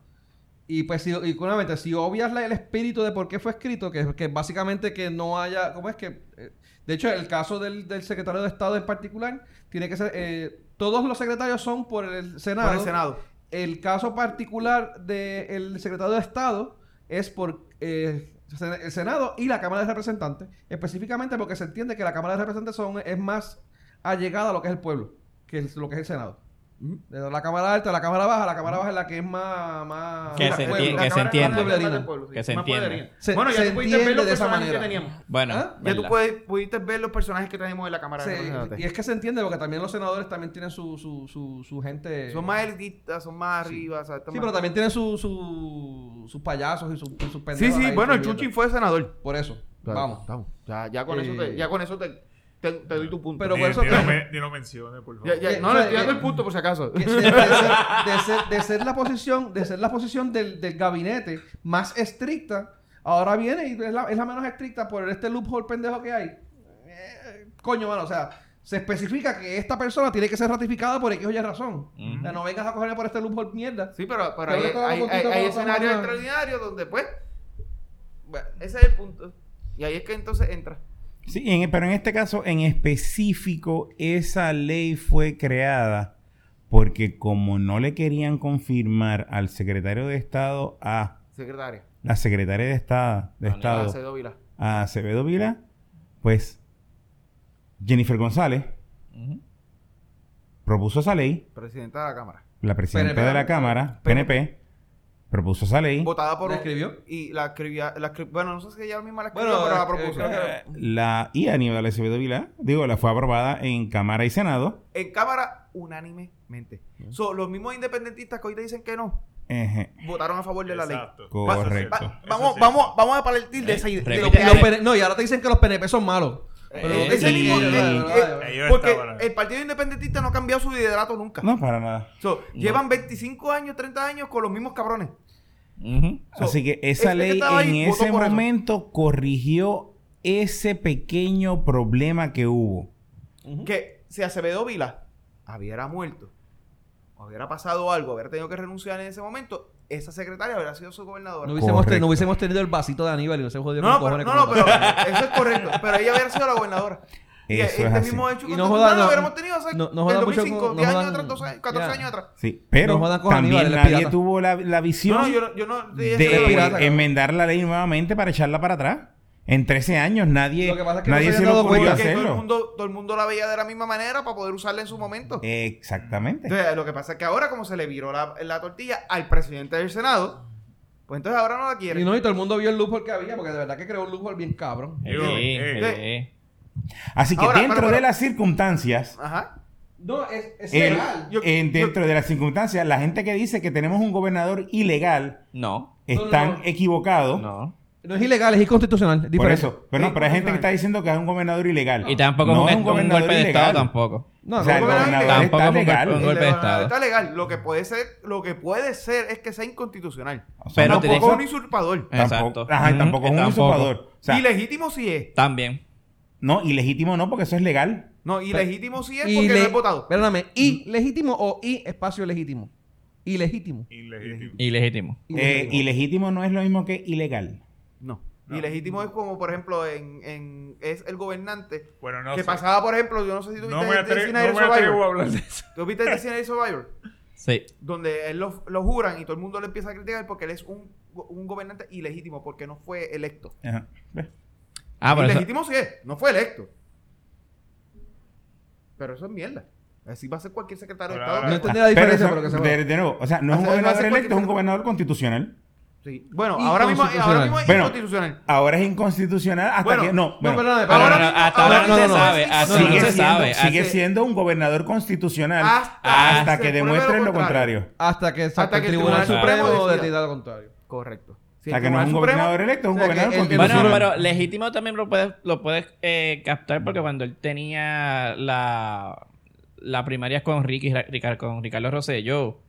[SPEAKER 1] Y pues, si, y claramente, si obvias la- el espíritu de por qué fue escrito, que, que básicamente que no haya. ¿Cómo es que.? eh, de hecho, el caso del, del secretario de Estado en particular, tiene que ser. eh, todos los secretarios son por el Senado.
[SPEAKER 2] Por el Senado.
[SPEAKER 1] El caso particular del secretario de Estado es por eh, sen- el Senado y la Cámara de Representantes, específicamente porque se entiende que la Cámara de Representantes son, es más allegada a lo que es el pueblo, que es lo que es el Senado. De La Cámara Alta, la Cámara Baja, la Cámara Baja es la que es más... más
[SPEAKER 5] Que
[SPEAKER 1] más
[SPEAKER 5] se
[SPEAKER 1] pueblo.
[SPEAKER 5] entiende- que se
[SPEAKER 2] Cámara es
[SPEAKER 5] entienda.
[SPEAKER 2] más pueblerina.
[SPEAKER 1] Más
[SPEAKER 5] Que se
[SPEAKER 2] Más
[SPEAKER 5] entienda.
[SPEAKER 2] pueblerina.
[SPEAKER 1] Se-
[SPEAKER 2] bueno, ya
[SPEAKER 1] se
[SPEAKER 2] tú pudiste ver
[SPEAKER 1] entiende
[SPEAKER 2] los
[SPEAKER 1] de esa
[SPEAKER 2] personajes que
[SPEAKER 1] manera.
[SPEAKER 2] teníamos.
[SPEAKER 5] Bueno,
[SPEAKER 1] ¿Ah?
[SPEAKER 2] Ya tú
[SPEAKER 5] ¿verdad?
[SPEAKER 2] puedes- pudiste ver los personajes que tenemos en la cámara.
[SPEAKER 1] Sí,
[SPEAKER 2] Imagínate.
[SPEAKER 1] y es que se entiende porque también los senadores también tienen su, su, su, su gente...
[SPEAKER 2] son más elitistas, son más arriba. o sea, están
[SPEAKER 1] Sí,
[SPEAKER 2] más-
[SPEAKER 1] pero también tienen su, su- sus payasos y sus sus
[SPEAKER 2] Sí,
[SPEAKER 1] pendejos
[SPEAKER 2] sí,
[SPEAKER 1] ahí,
[SPEAKER 2] bueno,
[SPEAKER 1] su
[SPEAKER 2] el
[SPEAKER 1] mierda.
[SPEAKER 2] Chuchi fue senador.
[SPEAKER 1] Por eso, vamos.
[SPEAKER 2] Vamos. Ya, ya con eso te,
[SPEAKER 1] Eh.
[SPEAKER 2] ya con eso te, te- te doy tu punto.
[SPEAKER 1] Pero
[SPEAKER 4] Ni-
[SPEAKER 1] por eso
[SPEAKER 4] ni
[SPEAKER 1] que-
[SPEAKER 4] lo men- ni lo mencione, por favor.
[SPEAKER 2] Ya- ya-
[SPEAKER 1] Eh,
[SPEAKER 2] no, le estoy
[SPEAKER 1] eh,
[SPEAKER 2] dando
[SPEAKER 1] eh.
[SPEAKER 2] el punto por si acaso.
[SPEAKER 1] Que se- de, ser, de ser- de ser la posición, de ser la posición del, del gabinete más estricta, ahora viene y es la, es la menos estricta por este loophole pendejo que hay. Eh, coño, mano, o sea, se especifica que esta persona tiene que ser ratificada por X o Y razón. O sea, no vengas a cogerle por este loophole mierda.
[SPEAKER 2] Sí, pero, pero
[SPEAKER 1] Creo que
[SPEAKER 2] hay,
[SPEAKER 1] estaba
[SPEAKER 2] hay-
[SPEAKER 1] contento
[SPEAKER 2] hay-
[SPEAKER 1] con
[SPEAKER 2] hay
[SPEAKER 1] la
[SPEAKER 2] escenarios
[SPEAKER 1] campaña.
[SPEAKER 2] extraordinarios donde, pues, bueno, ese es el punto. Y ahí es que entonces entra.
[SPEAKER 3] Sí, en- pero en este caso en específico, esa ley fue creada porque como no le querían confirmar al secretario de Estado a
[SPEAKER 2] Secretaria.
[SPEAKER 3] la secretaria de Estado, de
[SPEAKER 2] Ah,
[SPEAKER 3] Estado
[SPEAKER 2] Acevedo Vila.
[SPEAKER 3] a Acevedo Vila, pues Jennifer González
[SPEAKER 5] Ujú.
[SPEAKER 3] propuso esa ley,
[SPEAKER 2] Presidenta de la Cámara.
[SPEAKER 3] la presidenta
[SPEAKER 1] PNP,
[SPEAKER 3] de la Cámara, PNP, propuso esa ley.
[SPEAKER 2] Votada por
[SPEAKER 1] ¿La escribió?
[SPEAKER 2] Y la escribía. La escri- bueno, no sé si ella misma la escribió,
[SPEAKER 1] Bueno,
[SPEAKER 2] pero
[SPEAKER 1] eh,
[SPEAKER 2] la propuso.
[SPEAKER 1] creo que-
[SPEAKER 3] La y Aníbal Acevedo Vila, digo, la fue aprobada en Cámara y Senado.
[SPEAKER 2] en cámara unánimemente. So, los mismos independentistas que hoy te dicen que no,
[SPEAKER 3] Ejé.
[SPEAKER 2] votaron a favor de la ley.
[SPEAKER 4] Exacto.
[SPEAKER 3] Correcto.
[SPEAKER 4] Eso es cierto.
[SPEAKER 2] Va-
[SPEAKER 4] Eso es
[SPEAKER 2] vamos,
[SPEAKER 4] cierto.
[SPEAKER 2] vamos, vamos a partir de esa idea. de lo
[SPEAKER 5] repite
[SPEAKER 1] Y
[SPEAKER 2] que
[SPEAKER 5] la
[SPEAKER 1] los
[SPEAKER 2] hay.
[SPEAKER 5] ley.
[SPEAKER 1] PN no, y ahora te dicen que los PNP son malos. Pero
[SPEAKER 5] Eh,
[SPEAKER 2] Ese
[SPEAKER 5] sí.
[SPEAKER 2] mismo-
[SPEAKER 5] Eh,
[SPEAKER 2] eh,
[SPEAKER 1] eh,
[SPEAKER 2] eh,
[SPEAKER 4] ahí yo
[SPEAKER 2] porque
[SPEAKER 4] estaba, ¿no?
[SPEAKER 2] el partido independentista no ha cambiado su liderato nunca.
[SPEAKER 3] No, para nada.
[SPEAKER 2] So, Llevan 25 años, 30 años con los mismos cabrones.
[SPEAKER 5] Ujú.
[SPEAKER 2] So,
[SPEAKER 3] Así que
[SPEAKER 2] ese
[SPEAKER 3] esa
[SPEAKER 2] que
[SPEAKER 3] ley
[SPEAKER 2] estaba
[SPEAKER 3] en
[SPEAKER 2] ahí votó
[SPEAKER 3] ese
[SPEAKER 2] por eso.
[SPEAKER 3] momento corrigió ese pequeño problema que hubo.
[SPEAKER 2] que si Acevedo Vila hubiera muerto, o hubiera pasado algo, hubiera tenido que renunciar en ese momento, esa secretaria hubiera sido su gobernadora.
[SPEAKER 1] no, hubiésemos tenido,
[SPEAKER 3] Correcto.
[SPEAKER 1] no hubiésemos tenido el vasito de Aníbal y nos hubiésemos jodido
[SPEAKER 2] No,
[SPEAKER 1] con
[SPEAKER 2] pero,
[SPEAKER 1] cojones
[SPEAKER 2] no,
[SPEAKER 1] con
[SPEAKER 2] no, pero
[SPEAKER 1] nosotros.
[SPEAKER 2] eso es correcto. Pero ella hubiera sido la gobernadora. Y
[SPEAKER 3] Eso
[SPEAKER 2] este
[SPEAKER 3] es así.
[SPEAKER 2] mismo hecho
[SPEAKER 1] Y no
[SPEAKER 2] con
[SPEAKER 1] jodan,
[SPEAKER 2] Tucumán lo
[SPEAKER 1] no-
[SPEAKER 2] hubiéramos tenido hace
[SPEAKER 1] no- no
[SPEAKER 2] el
[SPEAKER 1] jodan mucho
[SPEAKER 2] 2005,
[SPEAKER 1] con- no
[SPEAKER 2] 10 años
[SPEAKER 1] jodan-
[SPEAKER 2] atrás, 12 años, 14
[SPEAKER 1] ya.
[SPEAKER 2] años atrás.
[SPEAKER 3] Sí, pero
[SPEAKER 1] No jodan con
[SPEAKER 3] también
[SPEAKER 1] Aníbal, él es
[SPEAKER 3] nadie
[SPEAKER 1] pirata.
[SPEAKER 3] tuvo la, la visión
[SPEAKER 2] No, no, yo, no- yo no...
[SPEAKER 3] de
[SPEAKER 1] él es pirata, cabrón.
[SPEAKER 3] enmendar la ley nuevamente para echarla para atrás. En 13 años nadie,
[SPEAKER 1] Lo que pasa es que no
[SPEAKER 3] nadie
[SPEAKER 1] se
[SPEAKER 3] se
[SPEAKER 1] habían
[SPEAKER 3] le
[SPEAKER 1] dado
[SPEAKER 3] ocurrió
[SPEAKER 1] cuenta.
[SPEAKER 2] que todo el,
[SPEAKER 3] hacerlo.
[SPEAKER 2] mundo, todo el mundo la veía de la misma manera para poder usarla en su momento.
[SPEAKER 3] Eh. Exactamente.
[SPEAKER 2] Entonces, lo que pasa es que ahora, como se le viró la, la tortilla al presidente del Senado, pues entonces ahora no la quiere.
[SPEAKER 1] Y no, y todo el mundo vio el loophole que había, porque de verdad que creó un loophole bien cabrón.
[SPEAKER 5] Sí,
[SPEAKER 4] Eh, eh,
[SPEAKER 5] sí.
[SPEAKER 3] Así que
[SPEAKER 2] Ahora,
[SPEAKER 3] dentro
[SPEAKER 2] pero- pero-
[SPEAKER 3] de las circunstancias,
[SPEAKER 2] Ajá.
[SPEAKER 1] No, es, es
[SPEAKER 3] el-
[SPEAKER 1] legal.
[SPEAKER 2] yo-
[SPEAKER 3] en- dentro de las circunstancias, la gente que dice que tenemos un gobernador ilegal
[SPEAKER 5] No,
[SPEAKER 3] están
[SPEAKER 1] no, no.
[SPEAKER 3] equivocados.
[SPEAKER 5] no.
[SPEAKER 1] No es ilegal, es inconstitucional. es
[SPEAKER 3] Por
[SPEAKER 1] diferente.
[SPEAKER 3] eso. Pero no, pero hay gente que está diciendo que es un gobernador ilegal.
[SPEAKER 5] Y tampoco
[SPEAKER 3] No
[SPEAKER 5] es un, un golpe de
[SPEAKER 3] ilegal.
[SPEAKER 5] Estado tampoco.
[SPEAKER 1] No,
[SPEAKER 3] o
[SPEAKER 1] no,
[SPEAKER 3] sea, el
[SPEAKER 1] no,
[SPEAKER 2] gobernador
[SPEAKER 3] gobernador está
[SPEAKER 5] Tampoco es un golpe-
[SPEAKER 3] legal.
[SPEAKER 5] un golpe de
[SPEAKER 2] El
[SPEAKER 5] Estado.
[SPEAKER 2] Está legal. Lo que puede ser, lo que puede ser es que sea inconstitucional.
[SPEAKER 3] O sea,
[SPEAKER 5] Pero te
[SPEAKER 2] Tampoco es
[SPEAKER 5] dejo-
[SPEAKER 2] un usurpador.
[SPEAKER 1] Eh.
[SPEAKER 3] tampoco-
[SPEAKER 5] Exacto.
[SPEAKER 3] ajá, y
[SPEAKER 5] Ujú,
[SPEAKER 3] tampoco es un
[SPEAKER 5] tampoco.
[SPEAKER 3] usurpador. O sea,
[SPEAKER 2] ilegítimo sí es.
[SPEAKER 5] También.
[SPEAKER 3] no, ilegítimo no, porque eso es legal.
[SPEAKER 2] No, ilegítimo sí es
[SPEAKER 1] y
[SPEAKER 2] porque
[SPEAKER 1] le-
[SPEAKER 2] no es votado.
[SPEAKER 1] Perdóname, ¿y legítimo o y espacio legítimo? Ilegítimo.
[SPEAKER 4] Ilegítimo.
[SPEAKER 5] Ilegítimo.
[SPEAKER 3] Eh, ilegítimo no es lo mismo que ilegal.
[SPEAKER 2] No. Ilegítimo es como, por ejemplo, en, en- es el gobernante
[SPEAKER 4] Bueno, no
[SPEAKER 2] que
[SPEAKER 4] sé.
[SPEAKER 2] pasaba, por ejemplo, yo no sé si tú
[SPEAKER 4] No
[SPEAKER 2] viste
[SPEAKER 4] me,
[SPEAKER 2] el
[SPEAKER 4] atre- no
[SPEAKER 2] Designated
[SPEAKER 4] me atrevo a
[SPEAKER 2] Survivor.
[SPEAKER 4] hablar de eso.
[SPEAKER 2] ¿Tú viste el Designated Survivor?
[SPEAKER 5] Sí.
[SPEAKER 2] donde él lo, lo juran y todo el mundo le empieza a criticar porque él es un, un gobernante ilegítimo porque no fue electo.
[SPEAKER 3] Ajá. ¿Ves?
[SPEAKER 5] Ah, pero eso-
[SPEAKER 2] ilegítimo sí es, no fue electo. Pero eso es mierda. Así va a ser cualquier secretario de
[SPEAKER 4] Ahora,
[SPEAKER 1] No
[SPEAKER 2] Estado.
[SPEAKER 1] entendí la
[SPEAKER 3] Ah, Pero
[SPEAKER 1] diferencia,
[SPEAKER 3] eso-
[SPEAKER 1] pero, que se
[SPEAKER 3] de, de nuevo, o sea, no es un
[SPEAKER 2] Hace- hace
[SPEAKER 3] gobernador electo, es un
[SPEAKER 2] cualquier-
[SPEAKER 3] gobernador constitucional.
[SPEAKER 2] Sí. Bueno, ahora mismo, ahora mismo es
[SPEAKER 3] Bueno,
[SPEAKER 2] inconstitucional.
[SPEAKER 3] Ahora es inconstitucional hasta
[SPEAKER 2] Bueno,
[SPEAKER 3] que no,
[SPEAKER 1] No,
[SPEAKER 3] bueno,
[SPEAKER 1] perdóname,
[SPEAKER 5] Pero
[SPEAKER 2] Ahora
[SPEAKER 5] no,
[SPEAKER 2] mismo-
[SPEAKER 5] hasta
[SPEAKER 2] ahora
[SPEAKER 5] ahora no se
[SPEAKER 2] mismo
[SPEAKER 5] sabe.
[SPEAKER 2] es
[SPEAKER 5] Hasta
[SPEAKER 2] ilegal.
[SPEAKER 5] ahora no
[SPEAKER 3] sigue,
[SPEAKER 5] se
[SPEAKER 3] siendo,
[SPEAKER 5] sabe.
[SPEAKER 3] sigue
[SPEAKER 5] Hace-
[SPEAKER 3] siendo un gobernador constitucional
[SPEAKER 2] Hasta-
[SPEAKER 3] hasta,
[SPEAKER 2] hasta
[SPEAKER 3] que
[SPEAKER 2] se pruebe
[SPEAKER 3] demuestren
[SPEAKER 2] lo
[SPEAKER 3] lo
[SPEAKER 2] contrario.
[SPEAKER 3] contrario.
[SPEAKER 1] Hasta que, hasta
[SPEAKER 2] Hasta
[SPEAKER 1] que el Tribunal Supremo decida lo contrario.
[SPEAKER 2] Correcto. Si
[SPEAKER 3] Hasta
[SPEAKER 2] el
[SPEAKER 3] que no es
[SPEAKER 2] Tribunal
[SPEAKER 3] un
[SPEAKER 2] Supremo-
[SPEAKER 3] gobernador electo, es un
[SPEAKER 1] o sea, que
[SPEAKER 3] gobernador
[SPEAKER 1] el- el-
[SPEAKER 5] Bueno,
[SPEAKER 3] constitucional.
[SPEAKER 5] pero legítimo también lo puedes, lo puedes eh, captar porque cuando él tenía la, la primaria con Ricky, Ricardo, con Ricardo Rosselló,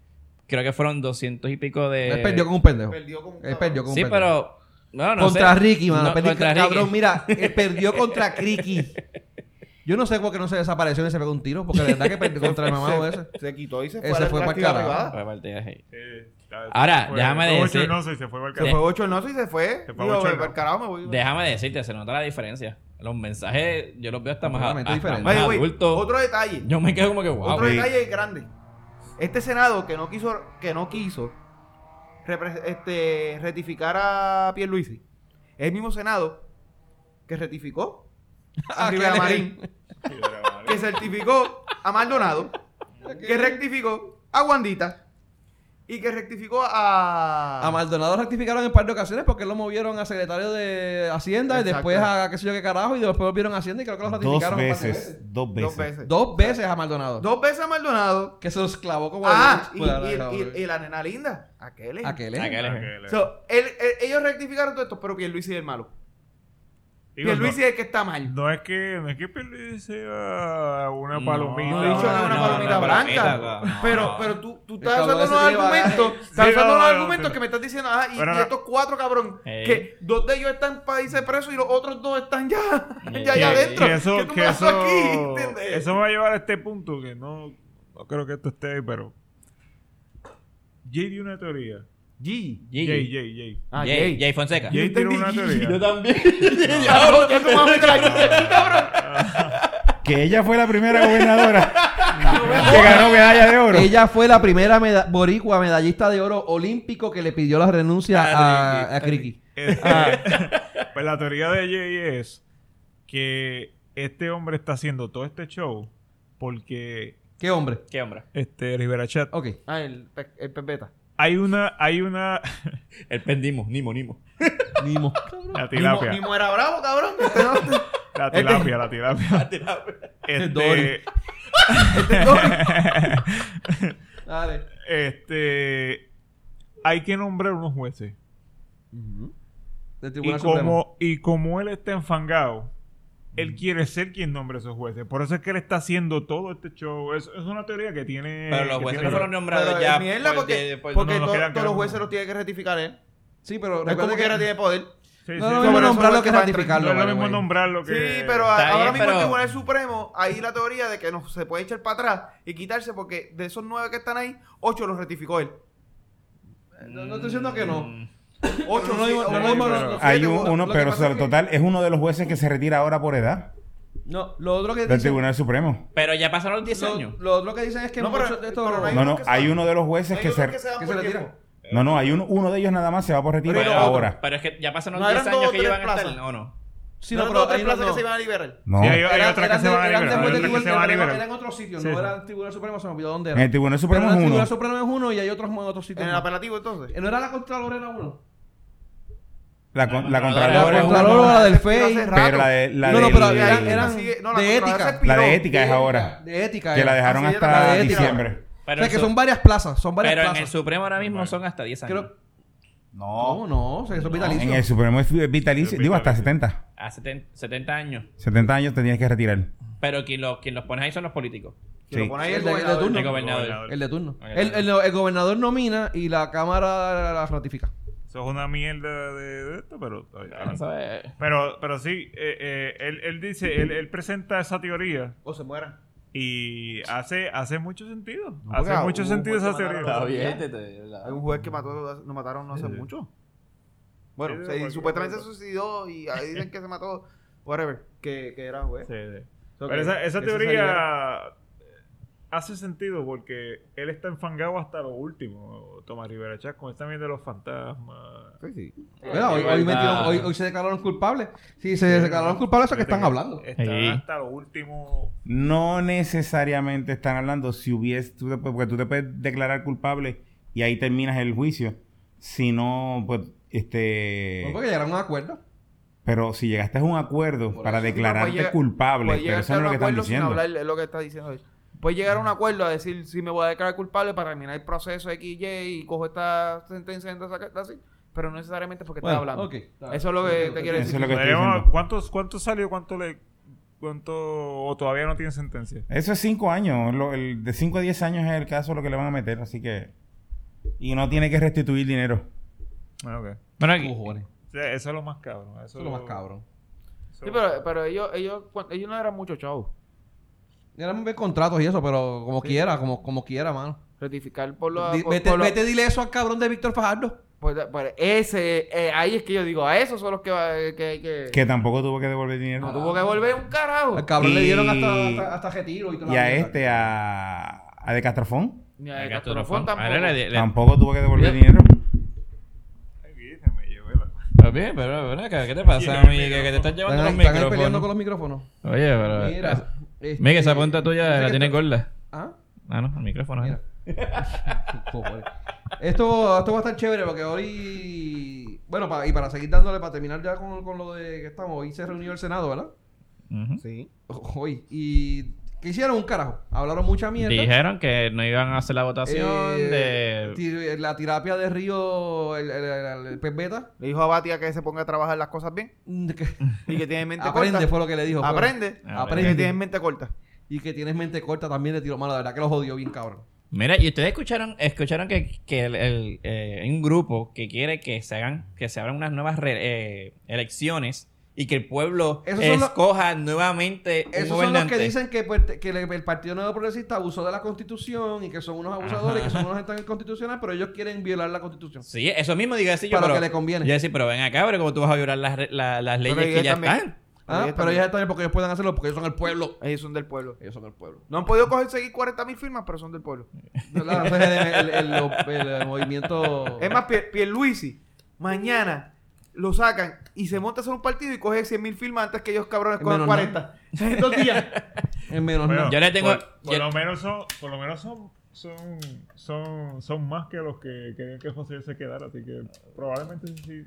[SPEAKER 5] creo que fueron 200 y pico de...
[SPEAKER 1] Él perdió con un pendejo.
[SPEAKER 2] perdió como un
[SPEAKER 1] Él
[SPEAKER 2] cabrón.
[SPEAKER 1] perdió con un
[SPEAKER 5] Sí,
[SPEAKER 1] pendejo.
[SPEAKER 5] pero... No, no
[SPEAKER 1] contra
[SPEAKER 5] sé.
[SPEAKER 1] Ricky, mano.
[SPEAKER 5] No,
[SPEAKER 1] Perdió-
[SPEAKER 5] contra Ricky.
[SPEAKER 1] cabrón, mira, él perdió contra Ricky. Yo no sé por qué no se desapareció y se pegó un tiro, porque de verdad que perdió contra el mamado ese.
[SPEAKER 2] Se quitó y se fue
[SPEAKER 1] Ese
[SPEAKER 2] a la
[SPEAKER 1] fue pa'l
[SPEAKER 2] actividad
[SPEAKER 1] carajo.
[SPEAKER 2] privada.
[SPEAKER 5] Fue partida ahí.
[SPEAKER 4] Eh, está-
[SPEAKER 5] Ahora,
[SPEAKER 4] fue-
[SPEAKER 5] déjame
[SPEAKER 4] fue
[SPEAKER 5] decir-
[SPEAKER 4] bochornoso y se fue para el
[SPEAKER 1] Eh.
[SPEAKER 2] Se fue bochornoso y se fue.
[SPEAKER 4] Se fue
[SPEAKER 2] Dijo,
[SPEAKER 4] bochornoso.
[SPEAKER 2] "Pa'l carajo me voy".
[SPEAKER 5] Déjame decirte, se nota la diferencia. Los mensajes yo los veo hasta más,
[SPEAKER 1] Completamente
[SPEAKER 5] hasta
[SPEAKER 1] diferente.
[SPEAKER 5] más
[SPEAKER 2] By the way,
[SPEAKER 5] adultos.
[SPEAKER 2] Otro detalle.
[SPEAKER 5] Yo me quedo como que wow. Ah,
[SPEAKER 2] Otro detalle grande. Este Senado que no quiso, que no quiso repre- este, ratificar a Pierluisi. Es el mismo Senado que ratificó a
[SPEAKER 1] Ah,
[SPEAKER 2] Rivera
[SPEAKER 1] que-
[SPEAKER 2] Marín, que
[SPEAKER 4] carajo.
[SPEAKER 2] certificó a Maldonado, que rectificó a Guandita y que rectificó a...
[SPEAKER 1] A Maldonado rectificaron en par de ocasiones porque lo movieron a secretario de Hacienda y
[SPEAKER 2] Exacto.
[SPEAKER 1] después a qué sé yo qué carajo y después volvieron a Hacienda y creo que lo
[SPEAKER 3] dos
[SPEAKER 1] ratificaron en par de
[SPEAKER 3] veces, dos veces.
[SPEAKER 2] dos veces.
[SPEAKER 1] Dos veces a Maldonado.
[SPEAKER 2] Dos veces a Maldonado.
[SPEAKER 1] Que se los clavó como
[SPEAKER 2] Ah, y,
[SPEAKER 1] Bueno, ahora,
[SPEAKER 2] y-
[SPEAKER 1] cabrón.
[SPEAKER 2] y- y la nena linda. Aquel. es.
[SPEAKER 1] Aquel, ¿eh?
[SPEAKER 4] Ah,
[SPEAKER 5] Aquel es-
[SPEAKER 2] So, él- él- ellos rectificaron todo esto, pero Pierluisi es el malo.
[SPEAKER 4] Digo, no-
[SPEAKER 2] Pierluisi es el que está mal.
[SPEAKER 4] No es que, no es que Pierluisi sea una palomita.
[SPEAKER 2] No he dicho que es una
[SPEAKER 5] no,
[SPEAKER 2] palomita
[SPEAKER 5] no,
[SPEAKER 2] blanca.
[SPEAKER 5] palomita, no, no.
[SPEAKER 2] pero, pero tú, tú
[SPEAKER 1] El
[SPEAKER 2] estás
[SPEAKER 1] cabrón
[SPEAKER 2] usando
[SPEAKER 1] ese
[SPEAKER 2] unos
[SPEAKER 1] tiene
[SPEAKER 2] argumentos.
[SPEAKER 1] bagaje.
[SPEAKER 2] Estás
[SPEAKER 4] Sí,
[SPEAKER 2] usando
[SPEAKER 4] no,
[SPEAKER 2] unos
[SPEAKER 4] no,
[SPEAKER 2] argumentos
[SPEAKER 4] no.
[SPEAKER 2] que me estás diciendo, ah, y,
[SPEAKER 4] Pero
[SPEAKER 2] y
[SPEAKER 4] no.
[SPEAKER 2] estos cuatro cabrón,
[SPEAKER 5] Ey.
[SPEAKER 2] que dos de ellos están para irse presos y los otros dos están ya, ya allá
[SPEAKER 5] Que-
[SPEAKER 2] adentro.
[SPEAKER 4] Que eso,
[SPEAKER 2] ¿Qué tú
[SPEAKER 4] que
[SPEAKER 2] me haces
[SPEAKER 4] eso,
[SPEAKER 2] aquí? ¿Entiendes?
[SPEAKER 4] eso me va a llevar a este punto que no, no creo que esto esté ahí, pero. Jay dio una teoría.
[SPEAKER 2] G.
[SPEAKER 5] Gigi.
[SPEAKER 4] Jay, Jay, Jay.
[SPEAKER 2] Ah,
[SPEAKER 5] Jay,
[SPEAKER 2] Jay.
[SPEAKER 5] Jay Fonseca.
[SPEAKER 4] Jay tiró una
[SPEAKER 5] Yo
[SPEAKER 4] teoría.
[SPEAKER 5] también.
[SPEAKER 2] Cabrón, ¿qué tú me vas a meter aquí, cabrón?
[SPEAKER 3] Que ella fue la primera gobernadora que ganó medalla de oro.
[SPEAKER 1] Ella fue la primera meda- boricua medallista de oro olímpico que le pidió la renuncia
[SPEAKER 4] Ah,
[SPEAKER 1] a, a Criqui.
[SPEAKER 4] Este, pues la teoría de Jay es que este hombre está haciendo todo este show porque
[SPEAKER 1] ¿Qué hombre?
[SPEAKER 5] Qué hombre.
[SPEAKER 4] este Rivera Chat.
[SPEAKER 1] Ok.
[SPEAKER 2] Ah, el, pe- el pepeta.
[SPEAKER 4] Hay una, hay una.
[SPEAKER 5] El pendimos, Nimo, Nimo.
[SPEAKER 1] Nimo.
[SPEAKER 4] La
[SPEAKER 2] Nimo,
[SPEAKER 4] tilapia.
[SPEAKER 2] Nimo era bravo, cabrón. Este no, este-
[SPEAKER 4] La tilapia, la tilapia. Este,
[SPEAKER 1] Dory. Dale.
[SPEAKER 4] este hay que nombrar unos jueces
[SPEAKER 1] Del
[SPEAKER 4] y
[SPEAKER 1] Tribunal Supremo.
[SPEAKER 4] como y como él está enfangado él quiere ser quien nombre esos jueces por eso es que él está haciendo todo este show es, es una teoría que tiene
[SPEAKER 5] Pero los
[SPEAKER 4] Mm, que
[SPEAKER 5] jueces
[SPEAKER 4] tiene-
[SPEAKER 5] no fueron nombrados
[SPEAKER 2] pero
[SPEAKER 5] ya.
[SPEAKER 2] es mierda
[SPEAKER 5] por-
[SPEAKER 2] porque,
[SPEAKER 5] de- por-
[SPEAKER 2] porque
[SPEAKER 4] no, no
[SPEAKER 2] to-
[SPEAKER 4] quedan,
[SPEAKER 2] todos los
[SPEAKER 4] quedan.
[SPEAKER 2] jueces los tiene que rectificar él.
[SPEAKER 1] Sí, pero
[SPEAKER 2] Es como
[SPEAKER 1] recuerda
[SPEAKER 2] que
[SPEAKER 1] que...
[SPEAKER 2] ahora tiene poder.
[SPEAKER 4] Sí,
[SPEAKER 1] No,
[SPEAKER 4] sí,
[SPEAKER 1] no,
[SPEAKER 4] sí.
[SPEAKER 1] no, no,
[SPEAKER 2] Sobre eso
[SPEAKER 1] nombrarlo
[SPEAKER 2] fue
[SPEAKER 1] que
[SPEAKER 2] que va a
[SPEAKER 1] ratificarlo.
[SPEAKER 4] No es lo
[SPEAKER 1] by the
[SPEAKER 4] mismo
[SPEAKER 1] way.
[SPEAKER 4] nombrarlo que
[SPEAKER 2] Sí, pero
[SPEAKER 5] Está
[SPEAKER 2] a- ahora
[SPEAKER 5] bien,
[SPEAKER 2] mismo
[SPEAKER 5] pero-
[SPEAKER 2] el Tribunal Supremo, ahí la teoría de que no se puede echar para atrás y quitarse porque de esos nueve que están ahí, ocho los ratificó él.
[SPEAKER 1] No, no estoy diciendo que no.
[SPEAKER 3] Mm.
[SPEAKER 2] Ocho,
[SPEAKER 1] No, no,
[SPEAKER 2] sí,
[SPEAKER 1] no,
[SPEAKER 2] ocho,
[SPEAKER 1] no, no,
[SPEAKER 2] ocho.
[SPEAKER 1] no, no.
[SPEAKER 3] Hay
[SPEAKER 1] Fíjate,
[SPEAKER 3] un-
[SPEAKER 1] bueno,
[SPEAKER 3] uno,
[SPEAKER 1] lo que
[SPEAKER 3] pero
[SPEAKER 1] pasa es que-
[SPEAKER 3] total es uno de los jueces que se retira ahora por edad.
[SPEAKER 1] No, lo otro que
[SPEAKER 3] Del
[SPEAKER 1] dicen,
[SPEAKER 3] Tribunal Supremo.
[SPEAKER 11] Pero ya pasaron 10 años.
[SPEAKER 1] lo, lo otro que dicen es que
[SPEAKER 2] No, pero-
[SPEAKER 1] muchos de estos
[SPEAKER 2] pero no hay-
[SPEAKER 3] No, no,
[SPEAKER 2] que se
[SPEAKER 3] hay
[SPEAKER 2] van.
[SPEAKER 3] uno de los jueces
[SPEAKER 2] Hay
[SPEAKER 3] que
[SPEAKER 2] unos
[SPEAKER 3] se...
[SPEAKER 2] que se dan
[SPEAKER 1] que se
[SPEAKER 2] por
[SPEAKER 1] le
[SPEAKER 2] tiempo.
[SPEAKER 1] tiran.
[SPEAKER 3] No, no, hay uno, uno de ellos nada más se va por retiro
[SPEAKER 11] Pero,
[SPEAKER 3] ahora.
[SPEAKER 11] pero es que ya pasaron
[SPEAKER 2] No,
[SPEAKER 11] 10
[SPEAKER 2] eran dos
[SPEAKER 11] años
[SPEAKER 2] o
[SPEAKER 11] que ellos
[SPEAKER 2] tres
[SPEAKER 11] van a estar.
[SPEAKER 2] plazas.
[SPEAKER 11] No, no.
[SPEAKER 1] Sí,
[SPEAKER 2] no,
[SPEAKER 1] no,
[SPEAKER 2] eran
[SPEAKER 1] pero
[SPEAKER 2] dos
[SPEAKER 1] hay
[SPEAKER 2] tres plazas
[SPEAKER 1] unos
[SPEAKER 2] que se
[SPEAKER 1] no.
[SPEAKER 2] iban a liberar.
[SPEAKER 3] No.
[SPEAKER 4] Sí, hay, hay
[SPEAKER 1] Eran-
[SPEAKER 4] otras que
[SPEAKER 1] eran
[SPEAKER 4] se
[SPEAKER 1] de-
[SPEAKER 4] van a liberar. hay
[SPEAKER 1] eran después del
[SPEAKER 4] otras que se
[SPEAKER 1] Tribunal-
[SPEAKER 4] van a
[SPEAKER 1] eran-
[SPEAKER 4] liberar.
[SPEAKER 1] Eran otros sitios,
[SPEAKER 4] Sí,
[SPEAKER 1] no
[SPEAKER 4] sí.
[SPEAKER 1] era el Tribunal Supremo, se me olvidó dónde
[SPEAKER 3] En
[SPEAKER 1] era.
[SPEAKER 3] el Tribunal
[SPEAKER 1] Pero
[SPEAKER 3] Supremo
[SPEAKER 1] en el
[SPEAKER 3] es uno.
[SPEAKER 1] Tribunal Supremo es uno y hay otros en otros sitios.
[SPEAKER 2] En el
[SPEAKER 1] no.
[SPEAKER 2] apelativo, entonces.
[SPEAKER 1] ¿No era la Contralora era uno?
[SPEAKER 3] La, con- la
[SPEAKER 1] La
[SPEAKER 3] Contralora es
[SPEAKER 1] Contralora,
[SPEAKER 3] uno.
[SPEAKER 1] la del
[SPEAKER 2] Hace
[SPEAKER 1] FEI.
[SPEAKER 2] rato.
[SPEAKER 3] Pero la de... La
[SPEAKER 1] No, no,
[SPEAKER 3] del-
[SPEAKER 1] pero eran,
[SPEAKER 2] ahí
[SPEAKER 1] eran
[SPEAKER 2] sigue- no, la
[SPEAKER 1] de
[SPEAKER 2] Contralora se
[SPEAKER 1] ética.
[SPEAKER 2] expiró.
[SPEAKER 3] la de ética es ahora.
[SPEAKER 1] De ética.
[SPEAKER 3] Que la
[SPEAKER 1] era.
[SPEAKER 3] dejaron
[SPEAKER 2] Así era la
[SPEAKER 3] hasta
[SPEAKER 1] de ética.
[SPEAKER 3] diciembre.
[SPEAKER 1] O
[SPEAKER 11] Pero,
[SPEAKER 1] sea,
[SPEAKER 11] en
[SPEAKER 1] que
[SPEAKER 11] su-
[SPEAKER 1] son varias plazas, son varias
[SPEAKER 11] pero en el
[SPEAKER 1] plazas.
[SPEAKER 11] Supremo ahora mismo son hasta 10 años.
[SPEAKER 1] Creo-
[SPEAKER 3] No.
[SPEAKER 1] no, no, o sea, que son
[SPEAKER 3] En
[SPEAKER 1] vitalicios.
[SPEAKER 3] el Supremo es vitalicio.
[SPEAKER 4] Es
[SPEAKER 3] Digo, hasta
[SPEAKER 4] vitalicio.
[SPEAKER 3] 70.
[SPEAKER 11] A 70, 70 años.
[SPEAKER 3] 70 años te tienes que retirar.
[SPEAKER 11] Pero quien, lo, quien los pone ahí son los políticos.
[SPEAKER 2] Que lo
[SPEAKER 3] Sí.
[SPEAKER 2] pone ahí
[SPEAKER 1] El
[SPEAKER 2] el
[SPEAKER 1] de- el de
[SPEAKER 2] gobernador.
[SPEAKER 1] turno.
[SPEAKER 11] El gobernador.
[SPEAKER 4] Gobernador.
[SPEAKER 1] El de turno.
[SPEAKER 11] Ok.
[SPEAKER 1] El, el- el gobernador nomina y la Cámara la ratifica.
[SPEAKER 4] Eso es una mierda de, de esto, pero...
[SPEAKER 11] Eso es-
[SPEAKER 4] Pero, pero sí, eh, eh, él, él dice, él, él presenta esa teoría
[SPEAKER 2] O se mueran.
[SPEAKER 4] y hace, hace mucho sentido.
[SPEAKER 2] porque
[SPEAKER 4] hace
[SPEAKER 2] hubo-
[SPEAKER 4] mucho
[SPEAKER 2] hubo
[SPEAKER 4] sentido esa
[SPEAKER 2] mucho
[SPEAKER 4] teoría.
[SPEAKER 2] mataron. Está bien, Hay
[SPEAKER 11] Hay
[SPEAKER 2] un juez que mató, lo mataron no hace mucho. Bueno,
[SPEAKER 4] Sí,
[SPEAKER 2] se-
[SPEAKER 4] cualquier
[SPEAKER 2] supuestamente se
[SPEAKER 4] cosa.
[SPEAKER 2] suicidó y ahí dicen que se mató. Whatever. Que, que era juez.
[SPEAKER 4] Sí, sí.
[SPEAKER 2] So
[SPEAKER 4] Pero
[SPEAKER 2] que-
[SPEAKER 4] esa, esa
[SPEAKER 2] que se saliera.
[SPEAKER 4] teoría hace sentido porque él está enfangado hasta lo último, Tomás Rivera Chávez, con esta mierda de los fantasmas.
[SPEAKER 2] Pues Sí, sí.
[SPEAKER 1] Bueno, hoy, hoy metieron- hoy- hoy se declararon culpables. Si se declararon culpables, eso que están hablando.
[SPEAKER 4] Está
[SPEAKER 5] Sí.
[SPEAKER 4] hasta lo último.
[SPEAKER 3] No necesariamente están hablando si hubiese, tú te- porque tú te puedes declarar culpable y ahí terminas el juicio. Si no, pues, este...
[SPEAKER 2] Eh.
[SPEAKER 1] Bueno, porque llegaron a un acuerdo.
[SPEAKER 3] Pero si llegaste a un acuerdo
[SPEAKER 1] Por
[SPEAKER 3] para
[SPEAKER 1] eso.
[SPEAKER 2] pues,
[SPEAKER 3] declararte
[SPEAKER 2] Puede llegar-
[SPEAKER 3] culpable,
[SPEAKER 2] Puede
[SPEAKER 3] pero
[SPEAKER 2] llegar
[SPEAKER 3] eso
[SPEAKER 2] pues, a
[SPEAKER 3] no es
[SPEAKER 2] un
[SPEAKER 3] lo que están
[SPEAKER 2] acuerdo sin
[SPEAKER 3] diciendo.
[SPEAKER 2] hablar, es lo que está diciendo él. Puede llegar a un acuerdo a decir si me voy a declarar culpable para terminar el proceso X, Y y cojo esta sentencia entonces así. Pero no necesariamente porque
[SPEAKER 1] Bueno,
[SPEAKER 2] está hablando.
[SPEAKER 1] ok, está bien.
[SPEAKER 2] Eso es lo que te quiero
[SPEAKER 3] Eso
[SPEAKER 2] decir.
[SPEAKER 3] es lo que estoy
[SPEAKER 4] Veremos
[SPEAKER 3] diciendo.
[SPEAKER 4] ¿Cuántos, ¿Cuánto salió? ¿Cuánto le.? ¿Cuánto.? ¿O todavía no tiene sentencia?
[SPEAKER 3] Eso es 5 años. Lo- el de 5 a 10 años es el caso lo que le van a meter, así que... Y no tiene que restituir dinero.
[SPEAKER 4] Ah, ok.
[SPEAKER 11] Bueno, aquí-
[SPEAKER 1] Cojones,
[SPEAKER 2] Eh,
[SPEAKER 4] O sea, eso es lo más cabrón. Eso,
[SPEAKER 1] Eso es lo más cabrón.
[SPEAKER 4] eso-
[SPEAKER 2] Sí, pero, pero ellos, ellos, cuan- ellos no eran muchos chavos.
[SPEAKER 1] Eran bien contratos y eso, pero como quiera, como, como quiera, mano.
[SPEAKER 2] Ratificar por los...
[SPEAKER 1] Di-
[SPEAKER 2] por-
[SPEAKER 1] vete,
[SPEAKER 2] por los-
[SPEAKER 1] vete, dile eso al cabrón de Víctor Fajardo.
[SPEAKER 2] por- por ese, eh, ahí es que yo digo, a esos son los que va- que hay que...
[SPEAKER 3] Que tampoco tuvo que devolver dinero.
[SPEAKER 2] No tuvo que volver un carajo.
[SPEAKER 1] Al cabrón le dieron hasta,
[SPEAKER 3] Y-
[SPEAKER 1] hasta, hasta retiro y toda la
[SPEAKER 3] Y a
[SPEAKER 1] mierda.
[SPEAKER 3] este, a, a De Castrofón,
[SPEAKER 2] Ni a
[SPEAKER 11] Ahora
[SPEAKER 2] Castrofón
[SPEAKER 11] le-
[SPEAKER 2] tampoco.
[SPEAKER 11] le-
[SPEAKER 3] tampoco tuvo que devolver dinero.
[SPEAKER 4] Ay, virgen, me llevé la-
[SPEAKER 11] Está bien, pero ven acá, ¿qué te pasa,
[SPEAKER 4] Sí,
[SPEAKER 11] Miguel?
[SPEAKER 4] pero-
[SPEAKER 11] Que te están llevando
[SPEAKER 1] Están,
[SPEAKER 11] los
[SPEAKER 1] ahí- están ahí peleando con
[SPEAKER 11] micrófonos.
[SPEAKER 1] los micrófonos.
[SPEAKER 11] Oye, pero. eh,
[SPEAKER 1] Mira, este-
[SPEAKER 11] Miguel, esa punta tuya
[SPEAKER 1] dice
[SPEAKER 11] la
[SPEAKER 1] que
[SPEAKER 11] tienes
[SPEAKER 1] está-
[SPEAKER 11] gorda.
[SPEAKER 1] Ah,
[SPEAKER 11] Ah, no, el micrófono.
[SPEAKER 1] mira. Cojones. esto, esto va a estar chévere porque hoy. Bueno, pa- y para seguir dándole, para terminar ya con, con lo de que estamos, hoy se reunió el Senado, ¿verdad?
[SPEAKER 11] Ujú.
[SPEAKER 2] Sí.
[SPEAKER 1] Hoy. Y. ¿Qué hicieron un carajo? Hablaron mucha mierda.
[SPEAKER 11] Dijeron que no iban a hacer la votación
[SPEAKER 1] Eh,
[SPEAKER 11] de.
[SPEAKER 1] ti- La terapia de Río, el, el, el- el pez beta.
[SPEAKER 2] Le dijo a Batia que se ponga a trabajar las cosas bien.
[SPEAKER 1] mm, que-
[SPEAKER 2] Y que tiene mente
[SPEAKER 1] aprende, fue
[SPEAKER 2] corta.
[SPEAKER 1] lo que le dijo. fue.
[SPEAKER 2] Aprende.
[SPEAKER 1] Aprende.
[SPEAKER 2] Que tiene mente corta.
[SPEAKER 1] Y que tienes mente corta también le tiró mano. La verdad que los odió bien, cabrón.
[SPEAKER 11] Mira, y ustedes escucharon, escucharon que, que el- el, eh, hay un grupo que quiere que se hagan, que se abran unas nuevas re- eh, elecciones y que el pueblo
[SPEAKER 1] Esos son los-
[SPEAKER 11] escoja nuevamente un
[SPEAKER 1] Esos son los
[SPEAKER 11] gobernante.
[SPEAKER 1] que dicen que, pues, que le- el Partido Nuevo Progresista abusó de la Constitución y que son unos abusadores y que son unos están constitucional, pero ellos quieren violar la Constitución.
[SPEAKER 11] Sí, eso mismo digo así yo.
[SPEAKER 1] Para lo
[SPEAKER 11] pero-
[SPEAKER 1] que le conviene.
[SPEAKER 11] Yo decía, pero ven acá, pero como tú vas a violar las, re- la- las leyes
[SPEAKER 2] ellos
[SPEAKER 11] que ya
[SPEAKER 2] también.
[SPEAKER 11] están.
[SPEAKER 1] Ah,
[SPEAKER 2] ellos
[SPEAKER 1] Pero
[SPEAKER 2] también.
[SPEAKER 1] ellos también, porque ellos pueden hacerlo, porque ellos son el pueblo.
[SPEAKER 2] Ellos son del pueblo.
[SPEAKER 1] Ellos son el pueblo.
[SPEAKER 2] No han podido coger seguir 40 mil firmas, pero son del pueblo.
[SPEAKER 1] ¿Verdad? Ese es el, el- el- el movimiento.
[SPEAKER 2] Es más, Pier- Pierluisi, mañana lo sacan y se monta a hacer un partido y coge 100 mil firmas antes que ellos cabrones cojan
[SPEAKER 1] Menos
[SPEAKER 2] 40. En dos días.
[SPEAKER 1] en menos.
[SPEAKER 4] Bueno,
[SPEAKER 1] nada.
[SPEAKER 11] Yo le tengo-
[SPEAKER 4] Por, por
[SPEAKER 11] yo-
[SPEAKER 4] lo menos son, por lo menos son, son, son, son más que los que querían que José se quedara, así que probablemente sí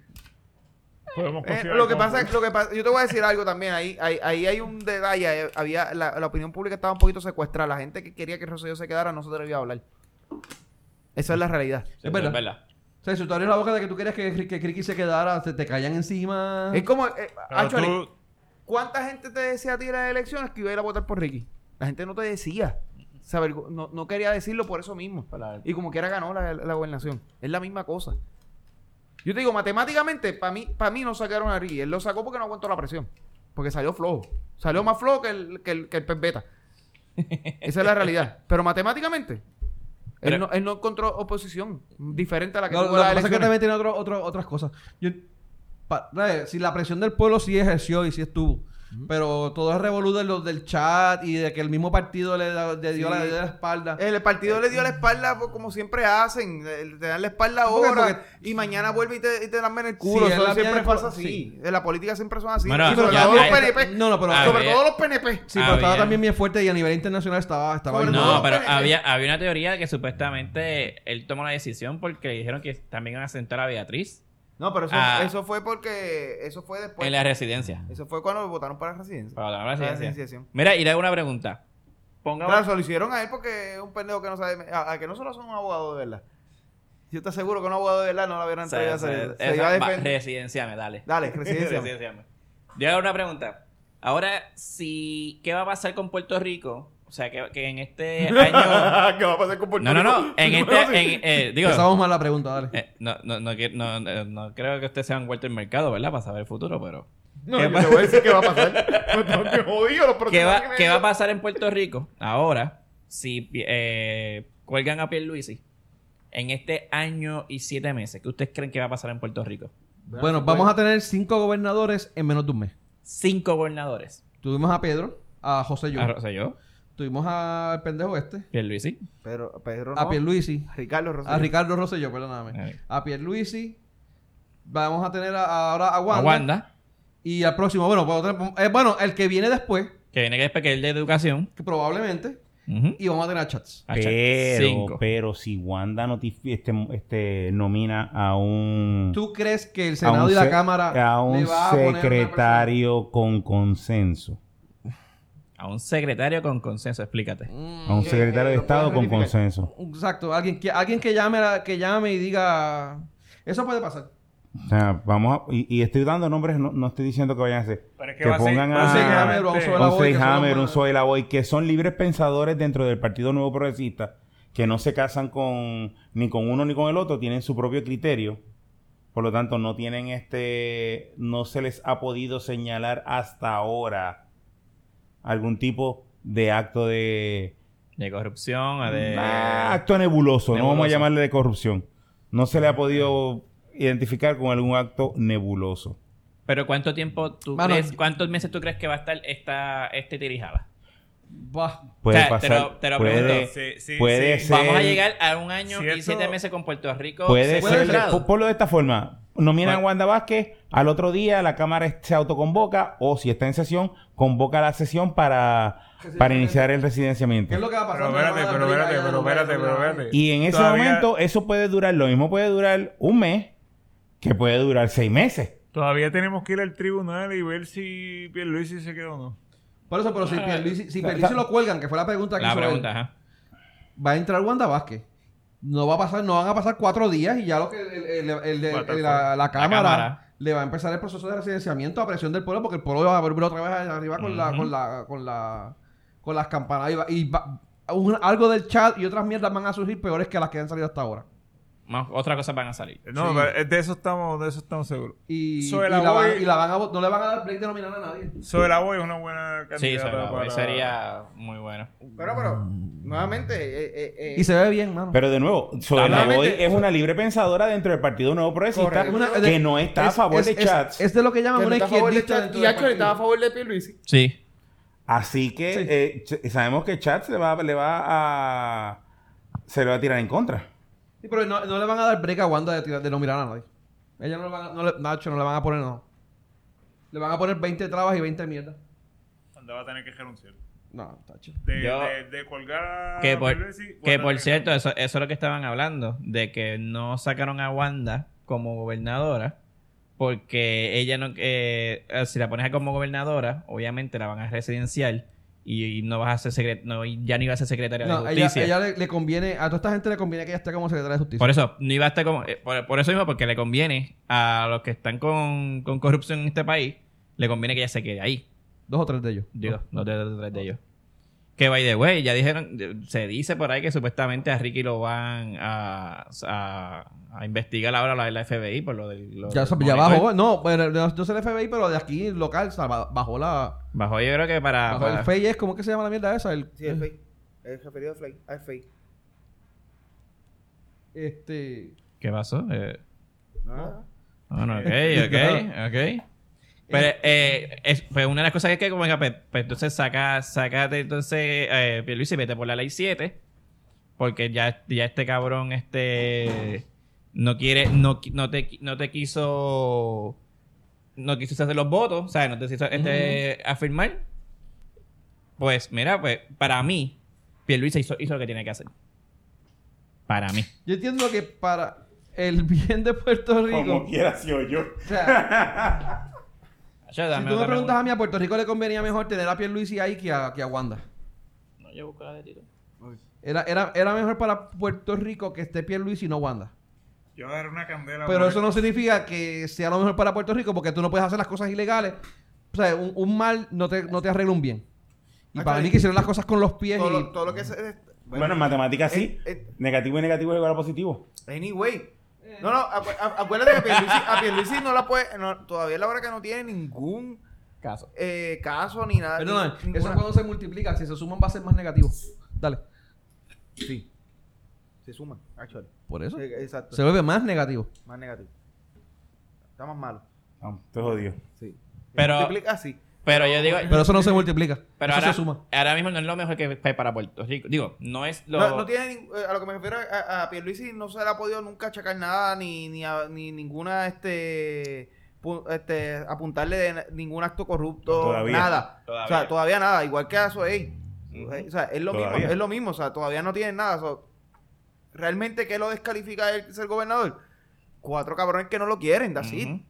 [SPEAKER 4] podemos
[SPEAKER 2] Eh,
[SPEAKER 4] considerar
[SPEAKER 2] lo que
[SPEAKER 4] como-
[SPEAKER 2] pasa es lo que pasa, yo te voy a decir algo también, ahí, ahí, ahí hay un detalle, eh, había la, la opinión pública estaba un poquito secuestrada, la gente que quería que Rosselló se quedara no se atrevía a hablar. Esa es la realidad.
[SPEAKER 11] Sí,
[SPEAKER 1] Es verdad.
[SPEAKER 11] Es verdad.
[SPEAKER 1] O sea, si tú abres la boca de que tú querías que, que Criqui se quedara, se te callan encima.
[SPEAKER 2] Es como, eh,
[SPEAKER 4] Ah. Pero
[SPEAKER 2] actually,
[SPEAKER 4] tú-
[SPEAKER 2] ¿cuánta gente te decía a ti en las elecciones que iba a ir a votar por Ricky? La gente no te decía. Se avergo- no, no quería decirlo por eso mismo. Y como quiera ganó la, la gobernación. Es la misma cosa. Yo te digo, matemáticamente, para mí, para mí no sacaron a Ricky. Él lo sacó porque no aguantó la presión. Porque salió flojo. Salió más flojo que el, que el, que el pez beta. Esa es la realidad. Pero matemáticamente,
[SPEAKER 11] Pero-
[SPEAKER 2] él, no, él no encontró oposición diferente a la que
[SPEAKER 1] No,
[SPEAKER 2] tuvo
[SPEAKER 1] lo que
[SPEAKER 2] las
[SPEAKER 1] pasa es que
[SPEAKER 2] elecciones.
[SPEAKER 1] también tiene otro, otro- otras cosas. Yo- pa- ¿sabes? si la presión del pueblo sí ejerció y sí estuvo. Pero todo es revolú de los del chat y de que el mismo partido le, da- le dio la, le dio la espalda.
[SPEAKER 5] Eh,
[SPEAKER 2] El partido le dio la espalda pues, como siempre hacen. eh, Te dan la espalda
[SPEAKER 1] Porque-
[SPEAKER 2] ahora
[SPEAKER 1] porque-
[SPEAKER 2] y mañana vuelve y te, y te dan en el culo.
[SPEAKER 1] Sí,
[SPEAKER 2] Eso
[SPEAKER 1] es la
[SPEAKER 2] siempre
[SPEAKER 1] mierda-
[SPEAKER 2] pasa así.
[SPEAKER 1] sí.
[SPEAKER 2] En la política siempre son así.
[SPEAKER 5] Bueno,
[SPEAKER 2] Y sobre
[SPEAKER 5] ya-
[SPEAKER 2] todo los
[SPEAKER 5] ya-
[SPEAKER 2] PNP.
[SPEAKER 1] No, no, pero
[SPEAKER 5] Ah,
[SPEAKER 2] sobre
[SPEAKER 5] bien.
[SPEAKER 2] todo los PNP.
[SPEAKER 1] Sí, pero estaba
[SPEAKER 5] Había-
[SPEAKER 1] también bien fuerte y a nivel internacional estaba, estaba
[SPEAKER 2] Sobre
[SPEAKER 1] bien
[SPEAKER 5] No,
[SPEAKER 2] todo-
[SPEAKER 1] duro.
[SPEAKER 5] pero
[SPEAKER 2] espérate.
[SPEAKER 1] eh,
[SPEAKER 5] había, había una teoría que supuestamente él tomó la decisión porque le dijeron que también iban a sentar a Beatriz
[SPEAKER 2] No, pero eso,
[SPEAKER 5] Ah.
[SPEAKER 2] eso fue porque. Eso fue después.
[SPEAKER 5] en la residencia.
[SPEAKER 2] Eso fue cuando votaron para la residencia.
[SPEAKER 5] Para la
[SPEAKER 2] Para la
[SPEAKER 5] residencia.
[SPEAKER 2] residencia.
[SPEAKER 5] Mira, y le hago una pregunta. Pongamos.
[SPEAKER 2] Claro, se lo hicieron a él porque es un pendejo que no sabe. A, a que no solo son un abogado de verdad. Yo te aseguro que un abogado de verdad no lo hubieran
[SPEAKER 5] o sea,
[SPEAKER 2] traído a
[SPEAKER 5] esa-
[SPEAKER 2] hacer.
[SPEAKER 5] esa-
[SPEAKER 2] Se iba a
[SPEAKER 5] va, eh.
[SPEAKER 2] defender.
[SPEAKER 5] residenciame, dale.
[SPEAKER 2] Dale, residencia.
[SPEAKER 5] Residenciame. Yo hago una pregunta. Ahora, si ¿qué va a pasar con Puerto Rico? O sea, que, que en este año.
[SPEAKER 2] Ah, ¿Qué va a pasar con Puerto
[SPEAKER 5] No, no, no.
[SPEAKER 2] Rico?
[SPEAKER 5] En este. en- eh, digo,
[SPEAKER 1] Empezamos mal la pregunta, dale.
[SPEAKER 5] eh, no, no, no, quiero- no, no, no creo que ustedes sean vuelto el mercado, ¿verdad? Para saber el futuro, pero.
[SPEAKER 2] No,
[SPEAKER 5] ¿Qué
[SPEAKER 2] yo
[SPEAKER 5] va-
[SPEAKER 2] te voy a decir qué va a pasar. Me tengo que jodido los
[SPEAKER 5] ¿Qué
[SPEAKER 2] próximos
[SPEAKER 5] va,
[SPEAKER 2] años.
[SPEAKER 5] qué va a pasar en Puerto Rico ahora si eh, cuelgan a Pierluisi en este año y siete meses? ¿Qué ustedes creen que va a pasar en Puerto Rico?
[SPEAKER 1] Bueno, vamos a tener cinco gobernadores en menos de un mes.
[SPEAKER 5] Cinco gobernadores.
[SPEAKER 1] Tuvimos a Pedro, a José Yo,
[SPEAKER 5] Ah, O sea, yo,
[SPEAKER 1] tuvimos al pendejo este,
[SPEAKER 5] Pierluisi.
[SPEAKER 2] Pedro, Pedro no.
[SPEAKER 1] a Pierluisi,
[SPEAKER 2] Ricardo Rosario.
[SPEAKER 1] a Ah, Ricardo Rosselló, perdóname,
[SPEAKER 5] eh,
[SPEAKER 1] a Pierluisi, vamos a tener a- ahora a Wanda,
[SPEAKER 5] A Wanda,
[SPEAKER 1] y al próximo, bueno, puedo tener- eh, bueno, el que viene después,
[SPEAKER 5] que viene que es pequeño de educación.
[SPEAKER 1] que probablemente,
[SPEAKER 5] Ujú.
[SPEAKER 1] y vamos a tener a Chats.
[SPEAKER 5] A Chat-
[SPEAKER 3] Pero,
[SPEAKER 5] cinco.
[SPEAKER 3] pero si Wanda notifi- este, este, nomina a un...
[SPEAKER 1] ¿Tú crees que el
[SPEAKER 3] Mm. a
[SPEAKER 1] Senado
[SPEAKER 3] un
[SPEAKER 1] y la
[SPEAKER 3] se-
[SPEAKER 1] Cámara
[SPEAKER 3] a un
[SPEAKER 1] le va a poner una
[SPEAKER 3] secretario con consenso.
[SPEAKER 5] A un secretario con consenso, explícate.
[SPEAKER 1] persona?
[SPEAKER 3] A un
[SPEAKER 2] que-
[SPEAKER 3] secretario de
[SPEAKER 2] Mm. Eh, lo
[SPEAKER 3] Estado
[SPEAKER 2] puedes
[SPEAKER 3] con
[SPEAKER 2] verificar.
[SPEAKER 3] consenso.
[SPEAKER 1] Mm, Exacto, alguien que, alguien que llame a- que llame y diga eso puede pasar.
[SPEAKER 3] O sea, vamos a- y, y estoy dando nombres, no, no estoy diciendo que vayan a ser.
[SPEAKER 4] Pero es
[SPEAKER 3] Que
[SPEAKER 4] va a ser-
[SPEAKER 3] pongan
[SPEAKER 4] va a
[SPEAKER 3] a-
[SPEAKER 4] ser-
[SPEAKER 1] Hammer,
[SPEAKER 4] este,
[SPEAKER 1] vamos a ver. Boy,
[SPEAKER 3] Ah, Un
[SPEAKER 1] que son los
[SPEAKER 3] Hammer, un
[SPEAKER 1] más-
[SPEAKER 3] Soy la Boy, que son libres pensadores dentro del Partido Nuevo Progresista, que no se casan con ni con uno ni con el otro, tienen su propio criterio. Por lo tanto, no tienen este, no se les ha podido señalar hasta ahora algún tipo de acto de,
[SPEAKER 5] De corrupción, a de.
[SPEAKER 3] Ah, acto nebuloso, no vamos a
[SPEAKER 5] nebuloso.
[SPEAKER 3] llamarle de corrupción. No se le ha podido identificar con algún acto nebuloso.
[SPEAKER 5] Pero ¿cuánto tiempo tú
[SPEAKER 1] Mano,
[SPEAKER 5] crees,
[SPEAKER 1] yo-
[SPEAKER 5] cuántos meses tú crees que va a estar esta, este tirijada?
[SPEAKER 1] Bah.
[SPEAKER 3] Puede
[SPEAKER 5] O sea,
[SPEAKER 3] pasar,
[SPEAKER 5] te lo- te lo
[SPEAKER 3] puede-
[SPEAKER 5] pregunto.
[SPEAKER 4] eh, Sí, sí,
[SPEAKER 3] puede
[SPEAKER 4] sí.
[SPEAKER 3] ser-
[SPEAKER 5] Vamos a llegar a un año y
[SPEAKER 4] Cierto.
[SPEAKER 5] siete meses con Puerto Rico.
[SPEAKER 3] Puede
[SPEAKER 1] puede
[SPEAKER 3] ser,
[SPEAKER 1] ser.
[SPEAKER 3] po- ponlo de esta forma. Nominan a
[SPEAKER 5] Bueno.
[SPEAKER 3] Wanda Vázquez, al otro día la Cámara se autoconvoca o si está en sesión, convoca la sesión para, para iniciar el
[SPEAKER 1] ¿Qué
[SPEAKER 3] residenciamiento.
[SPEAKER 1] es lo que va a
[SPEAKER 4] Pero
[SPEAKER 1] pasar?
[SPEAKER 4] espérate, pero espérate, pero espérate, pero espérate.
[SPEAKER 3] Y en ese
[SPEAKER 4] Todavía-
[SPEAKER 3] momento eso puede durar, lo mismo puede durar un mes, que puede durar seis meses.
[SPEAKER 4] Todavía tenemos que ir al tribunal y ver si Pierluisi se quedó o no.
[SPEAKER 1] Por eso, pero
[SPEAKER 3] Ah,
[SPEAKER 1] si Pierluisi, si Pierluisi lo cuelgan, que fue la pregunta que
[SPEAKER 5] La
[SPEAKER 1] hizo él,
[SPEAKER 5] pregunta, ajá.
[SPEAKER 1] va a entrar Wanda Vázquez. No va a pasar, no van a pasar cuatro días y ya lo que el- el- el- el-
[SPEAKER 4] Va a estar
[SPEAKER 1] el- la, la cámara,
[SPEAKER 5] cámara.
[SPEAKER 1] le va a empezar el proceso de residenciamiento a presión del pueblo porque el pueblo va a volver otra vez arriba con la, con la, con la, con las campanas y, va- y va- un- algo del chat y otras mierdas van a surgir peores que las que han salido hasta ahora.
[SPEAKER 5] Más, otra cosa van a salir.
[SPEAKER 4] Eh, No, pero de eso estamos, de eso estamos seguros.
[SPEAKER 1] Y,
[SPEAKER 4] Sobre
[SPEAKER 1] y
[SPEAKER 4] la
[SPEAKER 1] la van,
[SPEAKER 4] voy-
[SPEAKER 1] y la van a, vo- no le van a dar break de nominar a nadie.
[SPEAKER 4] Sobre la voy es una buena candidata
[SPEAKER 5] Sí, sobre la-
[SPEAKER 4] para-
[SPEAKER 5] sería muy bueno.
[SPEAKER 2] Pero, pero, nuevamente, eh, eh, eh,
[SPEAKER 1] Y se ve bien, mano.
[SPEAKER 3] Pero de nuevo, sobre la
[SPEAKER 2] Claramente-
[SPEAKER 3] Boy es una libre pensadora dentro del Partido Nuevo Progresista
[SPEAKER 2] Correcto.
[SPEAKER 1] Una-
[SPEAKER 3] que no está a
[SPEAKER 1] es-
[SPEAKER 3] favor
[SPEAKER 1] es-
[SPEAKER 3] de
[SPEAKER 1] es-
[SPEAKER 3] chats.
[SPEAKER 1] Es, de lo que
[SPEAKER 2] que
[SPEAKER 1] llaman
[SPEAKER 2] no
[SPEAKER 1] una
[SPEAKER 2] está a favor de
[SPEAKER 1] izquierdista
[SPEAKER 2] Chad-
[SPEAKER 1] dentro
[SPEAKER 2] y
[SPEAKER 1] del
[SPEAKER 2] Acho está a
[SPEAKER 1] partido.
[SPEAKER 2] favor de Pierluisi.
[SPEAKER 5] Sí.
[SPEAKER 3] Así que
[SPEAKER 1] Sí.
[SPEAKER 3] eh, ch- sabemos que chats le va, le va a... Se le va a tirar en contra.
[SPEAKER 1] Sí, pero no, no le van a dar break a Wanda de, tirar- de nominar a nadie. Ella no le van a, no le- Nacho, no le van a poner no. Le van a poner 20 trabas y 20 mierdas.
[SPEAKER 4] Wanda va a tener que renunciar.
[SPEAKER 1] No, Tacho.
[SPEAKER 4] De,
[SPEAKER 5] Yo-
[SPEAKER 4] de, de colgar a
[SPEAKER 5] Que por,
[SPEAKER 4] Pierluisi, Wanda
[SPEAKER 5] que
[SPEAKER 4] tiene
[SPEAKER 5] por
[SPEAKER 4] que-
[SPEAKER 5] cierto, eso, eso es lo que estaban hablando, de que no sacaron a Wanda como gobernadora, porque ella no, eh, eh, si la pones a como gobernadora, obviamente la van a residenciar y, y no vas a ser secret, no, y ya no iba a ser secretaria
[SPEAKER 1] No,
[SPEAKER 5] de
[SPEAKER 1] ella,
[SPEAKER 5] justicia.
[SPEAKER 1] ella le, le conviene, a toda esta gente le conviene que ella esté como secretaria de justicia.
[SPEAKER 5] Por eso, no iba a estar como. eh, Por, por eso mismo, porque le conviene a los que están con, con corrupción en este país, le conviene que ella se quede ahí.
[SPEAKER 1] Dos o tres de ellos.
[SPEAKER 5] Digo, no te detrás de ellos. Que by the way, ya dijeron, de- se dice por ahí que supuestamente a Ricky lo van a, a, a investigar ahora la, la FBI por lo del. lo
[SPEAKER 1] Ya,
[SPEAKER 5] del
[SPEAKER 1] ya
[SPEAKER 5] monitor.
[SPEAKER 1] bajó. No, pero no, no sé el FBI, pero de aquí local salva- bajó la.
[SPEAKER 5] Bajó, yo creo que para.
[SPEAKER 1] ¿eh? bajó el
[SPEAKER 5] para-
[SPEAKER 1] FEI es, ¿cómo que se llama la mierda esa? El,
[SPEAKER 2] Sí, el fake. El referido al fake. al fake.
[SPEAKER 1] este.
[SPEAKER 5] ¿Qué pasó? Eh,
[SPEAKER 2] Ah.
[SPEAKER 5] bueno, ok, ok, ok. Pero eh, es- pues una de las cosas es que como venga, pues, pues, entonces saca, sácate entonces eh, Pierluisi, vete por la ley 7 porque ya, ya este cabrón este no quiere no, qui- no te no te quiso no quiso hacer los votos, o sea, no te quiso este, afirmar. Pues mira, pues para mí Pierluisi hizo, hizo lo que tiene que hacer. Para mí.
[SPEAKER 1] Yo entiendo que para el bien de Puerto
[SPEAKER 3] Como
[SPEAKER 1] Rico.
[SPEAKER 3] quiera, si o yo.
[SPEAKER 1] O sea,
[SPEAKER 5] Yo,
[SPEAKER 1] si
[SPEAKER 5] dame
[SPEAKER 1] tú me
[SPEAKER 5] otra
[SPEAKER 1] preguntas a mí, a Puerto Rico le convenía mejor tener a Pierluisi ahí que a, que a Wanda.
[SPEAKER 5] pregunta. No, yo busco la de Tito.
[SPEAKER 1] Era, era, era mejor para Puerto Rico que esté Pierluisi y no Wanda.
[SPEAKER 4] Yo era una
[SPEAKER 2] Ah,
[SPEAKER 4] candela.
[SPEAKER 1] Pero
[SPEAKER 4] por-
[SPEAKER 1] eso no significa que sea lo mejor para Puerto Rico porque tú no puedes hacer las cosas ilegales. O sea, un, un mal no te, no te arregla un bien. Y para
[SPEAKER 2] Ah, claro.
[SPEAKER 1] mí que hicieron las cosas con los pies
[SPEAKER 2] Todo,
[SPEAKER 1] y...
[SPEAKER 2] lo- todo lo que se...
[SPEAKER 3] Bueno, en matemáticas sí.
[SPEAKER 2] eh, eh.
[SPEAKER 3] negativo y negativo es igual a positivo.
[SPEAKER 2] Anyway. No, no, acu- a- acuérdate que a Pierluisi, a Pierluisi no la puede... no, todavía es la hora que no tiene ningún
[SPEAKER 5] Caso.
[SPEAKER 2] eh, caso ni nada.
[SPEAKER 1] Perdóname,
[SPEAKER 2] ni-
[SPEAKER 1] eso
[SPEAKER 2] ninguna-
[SPEAKER 1] cuando se multiplica, si se suman va a ser más negativo. Dale.
[SPEAKER 2] Sí. Se suma, actual.
[SPEAKER 1] Por eso.
[SPEAKER 2] Sí, Exacto.
[SPEAKER 1] Se vuelve más negativo.
[SPEAKER 2] Más negativo. Está más malo.
[SPEAKER 3] No, te jodido.
[SPEAKER 2] Sí.
[SPEAKER 5] Pero-
[SPEAKER 2] Multiplica así.
[SPEAKER 5] Pero yo digo,
[SPEAKER 1] Pero eso no se multiplica.
[SPEAKER 5] Pero
[SPEAKER 1] eso se
[SPEAKER 5] ahora,
[SPEAKER 1] suma.
[SPEAKER 5] ahora mismo no es lo mejor que hay para Puerto Rico. Digo, no es lo.
[SPEAKER 2] No, no tiene, nin- eh, a lo que me refiero a, a Pierluisi no se le ha podido nunca achacar nada ni, ni, a- ni ninguna este, pu- este apuntarle de na- ningún acto corrupto
[SPEAKER 3] Todavía.
[SPEAKER 2] nada
[SPEAKER 5] Todavía.
[SPEAKER 2] o sea todavía nada igual que a Soey o sea es lo
[SPEAKER 3] Todavía.
[SPEAKER 2] mismo es lo mismo o sea todavía no tienen nada o sea, realmente qué lo descalifica el ser gobernador cuatro cabrones que no lo quieren
[SPEAKER 5] Ujú.
[SPEAKER 2] así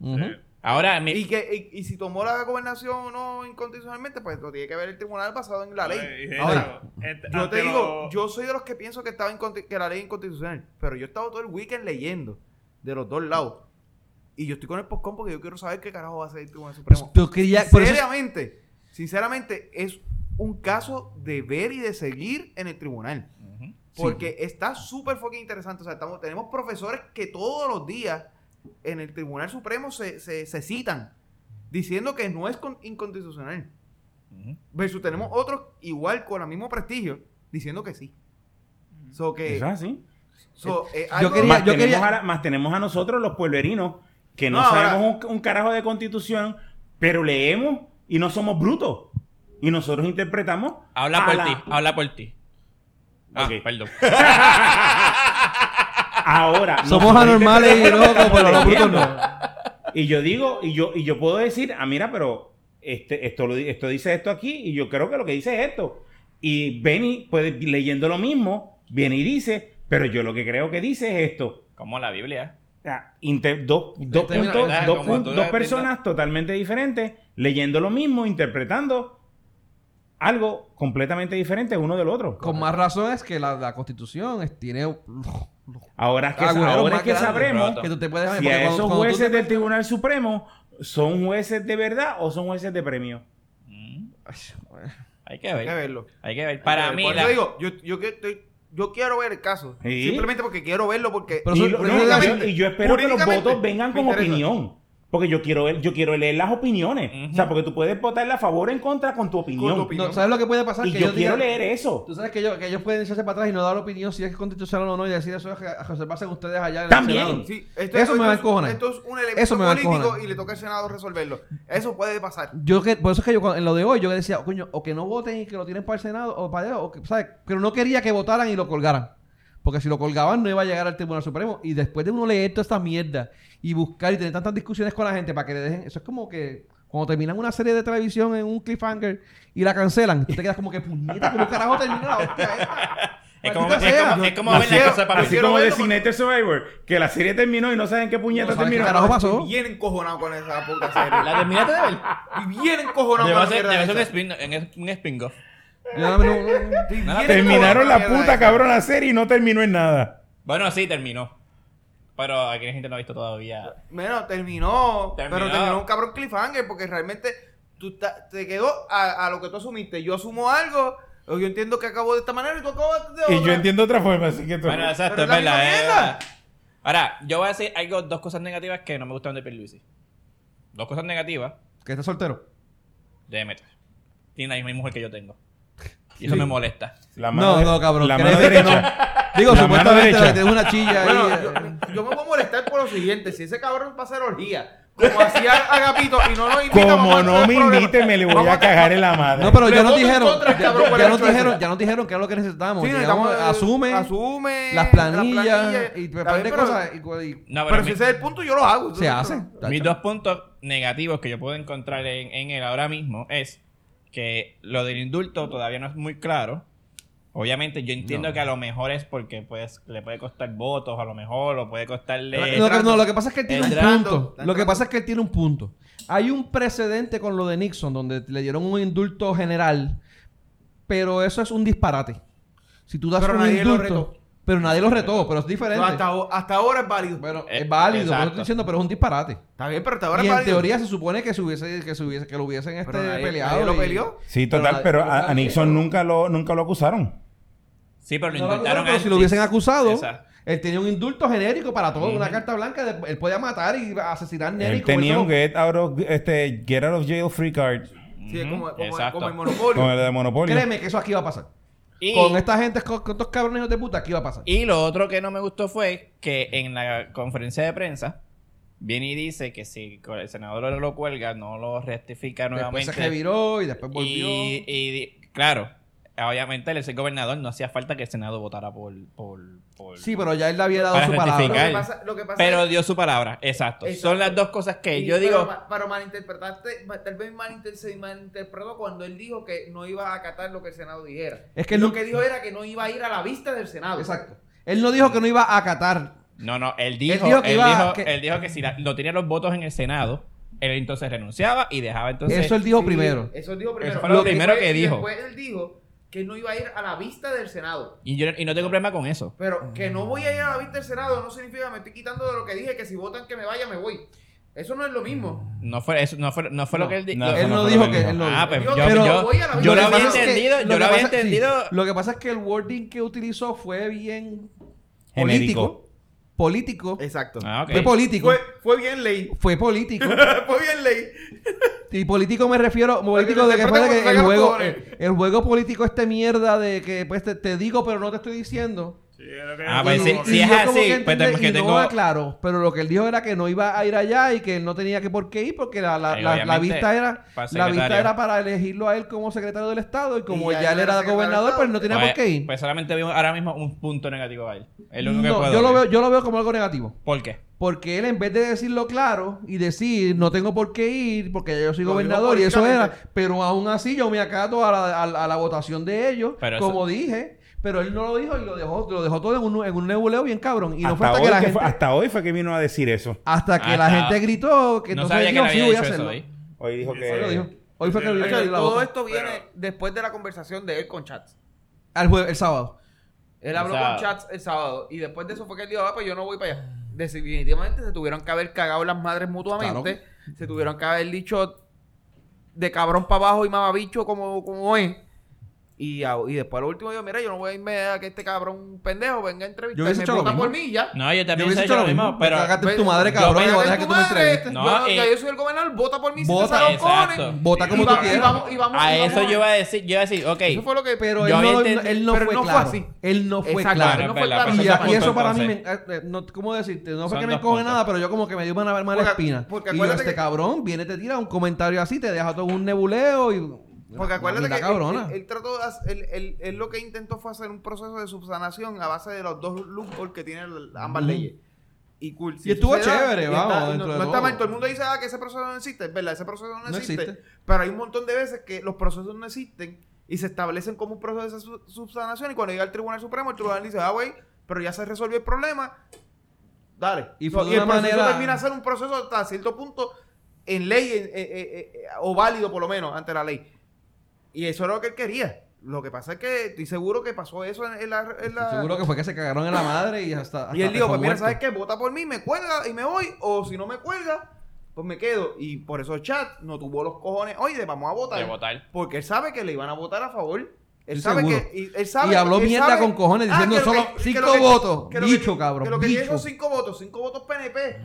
[SPEAKER 1] Ujú.
[SPEAKER 5] Ahora, mi-
[SPEAKER 2] y que y, y si tomó la gobernación o no incondicionalmente pues lo tiene que ver el tribunal basado en la ley
[SPEAKER 4] Eh, eh,
[SPEAKER 2] Ahora,
[SPEAKER 4] eh, eh,
[SPEAKER 2] Yo
[SPEAKER 4] ante
[SPEAKER 2] te digo,
[SPEAKER 4] lo-
[SPEAKER 2] yo soy de los que pienso que estaba inconti- que la ley es inconstitucional, pero yo he estado todo el weekend leyendo de los dos lados. Y yo estoy con el postcom porque yo quiero saber qué carajo va a hacer el Tribunal Supremo.
[SPEAKER 1] Tú querías- por eso-
[SPEAKER 2] Sinceramente, sinceramente, es un caso de ver y de seguir en el tribunal.
[SPEAKER 5] Ujú.
[SPEAKER 2] Porque está súper fucking interesante. O sea, estamos, tenemos profesores que todos los días en el Tribunal Supremo se, se- se citan diciendo que no es con- inconstitucional.
[SPEAKER 5] Ujú.
[SPEAKER 2] Versus tenemos otros igual con el mismo prestigio diciendo que sí. So que,
[SPEAKER 3] Eso es así.
[SPEAKER 2] so, eh,
[SPEAKER 1] Yo
[SPEAKER 2] algo-
[SPEAKER 1] quería-
[SPEAKER 3] más,
[SPEAKER 1] yo
[SPEAKER 3] tenemos
[SPEAKER 1] quería-
[SPEAKER 3] a la- más tenemos a nosotros, los pueblerinos, que no,
[SPEAKER 2] No, ahora-
[SPEAKER 3] sabemos un, un carajo de constitución, pero leemos y no somos brutos. Y nosotros interpretamos.
[SPEAKER 5] habla
[SPEAKER 3] a
[SPEAKER 2] Ah,
[SPEAKER 5] por
[SPEAKER 3] la-
[SPEAKER 5] ti, habla por ti. Ah,
[SPEAKER 3] Ok.
[SPEAKER 5] perdón.
[SPEAKER 3] Ahora.
[SPEAKER 1] Somos
[SPEAKER 3] nosotros
[SPEAKER 1] anormales y locos,
[SPEAKER 3] interpretamos
[SPEAKER 1] pero los brutos
[SPEAKER 3] leemos.
[SPEAKER 1] no.
[SPEAKER 3] Y yo digo, y yo, y yo puedo decir, ah, mira, pero este, esto, lo di- esto dice esto aquí, y yo creo que lo que dice es esto. Y Benny, pues, leyendo lo mismo, viene y dice, pero yo lo que creo que dice es esto.
[SPEAKER 5] Como la Biblia.
[SPEAKER 3] O sea, inter- dos, dos
[SPEAKER 1] Termina,
[SPEAKER 3] puntos-
[SPEAKER 5] Este, ¿verdad?
[SPEAKER 3] dos
[SPEAKER 5] Como
[SPEAKER 3] pun-
[SPEAKER 5] tú
[SPEAKER 3] dos
[SPEAKER 5] la-
[SPEAKER 3] personas totalmente diferentes, leyendo lo mismo, interpretando algo completamente diferente uno del otro.
[SPEAKER 1] Con más razón es que la, la constitución es- tiene...
[SPEAKER 3] Ahora
[SPEAKER 5] Ah,
[SPEAKER 3] es que,
[SPEAKER 1] Agujeros
[SPEAKER 3] ahora
[SPEAKER 1] más
[SPEAKER 3] es que
[SPEAKER 1] grandes,
[SPEAKER 3] sabremos
[SPEAKER 5] roto.
[SPEAKER 1] Que tú te puedes...
[SPEAKER 3] si
[SPEAKER 1] porque
[SPEAKER 3] a
[SPEAKER 1] cuando-
[SPEAKER 3] esos
[SPEAKER 1] cuando tú
[SPEAKER 3] jueces
[SPEAKER 1] te-
[SPEAKER 3] del Tribunal Supremo son jueces de verdad o son jueces de premio.
[SPEAKER 5] Mm.
[SPEAKER 1] bueno.
[SPEAKER 5] Hay que
[SPEAKER 2] hay que
[SPEAKER 5] ver.
[SPEAKER 2] verlo.
[SPEAKER 5] Hay que ver.
[SPEAKER 2] Hay
[SPEAKER 5] Para
[SPEAKER 2] que
[SPEAKER 5] mí,
[SPEAKER 2] verlo. Por
[SPEAKER 5] la-
[SPEAKER 2] eso digo, yo, yo, que- estoy- yo quiero ver el caso.
[SPEAKER 3] Sí.
[SPEAKER 2] Simplemente porque quiero verlo porque...
[SPEAKER 1] Pero
[SPEAKER 3] Y,
[SPEAKER 1] eso-
[SPEAKER 3] lo-
[SPEAKER 1] pero
[SPEAKER 3] no,
[SPEAKER 1] eso
[SPEAKER 3] y
[SPEAKER 1] es-
[SPEAKER 3] yo, y yo espero que los
[SPEAKER 2] jurídicamente,
[SPEAKER 3] votos vengan
[SPEAKER 2] me
[SPEAKER 3] con
[SPEAKER 2] interesa.
[SPEAKER 3] opinión. Porque yo quiero, ver- yo quiero leer las opiniones. O sea,
[SPEAKER 5] Ujú.
[SPEAKER 3] porque tú puedes votarle a favor o en contra con tu opinión.
[SPEAKER 2] Con tu opinión.
[SPEAKER 1] No, ¿Sabes lo que puede pasar?
[SPEAKER 3] Y
[SPEAKER 1] que
[SPEAKER 3] yo, quiero
[SPEAKER 1] diga-
[SPEAKER 3] leer eso.
[SPEAKER 1] Tú sabes que, yo, que ellos pueden echarse para atrás y no dar opinión si es constitucional o no y decir eso es que a reservarse ustedes allá en
[SPEAKER 3] También.
[SPEAKER 1] el Senado.
[SPEAKER 2] Sí, esto,
[SPEAKER 1] Eso
[SPEAKER 2] esto-
[SPEAKER 1] me va a
[SPEAKER 2] esto-
[SPEAKER 1] encojonar.
[SPEAKER 2] Esto es un elemento
[SPEAKER 1] Eso me va a
[SPEAKER 2] político
[SPEAKER 1] encojonar.
[SPEAKER 2] y le toca al Senado resolverlo. Eso puede pasar.
[SPEAKER 1] Yo que, por eso es que yo cuando- en lo de hoy yo decía, "Oh, coño, o que no voten y que lo tienen para el Senado o para allá, o que, ¿sabes? Pero no quería que votaran y lo colgaran. Porque si lo colgaban no iba a llegar al Tribunal Supremo. Y después de uno leer toda esta mierda y buscar y tener tantas discusiones con la gente para que le dejen... Eso es como que cuando terminan una serie de televisión en un cliffhanger y la cancelan, tú te quedas como que puñeta, como carajo terminó la hostia esta?"
[SPEAKER 5] es como,
[SPEAKER 1] Maldita
[SPEAKER 5] es
[SPEAKER 1] sea.
[SPEAKER 5] como- es como
[SPEAKER 3] No,
[SPEAKER 5] ver la
[SPEAKER 3] quiero-
[SPEAKER 5] cosa para
[SPEAKER 3] Así
[SPEAKER 2] quiero
[SPEAKER 3] como
[SPEAKER 2] verlo
[SPEAKER 3] Designated Survivor, que la serie terminó y no saben qué puñeta
[SPEAKER 1] No saben qué
[SPEAKER 3] terminó.
[SPEAKER 1] carajo pasó.
[SPEAKER 2] Bien encojonado con esa puta serie.
[SPEAKER 5] La terminaste de ver.
[SPEAKER 2] Bien encojonado
[SPEAKER 5] Debe
[SPEAKER 2] con la
[SPEAKER 5] ser,
[SPEAKER 2] mierda
[SPEAKER 5] debe ser un
[SPEAKER 2] esa.
[SPEAKER 5] spin, en- un spin-off.
[SPEAKER 1] Yo, no, no, no.
[SPEAKER 2] Bien
[SPEAKER 3] Terminaron
[SPEAKER 2] encojonado
[SPEAKER 3] la
[SPEAKER 2] con
[SPEAKER 3] puta
[SPEAKER 2] mierda
[SPEAKER 3] cabrona serie y no terminó en nada.
[SPEAKER 5] Bueno, sí, terminó. Pero aquí la gente no ha visto todavía.
[SPEAKER 2] Bueno, terminó,
[SPEAKER 5] Terminó.
[SPEAKER 2] Pero terminó un cabrón cliffhanger porque realmente tú ta- te quedó a, a lo que tú asumiste. Yo asumo algo, o yo entiendo que acabó de esta manera y tú acabas de otra.
[SPEAKER 3] Y yo entiendo otra forma, así que tú-
[SPEAKER 5] Bueno, exacto,
[SPEAKER 2] Pero
[SPEAKER 5] es
[SPEAKER 2] la misma
[SPEAKER 5] verdad. es
[SPEAKER 2] mierda.
[SPEAKER 5] verdad. Ahora, yo voy a decir algo, dos cosas negativas que no me gustaron de Pierluisi. Dos cosas negativas
[SPEAKER 1] que está soltero.
[SPEAKER 5] de Demeter. Tiene la misma mujer que yo tengo. Y eso me molesta.
[SPEAKER 3] la
[SPEAKER 1] No, no, cabrón.
[SPEAKER 3] La
[SPEAKER 1] créeme
[SPEAKER 3] mano
[SPEAKER 1] que
[SPEAKER 3] derecha.
[SPEAKER 1] no. Digo,
[SPEAKER 3] La mano
[SPEAKER 1] supuestamente
[SPEAKER 3] derecha.
[SPEAKER 1] la que tiene una chilla ahí.
[SPEAKER 2] Bueno,
[SPEAKER 1] eh,
[SPEAKER 2] yo, yo me voy a molestar por lo siguiente. Si ese cabrón va a hacer orgía como hacía Agapito y no nos invita, vamos
[SPEAKER 12] Como
[SPEAKER 2] a
[SPEAKER 12] no
[SPEAKER 2] tener
[SPEAKER 12] me
[SPEAKER 2] problemas.
[SPEAKER 12] inviten, me le voy a cagar en la madre.
[SPEAKER 1] No, pero
[SPEAKER 2] Eh, Le
[SPEAKER 1] ya nos
[SPEAKER 2] voto en
[SPEAKER 1] dijeron,
[SPEAKER 2] contra,
[SPEAKER 1] ya,
[SPEAKER 2] cabrón,
[SPEAKER 1] ya-
[SPEAKER 2] por
[SPEAKER 1] ya
[SPEAKER 2] el
[SPEAKER 1] nos
[SPEAKER 2] rechazo.
[SPEAKER 1] dijeron, ya nos dijeron que era lo que necesitamos.
[SPEAKER 2] Sí,
[SPEAKER 1] Llegamos,
[SPEAKER 2] necesitamos, eh,
[SPEAKER 1] asume
[SPEAKER 2] asume
[SPEAKER 1] las planillas, y
[SPEAKER 2] Está
[SPEAKER 1] un par de
[SPEAKER 2] bien, pero-
[SPEAKER 1] cosas y- pues y-
[SPEAKER 5] No,
[SPEAKER 2] Pero
[SPEAKER 5] mi-
[SPEAKER 2] si ese es el punto, yo lo hago.
[SPEAKER 1] se hace.
[SPEAKER 5] Mis dos puntos negativos que yo puedo encontrar en, en él ahora mismo es que lo del indulto todavía no es muy claro. Obviamente yo entiendo que a lo mejor es porque pues le puede costar votos, a lo mejor, o puede costarle...
[SPEAKER 1] Lo que- no, lo que pasa es que él tiene un
[SPEAKER 5] Entrando,
[SPEAKER 1] punto. Lo que pasa es que él tiene un punto. Hay un precedente con lo de Nixon, donde le dieron un indulto general, pero eso es un disparate. Si tú das
[SPEAKER 2] Pero
[SPEAKER 1] un
[SPEAKER 2] nadie lo
[SPEAKER 1] indulto,
[SPEAKER 2] retó.
[SPEAKER 1] pero nadie lo retó, pero es diferente.
[SPEAKER 2] No, hasta, o- hasta ahora es válido.
[SPEAKER 1] Bueno,
[SPEAKER 5] Eh,
[SPEAKER 1] es válido, no lo
[SPEAKER 5] exacto.
[SPEAKER 1] estoy diciendo, pero es un disparate.
[SPEAKER 2] Está bien, pero hasta ahora
[SPEAKER 1] y
[SPEAKER 2] es
[SPEAKER 1] en
[SPEAKER 2] válido.
[SPEAKER 1] teoría se supone que se hubiese, que se hubiese- que lo hubiesen este
[SPEAKER 2] Pero nadie-
[SPEAKER 1] peleado.
[SPEAKER 2] nadie lo
[SPEAKER 1] y-
[SPEAKER 2] peleó.
[SPEAKER 12] Sí, total, pero,
[SPEAKER 1] nadie-
[SPEAKER 12] a, a Nixon nunca lo, nunca lo acusaron.
[SPEAKER 5] Sí, pero lo
[SPEAKER 1] No lo acusaron,
[SPEAKER 5] indultaron
[SPEAKER 1] pero si
[SPEAKER 5] antes.
[SPEAKER 1] lo hubiesen acusado,
[SPEAKER 5] Exacto.
[SPEAKER 1] él tenía un indulto genérico para todo, una
[SPEAKER 5] Ujú.
[SPEAKER 1] carta blanca, de- él podía matar y asesinar nenes.
[SPEAKER 12] Él
[SPEAKER 1] como
[SPEAKER 12] tenía
[SPEAKER 1] eso.
[SPEAKER 12] un get out of, este, get out of jail free card
[SPEAKER 2] Sí, es como,
[SPEAKER 5] Ujú,
[SPEAKER 2] como-
[SPEAKER 5] exacto.
[SPEAKER 2] como el monopolio.
[SPEAKER 12] con el de Monopolio.
[SPEAKER 1] Créeme que eso aquí va a pasar.
[SPEAKER 5] Y-
[SPEAKER 2] este
[SPEAKER 1] Con esta gente, con, con estos cabrones hijos de puta, aquí va a pasar.
[SPEAKER 5] Y lo otro que no me gustó fue que en la conferencia de prensa viene y dice que si el senador lo cuelga, no lo rectifica
[SPEAKER 1] después
[SPEAKER 5] nuevamente.
[SPEAKER 1] se reviró y después volvió.
[SPEAKER 5] Y, y di- claro, obviamente el ser gobernador no hacía falta que el Senado votara por... por, por-
[SPEAKER 1] Sí, pero ya él le había dado
[SPEAKER 5] Para
[SPEAKER 1] su palabra.
[SPEAKER 5] rectificar.
[SPEAKER 2] Lo que pasa- lo que pasa
[SPEAKER 5] Pero
[SPEAKER 2] es-
[SPEAKER 5] dio su palabra, exacto.
[SPEAKER 2] Exacto.
[SPEAKER 5] Son las dos cosas que
[SPEAKER 2] y-
[SPEAKER 5] yo
[SPEAKER 2] pero
[SPEAKER 5] digo...
[SPEAKER 2] ma- Pero malinterpretaste, ma- tal vez malinter- se malinterpretó cuando él dijo que no iba a acatar lo que el Senado dijera.
[SPEAKER 1] Es que
[SPEAKER 2] lo
[SPEAKER 1] no-
[SPEAKER 2] que dijo era que no iba a ir a la vista del Senado.
[SPEAKER 1] Exacto. Él no dijo que no iba a acatar.
[SPEAKER 5] No, no, él dijo, él
[SPEAKER 1] dijo
[SPEAKER 5] dijo,
[SPEAKER 1] que iba- que-
[SPEAKER 5] él dijo que si la- no tenía los votos en el Senado, él entonces renunciaba y dejaba entonces... eh,
[SPEAKER 1] eso él dijo
[SPEAKER 2] Sí,
[SPEAKER 1] primero.
[SPEAKER 2] Eso él dijo primero.
[SPEAKER 5] Eso fue lo
[SPEAKER 2] Y
[SPEAKER 5] primero
[SPEAKER 2] después-
[SPEAKER 5] que dijo.
[SPEAKER 2] y Después él dijo que no iba a ir a la vista del Senado.
[SPEAKER 5] y, yo- y no tengo problema con eso.
[SPEAKER 2] Pero que no voy a ir a la vista del Senado no significa que me estoy quitando de lo que dije, que si votan que me vaya, me voy. Eso no es lo mismo.
[SPEAKER 5] No fue, eso, no fue, Ah, no fue lo que él dijo.
[SPEAKER 12] no,
[SPEAKER 1] él
[SPEAKER 12] no
[SPEAKER 1] no
[SPEAKER 12] fue
[SPEAKER 1] dijo
[SPEAKER 12] lo que
[SPEAKER 1] que.
[SPEAKER 12] dijo.
[SPEAKER 1] él no
[SPEAKER 5] Ah,
[SPEAKER 1] dijo.
[SPEAKER 5] pero
[SPEAKER 2] Yo-
[SPEAKER 5] yo,
[SPEAKER 2] pero
[SPEAKER 5] yo-
[SPEAKER 2] voy a la-
[SPEAKER 5] yo
[SPEAKER 2] yo
[SPEAKER 5] lo
[SPEAKER 1] que
[SPEAKER 5] había
[SPEAKER 1] pasa es que-
[SPEAKER 5] entendido,
[SPEAKER 1] lo
[SPEAKER 5] yo
[SPEAKER 1] que
[SPEAKER 5] lo había
[SPEAKER 1] pasa- sí,
[SPEAKER 5] entendido.
[SPEAKER 1] lo que pasa es que el wording que utilizó fue bien
[SPEAKER 12] Genérico.
[SPEAKER 1] político. Político.
[SPEAKER 2] Exacto.
[SPEAKER 5] Ah, ok.
[SPEAKER 1] Fue político.
[SPEAKER 2] Fue, fue bien ley.
[SPEAKER 1] Fue político.
[SPEAKER 2] fue bien ley.
[SPEAKER 1] Y político me refiero, político
[SPEAKER 2] no
[SPEAKER 1] de que
[SPEAKER 2] te
[SPEAKER 1] fue de
[SPEAKER 2] apretes
[SPEAKER 1] que el
[SPEAKER 2] cuando sacan los
[SPEAKER 1] juego,
[SPEAKER 2] cojones.
[SPEAKER 1] el, el juego político este mierda de que pues te, te digo pero no te estoy diciendo.
[SPEAKER 4] Sí, es lo que
[SPEAKER 5] Ah,
[SPEAKER 4] yo
[SPEAKER 5] pues,
[SPEAKER 1] Y-
[SPEAKER 4] digo,
[SPEAKER 5] sí,
[SPEAKER 1] y
[SPEAKER 4] como que-
[SPEAKER 1] yo
[SPEAKER 5] sí. es así,
[SPEAKER 1] como que
[SPEAKER 5] pues,
[SPEAKER 1] entendí
[SPEAKER 5] porque
[SPEAKER 1] y no
[SPEAKER 5] tengo-
[SPEAKER 1] aclaro, pero lo que él dijo era que no iba a ir allá y que él no tenía que por qué ir porque la, la-
[SPEAKER 5] Sí,
[SPEAKER 1] la- la
[SPEAKER 5] Eh, obviamente,
[SPEAKER 1] vista era
[SPEAKER 5] para
[SPEAKER 1] la vista
[SPEAKER 5] secretario.
[SPEAKER 1] era para elegirlo a él como secretario del Estado y como
[SPEAKER 2] Y ya
[SPEAKER 1] ya
[SPEAKER 2] él
[SPEAKER 1] él
[SPEAKER 2] era
[SPEAKER 1] era
[SPEAKER 2] secretario del
[SPEAKER 1] gobernador
[SPEAKER 2] Estado.
[SPEAKER 1] pues no tenía
[SPEAKER 5] Pues,
[SPEAKER 1] por qué ir.
[SPEAKER 5] Pues solamente veo ahora mismo un punto negativo a él. Es lo único que
[SPEAKER 1] No,
[SPEAKER 5] puedo
[SPEAKER 1] yo lo
[SPEAKER 5] ver.
[SPEAKER 1] veo yo lo veo como algo negativo.
[SPEAKER 5] ¿Por qué?
[SPEAKER 1] Porque él en vez de decirlo claro y decir no tengo por qué ir porque yo soy
[SPEAKER 2] Lo dijo
[SPEAKER 1] gobernador y eso era,
[SPEAKER 2] políticamente.
[SPEAKER 1] pero aún así yo me acato a la, a la- a la votación de ellos,
[SPEAKER 5] Pero eso-
[SPEAKER 1] como dije, pero él no lo dijo y lo dejó, lo dejó todo en un, en un nebuleo bien cabrón. Y no fue
[SPEAKER 12] hasta,
[SPEAKER 1] hasta
[SPEAKER 12] hoy
[SPEAKER 1] que la
[SPEAKER 12] que
[SPEAKER 1] gente,
[SPEAKER 12] fue- hasta hoy fue que vino a decir eso.
[SPEAKER 1] hasta que la
[SPEAKER 5] Hasta-
[SPEAKER 1] gente gritó que
[SPEAKER 5] no
[SPEAKER 1] entonces
[SPEAKER 5] sabía que
[SPEAKER 1] dijo,
[SPEAKER 5] le había
[SPEAKER 1] sí, voy a
[SPEAKER 5] dicho eso
[SPEAKER 1] hacerlo.
[SPEAKER 5] hoy.
[SPEAKER 12] Hoy dijo que...
[SPEAKER 1] Hoy lo dijo. Hoy fue que lo
[SPEAKER 4] Sí,
[SPEAKER 1] dijo.
[SPEAKER 4] sí,
[SPEAKER 1] que le
[SPEAKER 4] sí.
[SPEAKER 1] dio la
[SPEAKER 2] todo
[SPEAKER 1] boca.
[SPEAKER 2] esto viene
[SPEAKER 4] Pero-
[SPEAKER 2] después de la conversación de él con Chats.
[SPEAKER 1] Al jue- el sábado.
[SPEAKER 2] Él
[SPEAKER 5] El
[SPEAKER 2] habló con
[SPEAKER 5] sábado.
[SPEAKER 2] Chats el sábado y después de eso fue que él dijo, ah, pues yo no voy para allá. Definitivamente se tuvieron que haber cagado las madres mutuamente. Se tuvieron que haber dicho de cabrón para abajo y mamabicho como, como es. Y, a- y después lo último dijo, mira, yo no voy a irme a que este cabrón pendejo venga a
[SPEAKER 1] Yo
[SPEAKER 2] entrevistar
[SPEAKER 1] hubiese
[SPEAKER 2] me
[SPEAKER 1] hecho lo
[SPEAKER 2] vota por
[SPEAKER 1] mismo.
[SPEAKER 2] mí y ya.
[SPEAKER 5] No, yo
[SPEAKER 1] Yo
[SPEAKER 5] también
[SPEAKER 1] hubiese
[SPEAKER 5] sé
[SPEAKER 1] hecho lo mismo. Pero,
[SPEAKER 5] pero
[SPEAKER 1] cagaste en tu madre,
[SPEAKER 2] Ve-
[SPEAKER 1] cabrón.
[SPEAKER 2] ve-
[SPEAKER 1] y voy a
[SPEAKER 2] ve-
[SPEAKER 1] dejar que tú me
[SPEAKER 2] madre.
[SPEAKER 1] entrevistes.
[SPEAKER 5] No,
[SPEAKER 2] Yo-
[SPEAKER 5] y-
[SPEAKER 2] ya yo soy el gobernador, vota por mí
[SPEAKER 1] Vota,
[SPEAKER 2] si te sale
[SPEAKER 5] exacto.
[SPEAKER 1] Vota como
[SPEAKER 2] y
[SPEAKER 1] tú
[SPEAKER 2] vamos-
[SPEAKER 1] quieras.
[SPEAKER 2] Y vamos, y vamos,
[SPEAKER 5] a
[SPEAKER 2] y vamos-
[SPEAKER 5] eso yo iba a decir, yo iba a decir, ok.
[SPEAKER 2] Eso fue lo que...
[SPEAKER 1] Pero
[SPEAKER 5] Yo
[SPEAKER 1] él no,
[SPEAKER 5] había entendi-
[SPEAKER 1] él no
[SPEAKER 2] pero
[SPEAKER 1] fue
[SPEAKER 2] no fue
[SPEAKER 1] claro.
[SPEAKER 2] así.
[SPEAKER 1] Él no fue
[SPEAKER 2] Exacto,
[SPEAKER 1] claro.
[SPEAKER 2] él no
[SPEAKER 5] Bueno,
[SPEAKER 2] fue
[SPEAKER 5] pues, la
[SPEAKER 2] claro.
[SPEAKER 5] persona
[SPEAKER 1] Y,
[SPEAKER 5] Son dos
[SPEAKER 1] y eso
[SPEAKER 5] puntos,
[SPEAKER 1] para mí, me,
[SPEAKER 5] entonces.
[SPEAKER 1] eh, eh, no, ¿cómo decirte? No fue
[SPEAKER 5] Son
[SPEAKER 1] que me
[SPEAKER 5] dos
[SPEAKER 1] coge
[SPEAKER 5] puntos.
[SPEAKER 1] nada, pero yo como que me dio una mala
[SPEAKER 2] Porque-
[SPEAKER 1] espina.
[SPEAKER 2] porque
[SPEAKER 1] y yo,
[SPEAKER 2] acuérdate
[SPEAKER 1] este
[SPEAKER 2] que-
[SPEAKER 1] cabrón viene, te tira un comentario así, te deja todo un nebuleo y...
[SPEAKER 2] Porque
[SPEAKER 1] La-
[SPEAKER 2] acuérdate
[SPEAKER 1] la
[SPEAKER 2] que él-
[SPEAKER 1] cabrona.
[SPEAKER 2] Él, él trató de hacer- él- él- él lo que intentó fue hacer un proceso de subsanación a base de los dos loopholes que tienen el- ambas leyes. Y cool.
[SPEAKER 1] Y estuvo
[SPEAKER 2] se da,
[SPEAKER 1] chévere,
[SPEAKER 2] y
[SPEAKER 1] vamos,
[SPEAKER 2] no-
[SPEAKER 1] dentro
[SPEAKER 2] no,
[SPEAKER 1] de
[SPEAKER 2] está
[SPEAKER 1] todo.
[SPEAKER 2] mal, todo el mundo dice ah, que ese proceso no existe, es verdad, ese proceso no
[SPEAKER 1] No
[SPEAKER 2] existe,
[SPEAKER 1] existe.
[SPEAKER 2] Pero hay un montón de veces que los procesos no existen y se establecen como un proceso de su- subsanación y cuando llega al Tribunal Supremo, el Tribunal dice, ah, güey, pero ya se resolvió el problema, dale.
[SPEAKER 1] Y fue de
[SPEAKER 2] el
[SPEAKER 1] una
[SPEAKER 2] proceso
[SPEAKER 1] manera-
[SPEAKER 2] termina ser un proceso hasta cierto punto en ley en- eh, eh, eh, o válido por lo menos ante la ley. Y eso era lo que él quería. Lo que pasa es que estoy seguro que pasó eso en, en la... en la-
[SPEAKER 1] Seguro que fue que se cagaron en la madre y hasta... hasta
[SPEAKER 2] y él dijo,
[SPEAKER 1] dejó
[SPEAKER 2] pues mira,
[SPEAKER 1] muerto.
[SPEAKER 2] ¿sabes qué? Vota por mí, me cuelga y me voy. O si no me cuelga, pues me quedo. Y por eso Chat no tuvo los cojones hoy de vamos a votar.
[SPEAKER 5] De votar.
[SPEAKER 2] Porque él sabe que le iban a votar a favor. Él
[SPEAKER 1] Estoy
[SPEAKER 2] sabe
[SPEAKER 1] seguro.
[SPEAKER 2] que... Y, él sabe,
[SPEAKER 1] Y habló
[SPEAKER 2] él
[SPEAKER 1] mierda con cojones diciendo
[SPEAKER 2] que lo
[SPEAKER 1] solo
[SPEAKER 2] que
[SPEAKER 1] cinco
[SPEAKER 2] lo que-
[SPEAKER 1] votos.
[SPEAKER 2] que lo que-
[SPEAKER 1] Bicho, cabrón,
[SPEAKER 2] Que lo que tiene
[SPEAKER 1] bicho.
[SPEAKER 2] son cinco votos. Cinco votos PNP.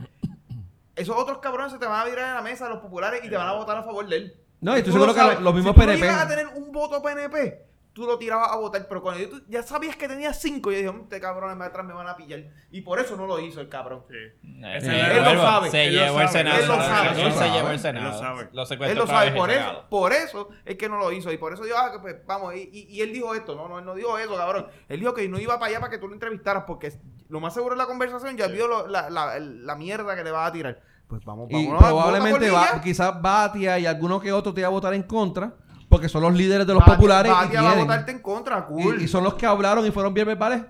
[SPEAKER 2] Esos otros cabrones se te van a virar en la mesa los populares y te van a votar a favor de él.
[SPEAKER 1] No, y
[SPEAKER 2] tú
[SPEAKER 1] estoy seguro
[SPEAKER 2] lo
[SPEAKER 1] que
[SPEAKER 2] sabes.
[SPEAKER 1] los mismos
[SPEAKER 2] si tú no
[SPEAKER 1] PNP...
[SPEAKER 2] llegas a tener un voto PNP, tú lo tirabas a votar, pero cuando tú ya sabías que tenía cinco, yo dije, "Mm, este cabrón más atrás me van a pillar. Y por eso no lo hizo el cabrón.
[SPEAKER 5] Eh,
[SPEAKER 4] Se
[SPEAKER 5] eh,
[SPEAKER 4] llevó-
[SPEAKER 5] él lo
[SPEAKER 2] sabe,
[SPEAKER 5] Se
[SPEAKER 4] él lo
[SPEAKER 5] llevó el
[SPEAKER 4] sabe,
[SPEAKER 5] Senado.
[SPEAKER 2] él lo sabe,
[SPEAKER 5] él
[SPEAKER 2] él
[SPEAKER 5] se
[SPEAKER 2] lo
[SPEAKER 5] llevó el
[SPEAKER 4] sabe, él lo
[SPEAKER 5] Senado.
[SPEAKER 4] sabe.
[SPEAKER 5] Lo secuestró
[SPEAKER 2] Él lo
[SPEAKER 5] otra
[SPEAKER 2] sabe,
[SPEAKER 5] vez
[SPEAKER 2] por
[SPEAKER 5] el
[SPEAKER 2] eso,
[SPEAKER 5] Senado.
[SPEAKER 2] por eso es que no lo hizo. Y por eso yo, ah, que pues, vamos, y, y- y él dijo esto. No, no, él no dijo eso, cabrón. Él dijo que no iba para allá para que tú lo entrevistaras, porque lo más seguro es la conversación ya vio lo- la, la- la mierda que le vas a tirar. Pues vamos,
[SPEAKER 1] Y
[SPEAKER 2] vámonos,
[SPEAKER 1] probablemente
[SPEAKER 2] vota por
[SPEAKER 1] va,
[SPEAKER 2] Villa.
[SPEAKER 1] quizás Batia y alguno que otro te va a votar en contra, porque son los líderes de los
[SPEAKER 2] Batia-
[SPEAKER 1] populares y,
[SPEAKER 2] Batia va a
[SPEAKER 1] tienen.
[SPEAKER 2] votarte en contra, cool.
[SPEAKER 1] Y- y son los que hablaron y fueron bien verbales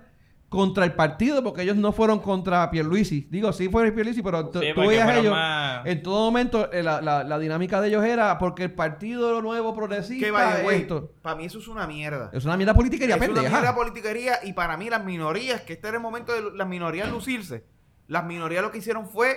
[SPEAKER 1] contra el partido, porque ellos no fueron contra Pierluisi. Digo, sí fueron Pierluisi, pero tú-
[SPEAKER 5] Sí,
[SPEAKER 1] tú
[SPEAKER 5] porque
[SPEAKER 1] veías
[SPEAKER 5] fueron
[SPEAKER 1] ellos...
[SPEAKER 5] más-
[SPEAKER 1] En todo momento, eh, la, la- la dinámica de ellos era porque el partido nuevo progresista...
[SPEAKER 2] que vaya, güey.
[SPEAKER 1] esto-
[SPEAKER 2] Para mí eso es una mierda.
[SPEAKER 1] Es una mierda política y ya
[SPEAKER 2] Es una
[SPEAKER 1] pendeja.
[SPEAKER 2] mierda politiquería y para mí las minorías, que este era el momento de las minorías lucirse. Las minorías lo que hicieron fue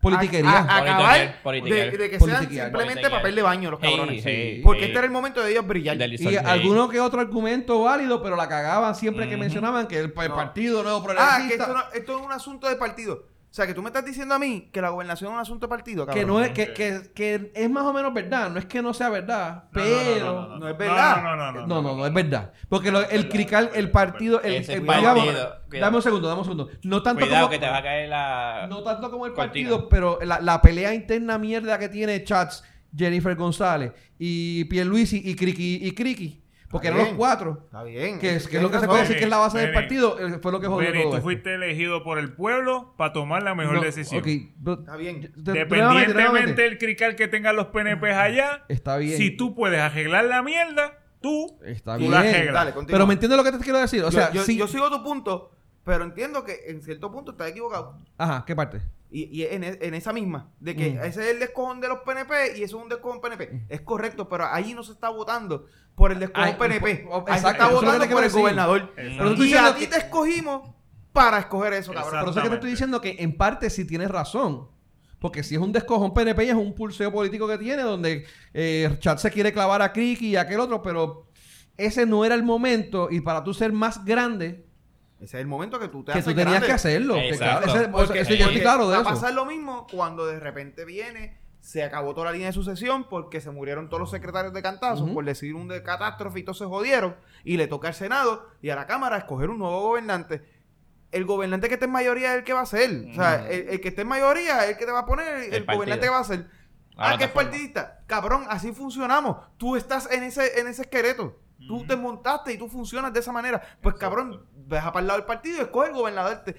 [SPEAKER 1] Politiquería.
[SPEAKER 2] a- a- acabar
[SPEAKER 5] Politiquear.
[SPEAKER 2] de, de que sean
[SPEAKER 1] Politiquear.
[SPEAKER 2] simplemente
[SPEAKER 5] Politiquear.
[SPEAKER 2] papel de baño los
[SPEAKER 5] Hey,
[SPEAKER 2] cabrones.
[SPEAKER 5] hey,
[SPEAKER 2] Porque
[SPEAKER 5] hey.
[SPEAKER 2] este era el momento de ellos brillar.
[SPEAKER 5] Del
[SPEAKER 1] Y
[SPEAKER 5] Sol-
[SPEAKER 1] alguno que otro argumento válido, pero la cagaban siempre que mencionaban que el, pa- el partido nuevo progresista...
[SPEAKER 2] ah, que esto, no- esto es un asunto de partido. O sea, que tú me estás diciendo a mí que la gobernación es un asunto de partido, cabrón.
[SPEAKER 1] que no es que, que, que es más o menos verdad no es que no sea verdad pero no,
[SPEAKER 2] no es verdad.
[SPEAKER 4] No, no, no.
[SPEAKER 1] no, no, es verdad porque lo- el crical el partido el,
[SPEAKER 5] Ese
[SPEAKER 1] el-
[SPEAKER 5] partido,
[SPEAKER 1] digamos,
[SPEAKER 5] cuidado.
[SPEAKER 1] dame un segundo dame un segundo no tanto
[SPEAKER 5] Cuidado
[SPEAKER 1] como
[SPEAKER 5] que te va a caer la...
[SPEAKER 1] no tanto como el
[SPEAKER 5] Cortina.
[SPEAKER 1] partido pero la, la pelea interna mierda que tiene Chats Jennifer González y Pierluisi y Criqui y Criqui porque
[SPEAKER 2] Está
[SPEAKER 1] eran los
[SPEAKER 2] bien.
[SPEAKER 1] cuatro
[SPEAKER 2] Está bien.
[SPEAKER 1] que es, que es lo que se
[SPEAKER 2] Tienes
[SPEAKER 1] puede
[SPEAKER 2] razón.
[SPEAKER 1] decir que es la base del
[SPEAKER 4] Benny,
[SPEAKER 1] partido eh, fue lo que jodió
[SPEAKER 4] Benny,
[SPEAKER 1] todo
[SPEAKER 4] tú
[SPEAKER 1] esto.
[SPEAKER 4] fuiste elegido por el pueblo para tomar la mejor
[SPEAKER 1] No,
[SPEAKER 4] decisión.
[SPEAKER 1] ok, pero-
[SPEAKER 2] Está bien.
[SPEAKER 1] de- nuevamente, nuevamente.
[SPEAKER 4] Dependientemente del crical que tengan los PNPs
[SPEAKER 2] Ah,
[SPEAKER 4] allá,
[SPEAKER 1] Está bien.
[SPEAKER 4] si tú puedes arreglar la mierda, tú,
[SPEAKER 1] Está
[SPEAKER 4] tú
[SPEAKER 1] bien.
[SPEAKER 4] la arreglas.
[SPEAKER 2] Dale, continúa.
[SPEAKER 1] Pero me entiendes lo que te quiero decir. O
[SPEAKER 2] Yo-
[SPEAKER 1] sea,
[SPEAKER 2] yo,
[SPEAKER 1] sí.
[SPEAKER 2] yo sigo tu punto, pero entiendo que en cierto punto estás equivocado.
[SPEAKER 1] Ajá, ¿qué parte?
[SPEAKER 2] Y, y en, e- en esa misma, de que
[SPEAKER 1] Mm.
[SPEAKER 2] ese es el descojón de los PNP y eso es un descojón PNP. Es correcto, pero ahí no se está votando por el descojón
[SPEAKER 1] Ay,
[SPEAKER 2] PNP.
[SPEAKER 1] o- o-
[SPEAKER 2] Ahí se
[SPEAKER 1] exacto,
[SPEAKER 2] está
[SPEAKER 1] eso es lo que
[SPEAKER 2] votando
[SPEAKER 1] te quiero
[SPEAKER 2] por el
[SPEAKER 1] decir.
[SPEAKER 2] gobernador.
[SPEAKER 1] Pero tú
[SPEAKER 2] Y
[SPEAKER 1] dices
[SPEAKER 2] a
[SPEAKER 1] lo
[SPEAKER 2] ti
[SPEAKER 1] que-
[SPEAKER 2] te escogimos para escoger eso, cabrón.
[SPEAKER 1] Por eso es que te estoy diciendo que en parte sí tienes razón. Porque si es un descojón PNP y es un pulseo político que tiene donde eh, Chat se quiere clavar a Criqui y a aquel otro, pero ese no era el momento y para tú ser más grande,
[SPEAKER 2] Ese es el momento que tú te
[SPEAKER 1] que
[SPEAKER 2] haces
[SPEAKER 1] tú tenías
[SPEAKER 2] grande.
[SPEAKER 1] que hacerlo. Que
[SPEAKER 5] Exacto.
[SPEAKER 1] claro, ese-
[SPEAKER 2] Porque-
[SPEAKER 1] eso yo estoy
[SPEAKER 2] porque
[SPEAKER 1] claro de
[SPEAKER 2] va
[SPEAKER 1] eso.
[SPEAKER 2] a pasar lo mismo cuando de repente viene, se acabó toda la línea de sucesión porque se murieron todos los secretarios de cantazo
[SPEAKER 1] Ujú.
[SPEAKER 2] por decir un de catástrofe y todos se jodieron. Y le toca al Senado y a la Cámara escoger un nuevo gobernante. El gobernante que esté en mayoría es el que va a ser. O sea, el, el que esté en mayoría es el que te va a poner, el,
[SPEAKER 5] El
[SPEAKER 2] gobernante que
[SPEAKER 5] partido.
[SPEAKER 2] va a ser.
[SPEAKER 5] La
[SPEAKER 2] Ah, que es
[SPEAKER 5] plataforma.
[SPEAKER 2] partidista. Cabrón, así funcionamos. Tú estás en ese, en ese esqueleto. Tú te montaste y tú funcionas de esa manera. Pues cabrón, deja para el lado del partido y escoge el gobernador. Te-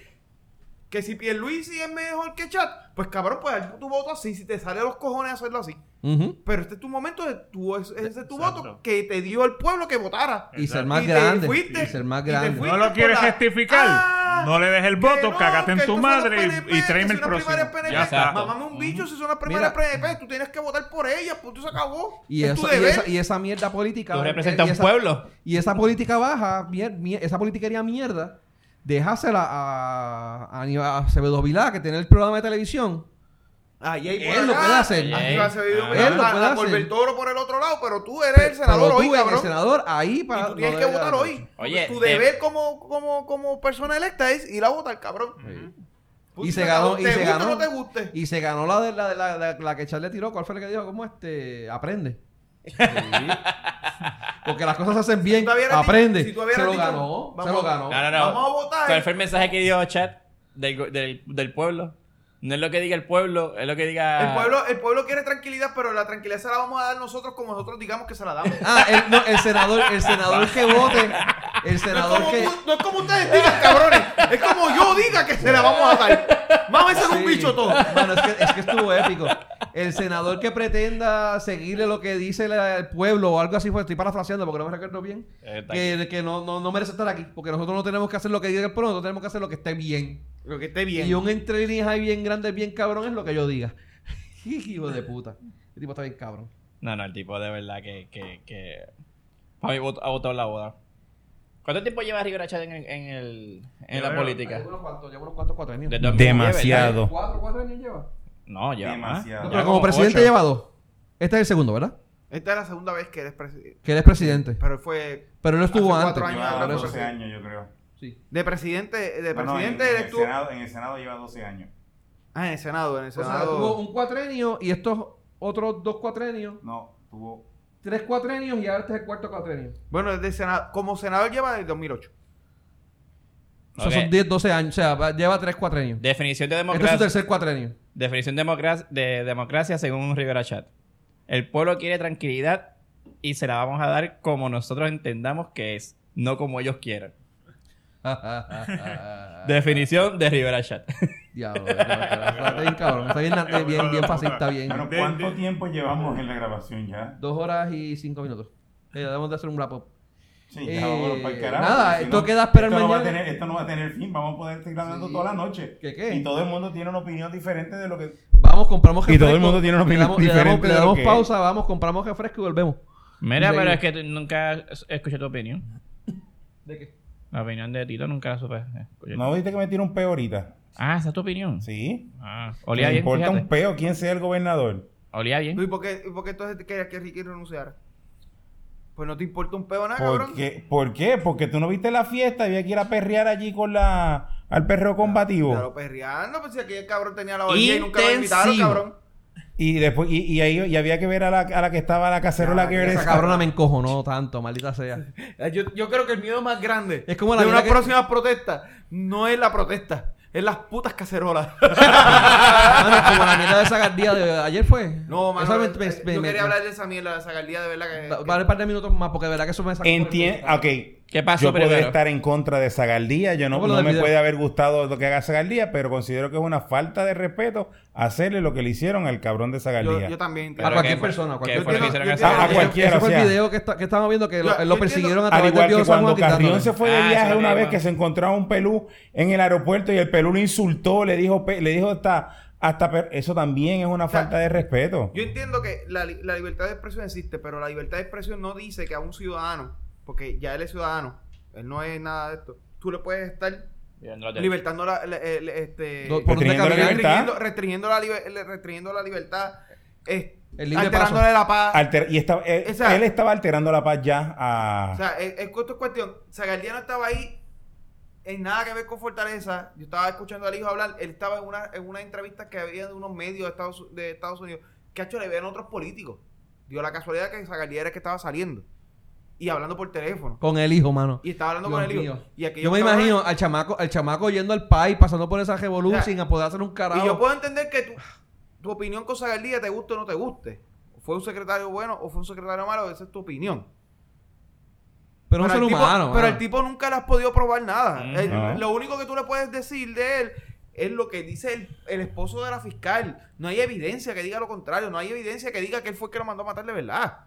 [SPEAKER 2] que si Pierluisi es mejor que Chat, pues cabrón, pues haz tu voto así. Si te sale a los cojones hacerlo así.
[SPEAKER 1] Ujú.
[SPEAKER 2] Pero este es tu momento, de tu, ese es tu
[SPEAKER 4] Exacto.
[SPEAKER 2] voto que te dio el pueblo que votara.
[SPEAKER 1] Y ser
[SPEAKER 4] Exacto.
[SPEAKER 1] más
[SPEAKER 2] Y te
[SPEAKER 1] grande.
[SPEAKER 2] fuiste,
[SPEAKER 1] y ser más
[SPEAKER 2] y te
[SPEAKER 1] grande.
[SPEAKER 2] fuiste.
[SPEAKER 4] no lo quieres
[SPEAKER 2] con la-
[SPEAKER 4] justificar.
[SPEAKER 2] Ah,
[SPEAKER 4] no le des el voto,
[SPEAKER 2] Que no,
[SPEAKER 4] cágate
[SPEAKER 2] que
[SPEAKER 4] en tu
[SPEAKER 2] estos son los
[SPEAKER 4] madre y-
[SPEAKER 2] PNP,
[SPEAKER 4] y,
[SPEAKER 2] que
[SPEAKER 4] tráeme el
[SPEAKER 2] son las
[SPEAKER 4] próximo.
[SPEAKER 2] primarias PNP.
[SPEAKER 5] Ya está.
[SPEAKER 2] Mamame un bicho si son las
[SPEAKER 1] Mira.
[SPEAKER 2] primarias PNP. Tú tienes que votar por ellas, pues tú se acabó.
[SPEAKER 1] Y,
[SPEAKER 2] es tu
[SPEAKER 1] eso- y
[SPEAKER 2] deber.
[SPEAKER 1] esa, y esa mierda política.
[SPEAKER 5] Tú
[SPEAKER 1] eh, y
[SPEAKER 5] representas un
[SPEAKER 1] esa-
[SPEAKER 5] pueblo.
[SPEAKER 1] Y esa política baja, mier- mier- esa politiquería mierda, dejásela a, a Aníbal Acevedo Vilá, que tiene el programa de televisión.
[SPEAKER 2] Ah, y ahí por
[SPEAKER 1] Él lo
[SPEAKER 2] acá,
[SPEAKER 1] puede hacer.
[SPEAKER 2] ahí va a ser
[SPEAKER 5] Ah,
[SPEAKER 1] él lo
[SPEAKER 2] a-
[SPEAKER 1] puede
[SPEAKER 2] a por
[SPEAKER 1] hacer.
[SPEAKER 2] Bertoro por el otro lado, pero tú eres
[SPEAKER 1] Pero
[SPEAKER 2] el senador
[SPEAKER 1] tú
[SPEAKER 2] hoy,
[SPEAKER 1] eres
[SPEAKER 2] cabrón.
[SPEAKER 1] el senador ahí
[SPEAKER 2] y
[SPEAKER 1] para.
[SPEAKER 2] tú tienes
[SPEAKER 1] no
[SPEAKER 2] que
[SPEAKER 1] debe
[SPEAKER 2] votar
[SPEAKER 1] haber-
[SPEAKER 2] hoy.
[SPEAKER 5] Oye,
[SPEAKER 2] tu
[SPEAKER 5] de-
[SPEAKER 2] deber como, como, como persona electa es ir a votar, cabrón. Punto
[SPEAKER 1] Y se ganó.
[SPEAKER 2] acabó.
[SPEAKER 1] Y
[SPEAKER 2] ¿Te
[SPEAKER 1] se
[SPEAKER 2] guste o
[SPEAKER 1] ganó,
[SPEAKER 2] no te guste?
[SPEAKER 1] y se ganó la, de, la, de- la, la- la que Charles tiró. ¿Cuál fue la que dijo? ¿Cómo este? Aprende. Porque las cosas se hacen bien.
[SPEAKER 2] tú hubieras dicho-
[SPEAKER 1] Aprende.
[SPEAKER 2] si tú hubieras
[SPEAKER 1] se lo
[SPEAKER 2] dicho,
[SPEAKER 1] ganó. Se
[SPEAKER 2] vamos
[SPEAKER 1] lo
[SPEAKER 2] a-
[SPEAKER 1] ganó.
[SPEAKER 5] No, no, no.
[SPEAKER 2] Vamos a votar.
[SPEAKER 5] ¿Cuál fue el mensaje que dio Chat del, go- del, del pueblo? No es lo que diga el pueblo, es lo que diga...
[SPEAKER 2] El pueblo, el pueblo quiere tranquilidad, pero la tranquilidad se la vamos a dar nosotros como nosotros digamos que se la damos.
[SPEAKER 1] Ah, el, no, el senador, el senador que vote. El
[SPEAKER 2] No es,
[SPEAKER 1] senador
[SPEAKER 2] como
[SPEAKER 1] que.
[SPEAKER 2] tú- no es como ustedes digan, cabrones. Es como yo diga que se la vamos a dar. Vamos a hacer un
[SPEAKER 1] Sí.
[SPEAKER 2] bicho todo.
[SPEAKER 1] Mano, es que, es que estuvo épico. El senador que pretenda seguirle lo que dice la- el pueblo o algo así, fue, estoy parafraseando porque no me recuerdo bien,
[SPEAKER 5] Eh,
[SPEAKER 1] que, que no, no, no merece estar aquí, porque nosotros no tenemos que hacer lo que diga el pueblo, nosotros tenemos que hacer lo que esté bien.
[SPEAKER 2] Lo que esté
[SPEAKER 1] Y un entre líneas ahí bien grande, bien cabrón, es lo que yo diga. Hijo de puta. El tipo está bien cabrón.
[SPEAKER 5] No, no, el tipo de verdad que... que, que... Para mí votó- ha votado la boda. ¿Cuánto tiempo lleva Rivera Chat en, el- en, el, en la
[SPEAKER 4] Lleva-
[SPEAKER 5] política?
[SPEAKER 1] Llevo unos cuantos, llevo unos cuantos cuatro años.
[SPEAKER 5] Desde 2009, ¿verdad?
[SPEAKER 12] Demasiado.
[SPEAKER 1] ¿Cuatro, cuatro años lleva?
[SPEAKER 5] No, lleva
[SPEAKER 12] Demasiado.
[SPEAKER 5] más.
[SPEAKER 1] No,
[SPEAKER 5] Lleva
[SPEAKER 1] pero como presidente
[SPEAKER 5] ocho.
[SPEAKER 1] lleva dos. Este es el segundo, ¿verdad?
[SPEAKER 2] Esta es la segunda vez que eres presidente.
[SPEAKER 1] Que él es presidente.
[SPEAKER 2] Pero fue
[SPEAKER 1] Pero él no estuvo
[SPEAKER 2] Hace
[SPEAKER 1] antes.
[SPEAKER 2] cuatro años.
[SPEAKER 12] Lleva
[SPEAKER 1] Por eso.
[SPEAKER 12] 12 años, yo creo.
[SPEAKER 1] Sí.
[SPEAKER 2] de presidente. De
[SPEAKER 12] No, no, en,
[SPEAKER 2] presidente
[SPEAKER 12] en
[SPEAKER 2] eres
[SPEAKER 12] el
[SPEAKER 2] tú.
[SPEAKER 12] Senado, en el Senado lleva 12 años.
[SPEAKER 2] Ah, en el Senado, en el
[SPEAKER 1] O sea,
[SPEAKER 2] Senado.
[SPEAKER 1] tuvo un cuatrenio y estos otros dos cuatrenios
[SPEAKER 12] No, tuvo
[SPEAKER 1] tres cuatrenios y ahora este es el cuarto cuatrenio.
[SPEAKER 2] Bueno, es de sena- como senador lleva desde 2008.
[SPEAKER 1] O sea,
[SPEAKER 5] Ok.
[SPEAKER 1] son 10, 12 años. O sea, va- lleva tres cuatrenios.
[SPEAKER 5] Definición de
[SPEAKER 1] Este es su
[SPEAKER 5] democracia.
[SPEAKER 1] tercer cuatrenio.
[SPEAKER 5] Definición democra- de democracia según Rivera Chat. El pueblo quiere tranquilidad y se la vamos a dar como nosotros entendamos que es, no como ellos quieran.
[SPEAKER 1] Ah,
[SPEAKER 5] Definición de Rivera Chat.
[SPEAKER 1] Diablo, diablo, diablo. está bien cabrón. Está bien, bien, bien, bien fascista, bien.
[SPEAKER 12] Bueno, ¿cuánto tiempo llevamos en la grabación ya?
[SPEAKER 1] Dos horas y cinco minutos. Eh, debemos de hacer un wrap up.
[SPEAKER 12] Sí,
[SPEAKER 1] Eh,
[SPEAKER 12] ya vámonos pa'l carajo.
[SPEAKER 1] nada,
[SPEAKER 12] porque si
[SPEAKER 1] esto queda a esperar
[SPEAKER 12] esto No va a
[SPEAKER 1] mañana.
[SPEAKER 12] tener, esto no va a tener fin, vamos a poder estar grabando
[SPEAKER 1] Sí.
[SPEAKER 12] toda la noche.
[SPEAKER 1] ¿Qué, qué?
[SPEAKER 12] Y todo el mundo tiene una opinión diferente de lo que...
[SPEAKER 1] Vamos, compramos
[SPEAKER 3] Y
[SPEAKER 1] refresco.
[SPEAKER 3] todo el mundo tiene una
[SPEAKER 1] le
[SPEAKER 3] opinión
[SPEAKER 1] damos, le damos-
[SPEAKER 3] diferente
[SPEAKER 1] le
[SPEAKER 3] de lo
[SPEAKER 1] damos
[SPEAKER 3] que es.
[SPEAKER 1] pausa, vamos, compramos refresco y volvemos.
[SPEAKER 5] Mira,
[SPEAKER 1] Sí.
[SPEAKER 5] pero es que tú- nunca es- escuché tu opinión.
[SPEAKER 1] ¿De qué?
[SPEAKER 5] La opinión de Tito nunca la supe. escuchar.
[SPEAKER 3] ¿No viste que me tira un peo ahorita?
[SPEAKER 5] Ah, esa es tu opinión.
[SPEAKER 3] Sí.
[SPEAKER 5] Ah,
[SPEAKER 3] Le
[SPEAKER 5] olía bien.
[SPEAKER 3] importa
[SPEAKER 5] fíjate.
[SPEAKER 3] un peo quién sea el gobernador.
[SPEAKER 5] Olía bien.
[SPEAKER 2] ¿Y por qué, y por qué entonces querías que Ricky renunciara? Pues no te importa un peo nada,
[SPEAKER 3] ¿Por
[SPEAKER 2] cabrón.
[SPEAKER 3] qué? ¿Por qué? Porque tú no viste la fiesta y había que ir a perrear allí con la... al perreo
[SPEAKER 2] Claro,
[SPEAKER 3] combativo.
[SPEAKER 2] perreando, pues si aquel cabrón tenía la orilla y nunca lo invitaron,
[SPEAKER 5] Intensivo.
[SPEAKER 2] cabrón.
[SPEAKER 3] Y después... Y, y ahí y había que ver a la, a la que estaba la cacerola que...
[SPEAKER 1] Esa
[SPEAKER 3] era-
[SPEAKER 1] cabrona me encojonó tanto, maldita sea.
[SPEAKER 2] Eh, Yo, yo creo que el miedo más grande
[SPEAKER 1] Es como la
[SPEAKER 2] de
[SPEAKER 1] vida
[SPEAKER 2] una
[SPEAKER 1] que-
[SPEAKER 2] próxima protesta no es la protesta, es las putas cacerolas.
[SPEAKER 1] Mano, como la mierda de esa gardía de ayer fue.
[SPEAKER 2] no, mano,
[SPEAKER 1] Esa me-
[SPEAKER 2] eh,
[SPEAKER 1] me-
[SPEAKER 2] yo
[SPEAKER 1] me-
[SPEAKER 2] quería
[SPEAKER 1] me-
[SPEAKER 2] hablar de esa mierda, de esa galdía, de verdad que...
[SPEAKER 1] Va-
[SPEAKER 2] que-
[SPEAKER 1] Vale un par de minutos más porque de verdad que eso me sacó.
[SPEAKER 3] Entiende, ok.
[SPEAKER 5] ¿Qué pasó
[SPEAKER 3] yo puedo
[SPEAKER 5] primero?
[SPEAKER 3] estar en contra de Zagaldía, yo no,
[SPEAKER 1] Vamos a lo
[SPEAKER 3] no
[SPEAKER 1] del
[SPEAKER 3] me
[SPEAKER 1] video.
[SPEAKER 3] puede haber gustado lo que haga Zagaldía, pero considero que es una falta de respeto hacerle lo que le hicieron al cabrón de
[SPEAKER 2] yo,
[SPEAKER 3] Zagaldía.
[SPEAKER 2] yo también.
[SPEAKER 1] a
[SPEAKER 5] Pero
[SPEAKER 1] cualquier
[SPEAKER 5] que-
[SPEAKER 1] persona, a cualquier
[SPEAKER 5] que fue lo que
[SPEAKER 2] Yo
[SPEAKER 5] hicieron
[SPEAKER 2] entiendo-
[SPEAKER 5] a
[SPEAKER 2] yo
[SPEAKER 5] Sara.
[SPEAKER 1] Ese-
[SPEAKER 3] entiendo-
[SPEAKER 1] ese
[SPEAKER 3] cualquiera,
[SPEAKER 1] fue
[SPEAKER 3] o sea.
[SPEAKER 1] el video que, está- que estábamos viendo que lo- él
[SPEAKER 2] Yo- yo
[SPEAKER 1] lo
[SPEAKER 2] entiendo-
[SPEAKER 1] persiguieron a
[SPEAKER 3] Al
[SPEAKER 1] través
[SPEAKER 3] igual
[SPEAKER 1] del
[SPEAKER 3] que
[SPEAKER 1] video San Juan
[SPEAKER 3] cuando Carrión se
[SPEAKER 1] quitándole.
[SPEAKER 3] fue de
[SPEAKER 5] Ah,
[SPEAKER 3] viaje
[SPEAKER 5] eso
[SPEAKER 3] una
[SPEAKER 5] mismo.
[SPEAKER 3] vez que se encontraba un pelú en el aeropuerto y el pelú le insultó, le dijo, pe- le dijo hasta, hasta per- eso también es una
[SPEAKER 2] sea,
[SPEAKER 3] falta de respeto.
[SPEAKER 2] Yo entiendo que la, li- la libertad de expresión existe, pero la libertad de expresión no dice que a un ciudadano, porque ya él es ciudadano, él no es nada de esto, tú le puedes estar
[SPEAKER 5] Mirando la tele.
[SPEAKER 2] libertando la... la- el- este,
[SPEAKER 1] Do- por donde
[SPEAKER 3] Restringiendo la
[SPEAKER 1] caminar,
[SPEAKER 3] libertad,
[SPEAKER 2] restringiendo, restringiendo la, libe- el- restringiendo la libertad, eh,
[SPEAKER 1] El libre
[SPEAKER 2] alterándole la paz.
[SPEAKER 3] alter- y estaba- él,
[SPEAKER 2] O sea-
[SPEAKER 3] él estaba alterando la paz ya a...
[SPEAKER 2] O sea, es, es cu- esto es cuestión. Zagaldía no estaba ahí en nada que ver con Fortaleza. Yo estaba escuchando al hijo hablar. Él estaba en una, en una entrevista que había de unos medios de Estados, de Estados Unidos. Que ha hecho le veían otros políticos. Dio la casualidad que Zagaldía era el que estaba saliendo. Y hablando por teléfono.
[SPEAKER 1] Con el hijo, mano.
[SPEAKER 2] Y estaba hablando con
[SPEAKER 1] Dios
[SPEAKER 2] el hijo.
[SPEAKER 1] mío.
[SPEAKER 2] Y aquellos
[SPEAKER 1] Yo me
[SPEAKER 2] cabrones-
[SPEAKER 1] imagino al chamaco, al chamaco yendo al país, pasando por esa revolución
[SPEAKER 2] O sea,
[SPEAKER 1] sin a poder hacer un carajo.
[SPEAKER 2] Y yo puedo entender que tu, tu opinión con Zagaldía te guste o no te guste. Fue un secretario bueno o fue un secretario malo. Esa es tu opinión.
[SPEAKER 1] pero es un ser
[SPEAKER 2] el tipo-
[SPEAKER 1] humano.
[SPEAKER 2] pero
[SPEAKER 1] mano.
[SPEAKER 2] el tipo nunca le has podido probar nada.
[SPEAKER 5] Ujú.
[SPEAKER 2] El-
[SPEAKER 3] No.
[SPEAKER 2] Lo único que tú le puedes decir de él es lo que dice el, el esposo de la fiscal. No hay evidencia que diga lo contrario. No hay evidencia que diga que él fue el que lo mandó a matar de verdad.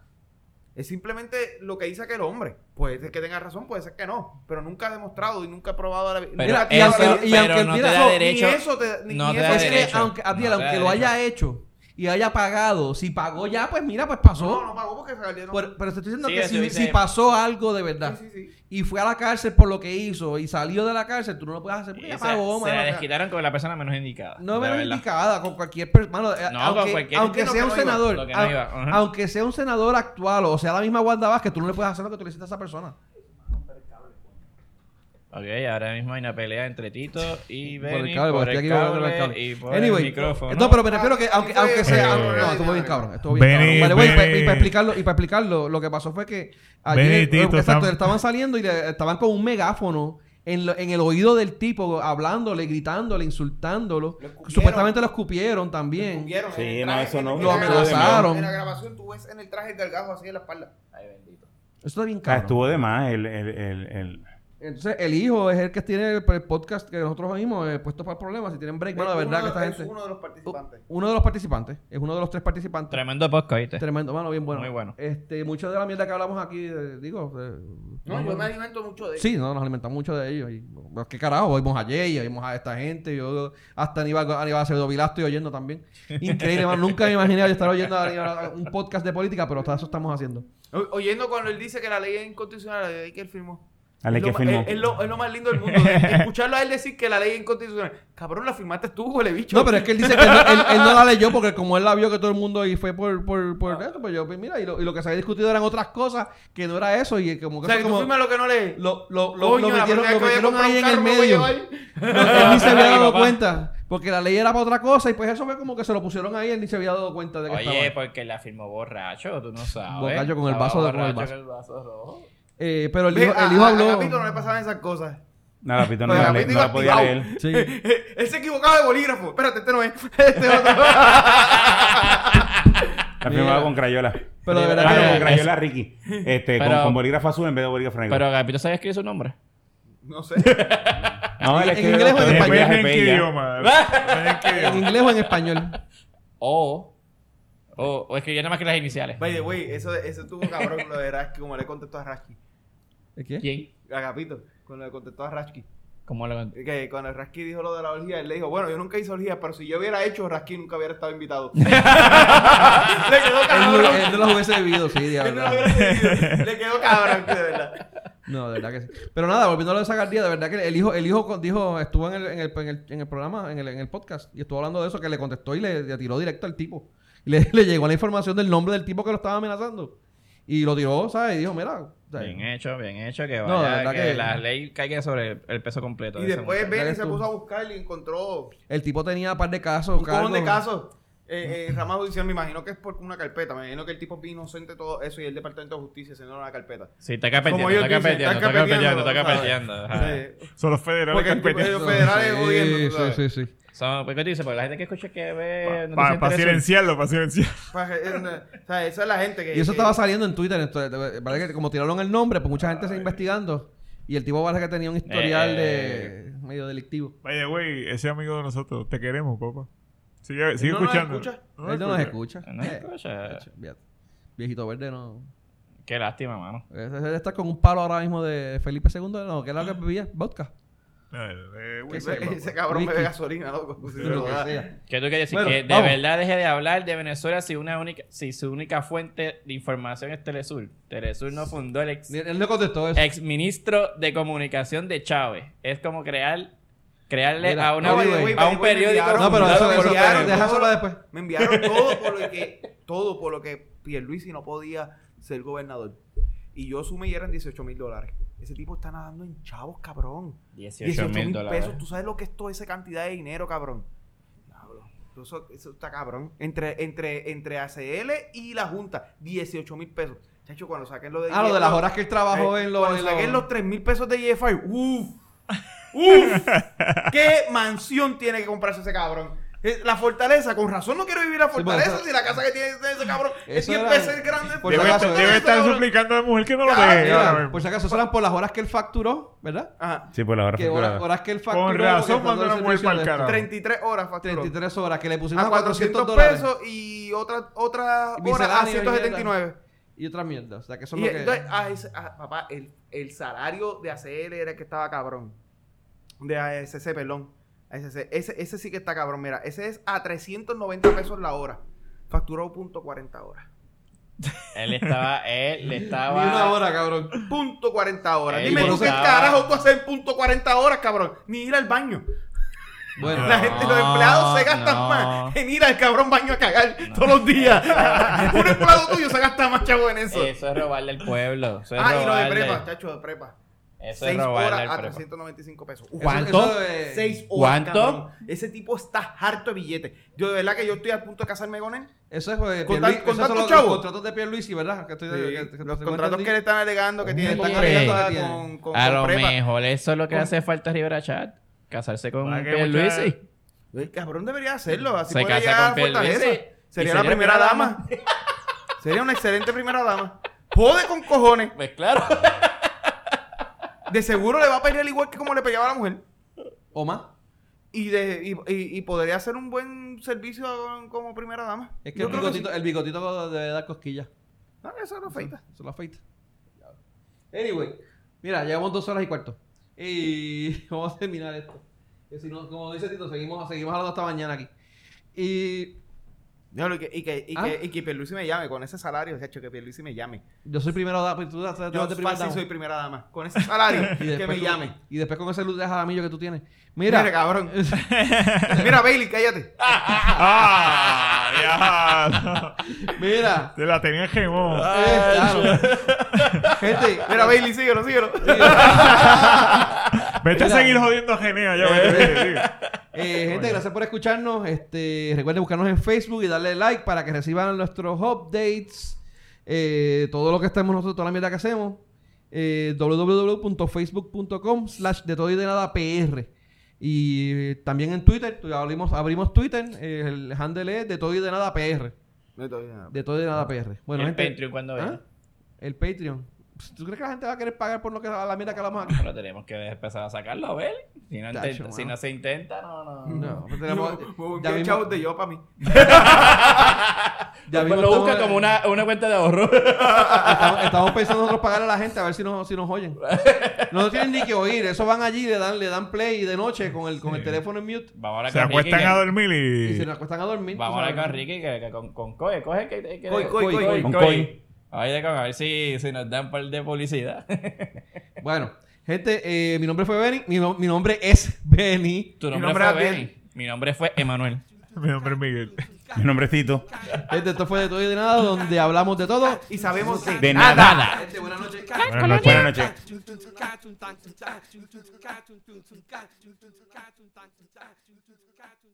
[SPEAKER 2] Es simplemente lo que dice aquel hombre. Puede ser que tenga razón, puede ser que no. Pero nunca ha demostrado y nunca ha probado la
[SPEAKER 5] Pero
[SPEAKER 1] Mira, y
[SPEAKER 5] eso-
[SPEAKER 1] aunque- y
[SPEAKER 5] pero
[SPEAKER 1] aunque
[SPEAKER 5] no
[SPEAKER 1] tira-
[SPEAKER 5] te
[SPEAKER 1] so-
[SPEAKER 5] da
[SPEAKER 1] ni
[SPEAKER 5] derecho.
[SPEAKER 2] eso te- ni-
[SPEAKER 5] no
[SPEAKER 2] ni
[SPEAKER 5] te
[SPEAKER 2] eso
[SPEAKER 5] da
[SPEAKER 1] es que
[SPEAKER 5] derecho.
[SPEAKER 1] aunque, Abdiel,
[SPEAKER 5] No te da
[SPEAKER 1] aunque lo
[SPEAKER 5] derecho.
[SPEAKER 1] haya hecho y haya pagado, si pagó ya, pues mira, pues
[SPEAKER 2] No,
[SPEAKER 1] pasó.
[SPEAKER 2] no pagó porque Zagaldía no.
[SPEAKER 1] Pero, pero te estoy diciendo
[SPEAKER 5] Sí,
[SPEAKER 1] que
[SPEAKER 5] eso
[SPEAKER 1] si,
[SPEAKER 5] dice-
[SPEAKER 1] si pasó algo de verdad
[SPEAKER 2] Sí, sí, sí.
[SPEAKER 1] y fue a la cárcel por lo que hizo y salió de la cárcel, tú no lo puedes hacer porque
[SPEAKER 5] Y
[SPEAKER 1] ya
[SPEAKER 5] se,
[SPEAKER 1] pagó,
[SPEAKER 5] se
[SPEAKER 1] mano.
[SPEAKER 5] la
[SPEAKER 1] O sea,
[SPEAKER 5] desquitaron con la persona menos indicada.
[SPEAKER 1] No
[SPEAKER 5] la
[SPEAKER 1] menos
[SPEAKER 5] verdad.
[SPEAKER 1] indicada con cualquier persona.
[SPEAKER 5] No,
[SPEAKER 1] aunque,
[SPEAKER 5] con cualquier-
[SPEAKER 1] aunque
[SPEAKER 2] Lo que
[SPEAKER 1] sea
[SPEAKER 2] no
[SPEAKER 1] un
[SPEAKER 2] iba,
[SPEAKER 1] senador,
[SPEAKER 5] lo que no
[SPEAKER 1] au-
[SPEAKER 5] iba, ajá.
[SPEAKER 1] aunque sea un senador actual o sea la misma Wanda Vázquez, tú no le puedes hacer lo que tú le hiciste a esa persona.
[SPEAKER 5] Ok, ahora mismo hay una pelea entre Tito y
[SPEAKER 1] Por el
[SPEAKER 5] Benny
[SPEAKER 1] cable,
[SPEAKER 5] por
[SPEAKER 1] porque estoy
[SPEAKER 5] el
[SPEAKER 1] aquí
[SPEAKER 5] cable,
[SPEAKER 1] hablando del cable.
[SPEAKER 5] y por
[SPEAKER 1] Anyway,
[SPEAKER 5] el micrófono.
[SPEAKER 1] No, pero me refiero que aunque,
[SPEAKER 2] Eso
[SPEAKER 1] aunque
[SPEAKER 2] es-
[SPEAKER 1] sea.
[SPEAKER 2] eh,
[SPEAKER 1] aunque- no, estuvo bien
[SPEAKER 2] eh,
[SPEAKER 1] cabrón. Estuvo bien
[SPEAKER 4] Benny,
[SPEAKER 1] cabrón. Vale, güey, y,
[SPEAKER 4] Benny.
[SPEAKER 1] para explicarlo, y para explicarlo, lo que pasó fue que
[SPEAKER 4] Benny y
[SPEAKER 1] ayer
[SPEAKER 4] Tito
[SPEAKER 1] exacto,
[SPEAKER 4] estaban-
[SPEAKER 1] estaban saliendo y le- estaban con un megáfono en, lo- en el oído del tipo, hablándole, gritándole, insultándolo.
[SPEAKER 2] Lo escupieron.
[SPEAKER 1] Supuestamente lo escupieron también.
[SPEAKER 2] Cumplieron
[SPEAKER 3] Sí,
[SPEAKER 2] en el
[SPEAKER 3] no,
[SPEAKER 2] traje,
[SPEAKER 3] eso
[SPEAKER 2] en
[SPEAKER 3] no-
[SPEAKER 2] el-
[SPEAKER 1] Lo
[SPEAKER 2] en la grabación-
[SPEAKER 1] amenazaron.
[SPEAKER 2] En la grabación tú ves en el traje el gargajo así en la espalda.
[SPEAKER 1] Eso está bien
[SPEAKER 3] O sea,
[SPEAKER 1] cabrón.
[SPEAKER 3] estuvo de más el- el- el- el,
[SPEAKER 1] Entonces, el hijo es el que tiene el, el podcast que nosotros mismos eh, puesto para el problema. Si tienen break, bueno, de
[SPEAKER 2] Es
[SPEAKER 1] verdad que
[SPEAKER 2] uno
[SPEAKER 1] esta
[SPEAKER 2] de-
[SPEAKER 1] gente.
[SPEAKER 2] Es uno de los participantes.
[SPEAKER 1] Uno de los participantes, es uno de los tres participantes.
[SPEAKER 5] Tremendo podcast, ¿viste?
[SPEAKER 1] Tremendo, mano, bien bueno.
[SPEAKER 5] Muy bueno.
[SPEAKER 1] Este, mucha de la mierda que hablamos aquí, eh, digo. eh,
[SPEAKER 2] No, yo me alimento mucho de él.
[SPEAKER 1] Sí, no, nos alimentamos mucho de ellos. Y, bueno, ¿Qué carajo? Vimos a Jay, vimos a esta gente. Yo hasta Aníbal, Aníbal Acevedo Vilá estoy oyendo también. Increíble, mano. Nunca me imaginé estar oyendo a Aníbal- un podcast de política, pero hasta eso estamos haciendo.
[SPEAKER 2] O- Oyendo cuando él dice que la ley es inconstitucional, la ley que él firmó.
[SPEAKER 3] A la
[SPEAKER 2] Es
[SPEAKER 3] que
[SPEAKER 2] lo ma-
[SPEAKER 3] firmó.
[SPEAKER 2] Es, es lo, es lo más lindo del mundo. de- Escucharlo a él decir que la ley es inconstitucional. Cabrón, la firmaste tú, huele bicho.
[SPEAKER 1] No, pero es que él dice que él no, él- él no la leyó porque como él la vio que todo el mundo y fue por, por, por
[SPEAKER 2] Ah.
[SPEAKER 1] eso, pues yo, pues mira, y lo, y lo que se había discutido eran otras cosas que no era eso y como
[SPEAKER 2] O
[SPEAKER 1] que,
[SPEAKER 2] sea,
[SPEAKER 1] eso
[SPEAKER 2] que tú
[SPEAKER 1] como
[SPEAKER 2] firmas lo que no lees.
[SPEAKER 1] lo, lo, lo,
[SPEAKER 2] Coño,
[SPEAKER 1] lo
[SPEAKER 2] la
[SPEAKER 1] metieron, lo
[SPEAKER 2] primera vez que voy a
[SPEAKER 1] metieron
[SPEAKER 2] comprar
[SPEAKER 1] ahí
[SPEAKER 2] un
[SPEAKER 1] en el
[SPEAKER 2] carro me voy a
[SPEAKER 1] medio.
[SPEAKER 2] llevar.
[SPEAKER 1] No, él ni se había
[SPEAKER 5] Ay,
[SPEAKER 1] dado
[SPEAKER 5] papá.
[SPEAKER 1] cuenta. Porque la ley era para otra cosa y pues eso fue como que se lo pusieron ahí, él ni se había dado cuenta de que estaba.
[SPEAKER 11] Oye, porque la firmó borracho, tú no sabes.
[SPEAKER 1] Borracho con el
[SPEAKER 11] Estaba
[SPEAKER 1] vaso de- con el
[SPEAKER 11] borracho con el vaso rojo.
[SPEAKER 1] Eh, pero el
[SPEAKER 2] Ve,
[SPEAKER 1] hijo,
[SPEAKER 2] a-
[SPEAKER 1] el hijo
[SPEAKER 2] a-
[SPEAKER 1] habló.
[SPEAKER 2] A Gapito no le pasaban esas cosas.
[SPEAKER 3] No, la pito no,
[SPEAKER 2] Pero
[SPEAKER 3] la,
[SPEAKER 2] la
[SPEAKER 3] le-
[SPEAKER 2] pito
[SPEAKER 3] no la
[SPEAKER 2] iba
[SPEAKER 3] podía
[SPEAKER 2] activado.
[SPEAKER 3] leer.
[SPEAKER 1] Sí.
[SPEAKER 2] Él se equivocaba de bolígrafo. Espérate, este no es. Este otro.
[SPEAKER 3] La firmaba con crayola.
[SPEAKER 1] Pero de verdad
[SPEAKER 3] Ah, no,
[SPEAKER 1] que-
[SPEAKER 3] con crayola Ricky. Este, con,
[SPEAKER 11] Pero-
[SPEAKER 3] con bolígrafo azul en vez de bolígrafo negro.
[SPEAKER 11] Pero Gapito sabía escribir su nombre.
[SPEAKER 2] No sé.
[SPEAKER 3] no, él
[SPEAKER 1] Ah, en
[SPEAKER 3] escribe
[SPEAKER 1] inglés o en
[SPEAKER 3] los tres
[SPEAKER 4] Depende
[SPEAKER 1] español.
[SPEAKER 3] viajes,
[SPEAKER 4] Pues en qué
[SPEAKER 3] ya.
[SPEAKER 4] idioma. Depende en qué
[SPEAKER 1] En
[SPEAKER 4] idioma.
[SPEAKER 1] inglés o en español.
[SPEAKER 11] O. O, o escribía nada más que las iniciales.
[SPEAKER 2] By the way, eso, eso estuvo cabrón lo de Raski, como le contestó a Raski.
[SPEAKER 1] ¿De qué?
[SPEAKER 11] ¿Quién?
[SPEAKER 2] A Gapito, cuando le contestó a Raski.
[SPEAKER 11] ¿Cómo lo
[SPEAKER 2] Que cuando Raski dijo lo de la orgía, él le dijo, bueno, yo nunca hice orgía, pero si yo hubiera hecho, Raski nunca hubiera estado invitado. le quedó
[SPEAKER 1] Él, no- él
[SPEAKER 2] cabrón.
[SPEAKER 1] no los hubiese vivido, sí, de
[SPEAKER 2] Él no
[SPEAKER 1] verdad.
[SPEAKER 2] lo hubiera seguido. Le quedó cabrón, de verdad.
[SPEAKER 1] No, de verdad que sí. Pero nada, volviendo a lo de Zagardía, de verdad que el hijo, el hijo con- dijo, estuvo en el, en el, en el- en el programa, en el, en el podcast, y estuvo hablando de eso, que le contestó y le, le tiró directo al tipo. Y le, le llegó la información del nombre del tipo que lo estaba amenazando. Y lo tiró, ¿sabes? Y dijo, mira, ¿sabes?
[SPEAKER 5] eh".
[SPEAKER 11] Bien hecho, bien hecho. Que
[SPEAKER 1] No, de
[SPEAKER 11] vaya,
[SPEAKER 1] verdad
[SPEAKER 11] que,
[SPEAKER 1] que-
[SPEAKER 11] la ley caiga sobre el, el peso completo.
[SPEAKER 2] Y
[SPEAKER 11] de ese
[SPEAKER 2] después
[SPEAKER 11] muchacho.
[SPEAKER 2] Benny
[SPEAKER 1] eres
[SPEAKER 2] se
[SPEAKER 1] tú.
[SPEAKER 2] puso a buscar y encontró
[SPEAKER 1] el tipo tenía un par de
[SPEAKER 2] un
[SPEAKER 1] casos.
[SPEAKER 2] cojón de
[SPEAKER 1] cargos.
[SPEAKER 2] casos. Eh, eh, rama judicial, me imagino que es por una carpeta. Me imagino que el tipo es inocente de todo eso y el Departamento de Justicia haciendo una carpeta.
[SPEAKER 11] Sí, está capeteando,
[SPEAKER 2] Como ellos
[SPEAKER 11] está
[SPEAKER 2] dicen,
[SPEAKER 11] capeteando,
[SPEAKER 2] está
[SPEAKER 11] está capeteando,
[SPEAKER 2] capeteando,
[SPEAKER 11] está capeteando. ajá.
[SPEAKER 2] Eh,
[SPEAKER 4] Son los federales
[SPEAKER 2] Porque
[SPEAKER 4] que
[SPEAKER 2] el tipo-
[SPEAKER 4] compiten.
[SPEAKER 2] los federales
[SPEAKER 1] Sí,
[SPEAKER 2] jodiendo, tú
[SPEAKER 1] sí,
[SPEAKER 2] sabes.
[SPEAKER 1] sí, sí.
[SPEAKER 11] Son, pues, ¿qué tú dices? Porque la gente que escucha que ve...
[SPEAKER 4] Para
[SPEAKER 11] noticias interesantes-
[SPEAKER 4] silenciarlo, para silenciarlo.
[SPEAKER 2] pa- eh, eh, o sea, esa es la gente que.
[SPEAKER 1] Y eso
[SPEAKER 2] que-
[SPEAKER 1] estaba saliendo en Twitter. entonces, de- parece que como tiraron el nombre, pues mucha gente se investigando. Y el tipo parece que tenía un historial de medio delictivo.
[SPEAKER 4] By the way, ese amigo de nosotros, te queremos, papá. Sigue, sigue
[SPEAKER 2] no nos
[SPEAKER 4] escuchando.
[SPEAKER 2] escucha.
[SPEAKER 1] Él no nos escucha.
[SPEAKER 11] Ah, No nos
[SPEAKER 1] Eh,
[SPEAKER 11] escucha.
[SPEAKER 1] hecho, fíjate. Viejito verde no.
[SPEAKER 11] Qué lástima, mano.
[SPEAKER 1] Él está con un palo ahora mismo de Felipe II. No, que era lo que bebía vodka.
[SPEAKER 4] Eh, eh, güey,
[SPEAKER 1] Ese-
[SPEAKER 4] papá.
[SPEAKER 2] Ese cabrón
[SPEAKER 1] Wiki.
[SPEAKER 2] bebe gasolina, loco. Si
[SPEAKER 1] Sí,
[SPEAKER 2] se lo
[SPEAKER 1] lo que
[SPEAKER 2] da.
[SPEAKER 1] sea.
[SPEAKER 11] ¿Qué tú quieres decir?
[SPEAKER 1] Bueno,
[SPEAKER 11] que de
[SPEAKER 1] vamos.
[SPEAKER 11] verdad deje de hablar de Venezuela si una única, si su única fuente de información es Telesur. Telesur no fundó el ex,
[SPEAKER 1] Ni- Él no contestó eso.
[SPEAKER 11] ex ministro de comunicación de Chávez. Es como crear, crearle
[SPEAKER 1] Mira,
[SPEAKER 11] a una
[SPEAKER 1] no, by the way,
[SPEAKER 11] a
[SPEAKER 2] by the
[SPEAKER 11] un
[SPEAKER 2] way,
[SPEAKER 11] periódico.
[SPEAKER 2] enviaron-
[SPEAKER 1] no, pero eso,
[SPEAKER 11] fundado
[SPEAKER 1] eso,
[SPEAKER 11] por un
[SPEAKER 1] eso
[SPEAKER 2] Pero enviaron-
[SPEAKER 11] periódico.
[SPEAKER 1] déjaselo después.
[SPEAKER 2] Me enviaron todo por lo que. Todo por lo que Pierluisi no podía ser gobernador. Y yo sumé y eran 18 mil dólares. Ese tipo está nadando en chavos, cabrón.
[SPEAKER 11] 18
[SPEAKER 2] 18
[SPEAKER 11] mil
[SPEAKER 2] mil
[SPEAKER 11] dólares.
[SPEAKER 2] pesos. ¿Tú sabes lo que es toda esa cantidad de dinero, cabrón? Diablo. Eso, eso está cabrón. Entre, entre, entre ACL y la Junta, 18 mil pesos. Chacho, cuando saquen lo de...
[SPEAKER 1] Ah, lo de las horas que él trabajó
[SPEAKER 2] Eh,
[SPEAKER 1] en los.
[SPEAKER 2] cuando
[SPEAKER 1] en
[SPEAKER 2] saquen
[SPEAKER 1] los-
[SPEAKER 2] los 3 mil pesos de EFI, uff, uff, qué mansión tiene que comprarse ese cabrón. Eh, La fortaleza, con razón no quiero vivir la
[SPEAKER 1] Sí, bueno,
[SPEAKER 2] fortaleza
[SPEAKER 1] eso-
[SPEAKER 2] si la casa que tiene ese cabrón es
[SPEAKER 1] Eso
[SPEAKER 2] 10
[SPEAKER 1] era-
[SPEAKER 2] veces grande.
[SPEAKER 1] por
[SPEAKER 4] Debe,
[SPEAKER 1] si acaso,
[SPEAKER 4] estar- debe
[SPEAKER 1] ese
[SPEAKER 4] estar
[SPEAKER 2] cabrón.
[SPEAKER 4] suplicando a la mujer que no lo
[SPEAKER 2] Ya,
[SPEAKER 4] deje.
[SPEAKER 1] Mira, pues.
[SPEAKER 4] ahora mismo.
[SPEAKER 1] por si acaso, eso eran por las horas que él facturó, ¿verdad?
[SPEAKER 2] Ajá,
[SPEAKER 3] Sí, pues la hora
[SPEAKER 1] Que horas,
[SPEAKER 3] facturada.
[SPEAKER 1] horas que él facturó.
[SPEAKER 4] Con
[SPEAKER 1] que
[SPEAKER 4] razón
[SPEAKER 1] mandó
[SPEAKER 4] mandó
[SPEAKER 1] el
[SPEAKER 4] la mujer
[SPEAKER 1] servicio
[SPEAKER 4] para el
[SPEAKER 1] de esto.
[SPEAKER 4] carajo.
[SPEAKER 2] 33 horas facturó.
[SPEAKER 1] 33 horas, que le pusimos
[SPEAKER 2] a 400
[SPEAKER 1] dólares.
[SPEAKER 2] pesos y otra, otra
[SPEAKER 1] Y
[SPEAKER 2] hora a
[SPEAKER 1] misceláneos y
[SPEAKER 2] 179.
[SPEAKER 1] Y otras mierdas. O sea, que eso es
[SPEAKER 2] Y
[SPEAKER 1] lo que.
[SPEAKER 2] entonces, ah, ese- ah, papá, el, el salario de ACL era el que estaba cabrón. De ASC, perdón. ASC. Ese, ese sí que está cabrón, mira. Ese es a 390 pesos la hora. Facturó punto .40 horas.
[SPEAKER 11] Él estaba, él le
[SPEAKER 2] ah,
[SPEAKER 1] Ni
[SPEAKER 11] estaba.
[SPEAKER 1] una hora, cabrón.
[SPEAKER 2] Punto .40 horas.
[SPEAKER 11] Ey, pues,
[SPEAKER 2] Dime tú
[SPEAKER 1] por
[SPEAKER 2] qué
[SPEAKER 11] eso-
[SPEAKER 2] carajo tú haces en punto .40 horas, cabrón. Ni ir al baño.
[SPEAKER 1] Bueno,
[SPEAKER 2] La gente, los empleados se gastan
[SPEAKER 11] no.
[SPEAKER 2] más en ir al cabrón baño a cagar todos los días. Un empleado tuyo se gasta más chavo en eso.
[SPEAKER 11] Eso es robarle al pueblo. Eso es
[SPEAKER 2] ah, y lo de
[SPEAKER 11] robarle-
[SPEAKER 2] prepa, chacho, de prepa.
[SPEAKER 11] Eso es
[SPEAKER 2] 6
[SPEAKER 11] robarle
[SPEAKER 2] horas a
[SPEAKER 11] al pueblo.
[SPEAKER 2] 395 pesos.
[SPEAKER 1] ¿Cuánto? eso es- eh,
[SPEAKER 2] 6 horas.
[SPEAKER 11] ¿Cuánto?
[SPEAKER 2] cabrón. Ese tipo está harto de billetes. Yo, de verdad, que yo estoy a punto de casarme con él.
[SPEAKER 1] eso es. eh,
[SPEAKER 2] Con tan-
[SPEAKER 1] Pierluisi-
[SPEAKER 2] con
[SPEAKER 1] esos son
[SPEAKER 2] tantos
[SPEAKER 1] los-
[SPEAKER 2] chavos.
[SPEAKER 1] Los contratos de Pierluisi, ¿verdad? Que estoy, que- que- que-
[SPEAKER 2] los
[SPEAKER 1] que-
[SPEAKER 2] contratos que le están alegando que tiene están
[SPEAKER 11] Hombre.
[SPEAKER 2] alegando
[SPEAKER 1] Tiene.
[SPEAKER 2] con, con,
[SPEAKER 11] A
[SPEAKER 2] con
[SPEAKER 11] lo
[SPEAKER 2] prepa.
[SPEAKER 11] mejor eso es lo que
[SPEAKER 2] Con-
[SPEAKER 11] hace falta a Rivera Chat. Casarse con
[SPEAKER 4] Para que
[SPEAKER 11] Pierluisi.
[SPEAKER 4] mucha-
[SPEAKER 2] El cabrón debería hacerlo. Así
[SPEAKER 11] Se
[SPEAKER 2] puede
[SPEAKER 11] casa
[SPEAKER 2] llegar
[SPEAKER 11] con
[SPEAKER 2] a Fortaleza.
[SPEAKER 11] Pierluisi y
[SPEAKER 2] Sería
[SPEAKER 11] sería
[SPEAKER 2] la primera
[SPEAKER 11] primera
[SPEAKER 2] dama. sería una excelente primera dama. Jode con cojones.
[SPEAKER 11] Pues claro.
[SPEAKER 2] De seguro le va a pelear igual que como le peleaba a la mujer.
[SPEAKER 1] O más.
[SPEAKER 2] Y, de, y, y, y podría hacer un buen servicio como primera dama.
[SPEAKER 1] Es que
[SPEAKER 2] Yo
[SPEAKER 1] el
[SPEAKER 2] creo sí.
[SPEAKER 1] bigotito, el bigotito debe dar cosquillas.
[SPEAKER 2] No, eso no feita.
[SPEAKER 1] Eso lo afeita. Anyway, mira, llevamos dos horas y cuarto. Y vamos a terminar esto. Que si no, como dice Tito, seguimos, seguimos hablando hasta mañana aquí. Y
[SPEAKER 2] No, y que, y que, y
[SPEAKER 1] Ah.
[SPEAKER 2] que, y que Pierluisi me llame con ese salario, de hecho, que Pierluisi me llame.
[SPEAKER 1] yo soy primero dama. y Tú te vas
[SPEAKER 2] Yo
[SPEAKER 1] de
[SPEAKER 2] fácil
[SPEAKER 1] primera dama.
[SPEAKER 2] soy primera dama. Con ese salario,
[SPEAKER 1] Y
[SPEAKER 2] que
[SPEAKER 1] después
[SPEAKER 2] me
[SPEAKER 1] con-
[SPEAKER 2] llame.
[SPEAKER 1] Y después con ese luz de jaramillo que tú tienes.
[SPEAKER 2] Mira,
[SPEAKER 1] Mira,
[SPEAKER 2] cabrón. Mira, Bailey, cállate.
[SPEAKER 4] ¡Ah! ¡Ya!
[SPEAKER 1] mira.
[SPEAKER 4] Te la tenía gemón.
[SPEAKER 1] Eh, claro. Gente,
[SPEAKER 2] Mira, Bailey, síguelo, síguelo.
[SPEAKER 4] Vete a
[SPEAKER 1] Mira.
[SPEAKER 4] seguir jodiendo a Genea. Ya, vete, vete, sigue.
[SPEAKER 1] Eh, gente, gracias por escucharnos. Este, recuerden buscarnos en Facebook y darle like para que reciban nuestros updates. eh, todo lo que estamos nosotros, toda la mierda que hacemos. Eh, www.facebook.com slash de todo y de nada PR. Y eh, también en Twitter, tu- abrimos, abrimos Twitter, eh, el handle es de todo y de nada PR. De todo y de nada PR. Bueno,
[SPEAKER 5] el
[SPEAKER 1] gente,
[SPEAKER 5] Patreon cuando
[SPEAKER 1] ¿Ah?
[SPEAKER 5] venga.
[SPEAKER 1] El Patreon. Pss, ¿Tú crees que la gente va a querer pagar por lo que la mierda que hablamos aquí?
[SPEAKER 5] Pero tenemos que empezar a sacarlo, a ver. Si no,
[SPEAKER 1] Tacho,
[SPEAKER 5] intenta-
[SPEAKER 1] mano.
[SPEAKER 5] si no se intenta, no, no.
[SPEAKER 1] No, pues tenemos. ya
[SPEAKER 2] Bien
[SPEAKER 1] mismo-
[SPEAKER 2] chavos de yo para mí.
[SPEAKER 1] ya
[SPEAKER 5] Pues
[SPEAKER 1] mismo
[SPEAKER 5] lo busca
[SPEAKER 1] estamos-
[SPEAKER 5] como una, una cuenta de ahorro.
[SPEAKER 1] Estamos, estamos pensando nosotros pagar a la gente a ver si nos, si nos oyen. No nos tienen ni que oír. Eso van allí, le dan, le dan play de noche con el, con el teléfono en mute
[SPEAKER 5] Vamos a hablar
[SPEAKER 13] Se
[SPEAKER 5] con Ricky.
[SPEAKER 13] acuestan
[SPEAKER 5] que-
[SPEAKER 13] a dormir
[SPEAKER 1] y se
[SPEAKER 13] y.
[SPEAKER 1] nos acuestan a dormir.
[SPEAKER 5] Vamos
[SPEAKER 1] tú
[SPEAKER 5] a
[SPEAKER 1] sabes.
[SPEAKER 5] hablar con Ricky, que, que con, con Coe. Coge que, que-
[SPEAKER 2] Coy, coy, coy,
[SPEAKER 5] Coy, Coy,
[SPEAKER 2] coy.
[SPEAKER 5] Coy. Oye, con- a ver si, si nos dan un par de publicidad.
[SPEAKER 1] Bueno, gente, eh, mi nombre fue Benny. Mi, no- mi nombre es Benny.
[SPEAKER 5] Tu nombre,
[SPEAKER 2] nombre
[SPEAKER 5] fue
[SPEAKER 2] es Abdiel.
[SPEAKER 5] Benny. Mi nombre fue Emanuel.
[SPEAKER 13] Mi nombre es Miguel.
[SPEAKER 3] Mi nombrecito.
[SPEAKER 1] Gente, esto fue de todo y de nada, donde hablamos de todo.
[SPEAKER 2] Y sabemos de
[SPEAKER 3] De nada.
[SPEAKER 1] Gente, buenas noches.
[SPEAKER 3] Buenas noches. Buenas noches.
[SPEAKER 10] Buenas noches.